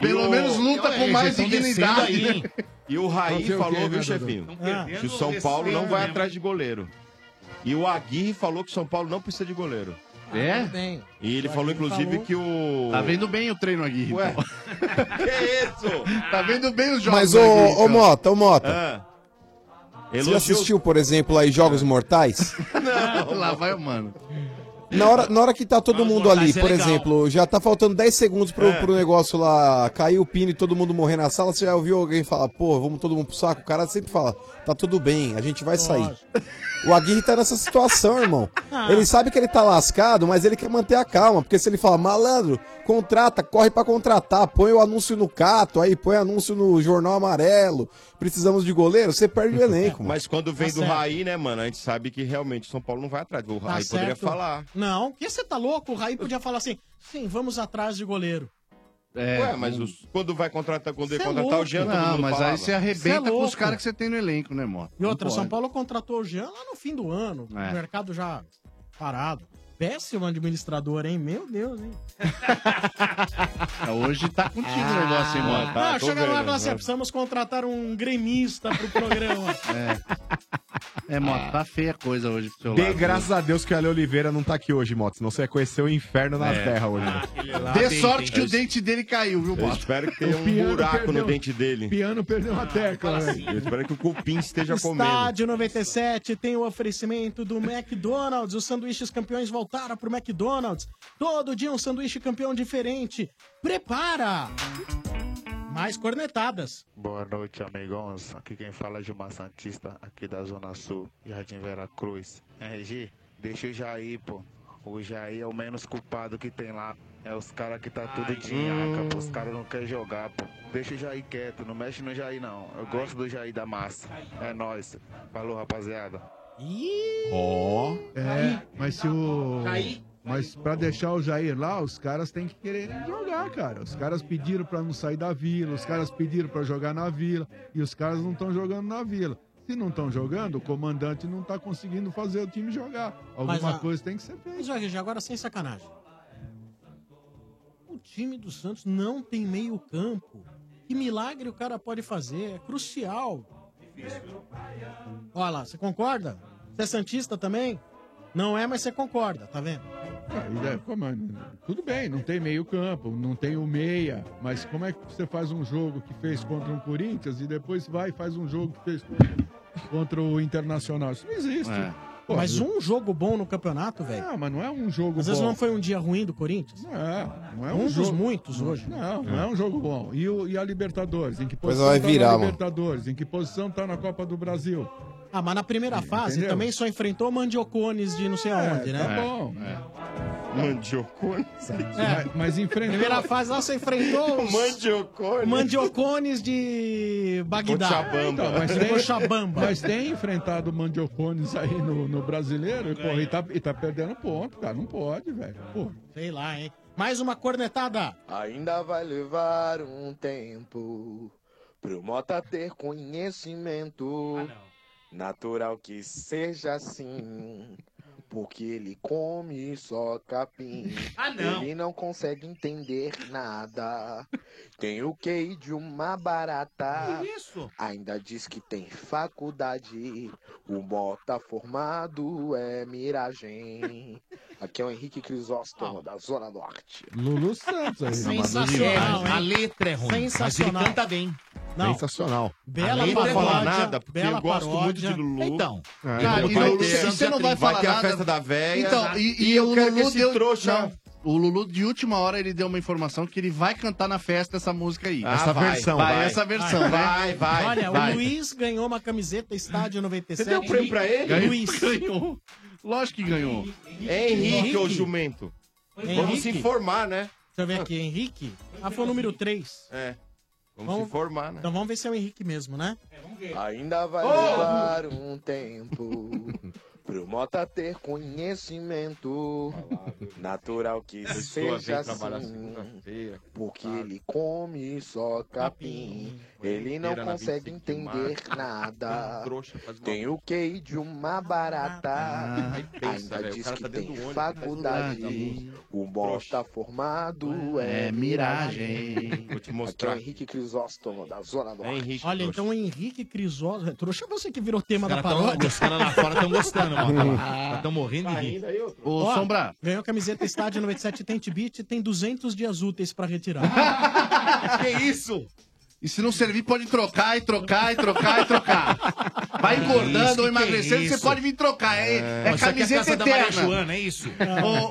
[SPEAKER 11] Pelo
[SPEAKER 4] o-
[SPEAKER 11] menos luta
[SPEAKER 4] Olha,
[SPEAKER 11] com
[SPEAKER 4] eles
[SPEAKER 11] mais
[SPEAKER 4] estão
[SPEAKER 11] dignidade,
[SPEAKER 4] descendo aí,
[SPEAKER 11] né?
[SPEAKER 4] hein? E o Raí
[SPEAKER 11] Fazer o quê,
[SPEAKER 4] falou,
[SPEAKER 11] né,
[SPEAKER 4] viu,
[SPEAKER 11] Dudu?
[SPEAKER 4] chefinho?
[SPEAKER 11] Estão perdendo
[SPEAKER 4] Que o São Paulo não
[SPEAKER 11] respeito
[SPEAKER 4] vai
[SPEAKER 11] mesmo.
[SPEAKER 4] atrás de goleiro. E o Aguirre falou que o São Paulo não precisa de goleiro.
[SPEAKER 11] Ah, É? tudo bem.
[SPEAKER 4] E ele
[SPEAKER 11] O
[SPEAKER 4] falou,
[SPEAKER 11] Aguirre
[SPEAKER 4] inclusive,
[SPEAKER 11] falou.
[SPEAKER 4] que o.
[SPEAKER 11] Tá vendo bem o treino Aguirre.
[SPEAKER 4] Ué. que isso?
[SPEAKER 11] Tá vendo bem os jogos
[SPEAKER 10] Mas, ô,
[SPEAKER 11] do Aguirre,
[SPEAKER 10] ô
[SPEAKER 11] então.
[SPEAKER 10] Mota, ô Mota.
[SPEAKER 4] Ah,
[SPEAKER 10] Você
[SPEAKER 11] Elogiou-
[SPEAKER 10] já assistiu, por exemplo, aí Jogos Mortais?
[SPEAKER 11] Lá vai o mano.
[SPEAKER 10] Na hora, na hora que tá todo mundo ali,
[SPEAKER 11] Mortais é
[SPEAKER 10] por
[SPEAKER 11] legal.
[SPEAKER 10] exemplo, já tá faltando 10 segundos pro,
[SPEAKER 11] É.
[SPEAKER 10] pro negócio lá cair o pino e todo mundo morrer na sala, você já ouviu alguém falar, pô, vamos todo mundo pro saco? O cara sempre fala, tá tudo bem, a gente vai sair. O Aguirre tá nessa situação, irmão.
[SPEAKER 11] Ah.
[SPEAKER 10] Ele sabe que ele tá lascado, mas ele quer manter a calma, porque se ele falar, malandro, contrata, corre pra contratar, põe o anúncio no cato, aí põe anúncio no Jornal Amarelo, precisamos de goleiro, você perde o elenco, mano.
[SPEAKER 4] Mas quando vem
[SPEAKER 10] Tá
[SPEAKER 4] do
[SPEAKER 10] certo.
[SPEAKER 4] Raí, né, mano, a gente sabe que realmente o São Paulo não vai atrás. O
[SPEAKER 3] Tá
[SPEAKER 4] Raí poderia falar.
[SPEAKER 3] Não, porque você tá louco? O Raí podia falar assim: sim, vamos atrás de goleiro.
[SPEAKER 4] Ué, mas os- É, quando vai contratar, quando
[SPEAKER 3] Cê
[SPEAKER 4] ia
[SPEAKER 3] é
[SPEAKER 4] contratar o
[SPEAKER 3] louco.
[SPEAKER 4] Jean, todo
[SPEAKER 11] Não,
[SPEAKER 4] mundo
[SPEAKER 11] mas
[SPEAKER 4] falava.
[SPEAKER 11] aí você
[SPEAKER 3] Cê é
[SPEAKER 11] arrebenta com os
[SPEAKER 3] louco.
[SPEAKER 11] caras que você tem no elenco, né, Mota?
[SPEAKER 3] E outra,
[SPEAKER 11] Não
[SPEAKER 3] São
[SPEAKER 11] pode.
[SPEAKER 3] Paulo contratou o Jean lá no fim do ano,
[SPEAKER 11] É.
[SPEAKER 3] o mercado já parado. Péssimo administrador, hein? Meu Deus, hein?
[SPEAKER 11] Hoje tá contigo o negócio, hein, Mota?
[SPEAKER 4] Tá,
[SPEAKER 3] ah, chega lá e fala assim,
[SPEAKER 4] né?
[SPEAKER 3] "Ah, precisamos contratar um gremista pro programa.
[SPEAKER 11] É, Mota, tá feia a coisa hoje pro seu
[SPEAKER 7] Dê
[SPEAKER 11] lado.
[SPEAKER 7] graças a Deus que o Ale Oliveira não tá aqui hoje, Mota. Senão você ia conhecer o inferno na
[SPEAKER 11] É.
[SPEAKER 7] terra hoje.
[SPEAKER 3] Ah,
[SPEAKER 7] né?
[SPEAKER 11] Dê sorte que o dente dele caiu, viu,
[SPEAKER 4] Eu
[SPEAKER 11] Mota?
[SPEAKER 4] espero que tenha
[SPEAKER 7] O
[SPEAKER 4] um
[SPEAKER 7] piano
[SPEAKER 4] buraco
[SPEAKER 7] perdeu-
[SPEAKER 4] no dente dele.
[SPEAKER 7] piano perdeu a tecla,
[SPEAKER 4] né? Eu espero que o cupim esteja comendo.
[SPEAKER 3] Estádio 97 tem o oferecimento do McDonald's. Os sanduíches campeões voltaram pro McDonald's. Todo dia um sanduíche campeão diferente. Prepara! Mais cornetadas.
[SPEAKER 17] Boa noite, amigões. Aqui quem fala é Gilmar Santista, aqui da Zona Sul, Jardim Vera Cruz. RG, É, deixa o Jair, pô. O Jair é o menos culpado que tem lá. É os caras que tá tudo de nhaca,
[SPEAKER 3] hum.
[SPEAKER 17] pô. Os caras não querem jogar, pô. Deixa o Jair quieto, não mexe no Jair, não. Eu gosto do Jair da massa. É nóis. Falou, rapaziada.
[SPEAKER 9] Ó. É, mas se o.
[SPEAKER 17] Jair?
[SPEAKER 9] Mas pra deixar o Jair lá, os caras têm que querer jogar, cara. Os caras pediram pra não sair da vila, os caras pediram pra jogar na vila, e os caras não estão jogando na vila. Se não estão jogando, o comandante não tá conseguindo fazer o time jogar. Alguma
[SPEAKER 3] Mas, ah,
[SPEAKER 9] coisa tem que ser feita.
[SPEAKER 3] Mas, ó, RG, agora sem sacanagem. O time do Santos não tem meio campo. Que milagre o cara pode fazer? É crucial. Olha lá, você concorda? Você é Santista também? Não é, mas você concorda, tá vendo?
[SPEAKER 9] Aí, é, como é, Tudo bem, não tem meio campo, não tem o meia, mas como é que você faz um jogo que fez contra um Corinthians e depois vai e faz um jogo que fez contra o Internacional? Isso não existe.
[SPEAKER 3] É. Mas um jogo bom no campeonato, velho.
[SPEAKER 9] Não, mas não é um jogo
[SPEAKER 3] Às vezes
[SPEAKER 9] bom.
[SPEAKER 3] não foi um dia ruim do Corinthians?
[SPEAKER 9] É, não é
[SPEAKER 3] Um
[SPEAKER 9] um,
[SPEAKER 3] dos
[SPEAKER 9] jogo.
[SPEAKER 3] muitos hoje.
[SPEAKER 9] Não, não é. um jogo bom. E, o- e a Libertadores? Em que
[SPEAKER 10] Pois
[SPEAKER 9] posição
[SPEAKER 10] vai
[SPEAKER 9] tá
[SPEAKER 10] virar,
[SPEAKER 9] na
[SPEAKER 10] mano.
[SPEAKER 9] Libertadores? Em que posição tá na Copa do Brasil?
[SPEAKER 3] Ah, mas na primeira fase
[SPEAKER 9] Entendeu?
[SPEAKER 3] também só enfrentou Mandiocones de não
[SPEAKER 8] É,
[SPEAKER 3] sei aonde, né?
[SPEAKER 9] tá bom.
[SPEAKER 4] Mandiocones?
[SPEAKER 3] É.
[SPEAKER 9] Mas, mas enfrentou...
[SPEAKER 3] Primeira fase lá você enfrentou os
[SPEAKER 4] Mandiocones.
[SPEAKER 3] Mandiocones de Bagdá.
[SPEAKER 9] Então, mas,
[SPEAKER 3] De
[SPEAKER 9] tem,
[SPEAKER 3] Cochabamba.
[SPEAKER 9] mas tem enfrentado mandiocones aí no, no brasileiro e, porra, e, tá, e tá perdendo ponto, cara. Não pode, velho. Pô.
[SPEAKER 3] Sei lá, hein? Mais uma cornetada.
[SPEAKER 18] Ainda vai levar um tempo pro Mota ter conhecimento.
[SPEAKER 19] Ah,
[SPEAKER 18] Natural que seja assim, porque ele come só capim.
[SPEAKER 19] Ah, não.
[SPEAKER 18] Ele não consegue entender nada. Tem o QI de uma barata.
[SPEAKER 19] Que isso?
[SPEAKER 18] Ainda diz que tem faculdade. O Mota formado é miragem. Aqui é o Henrique Crisóstomo,
[SPEAKER 19] Ah.
[SPEAKER 18] da Zona Norte.
[SPEAKER 9] Lulu Santos aí.
[SPEAKER 3] Sensacional, hein?
[SPEAKER 8] A letra é ruim, mas ele
[SPEAKER 3] Sensacional.
[SPEAKER 8] canta bem.
[SPEAKER 3] Não.
[SPEAKER 7] Sensacional.
[SPEAKER 3] Bela
[SPEAKER 8] Além de
[SPEAKER 3] paródia.
[SPEAKER 8] falar nada, porque
[SPEAKER 3] bela
[SPEAKER 8] eu gosto muito
[SPEAKER 3] paródia.
[SPEAKER 8] de Lulu.
[SPEAKER 3] Então.
[SPEAKER 4] É,
[SPEAKER 11] Cara,
[SPEAKER 4] vai
[SPEAKER 11] e o
[SPEAKER 4] ter-
[SPEAKER 11] Lulu, você não vai falar
[SPEAKER 4] ter a
[SPEAKER 11] nada.
[SPEAKER 4] festa da véia.
[SPEAKER 11] Então, e, e o
[SPEAKER 4] quero que
[SPEAKER 11] Lulu
[SPEAKER 4] esse
[SPEAKER 11] deu...
[SPEAKER 4] trouxa-
[SPEAKER 11] Não, o Lulu, de última hora, ele deu uma informação que ele vai cantar na festa essa música aí.
[SPEAKER 4] Ah, Essa vai, versão,
[SPEAKER 11] Vai,
[SPEAKER 4] vai.
[SPEAKER 11] essa versão,
[SPEAKER 4] Vai,
[SPEAKER 11] né?
[SPEAKER 4] vai, vai,
[SPEAKER 3] Olha,
[SPEAKER 4] vai.
[SPEAKER 3] o Luiz ganhou uma camiseta Estádio 97.
[SPEAKER 4] Você
[SPEAKER 8] um
[SPEAKER 4] deu prêmio pra ele?
[SPEAKER 3] Ganhou. Luiz.
[SPEAKER 11] Ganhou. Lógico que ganhou.
[SPEAKER 4] É Henrique, ô
[SPEAKER 3] Henrique.
[SPEAKER 4] jumento.
[SPEAKER 3] Henrique?
[SPEAKER 4] Vamos se informar, né?
[SPEAKER 3] Deixa eu ver aqui, Henrique? Ah, foi o número 3.
[SPEAKER 4] É. Vamos, se informar, né?
[SPEAKER 3] Então vamos ver se é o Henrique mesmo, né?
[SPEAKER 18] Ainda vai
[SPEAKER 3] Ô!
[SPEAKER 18] levar um tempo pro Mota ter conhecimento. Natural que
[SPEAKER 4] Pessoa vem assim.
[SPEAKER 18] seja
[SPEAKER 4] trabalhar
[SPEAKER 18] assim, porque ele come só capim. Ele não
[SPEAKER 4] inteira na 25
[SPEAKER 18] consegue
[SPEAKER 4] de
[SPEAKER 18] entender
[SPEAKER 4] março.
[SPEAKER 18] nada.
[SPEAKER 4] Trouxa, faz mal.
[SPEAKER 18] Tem o QI de uma barata.
[SPEAKER 4] Ah, Aí pensa,
[SPEAKER 18] Ainda
[SPEAKER 4] velho, o
[SPEAKER 18] diz
[SPEAKER 4] cara
[SPEAKER 18] que
[SPEAKER 4] tá dentro
[SPEAKER 18] tem
[SPEAKER 4] do ônibus, tá
[SPEAKER 18] faculdade. O bosta formado é miragem.
[SPEAKER 4] Vou te
[SPEAKER 18] mostrar. Aqui é o Henrique Crisóstomo, da Zona
[SPEAKER 4] É
[SPEAKER 18] do Henrique.
[SPEAKER 3] Olha, então o Henrique Crisóstomo... Trouxa é você que virou tema da
[SPEAKER 8] caras tão-
[SPEAKER 3] paródia.
[SPEAKER 8] os caras lá fora tão gostando, mano. Tão
[SPEAKER 3] Tá
[SPEAKER 8] morrendo de rir. Ô,
[SPEAKER 3] Ó,
[SPEAKER 8] Sombra.
[SPEAKER 3] Ganhou camiseta estádio 97 Tente Beat, tem 200 dias úteis pra retirar.
[SPEAKER 11] que isso? E se não servir, pode trocar e trocar e trocar e trocar. Vai
[SPEAKER 8] Que
[SPEAKER 11] engordando
[SPEAKER 8] isso,
[SPEAKER 11] ou
[SPEAKER 8] que
[SPEAKER 11] emagrecendo,
[SPEAKER 8] que
[SPEAKER 11] você
[SPEAKER 8] isso?
[SPEAKER 11] pode vir trocar. É, é,
[SPEAKER 8] Isso aqui é a
[SPEAKER 11] camiseta
[SPEAKER 8] casa da Maria
[SPEAKER 11] eterna.
[SPEAKER 8] Joana, é isso?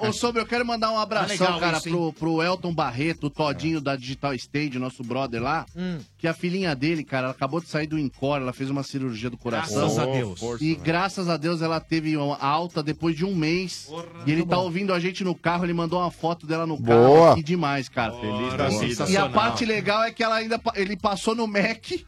[SPEAKER 11] Ô, ô, Sobre, eu quero mandar um abração,
[SPEAKER 8] Tá legal
[SPEAKER 11] cara,
[SPEAKER 8] isso, hein?
[SPEAKER 11] pro, pro Elton Barreto, o Todinho da Digital Stage, nosso brother lá.
[SPEAKER 3] Hum.
[SPEAKER 11] Que a filhinha dele, cara, ela acabou de sair do Incor, ela fez uma cirurgia do coração.
[SPEAKER 8] Graças a Deus. Força,
[SPEAKER 11] e
[SPEAKER 8] velho.
[SPEAKER 11] graças a Deus ela teve uma alta depois de um mês. e ele tá ouvindo a gente no carro, ele mandou uma foto dela no carro.
[SPEAKER 10] Boa.
[SPEAKER 11] Que demais, cara. Feliz
[SPEAKER 10] da vida.
[SPEAKER 11] E a parte legal é que ela ainda pa- ele passou no Mac.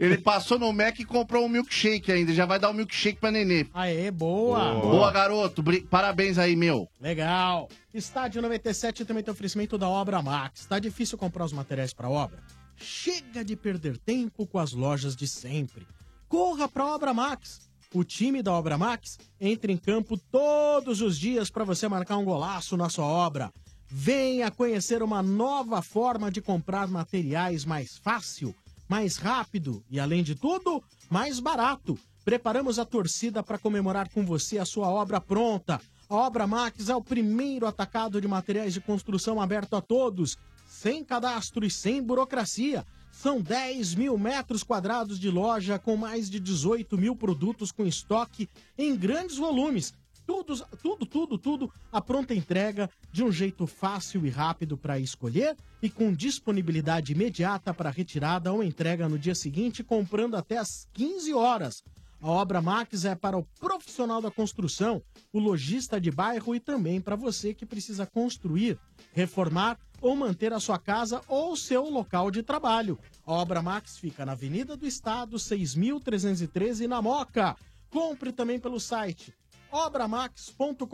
[SPEAKER 11] Ele passou no Mac e comprou um milkshake ainda. Já vai dar um milkshake pra nenê.
[SPEAKER 3] Aê, boa.
[SPEAKER 11] Boa, garoto. Bri- Parabéns aí, meu.
[SPEAKER 3] Legal. Estádio 97 também tem oferecimento da Obra Max. Tá difícil comprar os materiais para obra? Chega de perder tempo com as lojas de sempre. Corra para Obra Max. O time da Obra Max entra em campo todos os dias para você marcar um golaço na sua obra. Venha conhecer uma nova forma de comprar materiais mais fácil, mais rápido e, além de tudo, mais barato. Preparamos a torcida para comemorar com você a sua obra pronta. A Obra Max é o primeiro atacado de materiais de construção aberto a todos, sem cadastro e sem burocracia. São 10 mil metros quadrados de loja com mais de 18 mil produtos com estoque em grandes volumes. Tudo, tudo, tudo, tudo a pronta entrega de um jeito fácil e rápido para escolher e com disponibilidade imediata para retirada ou entrega no dia seguinte, comprando até às 15 horas. A obra Max é para o profissional da construção, o lojista de bairro e também para você que precisa construir, reformar ou manter a sua casa ou seu local de trabalho. A obra Max fica na Avenida do Estado, 6.313, na Moca. Compre também pelo site obramax.com.br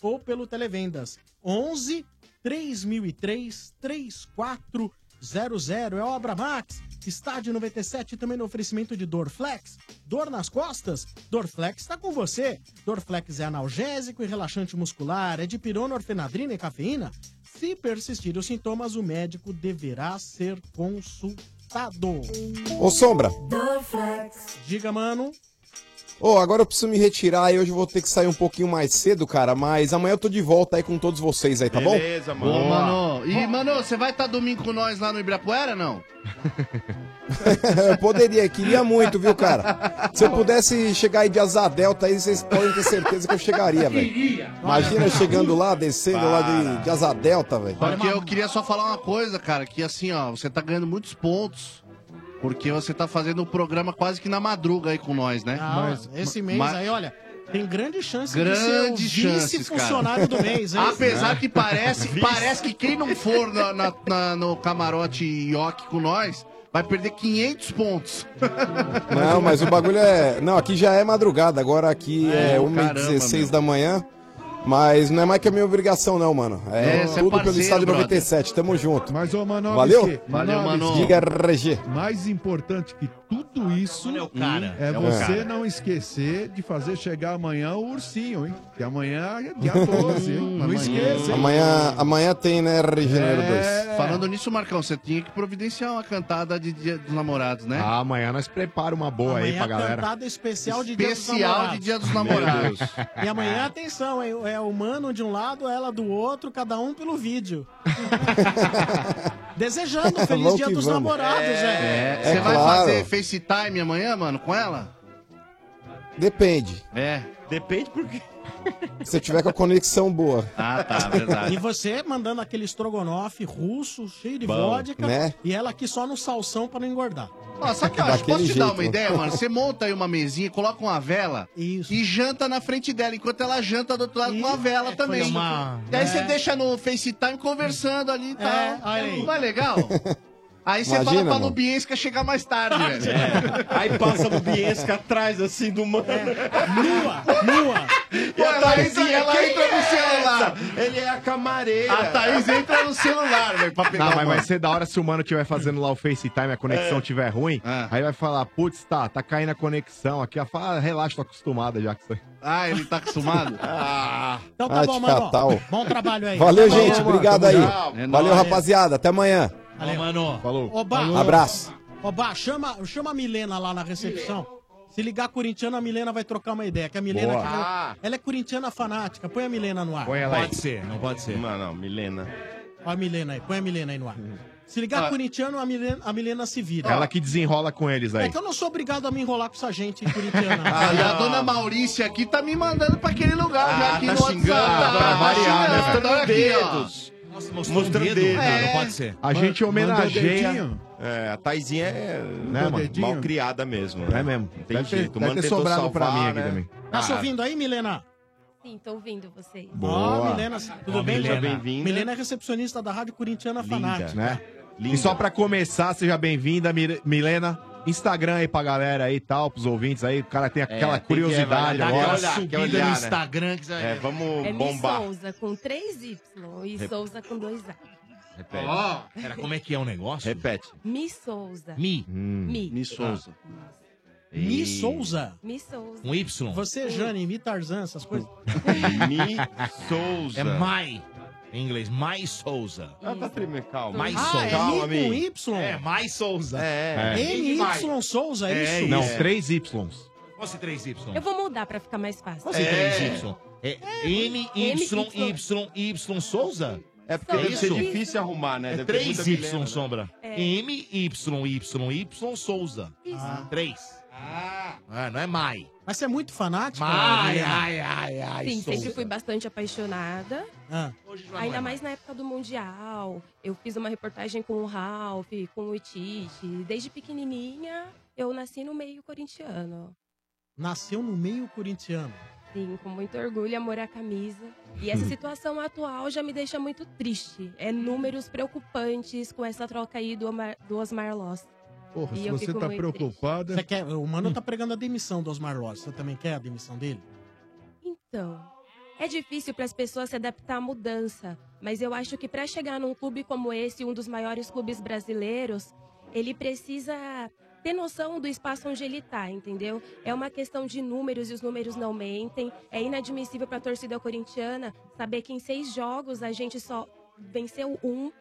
[SPEAKER 3] ou pelo Televendas 11 3003 3400. É Obra Max. Estádio 97 também no oferecimento de Dorflex. Dor nas costas? Dorflex está com você. Dorflex é analgésico e relaxante muscular, é de pirona, orfenadrina e cafeína. Se persistir os sintomas, o médico deverá ser consultado.
[SPEAKER 10] Ô, Sombra.
[SPEAKER 3] Diga, mano.
[SPEAKER 10] Ô, agora eu preciso me retirar e hoje eu vou ter que sair um pouquinho mais cedo, cara, mas amanhã eu tô de volta aí com todos vocês aí, tá bom?
[SPEAKER 4] Beleza, mano.
[SPEAKER 10] Boa.
[SPEAKER 11] Ô, mano. E, mano, você vai estar domingo com nós lá no Ibirapuera, não?
[SPEAKER 10] eu poderia, queria muito, viu, cara? Se eu pudesse chegar aí de Azar Delta aí, vocês podem ter certeza que eu chegaria, velho. Imagina eu chegando lá, descendo lá de, de Asa Delta, velho.
[SPEAKER 11] Porque eu queria só falar uma coisa, cara, que assim, ó, você tá ganhando muitos pontos. Porque você tá fazendo o programa quase que na madruga aí com nós, né?
[SPEAKER 3] Ah, esse mês aí, olha, tem grande chance
[SPEAKER 11] Grande
[SPEAKER 3] de ser o
[SPEAKER 11] chance.
[SPEAKER 3] vice-funcionário do mês, hein?
[SPEAKER 11] Apesar que parece, parece que quem não for na- na- na- no camarote Yoki com nós vai perder 500 pontos.
[SPEAKER 10] Não, mas o bagulho é. Não, aqui já é madrugada, agora aqui
[SPEAKER 11] É,
[SPEAKER 10] é,
[SPEAKER 11] caramba,
[SPEAKER 10] 1h16
[SPEAKER 11] meu.
[SPEAKER 10] da manhã. Mas não é mais que a minha obrigação, não, mano. É,
[SPEAKER 9] É, você é
[SPEAKER 10] tudo pelo
[SPEAKER 9] parceiro,
[SPEAKER 10] Estádio
[SPEAKER 9] brother.
[SPEAKER 10] 97, tamo junto.
[SPEAKER 9] Mas, ô, Mano,
[SPEAKER 10] Valeu?
[SPEAKER 9] Valeu, mano.
[SPEAKER 10] Diga, RG.
[SPEAKER 9] Mais importante que tudo isso é,
[SPEAKER 10] cara. Ah, É o
[SPEAKER 9] você
[SPEAKER 10] cara.
[SPEAKER 9] não esquecer de fazer chegar amanhã o ursinho, hein? Que amanhã é dia 12, hein? Não esqueça, hein? É.
[SPEAKER 10] Amanhã, amanhã tem, né, RG
[SPEAKER 7] É.
[SPEAKER 10] número 2.
[SPEAKER 11] Falando nisso, Marcão, você tinha que providenciar uma cantada de Dia dos Namorados, né?
[SPEAKER 7] Ah, amanhã nós prepara uma boa aí
[SPEAKER 11] Amanhã
[SPEAKER 7] pra galera.
[SPEAKER 3] é Cantada especial de
[SPEAKER 11] Especial de Dia dos Namorados.
[SPEAKER 3] E amanhã, atenção, é, é o mano de um lado, ela do outro, cada um pelo vídeo. Desejando um feliz
[SPEAKER 11] Vamos
[SPEAKER 3] dia
[SPEAKER 11] que
[SPEAKER 3] dos
[SPEAKER 11] vamos.
[SPEAKER 3] namorados,
[SPEAKER 11] É,
[SPEAKER 3] velho.
[SPEAKER 11] você vai
[SPEAKER 10] claro.
[SPEAKER 11] fazer FaceTime amanhã, mano, com ela?
[SPEAKER 10] Depende.
[SPEAKER 11] É.
[SPEAKER 4] Depende porque.
[SPEAKER 10] Se eu tiver com a conexão boa.
[SPEAKER 11] Ah, tá,
[SPEAKER 3] E você mandando aquele estrogonofe russo, cheio de
[SPEAKER 10] Bom,
[SPEAKER 3] vodka,
[SPEAKER 10] né?
[SPEAKER 3] e ela aqui só no salsão pra não engordar.
[SPEAKER 11] Ó, sabe o que eu acho? Posso te dar uma ideia, mano? Você monta aí uma mesinha, coloca uma vela e janta na frente dela, enquanto ela janta do outro lado com a vela também.
[SPEAKER 8] foi uma-
[SPEAKER 11] E aí você
[SPEAKER 8] É.
[SPEAKER 11] deixa no FaceTime conversando ali e tal.
[SPEAKER 8] É, olha aí.
[SPEAKER 11] Não é legal? Aí você fala
[SPEAKER 8] Imagina,
[SPEAKER 11] pra
[SPEAKER 8] mano.
[SPEAKER 11] Lubienska chegar mais tarde,
[SPEAKER 5] É.
[SPEAKER 11] velho.
[SPEAKER 8] É. Aí passa a Lubienska atrás, assim, do mano.
[SPEAKER 3] Nua, nua.
[SPEAKER 4] E a Thaís,
[SPEAKER 11] Thaís,
[SPEAKER 4] ela
[SPEAKER 11] quem
[SPEAKER 4] entra
[SPEAKER 11] é
[SPEAKER 4] no celular.
[SPEAKER 11] essa?
[SPEAKER 4] Ele é a camareira.
[SPEAKER 11] A Thaís entra no celular, velho, pra pegar
[SPEAKER 8] Tá,
[SPEAKER 7] Não,
[SPEAKER 11] o
[SPEAKER 7] mas vai
[SPEAKER 11] mano.
[SPEAKER 7] ser da hora se o mano tiver fazendo lá o FaceTime, a conexão
[SPEAKER 11] É.
[SPEAKER 7] tiver ruim. Aí vai falar, putz, tá, tá caindo a conexão aqui. Ela fala, ah, relaxa, tô acostumada já com isso aí.
[SPEAKER 11] Ah, ele tá acostumado?
[SPEAKER 4] ah.
[SPEAKER 7] Então
[SPEAKER 10] Ah, de catal.
[SPEAKER 3] Bom trabalho aí.
[SPEAKER 10] Valeu,
[SPEAKER 3] Tá bom,
[SPEAKER 10] gente.
[SPEAKER 3] mano.
[SPEAKER 10] Obrigado
[SPEAKER 3] Tamo
[SPEAKER 10] aí.
[SPEAKER 3] junto. É
[SPEAKER 10] Valeu,
[SPEAKER 3] nóis.
[SPEAKER 10] rapaziada. Até amanhã.
[SPEAKER 3] Valeu,
[SPEAKER 8] mano.
[SPEAKER 7] Falou.
[SPEAKER 3] Oba,
[SPEAKER 10] Abraço.
[SPEAKER 3] Oba, chama, chama a Milena lá na recepção. Se ligar corintiana, a Milena vai trocar uma ideia. Que a Milena
[SPEAKER 4] Boa.
[SPEAKER 3] que- ela é corintiana fanática. Põe a Milena no ar.
[SPEAKER 4] Pode ser, não pode ser. Não, não, Milena.
[SPEAKER 3] Ó a Milena aí, põe a Milena aí no ar. Se ligar corintiano, a Milena, a Milena se vira.
[SPEAKER 7] Ela que desenrola com eles
[SPEAKER 3] É
[SPEAKER 7] aí.
[SPEAKER 3] que eu não sou obrigado a me enrolar com essa gente corintiana.
[SPEAKER 11] Ah, e a dona Maurícia aqui tá me mandando pra aquele lugar, já aqui no WhatsApp.
[SPEAKER 4] Ah, tá
[SPEAKER 11] tá
[SPEAKER 4] pra variar, né,
[SPEAKER 11] xingando, Então,
[SPEAKER 4] velho?
[SPEAKER 11] olha aqui, ó.
[SPEAKER 4] Dedos.
[SPEAKER 8] Nossa,
[SPEAKER 11] mostrou o dedo,
[SPEAKER 8] mano, não pode ser.
[SPEAKER 7] A gente
[SPEAKER 4] Mandou
[SPEAKER 7] homenageia-
[SPEAKER 4] dedinho. É, a Taizinha é
[SPEAKER 7] mano?
[SPEAKER 4] mal criada mesmo. Né?
[SPEAKER 7] É mesmo.
[SPEAKER 4] Não Tem
[SPEAKER 7] Deve ter-
[SPEAKER 4] jeito. O
[SPEAKER 7] deve
[SPEAKER 4] mano
[SPEAKER 7] ter
[SPEAKER 4] tentou
[SPEAKER 7] sobrado pra
[SPEAKER 4] salvar,
[SPEAKER 7] mim aqui
[SPEAKER 4] né?
[SPEAKER 7] também.
[SPEAKER 3] Tá se
[SPEAKER 4] Ah,
[SPEAKER 3] ouvindo aí, Milena?
[SPEAKER 19] Sim, tô ouvindo vocês.
[SPEAKER 3] Ó,
[SPEAKER 7] Boa.
[SPEAKER 3] Milena, tudo
[SPEAKER 7] Ó,
[SPEAKER 3] bem,
[SPEAKER 7] Milena.
[SPEAKER 3] Milena?
[SPEAKER 7] Bem-vinda.
[SPEAKER 3] Milena é recepcionista da Rádio Corintiana Fanática.
[SPEAKER 7] Né? E só pra começar, seja bem-vinda, Mir- Milena. Instagram aí pra galera aí e tal, pros ouvintes aí. O cara É,
[SPEAKER 8] É,
[SPEAKER 7] tem aquela
[SPEAKER 4] tem que- vai
[SPEAKER 7] curiosidade
[SPEAKER 4] dar
[SPEAKER 7] agora.
[SPEAKER 4] aquela subida Quer olhar, no né? Instagram
[SPEAKER 8] que
[SPEAKER 4] É, vamos
[SPEAKER 19] É Miss
[SPEAKER 4] bombar.
[SPEAKER 19] Souza com 3Y e
[SPEAKER 4] Rep-
[SPEAKER 19] Souza com 2A.
[SPEAKER 4] Repete.
[SPEAKER 19] Ó,
[SPEAKER 8] Pera, como é que é o negócio?
[SPEAKER 4] Repete. Hum,
[SPEAKER 19] Mi Souza.
[SPEAKER 8] Mi.
[SPEAKER 19] Mi. Mi
[SPEAKER 8] Souza.
[SPEAKER 3] Mi Souza?
[SPEAKER 19] Mi Souza.
[SPEAKER 8] Um Y.
[SPEAKER 3] Você, Jane, Mi Tarzan, essas coisas.
[SPEAKER 8] Mi Souza. É Mai. Em inglês, Mai Souza.
[SPEAKER 4] Ela tá tremendo, calma.
[SPEAKER 8] Mais
[SPEAKER 3] ah,
[SPEAKER 8] Souza.
[SPEAKER 3] é
[SPEAKER 8] Calma,
[SPEAKER 3] Mi com
[SPEAKER 8] Mi.
[SPEAKER 3] Y?
[SPEAKER 8] É, Mais Souza.
[SPEAKER 4] É.
[SPEAKER 3] É. MY Souza, é isso?
[SPEAKER 7] Não,
[SPEAKER 3] É.
[SPEAKER 7] três Ys.
[SPEAKER 8] Qual se
[SPEAKER 4] É.
[SPEAKER 8] 3Y?
[SPEAKER 19] Eu vou mudar pra ficar mais fácil.
[SPEAKER 8] Qual se 3Y? É M, Y, Y, Y, Souza?
[SPEAKER 4] É porque deve ser difícil arrumar, né?
[SPEAKER 8] É
[SPEAKER 4] Deve ter muita
[SPEAKER 8] 3Y,
[SPEAKER 4] Milena, né?
[SPEAKER 8] Sombra.
[SPEAKER 19] É.
[SPEAKER 8] M, Y, Y, Y, Souza.
[SPEAKER 19] Isso.
[SPEAKER 8] Ah. Três. Ah, não é Mai.
[SPEAKER 3] Mas você é muito fanático? né?
[SPEAKER 8] Mai,
[SPEAKER 3] Milena?
[SPEAKER 8] ai, ai, ai,
[SPEAKER 19] Sim,
[SPEAKER 8] Souza.
[SPEAKER 19] sempre fui bastante apaixonada.
[SPEAKER 3] Ah.
[SPEAKER 4] é
[SPEAKER 19] Ainda mais na época do Mundial. Eu fiz uma reportagem com o Ralph, com o Itite. Desde pequenininha, eu nasci no meio corintiano.
[SPEAKER 3] Nasceu no meio corintiano.
[SPEAKER 19] Sim, com muito orgulho, amor à camisa. E essa situação atual já me deixa muito triste. É números preocupantes com essa troca aí do, Omar- do Osmar Loss.
[SPEAKER 9] Porra,
[SPEAKER 19] E
[SPEAKER 9] se
[SPEAKER 19] eu
[SPEAKER 9] você
[SPEAKER 19] fico
[SPEAKER 9] tá Hum.
[SPEAKER 19] muito
[SPEAKER 9] preocupada.
[SPEAKER 3] Você quer, o Mano tá pregando a demissão do Osmar Loss. Você também quer a demissão dele?
[SPEAKER 19] Então, é difícil para as pessoas se adaptar à mudança, mas eu acho que para chegar num clube como esse, um dos maiores clubes brasileiros, ele precisa ter noção do espaço onde ele está, entendeu? É uma questão de números e os números não mentem. É inadmissível para a torcida corintiana saber que em seis jogos a gente só venceu um,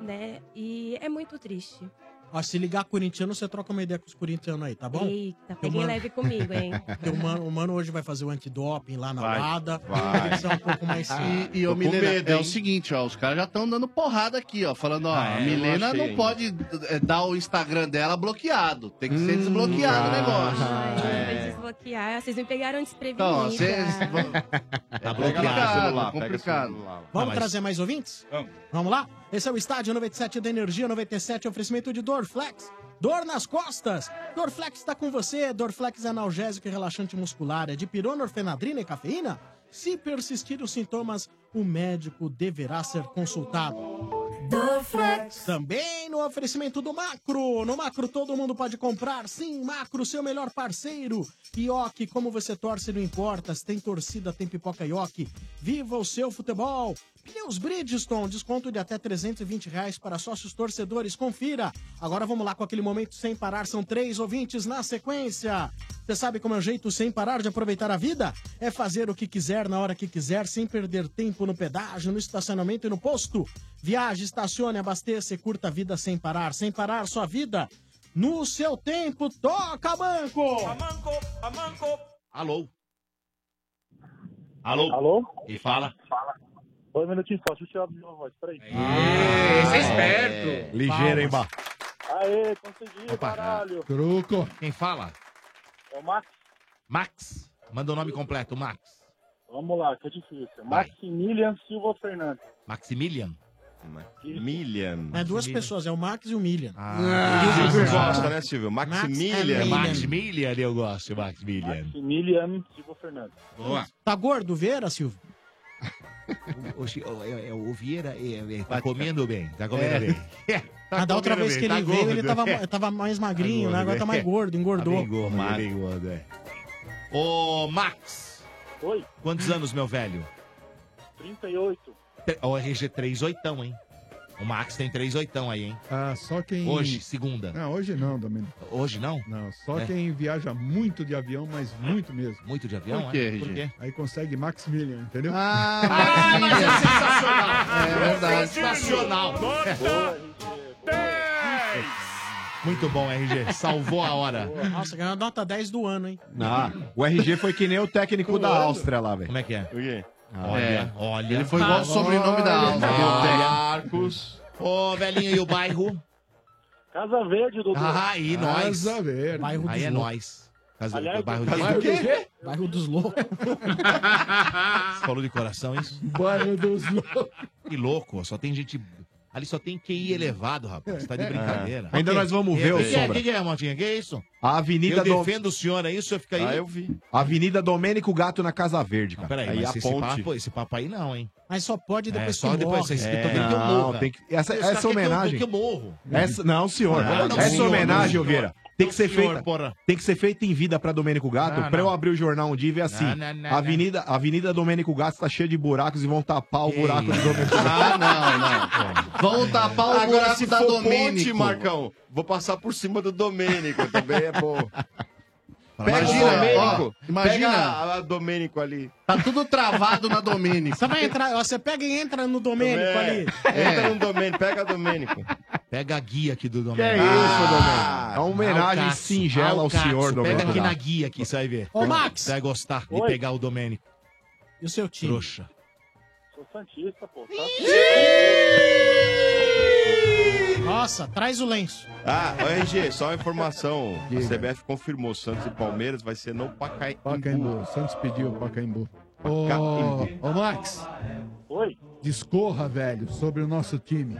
[SPEAKER 19] né? E é muito triste.
[SPEAKER 3] Ó, se ligar corintiano, você troca uma ideia com os corintianos aí, tá bom?
[SPEAKER 19] Eita,
[SPEAKER 3] Porque o
[SPEAKER 19] peguem leve comigo, hein?
[SPEAKER 3] Porque o mano, o mano hoje vai fazer o antidoping lá na
[SPEAKER 11] Vai,
[SPEAKER 3] Lada.
[SPEAKER 11] vai.
[SPEAKER 3] Ele precisa um pouco mais
[SPEAKER 11] E, e ô, Milena, é o seguinte, ó, os caras já estão dando porrada aqui, ó, falando, ó,
[SPEAKER 3] Ah,
[SPEAKER 11] a
[SPEAKER 3] é, eu
[SPEAKER 11] Milena
[SPEAKER 3] achei
[SPEAKER 11] não
[SPEAKER 3] ainda.
[SPEAKER 11] pode eh, dar o Instagram dela bloqueado, tem que
[SPEAKER 3] Hum,
[SPEAKER 11] ser desbloqueado
[SPEAKER 3] ah,
[SPEAKER 11] o negócio.
[SPEAKER 3] é.
[SPEAKER 19] Vai desbloquear. Vocês me pegaram desprevenida.
[SPEAKER 11] Então, ó, vocês
[SPEAKER 8] Tá
[SPEAKER 11] complicado, Tá,
[SPEAKER 3] complicado. Vamos trazer mais ouvintes? Vamos. lá? Esse é o Estádio 97 da Energia 97, oferecimento de Dorflex. Dor nas costas. Dorflex está com você. Dorflex é analgésico e relaxante muscular. É de pirona, orfenadrina e cafeína. Se persistir os sintomas, o médico deverá ser consultado. Dorflex. Também no oferecimento do Macro. No Macro todo mundo pode comprar. Sim, Macro, seu melhor parceiro. Ioki, como você torce, não importa. Se tem torcida, tem pipoca Ioki. Viva o seu futebol. Pneus Bridgestone, desconto de até 320 reais para sócios torcedores. Confira. Agora vamos lá com aquele momento sem parar. São três ouvintes na sequência. Você sabe como é o jeito sem parar de aproveitar a vida? É fazer o que quiser na hora que quiser, sem perder tempo no pedágio, no estacionamento e no posto. Viaje, estacione, abasteça e curta a vida sem parar. Sem parar sua vida. No seu tempo, toca banco!
[SPEAKER 8] Alô? Alô?
[SPEAKER 20] Alô?
[SPEAKER 8] E fala.
[SPEAKER 20] Dois minutinhos só, deixa eu abrir uma voz, peraí.
[SPEAKER 8] Esse é esperto.
[SPEAKER 7] Ligeiro, hein, Bá?
[SPEAKER 20] Aê, consegui, caralho.
[SPEAKER 8] Truco. Quem fala?
[SPEAKER 20] É o Max,
[SPEAKER 8] Max. Manda o nome completo, Max.
[SPEAKER 20] vamos lá, que é difícil.
[SPEAKER 8] Vai.
[SPEAKER 20] Maximilian Silva Fernandes.
[SPEAKER 8] Maximilian?
[SPEAKER 4] Maximilian.
[SPEAKER 3] É duas pessoas, é o Max e o Milian.
[SPEAKER 20] É.
[SPEAKER 4] Ah, Silvio gosta, né, Silvio? Maximilian.
[SPEAKER 8] Maximilian, eu gosto, Maximilian.
[SPEAKER 20] Maximilian Silva Fernandes.
[SPEAKER 8] Boa.
[SPEAKER 3] Tá gordo, Vera, Silvio?
[SPEAKER 8] O, o, é- é- o Vieira é- é- tá comendo bem, tá comendo
[SPEAKER 3] É.
[SPEAKER 8] bem. É, tá
[SPEAKER 3] Mas Ah, da outra
[SPEAKER 8] comendo
[SPEAKER 3] vez que
[SPEAKER 8] bem,
[SPEAKER 3] ele
[SPEAKER 8] tá
[SPEAKER 3] veio, ele
[SPEAKER 8] gordo,
[SPEAKER 3] tava,
[SPEAKER 8] é.
[SPEAKER 3] tava mais magrinho, né? Agora tá mais
[SPEAKER 8] é.
[SPEAKER 3] gordo,
[SPEAKER 8] Tá
[SPEAKER 3] engordou.
[SPEAKER 8] bem gordo, tá bem gordo, é. Ô, Max,
[SPEAKER 20] Oi,
[SPEAKER 8] Quantos anos, meu velho?
[SPEAKER 20] 38.
[SPEAKER 8] Te- Ó, RG 3 oitão, hein? O Max tem 3 oitão aí, hein?
[SPEAKER 9] Ah, só quem.
[SPEAKER 8] Hoje, segunda.
[SPEAKER 9] Não, hoje não, Domênico.
[SPEAKER 8] Hoje não?
[SPEAKER 9] Não, só
[SPEAKER 8] É.
[SPEAKER 9] quem viaja muito de avião, mas muito mesmo.
[SPEAKER 8] Muito de avião,
[SPEAKER 9] Por
[SPEAKER 8] é?
[SPEAKER 9] quê,
[SPEAKER 8] Por
[SPEAKER 9] RG?
[SPEAKER 8] quê?
[SPEAKER 9] Aí consegue Maximilian, entendeu?
[SPEAKER 11] Ah,
[SPEAKER 12] mas é sensacional.
[SPEAKER 9] É verdade.
[SPEAKER 8] Sensacional.
[SPEAKER 12] Nota
[SPEAKER 8] Muito bom, RG. Salvou a hora.
[SPEAKER 3] Nossa, ganhou a nota 10 do ano, hein?
[SPEAKER 7] Ah, o RG foi que nem o técnico da Áustria lá, velho.
[SPEAKER 8] Como é que é?
[SPEAKER 7] Olha,
[SPEAKER 8] olha.
[SPEAKER 7] Ele foi igual o sobrenome da Áustria.
[SPEAKER 8] Marcos. Ô, velhinho, e o bairro?
[SPEAKER 20] Casa Verde, Dudu.
[SPEAKER 8] Ah, aí, nós.
[SPEAKER 20] Casa
[SPEAKER 9] Verde.
[SPEAKER 20] Bairro
[SPEAKER 8] Aí
[SPEAKER 20] dos
[SPEAKER 8] é
[SPEAKER 20] loucos.
[SPEAKER 8] nós. Casa-
[SPEAKER 20] Aliás,
[SPEAKER 8] bairro
[SPEAKER 20] Casa
[SPEAKER 8] do
[SPEAKER 20] do
[SPEAKER 8] quê?
[SPEAKER 20] quê?
[SPEAKER 3] Bairro dos Loucos.
[SPEAKER 8] Você falou de coração isso?
[SPEAKER 9] Bairro dos Loucos.
[SPEAKER 8] Que louco, ó, só tem gente. Ali só tem QI elevado, rapaz. Tá de brincadeira.
[SPEAKER 7] É. Ainda
[SPEAKER 8] Ok.
[SPEAKER 7] nós vamos
[SPEAKER 8] E
[SPEAKER 7] ver,
[SPEAKER 8] é-
[SPEAKER 7] ô,
[SPEAKER 8] que que é,
[SPEAKER 7] Sombra.
[SPEAKER 8] que que é, Motinha? Que é isso?
[SPEAKER 7] A Avenida
[SPEAKER 8] Eu
[SPEAKER 7] do-
[SPEAKER 8] defendo o senhor, é isso? Eu fico aí.
[SPEAKER 7] Ah, eu Avenida Domênico Gato na Casa Verde, cara.
[SPEAKER 8] Peraí, mas esse papo, esse papo aí não, hein?
[SPEAKER 3] Mas só pode
[SPEAKER 8] depois
[SPEAKER 7] É,
[SPEAKER 8] que
[SPEAKER 7] só
[SPEAKER 8] morre.
[SPEAKER 7] depois, vocês
[SPEAKER 8] É.
[SPEAKER 7] respeitam, tem que eu
[SPEAKER 8] Não,
[SPEAKER 7] morra.
[SPEAKER 8] tem que-
[SPEAKER 7] essa- essa
[SPEAKER 8] Os caras querem que eu-
[SPEAKER 7] homenagem-
[SPEAKER 8] Que eu morro.
[SPEAKER 7] Essa- não, senhor.
[SPEAKER 8] Ah, não,
[SPEAKER 7] Essa
[SPEAKER 8] senhor,
[SPEAKER 7] homenagem,
[SPEAKER 8] não,
[SPEAKER 7] Oveira,
[SPEAKER 8] senhor.
[SPEAKER 7] tem que ser
[SPEAKER 8] Não, senhor,
[SPEAKER 7] feita.
[SPEAKER 8] porra.
[SPEAKER 7] Tem que ser feita em vida pra Domênico Gato.
[SPEAKER 8] Não,
[SPEAKER 7] pra eu
[SPEAKER 8] não.
[SPEAKER 7] abrir o jornal um dia e ver assim.
[SPEAKER 8] Não, não, não, não.
[SPEAKER 7] Avenida, Avenida Domênico Gato tá cheia de buracos e vão tapar o buraco do Domênico Gato.
[SPEAKER 11] Ah, não, não. Vão tapar o
[SPEAKER 4] É. Agora,
[SPEAKER 11] buraco
[SPEAKER 4] se
[SPEAKER 11] da
[SPEAKER 4] for
[SPEAKER 11] Domênico.
[SPEAKER 4] ponte, Marcão, vou passar por cima do Domênico, também é bom.
[SPEAKER 11] Imagina,
[SPEAKER 4] Domênico,
[SPEAKER 11] ó, imagina.
[SPEAKER 4] Pega a, a Domênico ali.
[SPEAKER 11] Tá tudo travado na Domênico.
[SPEAKER 3] Você vai entrar, ó, você pega e entra no Domênico
[SPEAKER 4] É.
[SPEAKER 3] ali.
[SPEAKER 4] Entra no Domênico, pega a Domênico.
[SPEAKER 8] Pega a guia aqui do
[SPEAKER 4] Que
[SPEAKER 8] Domênico.
[SPEAKER 4] é isso,
[SPEAKER 8] Ah,
[SPEAKER 4] Domênico. É uma homenagem
[SPEAKER 8] Alcaço,
[SPEAKER 4] singela ao
[SPEAKER 8] Alcaço.
[SPEAKER 4] senhor
[SPEAKER 8] É Pega
[SPEAKER 4] Domênico
[SPEAKER 8] aqui
[SPEAKER 4] Gato.
[SPEAKER 8] na guia aqui, você vai ver.
[SPEAKER 3] Ô, Max.
[SPEAKER 8] Você vai gostar de
[SPEAKER 20] Oi.
[SPEAKER 8] pegar o Domênico.
[SPEAKER 3] E o seu time?
[SPEAKER 8] Trouxa.
[SPEAKER 20] Sou Santista, pô. Tá?
[SPEAKER 3] Nossa, traz o lenço.
[SPEAKER 4] Ah, ô, RG, só uma informação. A CBF confirmou, Santos e Palmeiras vai ser no Pacaembu.
[SPEAKER 9] Pacaembu. Santos pediu Pacaembu. Ô,
[SPEAKER 4] Pacaembu.
[SPEAKER 9] ô, Max.
[SPEAKER 20] Oi.
[SPEAKER 9] Discorra, velho, sobre o nosso time.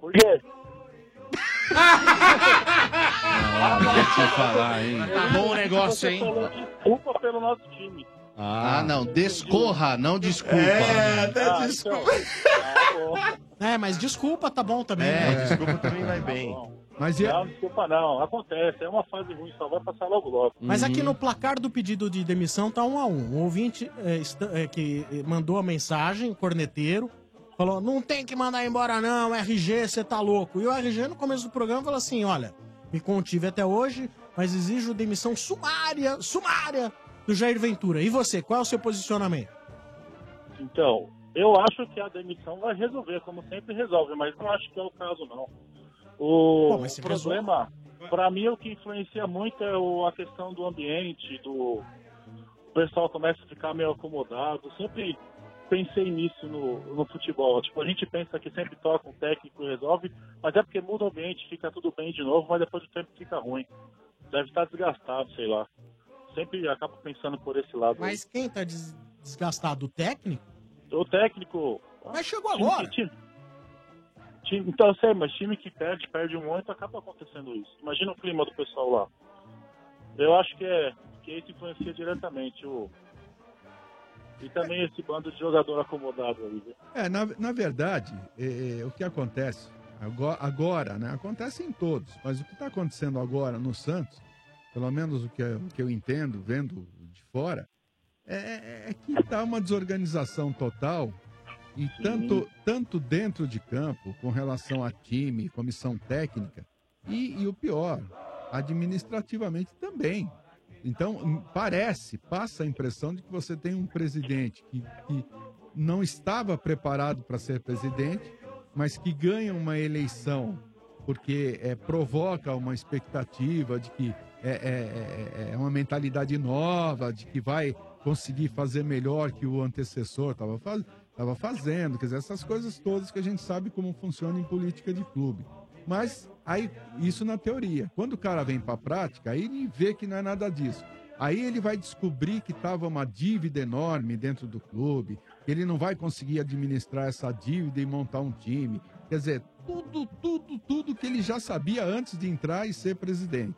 [SPEAKER 20] Por quê?
[SPEAKER 21] Ah, vou te falar, hein?
[SPEAKER 8] Tá bom o negócio, hein?
[SPEAKER 20] Desculpa pelo nosso time.
[SPEAKER 11] Ah, não. Descorra, não desculpa.
[SPEAKER 4] Ah,
[SPEAKER 20] É,
[SPEAKER 11] até
[SPEAKER 4] então.
[SPEAKER 20] desculpa.
[SPEAKER 3] É, mas desculpa, tá bom também.
[SPEAKER 11] É,
[SPEAKER 4] desculpa também vai bem.
[SPEAKER 9] Mas
[SPEAKER 3] e-
[SPEAKER 20] Tá Não, desculpa não. Acontece. É uma fase ruim, só vai passar logo logo. Uhum.
[SPEAKER 3] Mas aqui
[SPEAKER 4] Uhum.
[SPEAKER 3] no placar do pedido de demissão tá um a um. O ouvinte é, esta- é, que eh, mandou a mensagem, corneteiro, falou: não tem que mandar embora, não, RG, você tá louco. E o RG no começo do programa falou assim: olha, me contive até hoje, mas exijo demissão sumária, sumária do Jair Ventura. E você, qual é o seu posicionamento?
[SPEAKER 20] Então, eu acho que a demissão vai resolver, como sempre resolve, mas não acho que é o caso, não. O
[SPEAKER 3] Pô, mas se um-
[SPEAKER 20] problema, para mim, o que influencia muito é o- a questão do ambiente, do o pessoal começa a ficar meio acomodado. Sempre pensei nisso no, no futebol. Tipo, a gente pensa que sempre toca um técnico e resolve, mas é porque muda o ambiente, fica tudo bem de novo, mas depois do tempo fica ruim. Deve estar desgastado, sei lá. Sempre acabo pensando por esse lado. aí.
[SPEAKER 3] Mas quem tá des- desgastado? O técnico?
[SPEAKER 20] O técnico.
[SPEAKER 3] Mas chegou
[SPEAKER 20] time
[SPEAKER 3] agora.
[SPEAKER 20] que- time- então, eu sei, mas time que perde, perde muito, acaba acontecendo isso. Imagina o clima do pessoal lá. Eu acho que é que isso influencia diretamente o. E também esse bando de jogador acomodado aí. viu?
[SPEAKER 9] É, na, na verdade, é, é, o que acontece agora, agora, né? Acontece em todos, mas o que está acontecendo agora no Santos, pelo menos o que, eu- o que eu entendo, vendo de fora, é, é- é que está uma desorganização total e tanto, tanto dentro de campo, com relação a time, comissão técnica, e, e o pior, administrativamente também. Então, m- parece, passa a impressão de que você tem um presidente que, que não estava preparado para ser presidente, mas que ganha uma eleição porque é, provoca uma expectativa de que é, é- é- é uma mentalidade nova, de que vai conseguir fazer melhor que o antecessor estava fazendo. Quer dizer, essas coisas todas que a gente sabe como funciona em política de clube. Mas aí, isso na teoria. Quando o cara vem para a prática, aí ele vê que não é nada disso. Aí ele vai descobrir que estava uma dívida enorme dentro do clube, que ele não vai conseguir administrar essa dívida e montar um time. Quer dizer, tudo, tudo, tudo que ele já sabia antes de entrar e ser presidente.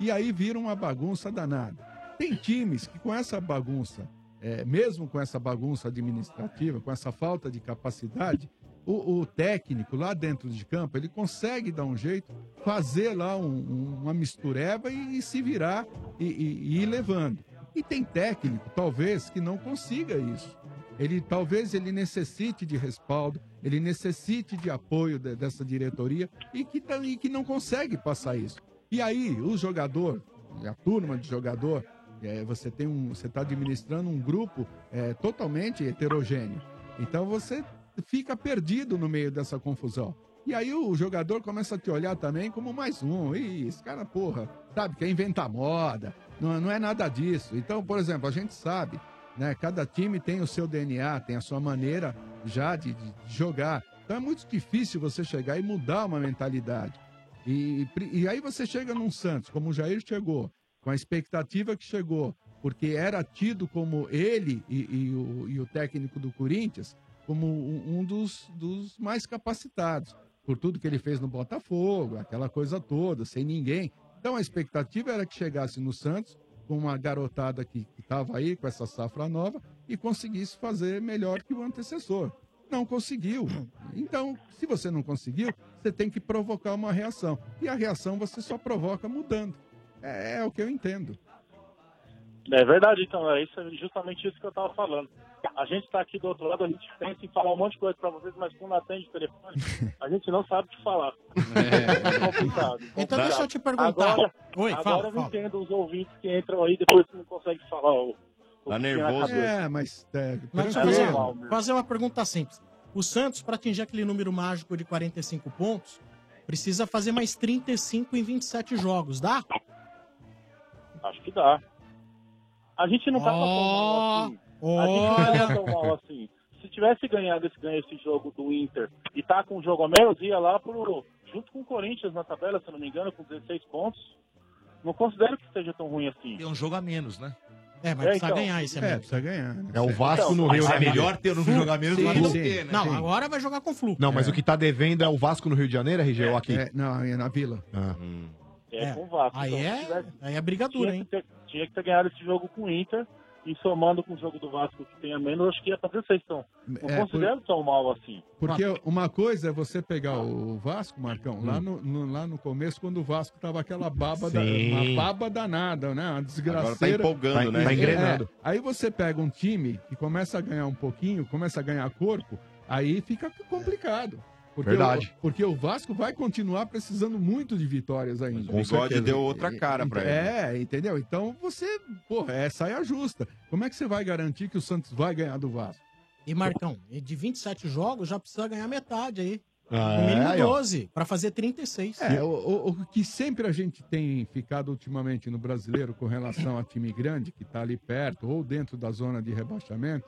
[SPEAKER 9] E aí vira uma bagunça danada. Tem times que com essa bagunça, é, mesmo com essa bagunça administrativa, com essa falta de capacidade, o, o técnico lá dentro de campo, ele consegue dar um jeito, fazer lá um- um- uma mistureba e, e se virar e, e- e ir levando. E tem técnico, talvez, que não consiga isso. Ele talvez ele necessite de respaldo, ele necessite de apoio de- dessa diretoria e que, tam- e que não consegue passar isso. E aí, o jogador, e a turma de jogador, eh, você tem um, você está administrando um grupo eh, totalmente heterogêneo. Então você fica perdido no meio dessa confusão. E aí o jogador começa a te olhar também como mais um. Ih, esse cara, porra, sabe, quer inventar moda. Não, não é nada disso. Então, por exemplo, a gente sabe, né? Cada time tem o seu DNA, tem a sua maneira já de, de jogar. Então é muito difícil você chegar e mudar uma mentalidade. E, pri- e aí você chega num Santos, como o Jair chegou, com a expectativa que chegou, porque era tido como ele e, e o, e o técnico do Corinthians como um um dos, dos mais capacitados, por tudo que ele fez no Botafogo, aquela coisa toda, sem ninguém. Então a expectativa era que chegasse no Santos com uma garotada que estava aí, com essa safra nova, e conseguisse fazer melhor que o antecessor não conseguiu. Então, se você não conseguiu, você tem que provocar uma reação. E a reação você só provoca mudando. É, é o que eu entendo.
[SPEAKER 20] É verdade, então, é isso, é justamente isso que eu estava falando. A gente está aqui do outro lado, a gente pensa em falar um monte de coisa para vocês, mas quando atende o telefone, a gente não sabe o que falar. É, complicado.
[SPEAKER 3] Então
[SPEAKER 20] complicado.
[SPEAKER 3] deixa eu te perguntar.
[SPEAKER 20] Agora,
[SPEAKER 3] Oi,
[SPEAKER 20] agora
[SPEAKER 3] fala, Tá
[SPEAKER 20] eu
[SPEAKER 3] fala.
[SPEAKER 20] entendo os ouvintes que entram aí depois que não conseguem falar. o- o que tem na cabeça.
[SPEAKER 9] É, mas. É,
[SPEAKER 3] Mas deixa eu fazer,
[SPEAKER 9] tranquilo.
[SPEAKER 3] fazer uma pergunta simples. O Santos, para atingir aquele número mágico de 45 pontos, precisa fazer mais 35 em 27 jogos, dá? É.
[SPEAKER 20] Acho que dá. A gente não tava
[SPEAKER 3] Ó,
[SPEAKER 20] tão mal assim. A gente não tava
[SPEAKER 3] olha.
[SPEAKER 20] tão mal assim. Se tivesse ganhado esse, ganho, esse jogo do Inter e tá com um jogo a menos, ia lá pro, junto com o Corinthians na tabela, se eu não me engano, com 16 pontos. Não considero que esteja tão ruim assim. Tem um jogo a menos, né?
[SPEAKER 3] É, mas
[SPEAKER 20] É,
[SPEAKER 3] precisa
[SPEAKER 20] então.
[SPEAKER 3] ganhar isso.
[SPEAKER 20] É,
[SPEAKER 9] precisa ganhar.
[SPEAKER 7] É o Vasco
[SPEAKER 20] Então,
[SPEAKER 7] no
[SPEAKER 20] mas
[SPEAKER 7] Rio.
[SPEAKER 20] é
[SPEAKER 7] né,
[SPEAKER 20] melhor
[SPEAKER 7] Janeiro?
[SPEAKER 20] ter no Flu- jogar menos do que
[SPEAKER 7] Sim,
[SPEAKER 20] não
[SPEAKER 7] sim,
[SPEAKER 20] ter, né?
[SPEAKER 3] Não,
[SPEAKER 7] sim.
[SPEAKER 3] agora vai jogar com flu.
[SPEAKER 7] Não, mas o que tá devendo é o Vasco no Rio de Janeiro, RG, ou aqui?
[SPEAKER 9] É, não, é na Vila.
[SPEAKER 7] Ah.
[SPEAKER 8] Hum.
[SPEAKER 20] É, com o Vasco.
[SPEAKER 3] Aí
[SPEAKER 20] Então,
[SPEAKER 3] é-
[SPEAKER 20] se tivesse-
[SPEAKER 3] aí é brigadura,
[SPEAKER 20] tinha
[SPEAKER 3] hein?
[SPEAKER 20] Que ter, tinha que ter ganhado esse jogo com o Inter e somando com o jogo do Vasco que tem a menos, acho que ia fazer vocês tão. Não
[SPEAKER 9] É, por-
[SPEAKER 20] considero tão mal assim.
[SPEAKER 9] Porque uma coisa é você pegar o Vasco, Marcão, lá,
[SPEAKER 7] Hum.
[SPEAKER 9] no, no- lá no começo, quando o Vasco tava aquela baba, da,
[SPEAKER 7] Sim.
[SPEAKER 9] uma baba danada, né? Uma desgraceira.
[SPEAKER 7] Agora tá empolgando, Tá- né? tá engrenando.
[SPEAKER 9] É, aí você pega um time que começa a ganhar um pouquinho, começa a ganhar corpo, aí fica complicado. Porque
[SPEAKER 7] Verdade.
[SPEAKER 9] O, porque o Vasco vai continuar precisando muito de vitórias ainda.
[SPEAKER 4] O bigode deu outra cara pra ele.
[SPEAKER 9] É, entendeu? Então você, porra, essa é a justa. Como é que você vai garantir que o Santos vai ganhar do Vasco?
[SPEAKER 3] E Marcão, de 27 jogos já precisa ganhar metade aí.
[SPEAKER 9] Ah,
[SPEAKER 3] no mínimo
[SPEAKER 9] aí, ó.
[SPEAKER 3] 12, para fazer 36.
[SPEAKER 9] É, o, o- o que sempre a gente tem ficado ultimamente no brasileiro com relação a time grande, que está ali perto ou dentro da zona de rebaixamento,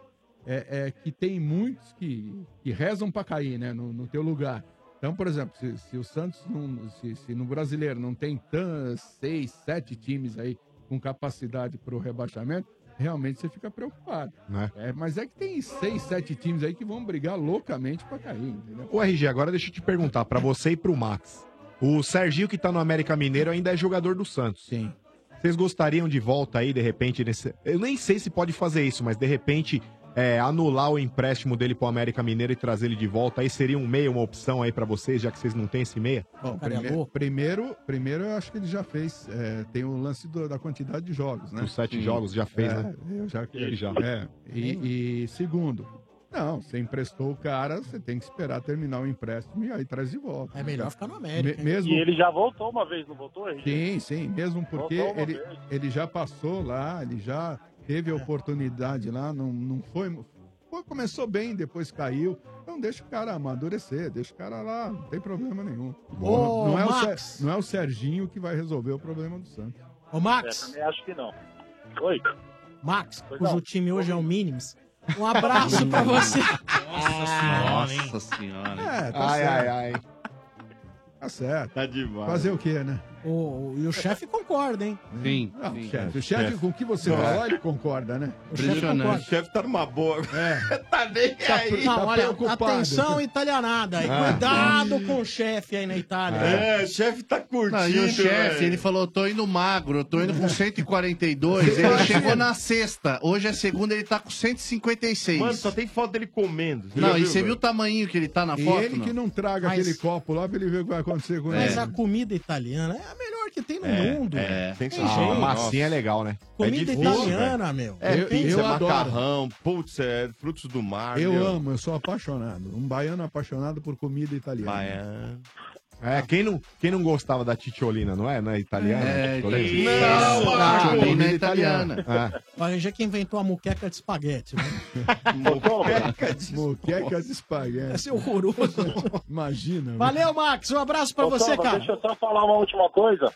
[SPEAKER 9] é, é que tem muitos que, que rezam para cair né, no, no teu lugar. Então, por exemplo, se, se o Santos, não, se, se no brasileiro não tem tan, seis, sete times aí com capacidade para o rebaixamento, realmente você fica preocupado.
[SPEAKER 7] Né?
[SPEAKER 9] É, mas é que tem seis, sete times aí que vão brigar loucamente para cair, entendeu?
[SPEAKER 7] Ô, RG, agora deixa eu te perguntar, pra você e pro Max. O Serginho que tá no América Mineiro ainda é jogador do Santos.
[SPEAKER 9] Sim.
[SPEAKER 7] Vocês gostariam de volta aí, de repente, nesse... Eu nem sei se pode fazer isso, mas de repente é, anular o empréstimo dele pro América Mineiro e trazer ele de volta. Aí seria um meia, uma opção aí pra vocês, já que vocês não têm esse meia?
[SPEAKER 9] Bom, primeiro, primeiro, primeiro eu acho que ele já fez. é, tem o lance do- da quantidade de jogos, né?
[SPEAKER 7] Os sete Sim. jogos já fez,
[SPEAKER 9] É,
[SPEAKER 7] né?
[SPEAKER 9] Eu já,
[SPEAKER 7] Ele já.
[SPEAKER 9] é. E, e segundo, não, você emprestou o cara, você tem que esperar terminar o empréstimo e aí traz de volta.
[SPEAKER 3] É melhor ficar no América, hein?
[SPEAKER 9] mesmo...
[SPEAKER 20] E ele já voltou uma vez, não voltou, RG?
[SPEAKER 9] Sim, sim, mesmo porque
[SPEAKER 20] Voltou uma
[SPEAKER 9] ele,
[SPEAKER 20] vez.
[SPEAKER 9] ele já passou lá, ele já teve a oportunidade lá, não, não foi, foi- Começou bem, depois caiu. Então deixa o cara amadurecer, deixa o cara lá, não tem problema nenhum.
[SPEAKER 3] Ô,
[SPEAKER 9] não, não é o
[SPEAKER 3] Max.
[SPEAKER 9] Ser- não é o Serginho que vai resolver o problema do Santos.
[SPEAKER 3] Ô, Max.
[SPEAKER 20] É, também acho que não. Oi.
[SPEAKER 3] Max,
[SPEAKER 20] Pois
[SPEAKER 3] cujo
[SPEAKER 20] não.
[SPEAKER 3] time hoje é o Minims. Um abraço pra você. Ah,
[SPEAKER 21] Nossa senhora.
[SPEAKER 9] É, tá Ai, certo. ai, Tá certo.
[SPEAKER 4] Tá demais.
[SPEAKER 9] Fazer o quê, né?
[SPEAKER 3] O, o- e o chefe concorda, hein?
[SPEAKER 9] Sim, Ah, o sim. chefe- o chefe, com o que você falar, ele concorda, né?
[SPEAKER 3] O chefe
[SPEAKER 4] O
[SPEAKER 3] concorda.
[SPEAKER 4] chefe tá numa boa.
[SPEAKER 9] tá
[SPEAKER 4] nem aí.
[SPEAKER 3] Não,
[SPEAKER 4] Tá
[SPEAKER 3] olha,
[SPEAKER 4] preocupado.
[SPEAKER 3] atenção italianada. aí.
[SPEAKER 4] Ah.
[SPEAKER 3] Cuidado com o chefe aí na Itália.
[SPEAKER 4] É, o chefe tá curtindo.
[SPEAKER 11] Não, e o chefe, ele falou, tô indo magro, tô indo com 142. ele chegou na sexta, hoje é segunda, ele tá com 156.
[SPEAKER 4] Mano, só tem foto dele comendo.
[SPEAKER 11] não,
[SPEAKER 4] já
[SPEAKER 11] e você
[SPEAKER 4] velho?
[SPEAKER 11] viu o tamanho que ele tá na
[SPEAKER 9] E
[SPEAKER 11] foto?
[SPEAKER 9] ele que não traga
[SPEAKER 11] Mas-
[SPEAKER 9] aquele copo lá pra ele ver o que vai acontecer com
[SPEAKER 3] Mas
[SPEAKER 9] ele.
[SPEAKER 3] a comida italiana é a melhor que tem no
[SPEAKER 7] É,
[SPEAKER 3] mundo. né?
[SPEAKER 7] é.
[SPEAKER 3] Tem
[SPEAKER 7] Sensacional.
[SPEAKER 3] jeito.
[SPEAKER 7] A massinha é legal, né?
[SPEAKER 3] Comida
[SPEAKER 7] É difícil,
[SPEAKER 3] italiana,
[SPEAKER 7] velho.
[SPEAKER 3] meu.
[SPEAKER 4] É
[SPEAKER 9] Eu- eu
[SPEAKER 4] pizza, é
[SPEAKER 9] adoro.
[SPEAKER 4] macarrão, putz, é frutos do mar.
[SPEAKER 9] Eu
[SPEAKER 4] meu.
[SPEAKER 9] amo, eu sou apaixonado. Um baiano apaixonado por comida italiana.
[SPEAKER 4] Baiano.
[SPEAKER 7] É, quem não, quem não gostava da Titiolina, não é? Não é italiana?
[SPEAKER 9] É,
[SPEAKER 7] Tô lembrando.
[SPEAKER 9] isso.
[SPEAKER 7] Não,
[SPEAKER 3] Não,
[SPEAKER 7] a
[SPEAKER 3] não,
[SPEAKER 7] Titiolina
[SPEAKER 3] não
[SPEAKER 7] é
[SPEAKER 3] é
[SPEAKER 7] italiana. É.
[SPEAKER 3] Olha, já que inventou a muqueca de espaguete, né?
[SPEAKER 9] Moqueca de, Moqueca de espaguete.
[SPEAKER 3] Essa é horroroso.
[SPEAKER 9] Imagina.
[SPEAKER 3] Valeu, Max. Um abraço pra
[SPEAKER 20] Ô,
[SPEAKER 3] você,
[SPEAKER 20] Salva,
[SPEAKER 3] cara. Hum.
[SPEAKER 20] Deixa eu só falar uma última coisa.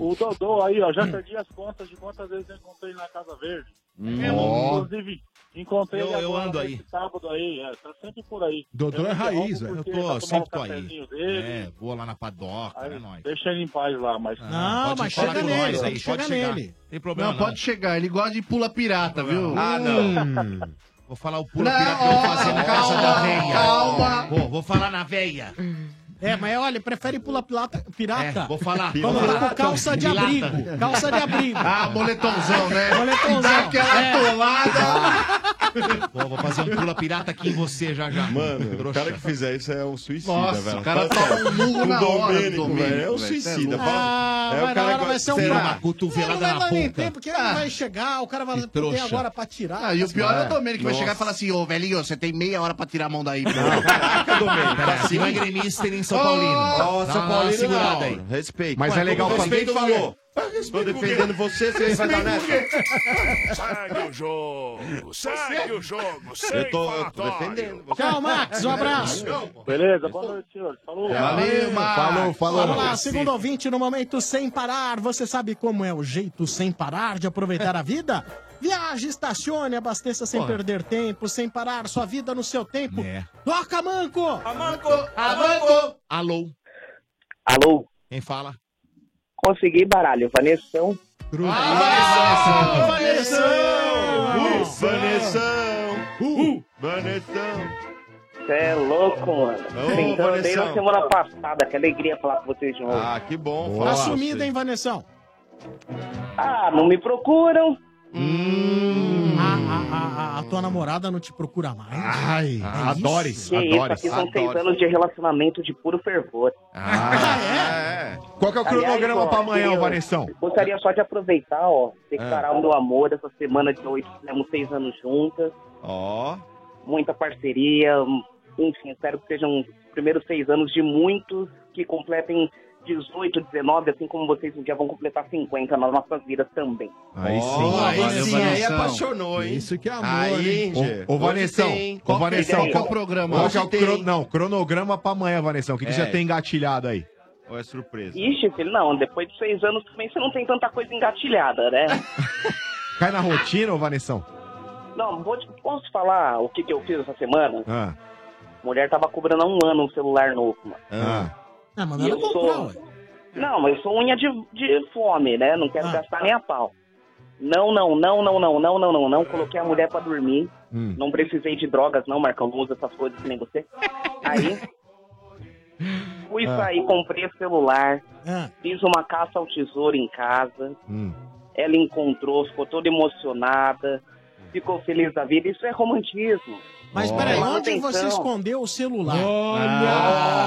[SPEAKER 20] O Dodô aí, ó, já
[SPEAKER 10] Hum.
[SPEAKER 20] perdi as contas de quantas vezes eu encontrei ele na Casa Verde.
[SPEAKER 9] Hum. Ó.
[SPEAKER 20] Inclusive, encontrei
[SPEAKER 8] Eu-
[SPEAKER 20] ele
[SPEAKER 8] eu
[SPEAKER 20] agora
[SPEAKER 8] ando
[SPEAKER 20] nesse
[SPEAKER 8] aí.
[SPEAKER 20] sábado aí, é, tá sempre por aí.
[SPEAKER 9] Dodô é raiz,
[SPEAKER 20] velho.
[SPEAKER 8] Eu
[SPEAKER 20] ele vai
[SPEAKER 8] tô,
[SPEAKER 20] tomar
[SPEAKER 8] sempre
[SPEAKER 20] um
[SPEAKER 8] tô aí.
[SPEAKER 20] cafezinho dele.
[SPEAKER 8] É, vou lá na padoca,
[SPEAKER 20] Aí,
[SPEAKER 8] né, nós?
[SPEAKER 20] Deixa ele em paz lá, mas...
[SPEAKER 8] Não,
[SPEAKER 20] Pode
[SPEAKER 8] mas
[SPEAKER 20] falar
[SPEAKER 8] chega
[SPEAKER 20] com
[SPEAKER 8] nele,
[SPEAKER 20] nós
[SPEAKER 8] aí, chega nele. Tem problema
[SPEAKER 11] não,
[SPEAKER 8] não.
[SPEAKER 11] pode chegar. Ele gosta de pula pirata, viu? Hum.
[SPEAKER 8] Ah, não. Vou falar o pula
[SPEAKER 11] Não,
[SPEAKER 8] pirata que eu vou fazer
[SPEAKER 11] calma,
[SPEAKER 8] na casa da veia.
[SPEAKER 11] calma.
[SPEAKER 8] Vou, vou falar na veia.
[SPEAKER 3] É, mas olha, prefere pular pilata, pirata.
[SPEAKER 8] É, vou falar.
[SPEAKER 3] Vamos lá
[SPEAKER 8] Pirata.
[SPEAKER 3] com calça de
[SPEAKER 8] Pirata.
[SPEAKER 3] abrigo. Calça de abrigo. É.
[SPEAKER 8] Ah,
[SPEAKER 11] moletomzão, né?
[SPEAKER 3] Moletomzão.
[SPEAKER 11] Dá aquela atolada.
[SPEAKER 8] Pô, vou fazer um pula pirata aqui em você já já.
[SPEAKER 4] Mano, o cara que fizer isso é um suicida,
[SPEAKER 8] Nossa,
[SPEAKER 4] velho.
[SPEAKER 8] o cara
[SPEAKER 4] Fala
[SPEAKER 8] toma
[SPEAKER 4] sério.
[SPEAKER 8] um murro na hora do
[SPEAKER 4] Domênico,
[SPEAKER 8] Domênico,
[SPEAKER 4] velho. É um
[SPEAKER 8] velho.
[SPEAKER 4] suicida.
[SPEAKER 8] Ah,
[SPEAKER 4] fala- É
[SPEAKER 3] vai na hora, vai ser um
[SPEAKER 4] Será?
[SPEAKER 3] cara.
[SPEAKER 8] Uma
[SPEAKER 3] Não
[SPEAKER 8] cotovelada
[SPEAKER 3] vai
[SPEAKER 8] na
[SPEAKER 3] dar nem
[SPEAKER 8] boca.
[SPEAKER 3] tempo, porque ele não vai chegar, o cara vai ter
[SPEAKER 8] trouxa.
[SPEAKER 3] agora pra tirar.
[SPEAKER 11] Ah, e o pior é o Domênico que vai
[SPEAKER 8] Nossa.
[SPEAKER 11] chegar e falar assim, ô velhinho, você tem meia hora pra tirar a mão daí. pô."
[SPEAKER 4] assim
[SPEAKER 8] Peraí, não é gremista e nem São Paulino.
[SPEAKER 11] Ó,
[SPEAKER 8] Dá
[SPEAKER 11] São
[SPEAKER 8] uma
[SPEAKER 11] Paulino
[SPEAKER 8] segurada
[SPEAKER 11] não.
[SPEAKER 8] aí.
[SPEAKER 4] Respeito.
[SPEAKER 7] Mas é legal
[SPEAKER 4] falar.
[SPEAKER 7] falar-
[SPEAKER 4] Respeito falou. Tô defendendo você, você vai dar
[SPEAKER 5] Ah.
[SPEAKER 4] nessa.
[SPEAKER 12] Segue o jogo,
[SPEAKER 11] é
[SPEAKER 12] segue o jogo, sem
[SPEAKER 4] Eu tô, eu tô
[SPEAKER 12] falatório.
[SPEAKER 4] defendendo.
[SPEAKER 3] Tchau, Max. Um abraço.
[SPEAKER 20] Beleza, boa noite, senhores. Falou.
[SPEAKER 3] Valeu, Max.
[SPEAKER 7] Falou, falou.
[SPEAKER 3] Vamos lá, segundo ouvinte no momento sem parar. Você sabe como é o jeito sem parar de aproveitar a vida? Viaje, estacione, abasteça sem
[SPEAKER 1] Porra.
[SPEAKER 3] perder tempo, sem parar, sua vida no seu tempo.
[SPEAKER 8] É.
[SPEAKER 3] Toca, Manco!
[SPEAKER 1] Amanco,
[SPEAKER 8] amanco. Alô?
[SPEAKER 2] Alô?
[SPEAKER 8] Quem fala?
[SPEAKER 2] Consegui baralho, Vanessão.
[SPEAKER 4] Ah,
[SPEAKER 1] Vanessão!
[SPEAKER 4] Vanessão! Vanessão!
[SPEAKER 2] Você é louco, mano. então, eu dei
[SPEAKER 4] Vanessão.
[SPEAKER 2] na semana passada, que alegria falar com vocês de novo.
[SPEAKER 4] Ah, que bom.
[SPEAKER 3] Tá sumida, hein, Vanessão?
[SPEAKER 2] Ah, não me procuram.
[SPEAKER 3] Hum. Ah, A, a- a- a tua namorada não te procura mais? É Ai,
[SPEAKER 7] a Doris,
[SPEAKER 2] Que isso, aqui são seis anos tá de relacionamento de puro fervor.
[SPEAKER 7] Qual que Ah, é o
[SPEAKER 2] Aliás,
[SPEAKER 7] cronograma
[SPEAKER 2] ó,
[SPEAKER 7] pra amanhã,
[SPEAKER 2] eu-
[SPEAKER 7] ô Vanessão?
[SPEAKER 2] Gostaria só de aproveitar, ó, declarar
[SPEAKER 7] Ah.
[SPEAKER 2] o meu amor essa semana que nós fizemos seis anos juntas.
[SPEAKER 4] Ó.
[SPEAKER 2] Muita parceria. hum, Enfim, espero que sejam os primeiros seis anos de muitos que completem 18, 19, assim como vocês um dia vão completar 50 nas nossas vidas também.
[SPEAKER 7] Aí sim.
[SPEAKER 4] Ó, aí
[SPEAKER 7] Valeu,
[SPEAKER 4] sim,
[SPEAKER 7] Vanessão.
[SPEAKER 4] aí apaixonou, hein?
[SPEAKER 9] Isso que é amor,
[SPEAKER 4] Aí,
[SPEAKER 9] hein?
[SPEAKER 4] Gê.
[SPEAKER 7] Ô, ô,
[SPEAKER 4] Hoje
[SPEAKER 7] Vanessão,
[SPEAKER 4] tem.
[SPEAKER 7] ô, Vanessão,
[SPEAKER 4] Qual que é o
[SPEAKER 2] programa?
[SPEAKER 7] Qual que é o
[SPEAKER 4] Hoje tem.
[SPEAKER 7] cron... Não, cronograma pra amanhã, Vanessão. O que, que
[SPEAKER 4] É.
[SPEAKER 7] já tem engatilhado aí?
[SPEAKER 4] Ou é surpresa?
[SPEAKER 2] Ixi, filho, não, depois de seis anos também você não tem tanta coisa engatilhada, né?
[SPEAKER 7] Cai na rotina, ô, Vanessão?
[SPEAKER 2] Não, vou te- posso falar o que, que eu fiz essa semana?
[SPEAKER 7] Ah,
[SPEAKER 2] Mulher tava cobrando há um ano um celular novo, mano.
[SPEAKER 7] ah.
[SPEAKER 3] Ah, mas
[SPEAKER 2] E eu sou... Não, mas eu sou unha de, de fome, né? Não
[SPEAKER 3] Ah.
[SPEAKER 2] quero gastar nem a pau. Não, não, não, não, não, não, não, não, não. Coloquei a mulher pra dormir.
[SPEAKER 1] Hum.
[SPEAKER 2] Não precisei de drogas, não, Marcão. Não usa essas coisas que nem você. Aí. Fui
[SPEAKER 1] Ah.
[SPEAKER 2] sair, comprei o celular.
[SPEAKER 3] Ah.
[SPEAKER 2] Fiz uma caça ao tesouro em casa. Ela encontrou, ficou toda emocionada.
[SPEAKER 4] Uhum.
[SPEAKER 2] Ficou feliz da vida. Isso é romantismo.
[SPEAKER 3] Mas peraí,
[SPEAKER 2] Manutenção.
[SPEAKER 3] onde você escondeu o celular?
[SPEAKER 4] Ah,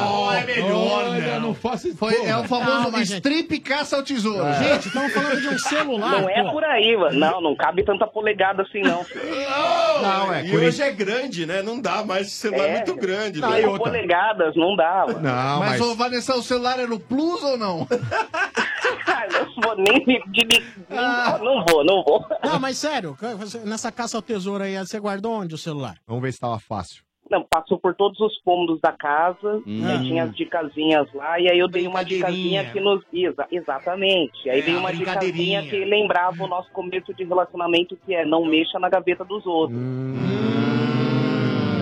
[SPEAKER 3] Ah.
[SPEAKER 11] Olha! Oh, é melhor,
[SPEAKER 2] né?
[SPEAKER 4] né?
[SPEAKER 11] Olha, não. não
[SPEAKER 3] faço isso.
[SPEAKER 11] Foi, é o famoso
[SPEAKER 3] strip
[SPEAKER 11] é
[SPEAKER 3] caça ao tesouro. Gente, estamos falando de um celular.
[SPEAKER 2] Não é
[SPEAKER 3] pô.
[SPEAKER 2] por aí, mano. Não, não cabe tanta polegada assim, não. filho.
[SPEAKER 4] Não, é. E
[SPEAKER 2] Corinthians-
[SPEAKER 4] hoje é grande, né? Não dá mais. O celular é muito grande.
[SPEAKER 2] Não,
[SPEAKER 4] né?
[SPEAKER 2] com polegadas, não dá, mano.
[SPEAKER 7] Não,
[SPEAKER 11] mas, ô, Vanessa, o celular era no Plus ou não?
[SPEAKER 2] Eu não vou nem me- de, de-
[SPEAKER 3] Ah.
[SPEAKER 2] não, não vou, não vou.
[SPEAKER 3] Não, mas sério, você- nessa caça ao tesouro aí, você guardou onde o celular?
[SPEAKER 7] Vamos ver se tava fácil.
[SPEAKER 2] Não, passou por todos os cômodos da casa,
[SPEAKER 7] Hum.
[SPEAKER 2] né, tinha as dicasinhas lá, e aí eu dei uma
[SPEAKER 1] Brincadeirinha.
[SPEAKER 2] dicasinha que nos. Exa, exatamente. Aí
[SPEAKER 1] É,
[SPEAKER 2] dei
[SPEAKER 1] a
[SPEAKER 2] uma
[SPEAKER 1] brincadeirinha.
[SPEAKER 2] dicasinha que lembrava o nosso começo de relacionamento, que é não mexa na gaveta dos outros.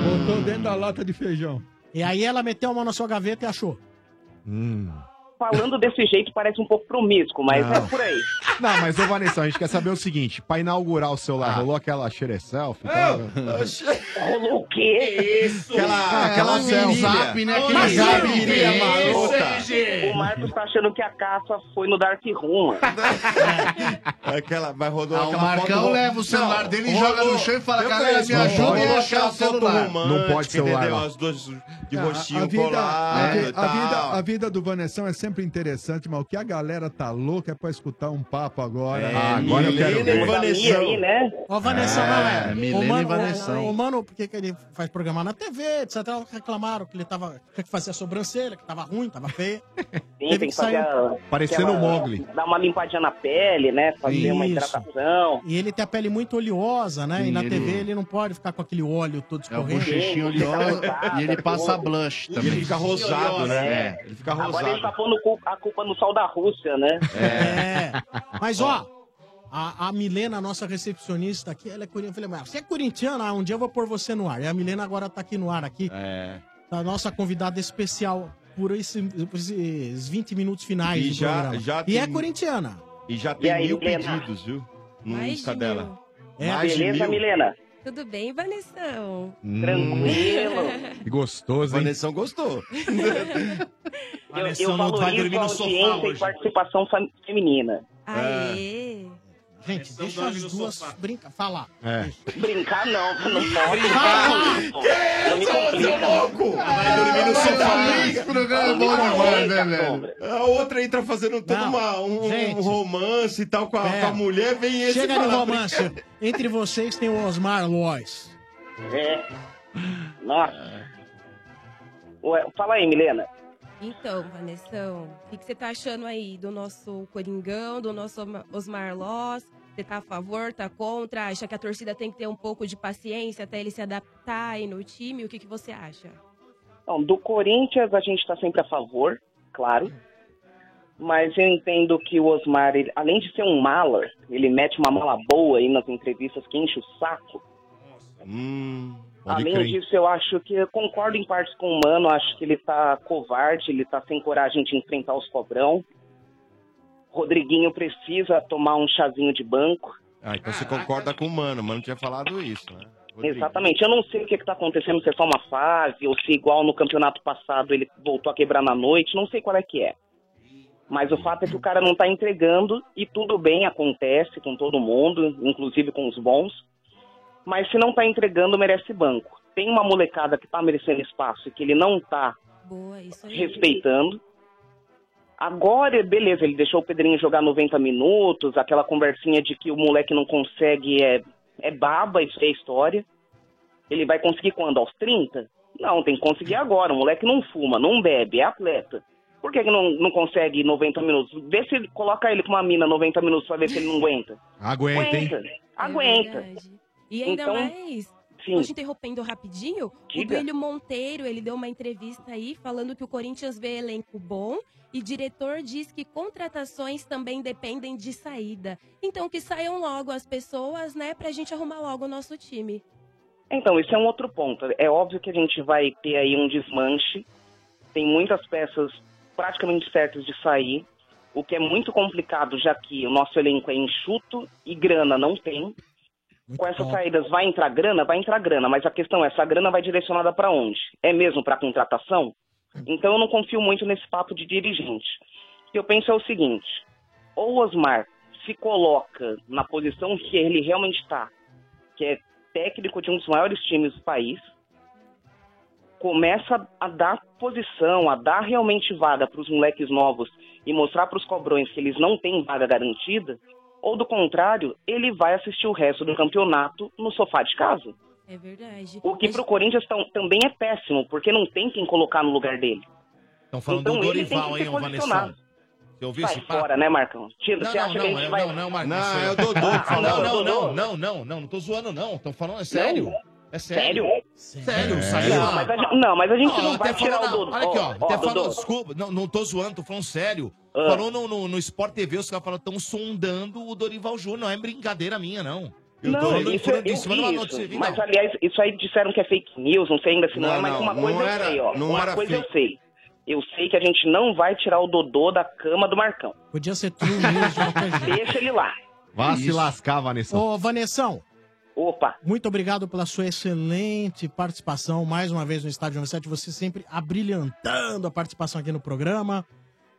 [SPEAKER 9] Botou dentro da lata de feijão.
[SPEAKER 3] E aí ela meteu a mão na sua gaveta e achou.
[SPEAKER 9] Hum.
[SPEAKER 2] Falando desse jeito parece um pouco promíscuo, mas
[SPEAKER 7] Não.
[SPEAKER 2] é por aí.
[SPEAKER 7] Não, mas, ô, Vanessão, a gente quer saber o seguinte. Pra inaugurar o
[SPEAKER 4] Ah.
[SPEAKER 7] celular, rolou aquela cheira selfie?
[SPEAKER 2] Rolou o quê? Isso!
[SPEAKER 7] Aquela- aquela
[SPEAKER 2] Ô,
[SPEAKER 7] selfie.
[SPEAKER 2] zap, né? Aquele
[SPEAKER 7] Mas
[SPEAKER 2] zap,
[SPEAKER 7] que
[SPEAKER 2] né?
[SPEAKER 7] ideia
[SPEAKER 2] Isso,
[SPEAKER 7] marota.
[SPEAKER 2] hein, gente? O Marcos tá achando que a caça foi no Dark Room. mano.
[SPEAKER 4] É Aquela, vai rodou
[SPEAKER 11] Ah, o
[SPEAKER 4] aquela
[SPEAKER 11] Marcão
[SPEAKER 4] foto-
[SPEAKER 11] leva o celular
[SPEAKER 4] Não,
[SPEAKER 11] dele e joga no chão e fala,
[SPEAKER 4] Eu
[SPEAKER 11] "Cara,
[SPEAKER 4] falei,
[SPEAKER 11] me
[SPEAKER 4] não
[SPEAKER 11] ajuda
[SPEAKER 4] pode.
[SPEAKER 11] a achar
[SPEAKER 4] Aquela
[SPEAKER 11] o
[SPEAKER 4] foto
[SPEAKER 11] celular."
[SPEAKER 4] romântica,
[SPEAKER 11] Não pode celular,
[SPEAKER 4] Entendeu?
[SPEAKER 11] não.
[SPEAKER 4] As duas de
[SPEAKER 9] Ah,
[SPEAKER 4] rostinho
[SPEAKER 9] a,
[SPEAKER 4] colado
[SPEAKER 9] vi-
[SPEAKER 4] e
[SPEAKER 9] a
[SPEAKER 4] tal.
[SPEAKER 9] vida, a vida do Vanessão é sempre interessante, mas o que a galera tá louca é pra escutar um papo agora.
[SPEAKER 3] É,
[SPEAKER 9] Ah, agora eu quero
[SPEAKER 3] Milena e
[SPEAKER 9] ver.
[SPEAKER 3] Vanessão. Aí, né? Ó, Vanessa, não é.
[SPEAKER 9] Milena
[SPEAKER 3] o
[SPEAKER 9] e
[SPEAKER 3] mano,
[SPEAKER 9] Vanessão.
[SPEAKER 3] O, o mano, porque que ele faz programar na TV, etc. Reclamaram que ele tava. Que fazia sobrancelha, que tava ruim, tava feio.
[SPEAKER 2] Sim, tem que fazer
[SPEAKER 3] um
[SPEAKER 2] a-
[SPEAKER 3] Parecendo
[SPEAKER 2] aquela-
[SPEAKER 3] o Mowgli.
[SPEAKER 2] Dar uma limpadinha na pele, né? Fazer uma
[SPEAKER 3] Isso.
[SPEAKER 2] hidratação.
[SPEAKER 3] E ele tem a pele muito oleosa, né?
[SPEAKER 2] Sim,
[SPEAKER 3] e na
[SPEAKER 2] ele-
[SPEAKER 3] TV ele não pode ficar com aquele óleo todo
[SPEAKER 11] É o
[SPEAKER 3] escorrendo.
[SPEAKER 11] bochechinho oleosa e
[SPEAKER 2] né?
[SPEAKER 11] ele passa blush também.
[SPEAKER 3] né?
[SPEAKER 2] É. Agora ele tá pondo cu- a culpa no sol da Rússia, né?
[SPEAKER 3] É. Mas, ó, a, a Milena, a nossa recepcionista aqui, ela é corintiana. Eu falei, mas você é corintiana? Ah, um dia eu vou pôr você no ar. E a Milena agora tá aqui no ar, aqui.
[SPEAKER 4] É.
[SPEAKER 3] A nossa convidada especial por esse- por esses 20 minutos finais
[SPEAKER 4] E
[SPEAKER 3] do
[SPEAKER 4] já-
[SPEAKER 3] programa.
[SPEAKER 4] já
[SPEAKER 3] e
[SPEAKER 4] tem-
[SPEAKER 3] é corintiana.
[SPEAKER 4] E já
[SPEAKER 3] E
[SPEAKER 4] tem
[SPEAKER 3] aí,
[SPEAKER 4] mil
[SPEAKER 3] Milena?
[SPEAKER 4] pedidos, viu? No
[SPEAKER 19] Mais
[SPEAKER 4] Insta
[SPEAKER 19] de
[SPEAKER 4] dela.
[SPEAKER 3] É,
[SPEAKER 4] Mais de mil.
[SPEAKER 19] Tudo bem, Vanessão?
[SPEAKER 4] Tranquilo.
[SPEAKER 7] Que gostoso, hein?
[SPEAKER 4] Vanessão gostou.
[SPEAKER 2] Eu,
[SPEAKER 19] Vanessa,
[SPEAKER 2] eu
[SPEAKER 19] não vai
[SPEAKER 2] valorizo
[SPEAKER 19] dormir
[SPEAKER 2] a
[SPEAKER 19] no sofá
[SPEAKER 2] audiência e
[SPEAKER 19] hoje.
[SPEAKER 2] participação fam- feminina.
[SPEAKER 3] É.
[SPEAKER 19] Aê!
[SPEAKER 3] Gente, deixa as duas brincar. Falar.
[SPEAKER 7] É.
[SPEAKER 2] Brincar não, não pode.
[SPEAKER 3] Brincar?
[SPEAKER 2] Não me complica.
[SPEAKER 4] Ah, Vai dormir no sofá.
[SPEAKER 2] Esse programa é bom demais, né, velho?
[SPEAKER 4] A outra entra fazendo todo
[SPEAKER 3] Não,
[SPEAKER 4] uma, um, um
[SPEAKER 3] gente.
[SPEAKER 4] romance e tal com a,
[SPEAKER 3] É.
[SPEAKER 4] com a mulher, vem esse
[SPEAKER 3] Chega
[SPEAKER 4] e
[SPEAKER 3] de
[SPEAKER 4] fala,
[SPEAKER 3] romance.
[SPEAKER 4] "Brinca-".
[SPEAKER 3] Entre vocês tem o Osmar Lois.
[SPEAKER 2] É. Nossa. Ué, fala aí, Milena.
[SPEAKER 19] Então, Vanessão, o que, que você tá achando aí do nosso Coringão, do nosso Oma- Osmar Loss? Você tá a favor, tá contra? Acha que a torcida tem que ter um pouco de paciência até ele se adaptar aí no time? O que, que você acha? É
[SPEAKER 2] Não, do Corinthians a gente está sempre a favor, claro. Mas eu entendo que o Osmar, ele- além de ser um mala, ele mete uma mala boa aí nas entrevistas que enche o saco.
[SPEAKER 4] Hum, pode
[SPEAKER 2] além
[SPEAKER 4] crer.
[SPEAKER 2] disso, eu acho que eu concordo em partes com o Mano, acho que ele tá covarde, ele tá sem coragem de enfrentar os cobrão. Rodriguinho precisa tomar um chazinho de banco.
[SPEAKER 4] Ah, então você concorda com o Mano. O Mano tinha falado isso, né? Rodrigo.
[SPEAKER 2] Exatamente. Eu não sei o que está acontecendo, se é só uma fase, ou se igual no campeonato passado ele voltou a quebrar na noite, não sei qual é que é. Mas o fato é que o cara não tá entregando e tudo bem, acontece com todo mundo, inclusive com os bons. Mas se não tá entregando, merece banco. Tem uma molecada que tá merecendo espaço e que ele não tá
[SPEAKER 19] Boa, isso aí.
[SPEAKER 2] respeitando. Agora, beleza, ele deixou o Pedrinho jogar 90 minutos, aquela conversinha de que o moleque não consegue é, é baba, isso é história. Ele vai conseguir quando? Aos 30? Não, tem que conseguir agora. O moleque não fuma, não bebe, é atleta. Por que, que não, não consegue 90 minutos? Vê se ele coloca ele com uma mina 90 minutos pra ver se ele não aguenta.
[SPEAKER 7] Aguenta, hein?
[SPEAKER 2] Aguenta.
[SPEAKER 19] E ainda
[SPEAKER 2] Então,
[SPEAKER 19] mais,
[SPEAKER 2] sim.
[SPEAKER 19] tô te interrompendo rapidinho,
[SPEAKER 2] Diga.
[SPEAKER 19] o Duílio Monteiro, ele deu uma entrevista aí falando que o Corinthians vê elenco bom e diretor diz que contratações também dependem de saída. Então que saiam logo as pessoas, né, pra gente arrumar logo o nosso time.
[SPEAKER 2] Então, esse é um outro ponto. É óbvio que a gente vai ter aí um desmanche. Tem muitas peças praticamente certas de sair, o que é muito complicado, já que o nosso elenco é enxuto e grana não tem. Com essas saídas vai entrar grana? Vai entrar grana, mas a questão é, essa grana vai direcionada para onde? É mesmo para contratação? Então eu não confio muito nesse papo de dirigente. O que eu penso é o seguinte, ou o Osmar se coloca na posição que ele realmente está, que é técnico de um dos maiores times do país, começa a dar posição, a dar realmente vaga para os moleques novos e mostrar para os cobrões que eles não têm vaga garantida, ou do contrário, ele vai assistir o resto do campeonato no sofá de casa.
[SPEAKER 19] É verdade.
[SPEAKER 2] O que para o Corinthians tam- também é péssimo, porque não tem quem colocar no lugar dele.
[SPEAKER 8] Estão falando
[SPEAKER 2] Então
[SPEAKER 8] do
[SPEAKER 2] ele tem
[SPEAKER 8] Dorival,
[SPEAKER 2] que
[SPEAKER 8] hein,
[SPEAKER 2] se
[SPEAKER 8] ô
[SPEAKER 2] posicionar.
[SPEAKER 8] Vanessão. Você ouviu
[SPEAKER 2] Sai
[SPEAKER 8] esse papo?
[SPEAKER 2] fora, né, Marcão? Tira,
[SPEAKER 8] não,
[SPEAKER 2] você
[SPEAKER 8] não,
[SPEAKER 2] acha que a
[SPEAKER 8] não,
[SPEAKER 2] gente
[SPEAKER 8] é-
[SPEAKER 2] vai-
[SPEAKER 8] não, não, Marcão.
[SPEAKER 2] Não,
[SPEAKER 8] isso aí.
[SPEAKER 2] é o Dodô que
[SPEAKER 8] Ah,
[SPEAKER 2] falou.
[SPEAKER 8] Não, não,
[SPEAKER 2] Dodô.
[SPEAKER 8] não, não, não, não, não tô zoando, não. Estão falando, é sério. É sério.
[SPEAKER 2] Sério?
[SPEAKER 8] Sério,
[SPEAKER 2] É.
[SPEAKER 8] saiu
[SPEAKER 2] Não,
[SPEAKER 8] lá.
[SPEAKER 2] mas a gente- não, mas a gente não
[SPEAKER 8] até
[SPEAKER 2] vai tirar
[SPEAKER 8] falou
[SPEAKER 2] o
[SPEAKER 8] na-
[SPEAKER 2] Dodô.
[SPEAKER 8] Olha aqui, ó.
[SPEAKER 2] Ó,
[SPEAKER 8] até
[SPEAKER 2] Dodô. Ah.
[SPEAKER 8] falando, desculpa, não, não tô zoando, tô falando sério. Falou no, no, no Sport TV, os caras falaram, tão sondando o Dorival Júnior. Não é brincadeira minha, não. Eu tô
[SPEAKER 2] Não,
[SPEAKER 8] falando
[SPEAKER 2] isso, eu
[SPEAKER 8] em cima de uma
[SPEAKER 2] vi
[SPEAKER 8] notícia, então.
[SPEAKER 2] isso.
[SPEAKER 8] viu?
[SPEAKER 2] Mas, aliás, isso aí disseram que é fake news, não sei ainda se não,
[SPEAKER 4] Não,
[SPEAKER 2] é, mas
[SPEAKER 4] não,
[SPEAKER 2] uma
[SPEAKER 4] não
[SPEAKER 2] coisa
[SPEAKER 4] era-
[SPEAKER 2] eu sei, ó.
[SPEAKER 4] não
[SPEAKER 2] uma
[SPEAKER 4] era
[SPEAKER 2] coisa eu
[SPEAKER 4] fake.
[SPEAKER 2] sei. Eu sei que a gente não vai tirar o Dodô da cama do Marcão.
[SPEAKER 3] Podia ser tudo mesmo.
[SPEAKER 2] Deixa ele lá.
[SPEAKER 7] Vá se
[SPEAKER 3] Isso.
[SPEAKER 7] lascar, Vanessa.
[SPEAKER 3] Ô, Vanessão.
[SPEAKER 2] Opa.
[SPEAKER 3] Muito obrigado pela sua excelente participação mais uma vez no Estádio 97. Você sempre abrilhantando a participação aqui no programa.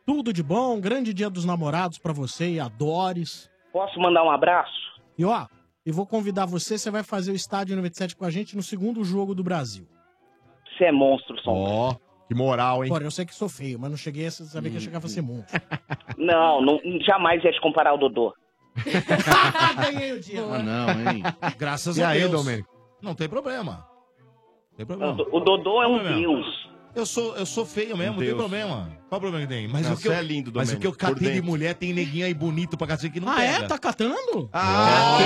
[SPEAKER 3] Tudo de bom. Grande dia dos namorados pra você e a Doris.
[SPEAKER 2] Posso mandar um abraço?
[SPEAKER 3] E ó, eu vou convidar você, você vai fazer o estádio 97 com a gente no segundo jogo do Brasil.
[SPEAKER 2] Você é monstro, Sombra.
[SPEAKER 7] Ó, que moral, hein?
[SPEAKER 3] Bora, eu sei que sou feio, mas não cheguei a saber que ia chegar a ser monstro.
[SPEAKER 2] Não, não, jamais ia te comparar ao Dodô.
[SPEAKER 3] Ganhei o dia.
[SPEAKER 8] Ah, não, hein? Graças
[SPEAKER 2] E
[SPEAKER 8] a
[SPEAKER 2] aí,
[SPEAKER 8] Deus.
[SPEAKER 2] Domênico?
[SPEAKER 8] Não tem problema. Não tem
[SPEAKER 2] O
[SPEAKER 8] problema.
[SPEAKER 2] Do- o Dodô é um
[SPEAKER 8] Não tem problema.
[SPEAKER 2] deus.
[SPEAKER 8] Eu sou, eu sou feio mesmo,
[SPEAKER 2] Um
[SPEAKER 8] não tem
[SPEAKER 2] deus.
[SPEAKER 8] problema. Qual o problema que tem? Mas
[SPEAKER 4] Não,
[SPEAKER 8] o que
[SPEAKER 4] você
[SPEAKER 8] eu,
[SPEAKER 4] é lindo,
[SPEAKER 8] Mas o
[SPEAKER 4] Domênico,
[SPEAKER 8] que eu
[SPEAKER 4] por
[SPEAKER 8] catei de
[SPEAKER 4] dentro.
[SPEAKER 8] mulher tem neguinho aí bonito pra cacete que não
[SPEAKER 3] Ah,
[SPEAKER 8] pega.
[SPEAKER 3] é? Tá catando?
[SPEAKER 8] Ah,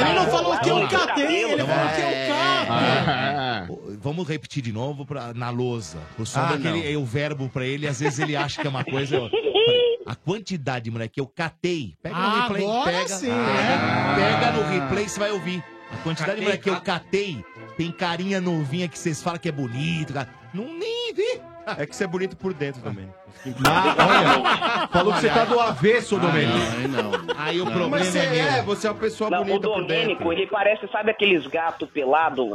[SPEAKER 3] Ele não falou que eu catei, ele falou que
[SPEAKER 4] É.
[SPEAKER 3] eu
[SPEAKER 8] Ah, Vamos repetir de novo pra, na lousa. O sombra
[SPEAKER 13] Ah,
[SPEAKER 8] que ele-
[SPEAKER 13] não.
[SPEAKER 8] é o verbo pra ele, às vezes ele acha que é uma coisa. é outra. A quantidade, moleque, que eu catei. Pega no
[SPEAKER 13] Ah,
[SPEAKER 8] replay,
[SPEAKER 13] agora
[SPEAKER 8] pega.
[SPEAKER 13] sim,
[SPEAKER 8] pega,
[SPEAKER 13] né?
[SPEAKER 8] pega no replay, você vai ouvir. A quantidade,
[SPEAKER 13] Catei,
[SPEAKER 8] moleque, que eu catei. Tem carinha novinha que vocês falam que é bonito. cara. Não nem vi.
[SPEAKER 4] É que você é bonito por dentro também.
[SPEAKER 13] Ah,
[SPEAKER 7] Falou que você tá do avesso, Domênico.
[SPEAKER 8] Aí
[SPEAKER 4] o problema
[SPEAKER 2] Mas você
[SPEAKER 4] é meu.
[SPEAKER 2] é,
[SPEAKER 4] você é uma pessoa
[SPEAKER 2] Não,
[SPEAKER 4] bonita
[SPEAKER 2] o
[SPEAKER 4] por dentro.
[SPEAKER 2] Domênico, ele parece, sabe aqueles gatos pelados? é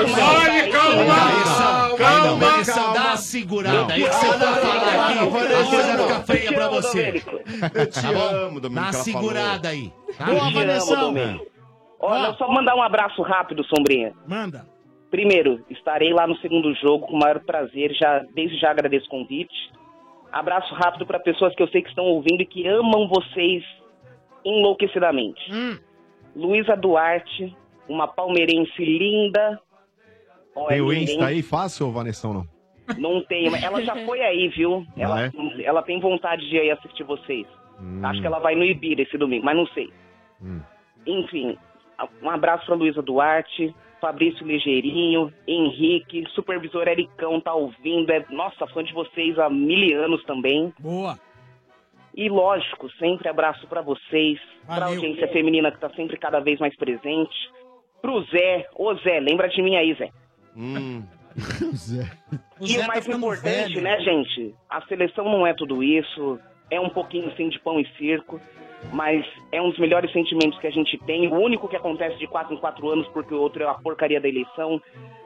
[SPEAKER 13] Olha, calma! Calma,
[SPEAKER 8] Vanessa, dá uma segurada aí que você
[SPEAKER 13] Não,
[SPEAKER 8] tá
[SPEAKER 13] não,
[SPEAKER 8] falando
[SPEAKER 13] não, não,
[SPEAKER 8] aqui.
[SPEAKER 13] Vanessa,
[SPEAKER 8] A coisa
[SPEAKER 13] não.
[SPEAKER 8] fica feia
[SPEAKER 13] Eu te
[SPEAKER 8] é pra
[SPEAKER 13] amo,
[SPEAKER 8] você.
[SPEAKER 13] Domênico.
[SPEAKER 8] Eu
[SPEAKER 4] te amo, Domênico,
[SPEAKER 8] Tá Dá uma
[SPEAKER 4] ela falou.
[SPEAKER 8] segurada aí. Tá?
[SPEAKER 2] Boa,
[SPEAKER 8] Te
[SPEAKER 2] Vanessa.
[SPEAKER 8] amo, Domênico.
[SPEAKER 2] Olha, só mandar um abraço rápido, Sombrinha.
[SPEAKER 3] Manda.
[SPEAKER 2] Primeiro, estarei lá no segundo jogo com o maior prazer, já, desde já agradeço o convite. Abraço rápido para pessoas que eu sei que estão ouvindo e que amam vocês enlouquecidamente.
[SPEAKER 8] Hum.
[SPEAKER 2] Luísa Duarte, uma palmeirense linda. Ó, é
[SPEAKER 7] Tem o
[SPEAKER 2] linda,
[SPEAKER 7] Insta
[SPEAKER 2] hein?
[SPEAKER 7] aí fácil, Vanessão, não?
[SPEAKER 2] Não tem, mas ela já foi aí, viu? Ela,
[SPEAKER 7] Ah,
[SPEAKER 2] ela tem vontade de ir aí assistir vocês. Acho que ela vai no Ibira esse domingo, mas não sei. Enfim, a- um abraço pra Luísa Duarte, Fabrício Ligeirinho, Henrique, supervisor Ericão tá ouvindo, é, nossa, fã de vocês há mil anos também.
[SPEAKER 3] Boa.
[SPEAKER 2] E lógico, sempre abraço pra vocês, pra audiência feminina que tá sempre cada vez mais presente, pro Zé, ô Zé, lembra de mim aí, Zé.
[SPEAKER 4] Hum.
[SPEAKER 2] E
[SPEAKER 3] tá
[SPEAKER 2] o mais importante, né, gente? A seleção não é tudo isso. É um pouquinho sim de pão e circo. Mas é um dos melhores sentimentos que a gente tem. O único que acontece de quatro em quatro anos, porque o outro é a porcaria da eleição.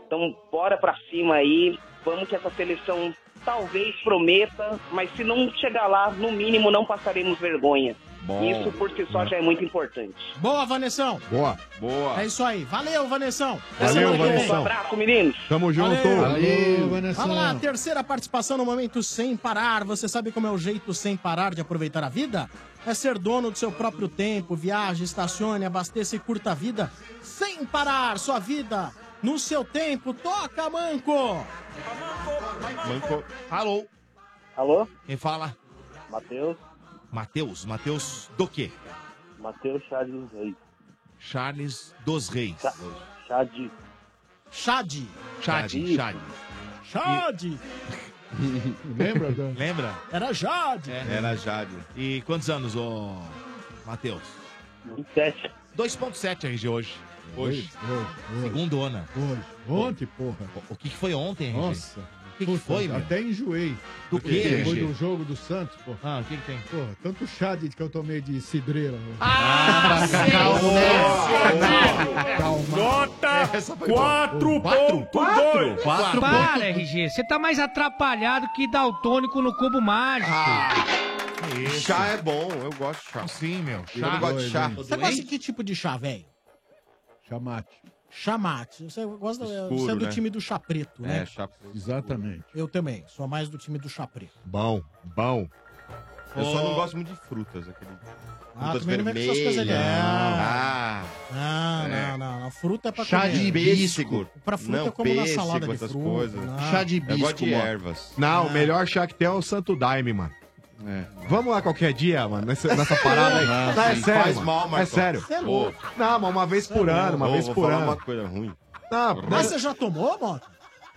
[SPEAKER 2] Então, bora pra cima aí. Vamos que essa seleção talvez prometa, mas se não chegar lá, no mínimo não passaremos vergonha.
[SPEAKER 3] Bom.
[SPEAKER 2] Isso por si só já é muito importante.
[SPEAKER 3] Boa, Vanessão.
[SPEAKER 7] Boa.
[SPEAKER 4] Boa.
[SPEAKER 3] É isso aí. Valeu, Vanessão. Até semana
[SPEAKER 7] Valeu,
[SPEAKER 3] que vem.
[SPEAKER 7] Vanessão.
[SPEAKER 2] Um Abraço, meninos.
[SPEAKER 7] Tamo junto.
[SPEAKER 3] Valeu. Vamos lá, terceira participação no Momento Sem Parar. Você sabe como é o jeito sem parar de aproveitar a vida? É ser dono do seu próprio tempo, viaje, estacione, abasteça e curta a vida sem parar sua vida no seu tempo. Toca, Manco!
[SPEAKER 8] Manco. Alô?
[SPEAKER 22] Alô?
[SPEAKER 8] Quem fala?
[SPEAKER 22] Matheus,
[SPEAKER 8] Matheus. Matheus do quê?
[SPEAKER 22] Matheus Charles Reis.
[SPEAKER 8] Charles dos Reis.
[SPEAKER 22] Chad.
[SPEAKER 3] Chad.
[SPEAKER 8] Chad. Chad.
[SPEAKER 3] Chad!
[SPEAKER 8] Lembra? Lembra?
[SPEAKER 3] Era Jade.
[SPEAKER 8] Era Jade. E quantos anos, ô Matheus?
[SPEAKER 22] 27.
[SPEAKER 8] 2.7 RG hoje. Hoje. Segundona.
[SPEAKER 9] Hoje. Ontem, porra.
[SPEAKER 8] O que, que foi ontem, RG?
[SPEAKER 9] Nossa.
[SPEAKER 8] O que, que foi, meu?
[SPEAKER 9] Até enjoei.
[SPEAKER 8] Do
[SPEAKER 9] Porque
[SPEAKER 8] quê,
[SPEAKER 9] Depois
[SPEAKER 8] RG?
[SPEAKER 9] do jogo do Santos, porra.
[SPEAKER 8] Ah, o que, que tem?
[SPEAKER 9] Porra, tanto chá de que eu tomei de cidreira. velho.
[SPEAKER 12] Ah, sim.
[SPEAKER 9] calma, É,
[SPEAKER 12] Calma. Nota
[SPEAKER 15] Quatro
[SPEAKER 12] Quatro? Quatro
[SPEAKER 15] Para, RG, você tá mais atrapalhado que daltônico no cubo mágico.
[SPEAKER 4] Chá é bom, eu gosto de chá.
[SPEAKER 8] Sim, meu.
[SPEAKER 4] Eu não gosto de chá.
[SPEAKER 3] Você gosta de que tipo de chá, velho?
[SPEAKER 9] Chamate.
[SPEAKER 3] Chamate. Você, gosta, você é
[SPEAKER 4] Escuro,
[SPEAKER 3] do
[SPEAKER 4] né?
[SPEAKER 3] time do chá preto, né?
[SPEAKER 4] É, chá.
[SPEAKER 9] Exatamente.
[SPEAKER 3] Eu também, sou mais do time do chá preto.
[SPEAKER 7] Bom, bom.
[SPEAKER 4] Eu só não
[SPEAKER 3] Ô.
[SPEAKER 4] gosto muito de frutas, aquele.
[SPEAKER 3] Ah,
[SPEAKER 4] frutas
[SPEAKER 3] também
[SPEAKER 9] é
[SPEAKER 3] não vem com essas
[SPEAKER 4] vermelhas.
[SPEAKER 3] coisas ali.
[SPEAKER 4] Ah,
[SPEAKER 3] Não,
[SPEAKER 4] É.
[SPEAKER 3] não, não, não. Fruta é pra
[SPEAKER 4] Chá
[SPEAKER 3] comer.
[SPEAKER 4] de hibisco.
[SPEAKER 3] Pra fruta
[SPEAKER 4] Não,
[SPEAKER 3] eu como na
[SPEAKER 4] pêssego,
[SPEAKER 3] salada de
[SPEAKER 4] essas
[SPEAKER 3] fruta. né?
[SPEAKER 4] coisas.
[SPEAKER 3] não.
[SPEAKER 4] Chá de Eu gosto de ervas.
[SPEAKER 7] Não,
[SPEAKER 3] Ah.
[SPEAKER 7] o melhor chá que tem é o Santo Daime, mano.
[SPEAKER 3] É.
[SPEAKER 7] Vamos lá qualquer dia, mano, nessa, nessa parada aí.
[SPEAKER 4] Não,
[SPEAKER 3] Ah,
[SPEAKER 7] Não, é
[SPEAKER 4] sim,
[SPEAKER 7] sério.
[SPEAKER 4] faz
[SPEAKER 7] mano.
[SPEAKER 4] mal,
[SPEAKER 7] é
[SPEAKER 4] Marcão.
[SPEAKER 7] sério.
[SPEAKER 4] Você é louco.
[SPEAKER 7] Não, mas uma vez
[SPEAKER 3] é
[SPEAKER 7] por ano, uma
[SPEAKER 4] Ô,
[SPEAKER 7] vez
[SPEAKER 4] vou
[SPEAKER 7] por
[SPEAKER 4] falar
[SPEAKER 7] ano.
[SPEAKER 4] uma coisa ruim.
[SPEAKER 7] Não,
[SPEAKER 3] Tá, Mas você já tomou, Mota?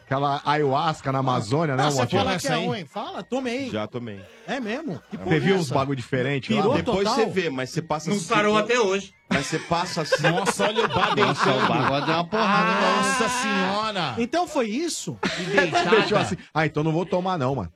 [SPEAKER 7] Aquela ayahuasca na Amazônia, né,
[SPEAKER 3] Ah, você
[SPEAKER 7] Motinha?
[SPEAKER 3] fala que é ruim. Fala, tomei.
[SPEAKER 4] Já tomei.
[SPEAKER 3] É mesmo? Que porra
[SPEAKER 7] Você viu
[SPEAKER 3] é
[SPEAKER 7] uns
[SPEAKER 3] essa?
[SPEAKER 7] bagulho diferente lá?
[SPEAKER 4] Pirou Depois total. você vê, mas você passa Não assim, parou tipo- até
[SPEAKER 8] hoje.
[SPEAKER 4] Mas você passa assim.
[SPEAKER 8] Nossa, olha o Bado
[SPEAKER 4] Nossa, o Bado
[SPEAKER 8] deu uma porrada. Nossa senhora.
[SPEAKER 3] Ah. Então foi isso?
[SPEAKER 7] Deixou assim. Ah, então não vou tomar, não, mano.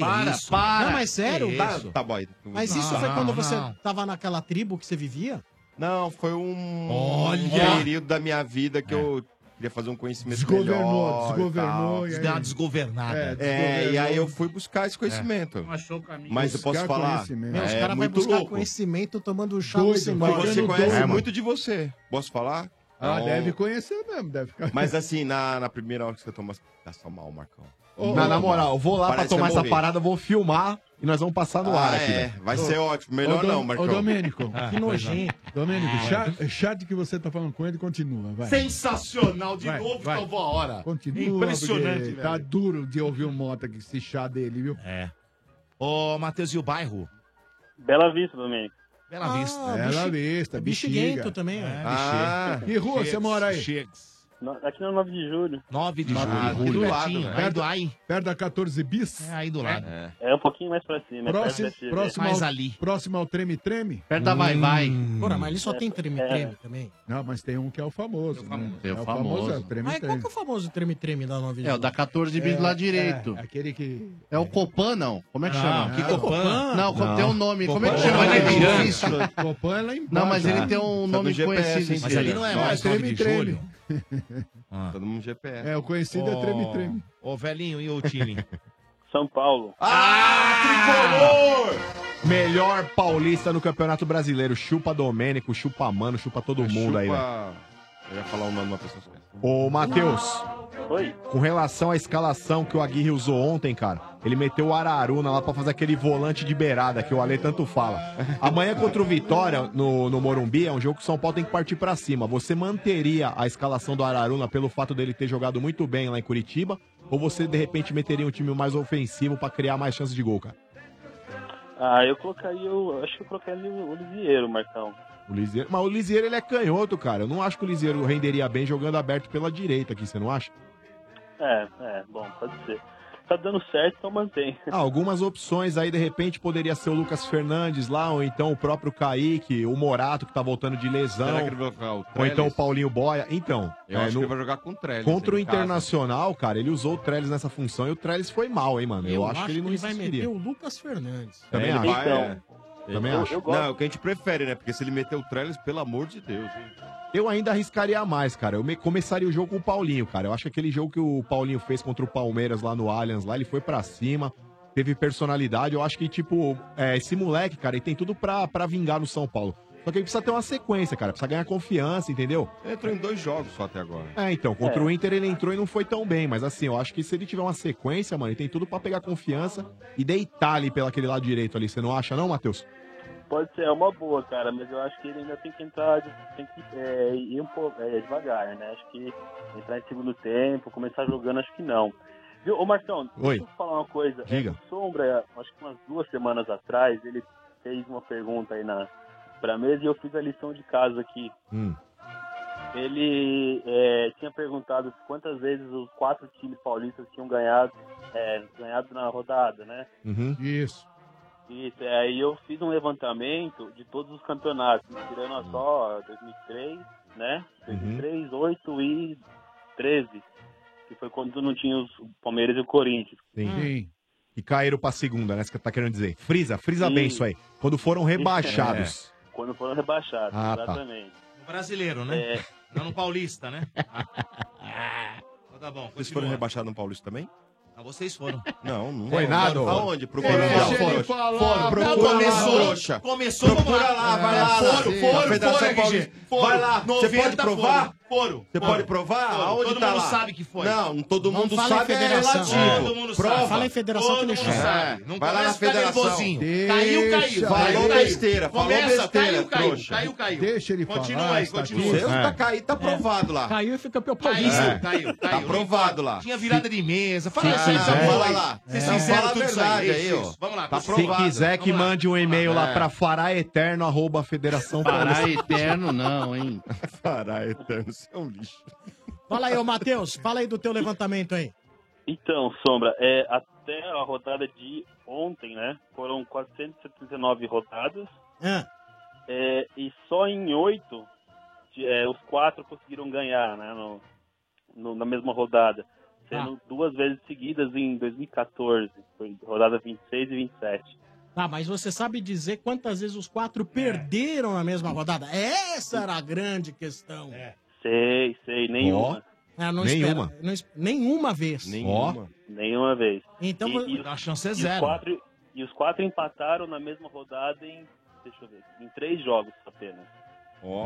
[SPEAKER 3] Para, isso? para. Não, mas sério? Que
[SPEAKER 4] Tá,
[SPEAKER 3] isso? então
[SPEAKER 4] tá boy.
[SPEAKER 3] Mas isso foi quando você tava naquela tribo que você vivia?
[SPEAKER 4] Não, foi um
[SPEAKER 3] Olha!
[SPEAKER 4] período da minha vida que eu queria fazer um conhecimento
[SPEAKER 9] Desgovernou,
[SPEAKER 4] melhor.
[SPEAKER 9] desgovernou, e aí- Dá uma
[SPEAKER 8] desgovernada.
[SPEAKER 4] É,
[SPEAKER 9] desgovernou.
[SPEAKER 4] e aí eu fui buscar esse
[SPEAKER 3] É,
[SPEAKER 4] conhecimento.
[SPEAKER 15] É. Achou o caminho.
[SPEAKER 4] Mas eu posso
[SPEAKER 3] Buscar
[SPEAKER 4] falar,
[SPEAKER 3] conhecimento.
[SPEAKER 4] é,
[SPEAKER 3] Meu, os
[SPEAKER 4] é
[SPEAKER 3] caras vão
[SPEAKER 4] muito
[SPEAKER 3] buscar
[SPEAKER 4] louco.
[SPEAKER 3] conhecimento tomando chá no
[SPEAKER 4] Doido,
[SPEAKER 3] cimento.
[SPEAKER 4] mas você conhece
[SPEAKER 3] É, mano.
[SPEAKER 4] muito de você. Posso falar?
[SPEAKER 9] Ah,
[SPEAKER 4] Então,
[SPEAKER 9] deve conhecer mesmo, deve ficar.
[SPEAKER 4] Mas assim, na, na primeira hora que você toma... Tá só mal, Marcão.
[SPEAKER 7] Ô, na, na moral, eu vou lá pra
[SPEAKER 4] Parece
[SPEAKER 7] tomar
[SPEAKER 4] que
[SPEAKER 7] essa
[SPEAKER 4] vai morrer.
[SPEAKER 7] parada, vou filmar e nós vamos passar no
[SPEAKER 4] Ah,
[SPEAKER 7] ar aqui.
[SPEAKER 4] é.
[SPEAKER 7] velho.
[SPEAKER 4] Vai ser ótimo. Melhor
[SPEAKER 9] Ô, Dom-
[SPEAKER 4] não, Marcão.
[SPEAKER 9] Ô, Domênico.
[SPEAKER 4] Ah, que nojento.
[SPEAKER 9] Domênico,
[SPEAKER 4] Ah,
[SPEAKER 9] chato, chato que você tá falando com ele, continua, vai.
[SPEAKER 8] Sensacional, de novo salvou a hora.
[SPEAKER 9] Continua,
[SPEAKER 8] Impressionante,
[SPEAKER 9] porque
[SPEAKER 8] velho.
[SPEAKER 9] Tá duro de ouvir o Mota que se chá dele, viu?
[SPEAKER 8] É. Ô, Matheus, e o bairro?
[SPEAKER 22] Bela Vista também.
[SPEAKER 8] Bela Vista.
[SPEAKER 9] Bela Vista, bexiga.
[SPEAKER 3] também,
[SPEAKER 9] ó. Ah, Que rua você mora aí?
[SPEAKER 8] Chegas.
[SPEAKER 22] Aqui no 9 de julho.
[SPEAKER 8] 9
[SPEAKER 22] Ah,
[SPEAKER 9] de
[SPEAKER 8] julho, aqui do ladinho, aí
[SPEAKER 9] Perto,
[SPEAKER 8] do aí.
[SPEAKER 9] perto da 14 bis?
[SPEAKER 8] É, aí do lado.
[SPEAKER 22] né? É, um pouquinho mais pra cima.
[SPEAKER 9] Próximo, próximo,
[SPEAKER 3] Mais
[SPEAKER 9] ao,
[SPEAKER 3] ali.
[SPEAKER 9] próximo ao Treme Treme?
[SPEAKER 3] Perto da Vai Vai. Porra, mas ali só tem treme-treme
[SPEAKER 9] É.
[SPEAKER 3] também.
[SPEAKER 9] Não, mas tem um que é o famoso. né? É o famoso.
[SPEAKER 3] É o
[SPEAKER 9] é o Treme
[SPEAKER 3] Mas qual
[SPEAKER 9] Treme.
[SPEAKER 3] que é o famoso treme-treme da 9 de
[SPEAKER 11] É, o
[SPEAKER 3] julho?
[SPEAKER 11] da 14 bis do lado direito.
[SPEAKER 9] É, aquele que...
[SPEAKER 11] É o Copan, não? Como é que
[SPEAKER 9] Não,
[SPEAKER 11] chama?
[SPEAKER 9] que
[SPEAKER 11] Ah,
[SPEAKER 9] Copan?
[SPEAKER 11] Não,
[SPEAKER 9] Não.
[SPEAKER 11] tem um nome. Como é que
[SPEAKER 9] Copan
[SPEAKER 11] chama?
[SPEAKER 9] é
[SPEAKER 11] aquele
[SPEAKER 9] grande.
[SPEAKER 11] ofício?
[SPEAKER 9] Copan é lá embaixo.
[SPEAKER 11] Não, mas ele
[SPEAKER 9] Ah.
[SPEAKER 11] tem um nome conhecido.
[SPEAKER 8] Mas ali não é mais 9 de julho.
[SPEAKER 4] Todo mundo GPS.
[SPEAKER 9] É, o conhecido é Treme Treme.
[SPEAKER 8] Ô, velhinho, e o time?
[SPEAKER 22] São Paulo.
[SPEAKER 4] Ah!
[SPEAKER 7] Melhor paulista no Campeonato Brasileiro. Chupa Domênico, chupa Mano, chupa todo mundo aí, velho.
[SPEAKER 4] Chupa... Eu ia falar o nome da pessoa.
[SPEAKER 7] Ô, Matheus,
[SPEAKER 22] Oi.
[SPEAKER 7] com relação à escalação que o Aguirre usou ontem, cara, ele meteu o Araruna lá pra fazer aquele volante de beirada que o Ale tanto fala. Amanhã contra o Vitória, no, no Morumbi, é um jogo que o São Paulo tem que partir pra cima. Você manteria a escalação do Araruna pelo fato dele ter jogado muito bem lá em Curitiba? Ou você, de repente, meteria um time mais ofensivo pra criar mais chances de gol, cara?
[SPEAKER 22] Ah, eu colocaria o. Acho que eu colocaria ali o Lisieiro, Marcão.
[SPEAKER 7] O Lisieiro, mas o Lisieiro ele é canhoto, cara. Eu não acho que o Lisieiro renderia bem jogando aberto pela direita aqui, você não acha?
[SPEAKER 22] É, é, bom, pode ser. Tá dando certo, então mantém.
[SPEAKER 7] Ah, algumas opções aí, de repente, poderia ser o Lucas Fernandes lá, ou então o próprio Kaique, o Morato, que tá voltando de lesão.
[SPEAKER 4] Será que ele vai jogar o
[SPEAKER 7] Ou
[SPEAKER 4] Trellis?
[SPEAKER 7] então o Paulinho Boia. Então,
[SPEAKER 4] Eu
[SPEAKER 7] é,
[SPEAKER 4] acho
[SPEAKER 7] no-
[SPEAKER 4] que ele vai jogar com o Trellis.
[SPEAKER 7] contra o
[SPEAKER 4] em casa.
[SPEAKER 7] Internacional, cara, ele usou o Trellis nessa função e o Trellis foi mal, hein, mano. Eu, acho, que ele não
[SPEAKER 3] vai meter
[SPEAKER 7] insistiria.
[SPEAKER 3] o Lucas Fernandes.
[SPEAKER 7] Também
[SPEAKER 4] ele
[SPEAKER 7] acho.
[SPEAKER 4] vai,
[SPEAKER 7] Então,
[SPEAKER 4] é. Ele-
[SPEAKER 7] também acho.
[SPEAKER 4] Não, é o que a gente prefere, né? Porque se ele meter o Trellis, pelo amor de Deus.
[SPEAKER 7] Eu ainda arriscaria mais, cara. Eu me- começaria o jogo com o Paulinho, cara. Eu acho que aquele jogo que o Paulinho fez contra o Palmeiras lá no Allianz, lá ele foi pra cima, teve personalidade. Eu acho que, tipo, é, esse moleque, cara, ele tem tudo pra, pra vingar no São Paulo. Só que ele precisa ter uma sequência, cara. Precisa ganhar confiança, entendeu?
[SPEAKER 4] Ele entrou em dois jogos só até agora.
[SPEAKER 7] É, então, contra
[SPEAKER 4] É.
[SPEAKER 7] o Inter ele entrou e não foi tão bem, mas assim, eu acho que se ele tiver uma sequência, mano, ele tem tudo pra pegar confiança e deitar ali pelo aquele lado direito ali. Você não acha, não, Matheus?
[SPEAKER 22] Pode ser, é uma boa, cara, mas eu acho que ele ainda tem que entrar, de- tem que é, ir um pouco é, devagar, né? Acho que entrar em segundo tempo, começar jogando, acho que não. Viu, ô Marcão,
[SPEAKER 7] Oi.
[SPEAKER 22] deixa eu falar uma coisa. É,
[SPEAKER 7] Diga.
[SPEAKER 22] o Sombra, acho que umas duas semanas atrás, ele fez uma pergunta aí na, pra mesa e eu fiz a lição de casa aqui.
[SPEAKER 7] Hum.
[SPEAKER 22] Ele é, tinha perguntado quantas vezes os quatro times paulistas tinham ganhado, é, ganhado na rodada, né?
[SPEAKER 9] Uhum. Isso.
[SPEAKER 22] Isso, é, aí eu fiz um levantamento de todos os campeonatos, tirando a só 2003, né? 2003, 8 e 13, que foi quando não tinha os Palmeiras e o Corinthians.
[SPEAKER 7] Sim. E caíram pra segunda, né? Isso que tá querendo dizer. Frisa, frisa
[SPEAKER 22] Sim.
[SPEAKER 7] bem isso aí. Quando foram
[SPEAKER 8] é.
[SPEAKER 7] rebaixados.
[SPEAKER 22] É. Quando foram rebaixados,
[SPEAKER 7] Ah, tá.
[SPEAKER 22] exatamente. É.
[SPEAKER 8] Brasileiro, né? Não no paulista, né? Então tá bom,
[SPEAKER 4] Vocês
[SPEAKER 8] continua.
[SPEAKER 4] foram rebaixados no Paulista também?
[SPEAKER 8] Ah, vocês foram.
[SPEAKER 4] Não, não. é.
[SPEAKER 8] Foi nada, ô.
[SPEAKER 4] Aonde? Procura
[SPEAKER 8] Deixa ele
[SPEAKER 4] Foram.
[SPEAKER 8] falar,
[SPEAKER 4] Foram,
[SPEAKER 8] tá,
[SPEAKER 4] procura
[SPEAKER 8] começou,
[SPEAKER 4] lá, trouxa.
[SPEAKER 8] começou, vamos
[SPEAKER 4] procura
[SPEAKER 8] lá.
[SPEAKER 4] lá, vai lá.
[SPEAKER 8] Foro,
[SPEAKER 4] lá.
[SPEAKER 8] foro,
[SPEAKER 4] Sim.
[SPEAKER 8] foro,
[SPEAKER 4] A Federação
[SPEAKER 8] RG.
[SPEAKER 4] Paulista.
[SPEAKER 8] Foro.
[SPEAKER 4] Vai lá. Você
[SPEAKER 8] 90
[SPEAKER 4] pode provar?
[SPEAKER 8] foro. Foro,
[SPEAKER 4] Você
[SPEAKER 8] foro.
[SPEAKER 4] pode provar?
[SPEAKER 8] Foro.
[SPEAKER 4] Aonde
[SPEAKER 8] Todo
[SPEAKER 4] tá
[SPEAKER 8] mundo
[SPEAKER 4] lá?
[SPEAKER 8] sabe que foi.
[SPEAKER 4] Não, todo
[SPEAKER 8] Não
[SPEAKER 4] mundo
[SPEAKER 8] fala em
[SPEAKER 4] sabe é
[SPEAKER 8] federação.
[SPEAKER 4] relativo.
[SPEAKER 8] Todo mundo
[SPEAKER 4] Prova. É.
[SPEAKER 8] sabe. Fala em
[SPEAKER 3] federação
[SPEAKER 8] Todo que ele mundo chama. sabe. Não
[SPEAKER 4] vai lá
[SPEAKER 8] começa
[SPEAKER 4] na
[SPEAKER 8] a ficar
[SPEAKER 4] federação.
[SPEAKER 8] nervosinho. Caiu, caiu.
[SPEAKER 4] Falou
[SPEAKER 8] Caiu, caiu.
[SPEAKER 4] besteira.
[SPEAKER 8] Começa,
[SPEAKER 4] falou besteira,
[SPEAKER 8] caiu, caiu,
[SPEAKER 4] trouxa.
[SPEAKER 8] caiu, caiu.
[SPEAKER 9] Deixa ele
[SPEAKER 8] Continua
[SPEAKER 9] falar.
[SPEAKER 8] aí,
[SPEAKER 9] está
[SPEAKER 8] continua.
[SPEAKER 9] aqui.
[SPEAKER 4] Seu tá caído, tá
[SPEAKER 8] É.
[SPEAKER 4] provado lá.
[SPEAKER 3] Caiu e fica pelo
[SPEAKER 4] É.
[SPEAKER 8] Caiu, caiu,
[SPEAKER 4] Tá
[SPEAKER 8] caiu.
[SPEAKER 4] aprovado lá.
[SPEAKER 8] Tinha virada de mesa.
[SPEAKER 4] Sim,
[SPEAKER 8] Fala isso aí,
[SPEAKER 4] sim,
[SPEAKER 8] tá
[SPEAKER 4] sim.
[SPEAKER 8] bom.
[SPEAKER 4] Fala lá.
[SPEAKER 8] Vocês
[SPEAKER 4] É.
[SPEAKER 8] fizeram
[SPEAKER 4] Fala a
[SPEAKER 8] tudo isso aí.
[SPEAKER 4] verdade aí,
[SPEAKER 8] Isso,
[SPEAKER 4] ó.
[SPEAKER 8] isso. Vamos lá.
[SPEAKER 4] Tá
[SPEAKER 8] continua.
[SPEAKER 7] Se quiser que mande um e-mail lá
[SPEAKER 8] É.
[SPEAKER 7] pra faraeterno, arroba federação
[SPEAKER 11] Fará
[SPEAKER 7] Paulista.
[SPEAKER 11] eterno, não, hein?
[SPEAKER 4] Fará eterno, você é um lixo.
[SPEAKER 3] Fala aí, ô Matheus, fala aí do teu levantamento aí.
[SPEAKER 22] Então, Sombra, é, até a rodada de ontem, né? Foram 479 rodadas.
[SPEAKER 3] Ah.
[SPEAKER 22] É, e só em oito de- é, os quatro conseguiram ganhar né, no- no- na mesma rodada, sendo
[SPEAKER 8] Ah.
[SPEAKER 22] duas vezes seguidas em 2014, foi rodada 26 e 27.
[SPEAKER 3] Tá, mas você sabe dizer quantas vezes os quatro perderam na mesma rodada? Essa era a grande questão.
[SPEAKER 22] Sei, sei, nenhuma.
[SPEAKER 3] Ah, não
[SPEAKER 7] Nenhuma.
[SPEAKER 3] espera- não es- nenhuma vez.
[SPEAKER 7] Nenhuma.
[SPEAKER 22] Nenhuma vez.
[SPEAKER 3] Então, vo-
[SPEAKER 22] e,
[SPEAKER 8] a chance é
[SPEAKER 22] e
[SPEAKER 8] zero.
[SPEAKER 22] Os quatro, e os quatro empataram na mesma rodada em, deixa eu ver, em três jogos apenas.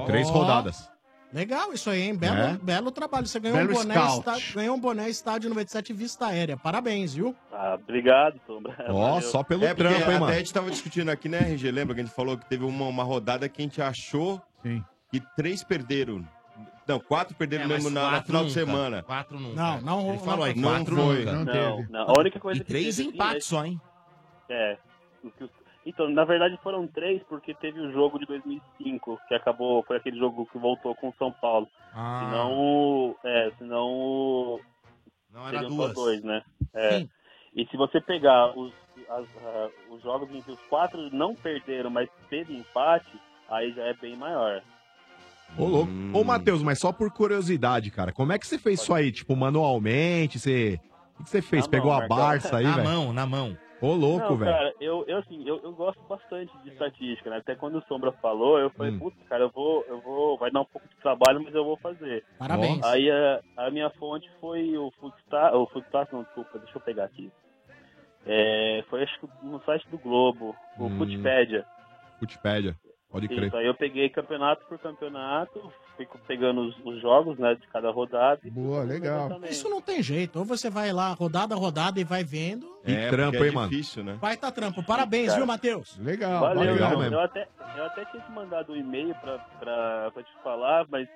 [SPEAKER 7] Três rodadas.
[SPEAKER 3] Legal isso aí, hein? Belo,
[SPEAKER 7] É.
[SPEAKER 3] belo trabalho. Você ganhou
[SPEAKER 7] Belo
[SPEAKER 3] um, boné
[SPEAKER 7] scout.
[SPEAKER 3] esta- ganhou um boné estádio 97 Vista Aérea. Parabéns, viu?
[SPEAKER 22] Ah, obrigado, Sombra.
[SPEAKER 4] Valeu. É, porque
[SPEAKER 3] trampo, hein,
[SPEAKER 4] até
[SPEAKER 3] mano?
[SPEAKER 4] A gente tava discutindo aqui, né, RG? Lembra que a gente falou que teve uma, uma rodada que a gente achou que três perderam. Não, quatro perderam
[SPEAKER 8] É, mas
[SPEAKER 4] mesmo na, na
[SPEAKER 8] quatro
[SPEAKER 4] final de
[SPEAKER 8] nunca.
[SPEAKER 4] semana.
[SPEAKER 8] Quatro nunca.
[SPEAKER 3] Não, não
[SPEAKER 8] Ele falou aí,
[SPEAKER 4] não
[SPEAKER 8] quatro
[SPEAKER 4] foi.
[SPEAKER 8] nunca.
[SPEAKER 4] Não
[SPEAKER 22] Não,
[SPEAKER 4] teve.
[SPEAKER 22] não, a única coisa
[SPEAKER 8] E três
[SPEAKER 22] teve, assim,
[SPEAKER 8] empates
[SPEAKER 22] né,
[SPEAKER 8] só, hein?
[SPEAKER 22] É. o que os- Então, na verdade foram três, porque teve o jogo de 2005, que acabou, foi aquele jogo que voltou com o São Paulo.
[SPEAKER 8] Ah.
[SPEAKER 22] Senão, o- é, senão o-
[SPEAKER 8] Não era
[SPEAKER 22] seriam
[SPEAKER 8] duas.
[SPEAKER 22] só dois, né? É.
[SPEAKER 8] Sim.
[SPEAKER 22] E se você pegar os, as, ah, os jogos em que os quatro não perderam, mas teve empate, aí já é bem maior.
[SPEAKER 7] Ô, louco. Ô, Matheus, mas só por curiosidade, cara, como é que você fez isso aí? Tipo, manualmente? Você. O que você fez?
[SPEAKER 22] Na
[SPEAKER 7] Pegou
[SPEAKER 22] mão,
[SPEAKER 7] a
[SPEAKER 22] Marcão.
[SPEAKER 7] Barça aí,
[SPEAKER 22] Na
[SPEAKER 7] velho?
[SPEAKER 22] mão,
[SPEAKER 8] na mão.
[SPEAKER 7] Ô, louco,
[SPEAKER 22] não,
[SPEAKER 7] velho.
[SPEAKER 22] cara, eu, eu assim, eu, eu gosto bastante de estatística, né? Até quando o Sombra falou, eu
[SPEAKER 7] Hum.
[SPEAKER 22] falei, putz, cara, eu vou, eu vou, vai dar um pouco de trabalho, mas eu vou fazer.
[SPEAKER 3] Parabéns.
[SPEAKER 22] Aí a, a minha fonte foi o Footstar, o Footstar, não, desculpa, deixa eu pegar aqui. É, foi acho que no site do Globo, o
[SPEAKER 7] Hum.
[SPEAKER 22] Footpedia.
[SPEAKER 7] Futpédia. Pode crer.
[SPEAKER 22] Isso, aí eu peguei campeonato por campeonato, fico pegando os, os jogos, né, de cada rodada. e
[SPEAKER 9] Boa,
[SPEAKER 22] legal.
[SPEAKER 3] Isso não tem jeito. Ou você vai lá, rodada a rodada, e vai vendo.
[SPEAKER 7] Que trampo,
[SPEAKER 4] porque é
[SPEAKER 7] hein, mano?
[SPEAKER 4] difícil, né?
[SPEAKER 3] Vai tá trampo. Parabéns,
[SPEAKER 22] Cara.
[SPEAKER 3] viu, Matheus?
[SPEAKER 9] Legal.
[SPEAKER 22] Valeu,
[SPEAKER 4] legal
[SPEAKER 22] João.
[SPEAKER 4] mesmo.
[SPEAKER 22] eu até, eu até tinha te mandado um e-mail pra, pra, pra te falar, mas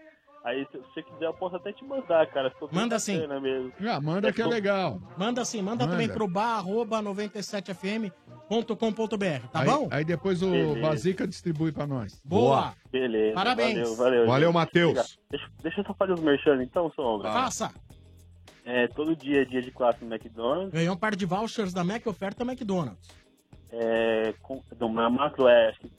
[SPEAKER 22] aí se você quiser eu posso até te mandar, cara. Ficou bem
[SPEAKER 3] Manda sim.
[SPEAKER 22] bacana Mesmo.
[SPEAKER 9] Ah, manda que é legal.
[SPEAKER 3] Manda sim, manda, também
[SPEAKER 9] Manda.
[SPEAKER 3] pro bar@97fm.com.br, tá
[SPEAKER 9] aí,
[SPEAKER 3] bom?
[SPEAKER 9] Aí depois o
[SPEAKER 3] Beleza.
[SPEAKER 9] Bazica distribui pra nós.
[SPEAKER 3] Boa.
[SPEAKER 22] Beleza.
[SPEAKER 3] Parabéns.
[SPEAKER 22] Valeu, valeu,
[SPEAKER 9] Valeu,
[SPEAKER 22] gente.
[SPEAKER 9] Matheus.
[SPEAKER 22] Obrigado. Deixa, deixa eu só fazer os merchan então, Sombra.
[SPEAKER 3] Faça.
[SPEAKER 22] É, todo dia é dia de classe no McDonald's.
[SPEAKER 3] Ganhou um par de vouchers da Mac oferta McDonald's.
[SPEAKER 22] É, com, do, na macro é. acho que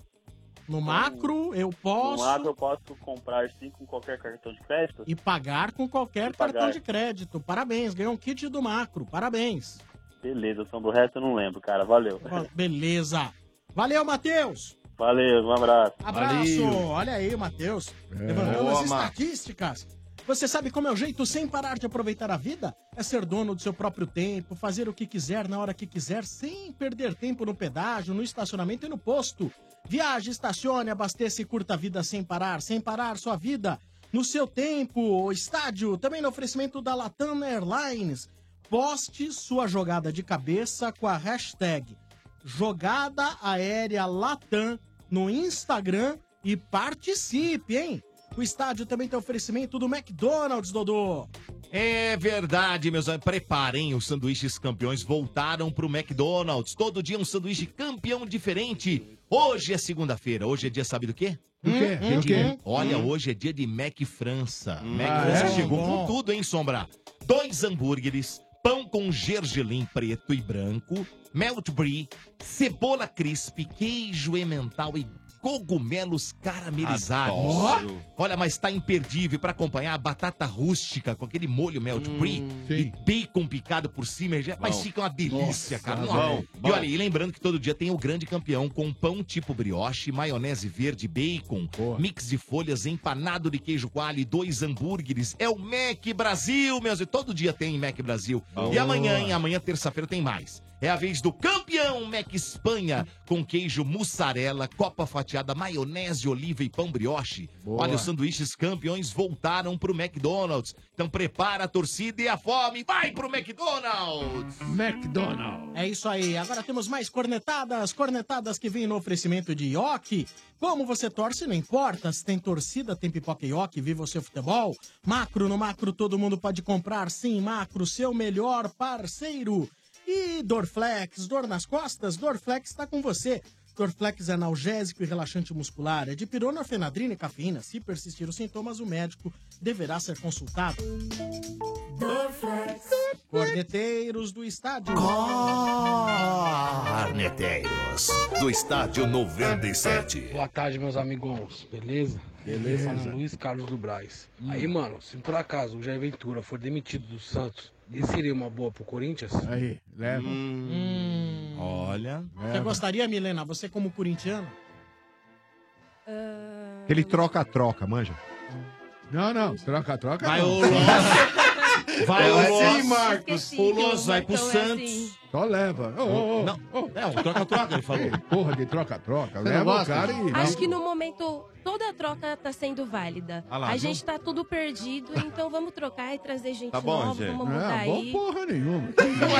[SPEAKER 3] No macro, eu
[SPEAKER 22] No
[SPEAKER 3] posso
[SPEAKER 22] macro eu posso comprar sim com qualquer cartão de crédito.
[SPEAKER 3] e pagar com qualquer
[SPEAKER 22] E pagar.
[SPEAKER 3] cartão de crédito. Parabéns, ganhou um kit do macro. Parabéns.
[SPEAKER 22] Beleza, Sombra. O resto eu não lembro, cara. Valeu.
[SPEAKER 3] Ó, Beleza. Valeu, Matheus.
[SPEAKER 22] Valeu, um abraço.
[SPEAKER 3] Abraço. Olha aí, Matheus. Levantando
[SPEAKER 22] Boa,
[SPEAKER 3] as
[SPEAKER 22] Max.
[SPEAKER 3] estatísticas. Você sabe como é o jeito sem parar de aproveitar a vida? É ser dono do seu próprio tempo, fazer o que quiser na hora que quiser, sem perder tempo no pedágio, no estacionamento e no posto. Viaje, estacione, abasteça e curta a vida sem parar, sem parar sua vida. No seu tempo, o estádio, também no oferecimento da Latam Airlines. Poste sua jogada de cabeça com a hashtag Jogada Aérea Latam no Instagram e participe, hein? O estádio também tem oferecimento do McDonald's, Dodô.
[SPEAKER 8] É verdade, meus amigos. Preparem, os sanduíches campeões voltaram pro McDonald's. Todo dia um sanduíche campeão diferente. Hoje é segunda-feira. Hoje é dia, sabe do quê?
[SPEAKER 9] Do quê?
[SPEAKER 8] Dia
[SPEAKER 9] Do
[SPEAKER 8] de-
[SPEAKER 9] quê? Hum.
[SPEAKER 8] Olha, hoje é dia de Mac França. Mac
[SPEAKER 9] Ah,
[SPEAKER 8] França
[SPEAKER 9] é?
[SPEAKER 8] chegou
[SPEAKER 9] Bom.
[SPEAKER 8] com tudo, hein, Sombra? Dois hambúrgueres, pão com gergelim preto e branco, melt brie, cebola crisp, queijo emmental e cogumelos caramelizados.
[SPEAKER 4] Adoro.
[SPEAKER 8] Olha, mas tá imperdível para acompanhar a batata rústica com aquele molho melt
[SPEAKER 4] Hum,
[SPEAKER 8] brie e bacon Um picado por cima. já- Mas
[SPEAKER 4] Bom.
[SPEAKER 8] fica uma delícia,
[SPEAKER 4] Nossa,
[SPEAKER 8] cara.
[SPEAKER 4] bom,
[SPEAKER 8] Nossa. tá
[SPEAKER 4] bom.
[SPEAKER 8] E olha, e lembrando que todo dia tem o grande campeão com pão tipo brioche, maionese verde, bacon, mix de folhas, empanado de queijo coalho, e dois hambúrgueres. É o Mac Brasil, meus. E todo dia tem Mac Brasil. E amanhã, hein? Amanhã, terça-feira, tem mais. É a vez do campeão Mac Espanha, com queijo mussarela, copa fatiada, maionese, oliva e pão brioche.
[SPEAKER 6] Boa.
[SPEAKER 8] Olha, os sanduíches campeões voltaram pro McDonald's. Então prepara a torcida e a fome. Vai pro McDonald's!
[SPEAKER 9] McDonald's.
[SPEAKER 3] É isso aí. Agora temos mais cornetadas. Cornetadas que vêm no oferecimento de Ioki. Como você torce, não importa. Se tem torcida, tem pipoca e Ioki. Viva o seu futebol. Macro, no macro todo mundo pode comprar. Sim, macro, seu melhor parceiro. E Dorflex, dor nas costas? Dorflex está com você. Dorflex é analgésico e relaxante muscular. É de pirona, fenadrina e cafeína. Se persistir os sintomas, o médico deverá ser consultado. Corneteiros do estádio.
[SPEAKER 5] Arneteiros, do estádio 97.
[SPEAKER 14] Boa tarde, meus amigos. Beleza?
[SPEAKER 5] Beleza.
[SPEAKER 14] Fala Luiz Carlos do Braz.
[SPEAKER 3] Hum.
[SPEAKER 14] Aí, mano, se por acaso o Jair Ventura for demitido do Santos, ele seria uma boa pro Corinthians?
[SPEAKER 9] Aí, leva.
[SPEAKER 8] Olha.
[SPEAKER 5] É,
[SPEAKER 3] Você gostaria, Milena, você como corintiano?
[SPEAKER 7] Aquele troca-troca, manja. É.
[SPEAKER 9] Não, não. Troca-troca.
[SPEAKER 7] Vai,
[SPEAKER 9] não.
[SPEAKER 7] ô, Lopes.
[SPEAKER 8] Vai
[SPEAKER 11] Ela é
[SPEAKER 8] o
[SPEAKER 11] assim,
[SPEAKER 8] Loz.
[SPEAKER 11] Marcos.
[SPEAKER 8] O Loz vai pro
[SPEAKER 11] Então é
[SPEAKER 8] Santos.
[SPEAKER 5] assim.
[SPEAKER 9] Só leva.
[SPEAKER 8] Não, não, troca-troca, ele falou.
[SPEAKER 9] Porra de troca-troca.
[SPEAKER 8] Você não
[SPEAKER 9] Leva o
[SPEAKER 8] gosta?
[SPEAKER 9] cara e.
[SPEAKER 19] Acho que no momento toda a troca tá sendo válida.
[SPEAKER 9] Ah lá,
[SPEAKER 19] a
[SPEAKER 9] viu?
[SPEAKER 19] gente tá tudo perdido, então vamos trocar e trazer gente
[SPEAKER 9] Tá bom,
[SPEAKER 19] nova,
[SPEAKER 9] gente.
[SPEAKER 19] vamos
[SPEAKER 9] Não,
[SPEAKER 19] mudar
[SPEAKER 9] É, bom
[SPEAKER 19] aí.
[SPEAKER 9] porra nenhuma.
[SPEAKER 19] O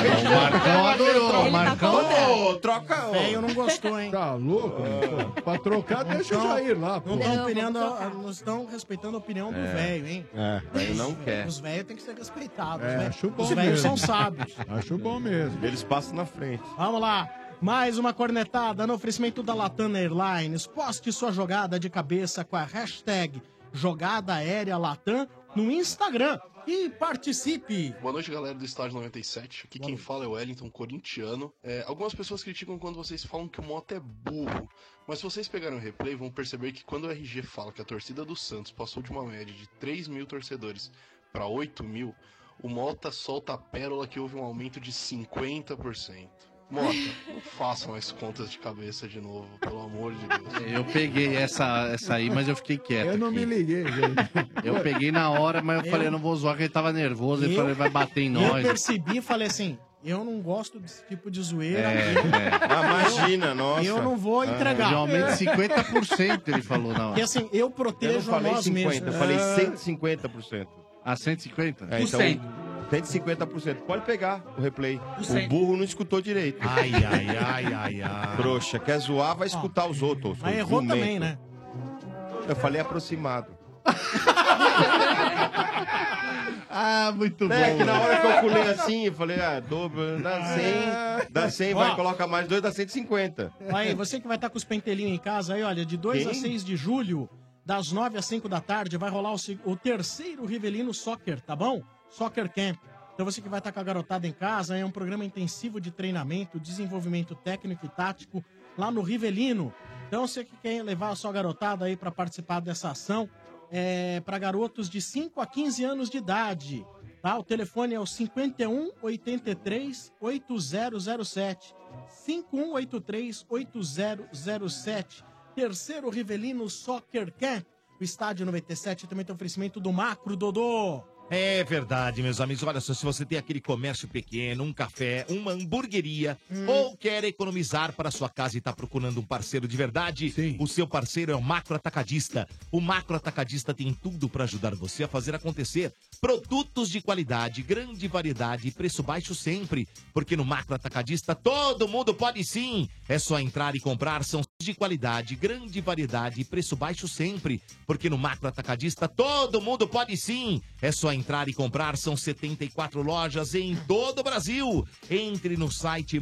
[SPEAKER 19] Marcão adorou, o Ele tá Marcão- contando. Ô,
[SPEAKER 4] troca.
[SPEAKER 3] Feio não gostou, hein?
[SPEAKER 9] Tá louco? pô? Pra trocar, deixa eu
[SPEAKER 3] Então,
[SPEAKER 9] sair lá. Ah, pô.
[SPEAKER 3] Não estão opinando, a- não estão respeitando a opinião do
[SPEAKER 9] É.
[SPEAKER 3] velho, hein?
[SPEAKER 9] É. Velho não quer.
[SPEAKER 3] Os velhos têm que ser respeitados,
[SPEAKER 9] É,
[SPEAKER 3] né?
[SPEAKER 9] acho bom
[SPEAKER 3] Os velhos são
[SPEAKER 9] mesmo.
[SPEAKER 3] sábios.
[SPEAKER 9] Acho bom mesmo.
[SPEAKER 4] Eles passam na frente.
[SPEAKER 3] Vamos lá. Mais uma cornetada no oferecimento da Latam Airlines. Poste sua jogada de cabeça com a hashtag Jogada Aérea Latam no Instagram e participe.
[SPEAKER 6] Boa noite, galera do Estádio 97. Aqui quem fala é o Wellington, corintiano. É, algumas pessoas criticam quando vocês falam que o Mota é burro. Mas se vocês pegarem o replay, vão perceber que quando o RG fala que a torcida do Santos passou de uma média de 3 mil torcedores para 8 mil, o Mota solta a pérola que houve um aumento de 50%. Mota, não façam as contas de cabeça de novo, pelo amor de Deus.
[SPEAKER 16] Eu peguei essa, essa aí, mas eu fiquei quieto.
[SPEAKER 6] Eu
[SPEAKER 16] não me
[SPEAKER 9] liguei, gente.
[SPEAKER 16] Eu peguei na hora, mas eu,
[SPEAKER 3] Eu-
[SPEAKER 16] falei, eu não vou zoar, porque ele tava nervoso. Ele
[SPEAKER 3] Eu-
[SPEAKER 16] falou, ele vai bater em
[SPEAKER 3] Eu
[SPEAKER 16] nós.
[SPEAKER 3] percebi e falei assim, eu não gosto desse tipo de zoeira.
[SPEAKER 16] É,
[SPEAKER 3] eu-
[SPEAKER 16] é. Ah, imagina,
[SPEAKER 3] eu-
[SPEAKER 16] nossa.
[SPEAKER 3] Eu não vou
[SPEAKER 16] Ah,
[SPEAKER 3] entregar.
[SPEAKER 16] de aumento de 50% ele falou na hora.
[SPEAKER 3] E assim, eu
[SPEAKER 4] Eu não
[SPEAKER 3] protejo a
[SPEAKER 4] falei
[SPEAKER 3] nós
[SPEAKER 4] 50,
[SPEAKER 3] mesmos.
[SPEAKER 4] eu falei
[SPEAKER 3] É.
[SPEAKER 4] 150%.
[SPEAKER 16] Ah, 150?
[SPEAKER 4] É,
[SPEAKER 3] Por
[SPEAKER 4] então,
[SPEAKER 3] cento.
[SPEAKER 4] 150%. Pode pegar o replay. O
[SPEAKER 3] cento.
[SPEAKER 4] burro não escutou direito. Ai, ai, ai, ai, ai. Trouxa, quer zoar, vai escutar os outros.
[SPEAKER 3] Mas
[SPEAKER 4] seus
[SPEAKER 3] errou
[SPEAKER 4] jumento.
[SPEAKER 3] também, né?
[SPEAKER 4] Eu falei aproximado.
[SPEAKER 16] Ah, muito
[SPEAKER 4] É
[SPEAKER 16] bom.
[SPEAKER 4] que na hora que eu calculei assim, eu falei, ah, dobro, dá 100, dá 100, vai,
[SPEAKER 3] Ó.
[SPEAKER 4] coloca mais dois, dá 150.
[SPEAKER 3] Aí, você que vai estar com os pentelinhos em casa aí, olha, de 2
[SPEAKER 4] Quem?
[SPEAKER 3] a 6 de julho, das 9 às 5 da tarde, vai rolar o, se- o terceiro Rivelino Soccer, tá bom? Soccer Camp. Então você que vai estar com a garotada em casa, é um programa intensivo de treinamento, desenvolvimento técnico e tático lá no Rivelino. Então você que quer levar a sua garotada aí para participar dessa ação, é para garotos de 5 a 15 anos de idade, tá? O telefone é o 51 83 8007. 5183-8007. Terceiro Rivelino Soccer Camp. O estádio 97 também tem oferecimento do Macro Dodô.
[SPEAKER 8] É verdade, meus amigos. Olha só, se você tem aquele comércio pequeno, um café, uma hamburgueria ou quer economizar para sua casa e está procurando um parceiro de verdade, o seu parceiro é o Macro Atacadista. O Macro Atacadista tem tudo para ajudar você a fazer acontecer. Produtos de qualidade, grande variedade e preço baixo sempre. Porque no Macro Atacadista todo mundo pode sim. É só entrar e comprar. São de qualidade, grande variedade e preço baixo sempre. Porque no Macro Atacadista todo mundo pode sim. É só entrar e comprar. São 74 lojas em todo o Brasil. Entre no site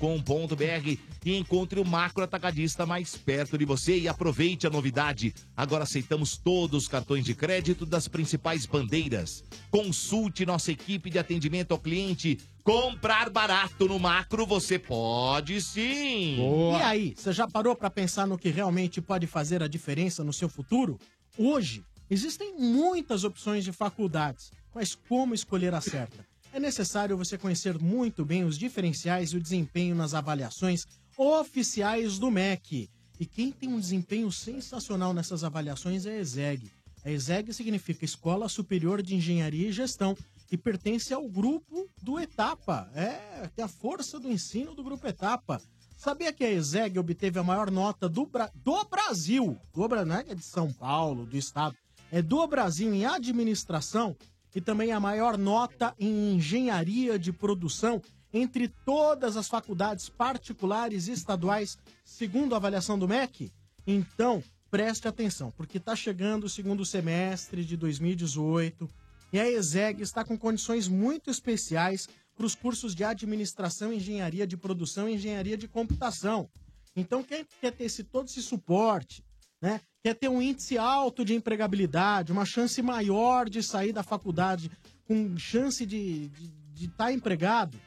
[SPEAKER 8] macro.com.br e encontre o Macro Atacadista mais perto de você e aproveite a novidade. Agora aceitamos todos os cartões de crédito das principais bandeiras. Consulte nossa equipe de atendimento ao cliente. Comprar barato no Macro você pode sim.
[SPEAKER 3] E aí, você já parou pra pensar no que realmente pode fazer a diferença no seu futuro? Hoje, existem muitas opções de faculdades, mas como escolher a certa? É necessário você conhecer muito bem os diferenciais e o desempenho nas avaliações oficiais do MEC. E quem tem um desempenho sensacional nessas avaliações é a ESEG. A ESEG significa Escola Superior de Engenharia e Gestão e pertence ao grupo do ETAPA. É, tem a força do ensino do grupo ETAPA. Sabia que a ESEG obteve a maior nota do, Bra- do Brasil? Do, Bra- não é que é de São Paulo, do Estado. É do Brasil em administração e também a maior nota em engenharia de produção entre todas as faculdades particulares e estaduais, segundo a avaliação do MEC? Então, preste atenção, porque está chegando o segundo semestre de 2018. E a ESEG está com condições muito especiais para os cursos de administração, engenharia de produção e engenharia de computação. Então, quem quer ter esse, todo esse suporte, né? quer ter um índice alto de empregabilidade, uma chance maior de sair da faculdade com chance de estar de, tá empregado,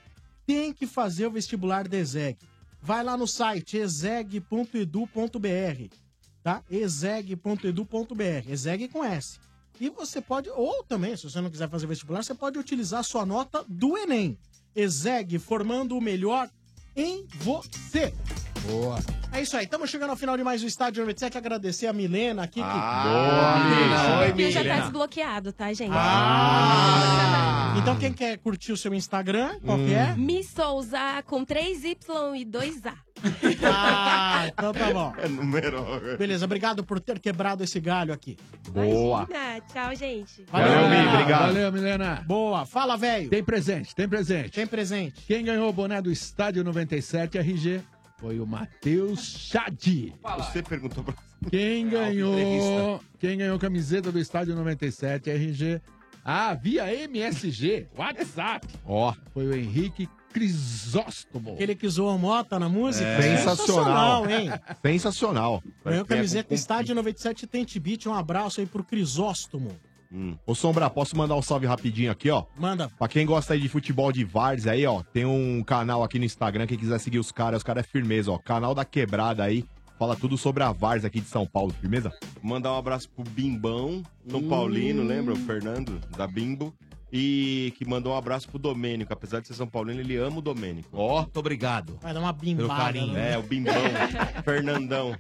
[SPEAKER 3] tem que fazer o vestibular da ESEG. Vai lá no site exeg.edu.br, tá? exeg.edu.br, exeg com S. E você pode, ou também, se você não quiser fazer vestibular, você pode utilizar a sua nota do Enem. Exeg, formando o melhor em você.
[SPEAKER 9] Boa.
[SPEAKER 3] É isso aí, estamos chegando ao final de mais um Estádio 97. Agradecer a Milena
[SPEAKER 23] Ah,
[SPEAKER 3] aqui. que...
[SPEAKER 19] Porque já tá desbloqueado, tá, gente?
[SPEAKER 3] Ah! Então quem quer curtir o seu Instagram, qual que
[SPEAKER 23] Hum.
[SPEAKER 3] é?
[SPEAKER 19] Mi Souza com 3Y e 2A.
[SPEAKER 3] Ah, então tá bom.
[SPEAKER 23] É número.
[SPEAKER 3] Beleza, obrigado por ter quebrado esse galho aqui.
[SPEAKER 7] Boa.
[SPEAKER 19] Ah, tchau, gente.
[SPEAKER 7] Valeu, Mi, obrigado.
[SPEAKER 9] Valeu, Milena.
[SPEAKER 3] Boa. Fala, velho.
[SPEAKER 9] Tem presente, tem presente.
[SPEAKER 3] Tem presente.
[SPEAKER 9] Quem ganhou o boné do Estádio 97 RG foi o Matheus Chadi.
[SPEAKER 4] Você perguntou pra
[SPEAKER 9] Quem ganhou,
[SPEAKER 4] entrevista.
[SPEAKER 9] quem ganhou camiseta do Estádio 97 RG? Ah, via MSG, WhatsApp.
[SPEAKER 7] Ó.
[SPEAKER 9] Foi o Henrique Crisóstomo.
[SPEAKER 3] Aquele que zoou a mota na música.
[SPEAKER 7] É. Sensacional.
[SPEAKER 3] Sensacional, hein?
[SPEAKER 7] Sensacional. É, um,
[SPEAKER 3] Ganhou camiseta Estádio 97 Tente Beat. Um abraço aí pro Crisóstomo.
[SPEAKER 7] Hum. Ô Sombra, posso mandar um salve rapidinho aqui, ó?
[SPEAKER 3] Manda.
[SPEAKER 7] Pra quem gosta aí de futebol de Vars aí, ó, tem um canal aqui no Instagram, quem quiser seguir os caras, os caras é firmeza, ó. Canal da Quebrada aí, fala tudo sobre a Vars aqui de São Paulo, firmeza?
[SPEAKER 4] Mandar um abraço pro Bimbão, São Paulino, lembra? O Fernando, da Bimbo. E que mandou um abraço pro Domênico. Apesar de ser São Paulino, ele ama o Domênico.
[SPEAKER 24] Ó, muito obrigado.
[SPEAKER 3] Vai dar uma bimbada.
[SPEAKER 4] Pelo carinho.
[SPEAKER 3] né?
[SPEAKER 4] É, o bimbão. Fernandão.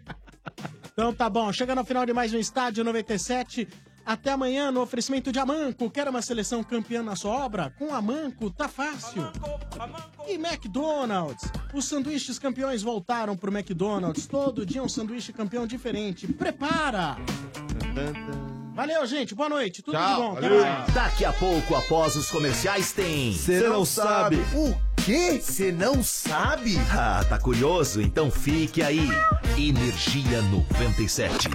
[SPEAKER 3] Então tá bom, chegando ao final de mais um Estádio 97. Até amanhã no oferecimento de Amanco. Quer uma seleção campeã na sua obra? Com Amanco tá fácil. E McDonald's. Os sanduíches campeões voltaram pro McDonald's. Todo dia um sanduíche campeão diferente. Prepara! Valeu, gente. Boa noite. Tudo de Tá bom. Até mais.
[SPEAKER 8] Daqui a pouco, após os comerciais, tem. Você
[SPEAKER 3] não sabe.
[SPEAKER 8] O quê? Você não sabe? Ah, tá curioso? Então fique aí. Energia 97.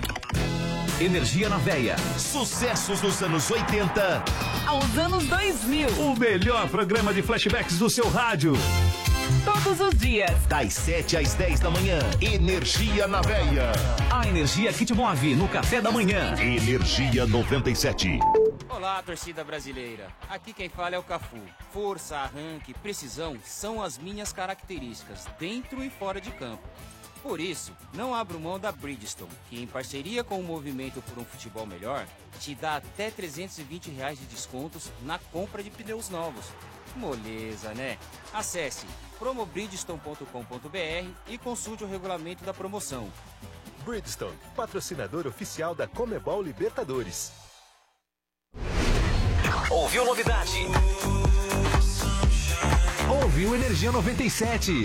[SPEAKER 8] Energia na veia. Sucessos dos anos 80
[SPEAKER 25] aos anos 2000.
[SPEAKER 8] O melhor programa de flashbacks do seu rádio.
[SPEAKER 25] Todos os dias.
[SPEAKER 8] Das 7 às 10 da manhã. Energia na veia. A energia que te move no café da manhã. Energia 97.
[SPEAKER 26] Olá, torcida brasileira. Aqui quem fala é o Cafu. Força, arranque, precisão são as minhas características, dentro e fora de campo. Por isso, não abro mão da Bridgestone, que em parceria com o Movimento por um Futebol Melhor, te dá até 320 reais de descontos na compra de pneus novos. Moleza, né? Acesse promobridgestone.com.br e consulte o regulamento da promoção.
[SPEAKER 8] Bridgestone, patrocinador oficial da Comebol Libertadores. Ouviu novidade? Ouviu Energia 97.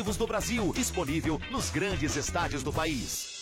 [SPEAKER 8] do Brasil, disponível nos grandes estádios do país.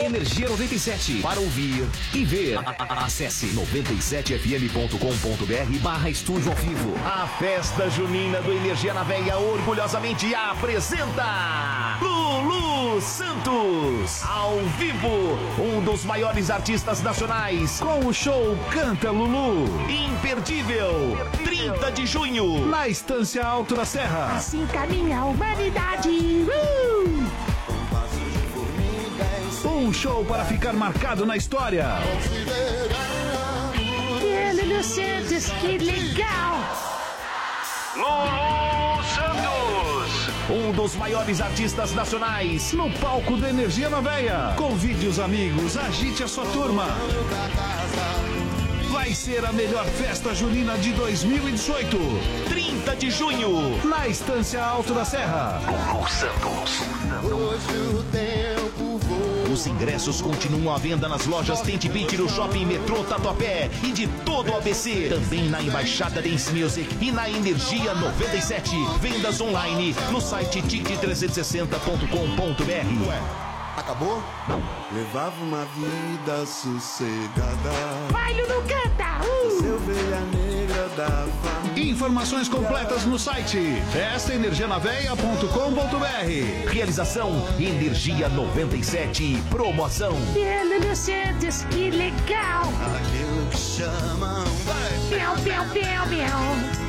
[SPEAKER 8] Energia 97. Para ouvir e ver, A- a- acesse 97fm.com.br barra estúdio ao vivo. A festa junina do Energia na Veia orgulhosamente apresenta Lulu Santos. Ao vivo, um dos maiores artistas nacionais com o show Canta Lulu. Imperdível, 30 de junho, na Estância Alto da Serra.
[SPEAKER 12] Assim caminha a humanidade. Uh!
[SPEAKER 8] Um show para ficar marcado na história.
[SPEAKER 12] Lulu Santos, é que legal!
[SPEAKER 8] Lulu Santos. Um dos maiores artistas nacionais no palco da Energia na Veia. Convide os amigos, agite a sua turma. Vai ser a melhor festa junina de 2018. 30 de junho, na Estância Alto da Serra. Lulu Santos.
[SPEAKER 4] é
[SPEAKER 8] Os ingressos continuam à venda nas lojas Tente Beat no Shopping Metrô Tatuapé e de todo o ABC. Também na Embaixada Dance Music e na Energia 97. Vendas online no site tique360.com.br. Acabou?
[SPEAKER 5] Levava uma vida sossegada.
[SPEAKER 12] Vai, Lulu, canta! Uh!
[SPEAKER 5] Ovelha negra
[SPEAKER 8] Informações completas no site festaenergianaveia.com.br.
[SPEAKER 5] Realização Energia 97 Promoção.
[SPEAKER 27] E ele me sentes, que legal!
[SPEAKER 28] Aquilo que chamam.
[SPEAKER 27] Meu, meu, meu, meu!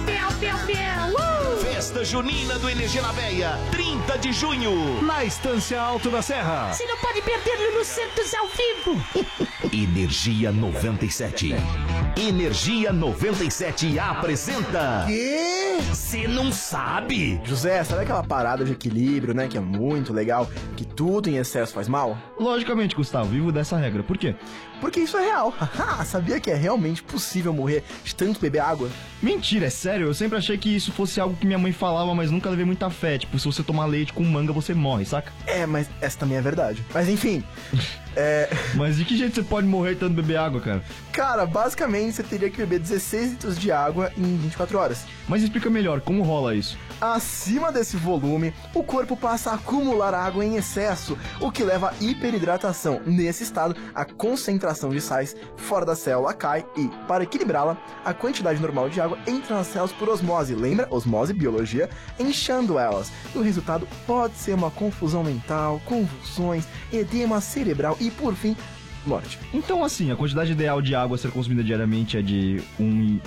[SPEAKER 27] Meu, meu, meu! Uh!
[SPEAKER 5] Festa Junina do Energia na Veia, 30 de junho.
[SPEAKER 8] Na Estância Alto da Serra.
[SPEAKER 27] Você não pode perder Lulu Santos ao vivo!
[SPEAKER 5] Energia 97. Energia 97 apresenta.
[SPEAKER 12] Quê?
[SPEAKER 5] Você não sabe?
[SPEAKER 12] José, sabe aquela parada de equilíbrio, né? Que é muito legal, que tudo em excesso faz mal?
[SPEAKER 16] Logicamente, Gustavo, vivo dessa regra. Por quê?
[SPEAKER 12] Porque isso é real. Haha, Sabia que é realmente possível morrer de tanto beber água?
[SPEAKER 16] Mentira, é sério. Eu sempre achei que isso fosse algo que minha mãe falava, mas nunca levei muita fé. Tipo, se você tomar leite com manga, você morre, saca?
[SPEAKER 12] É, mas essa também é verdade. Mas enfim. É.
[SPEAKER 16] Mas de que jeito você pode morrer tanto beber água, cara?
[SPEAKER 12] Cara, basicamente você teria que beber 16 litros de água em 24 horas.
[SPEAKER 16] Mas explica melhor, como rola isso?
[SPEAKER 12] Acima desse volume, o corpo passa a acumular água em excesso, o que leva à hiperidratação. Nesse estado, a concentração de sais fora da célula cai e, para equilibrá-la, a quantidade normal de água entra nas células por osmose, lembra? Osmose, biologia, inchando elas. E o resultado pode ser uma confusão mental, convulsões, edema cerebral e, por fim, morte.
[SPEAKER 16] Então, assim, a quantidade ideal de água a ser consumida diariamente é de 1,5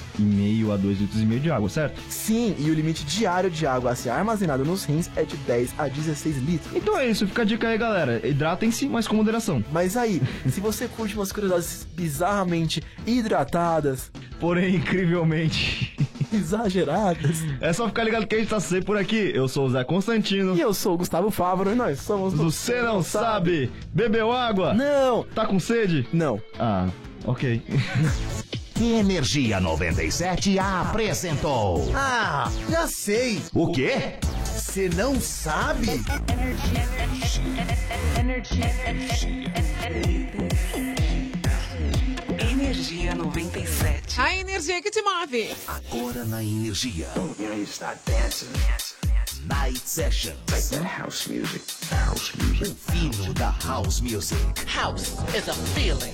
[SPEAKER 16] a 2,5 litros e meio de água, certo?
[SPEAKER 12] Sim, e o limite diário de água a ser armazenada nos rins é de 10 a 16 litros.
[SPEAKER 16] Então é isso, fica a dica aí, galera. Hidratem-se, mas com moderação.
[SPEAKER 12] Mas aí, se você curte umas curiosidades bizarramente hidratadas,
[SPEAKER 16] Porém, incrivelmente.
[SPEAKER 12] exageradas,
[SPEAKER 16] É só ficar ligado que a gente tá sempre por aqui. Eu sou o Zé Constantino.
[SPEAKER 12] E eu sou o Gustavo Fávaro e nós somos. do
[SPEAKER 16] Você não sabe? Bebeu água?
[SPEAKER 12] Não!
[SPEAKER 16] Tá com sede?
[SPEAKER 12] Não.
[SPEAKER 16] Ah, ok.
[SPEAKER 5] Energia 97 apresentou.
[SPEAKER 29] Ah, já sei.
[SPEAKER 5] O quê?
[SPEAKER 29] Você não sabe?
[SPEAKER 30] Energia 97.
[SPEAKER 21] A energia que te move.
[SPEAKER 5] Agora na Energia. Night Session. house music. House music. O fino da house music.
[SPEAKER 31] House is a feeling.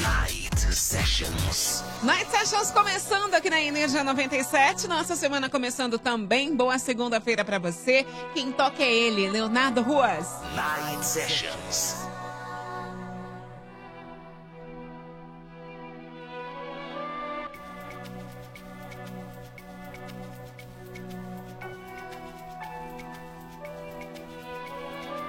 [SPEAKER 5] Night Sessions.
[SPEAKER 21] Night Sessions começando aqui na Energia 97. Nossa semana começando também. Boa segunda-feira pra você. Quem toca é ele, Leonardo Ruas.
[SPEAKER 5] Night Sessions.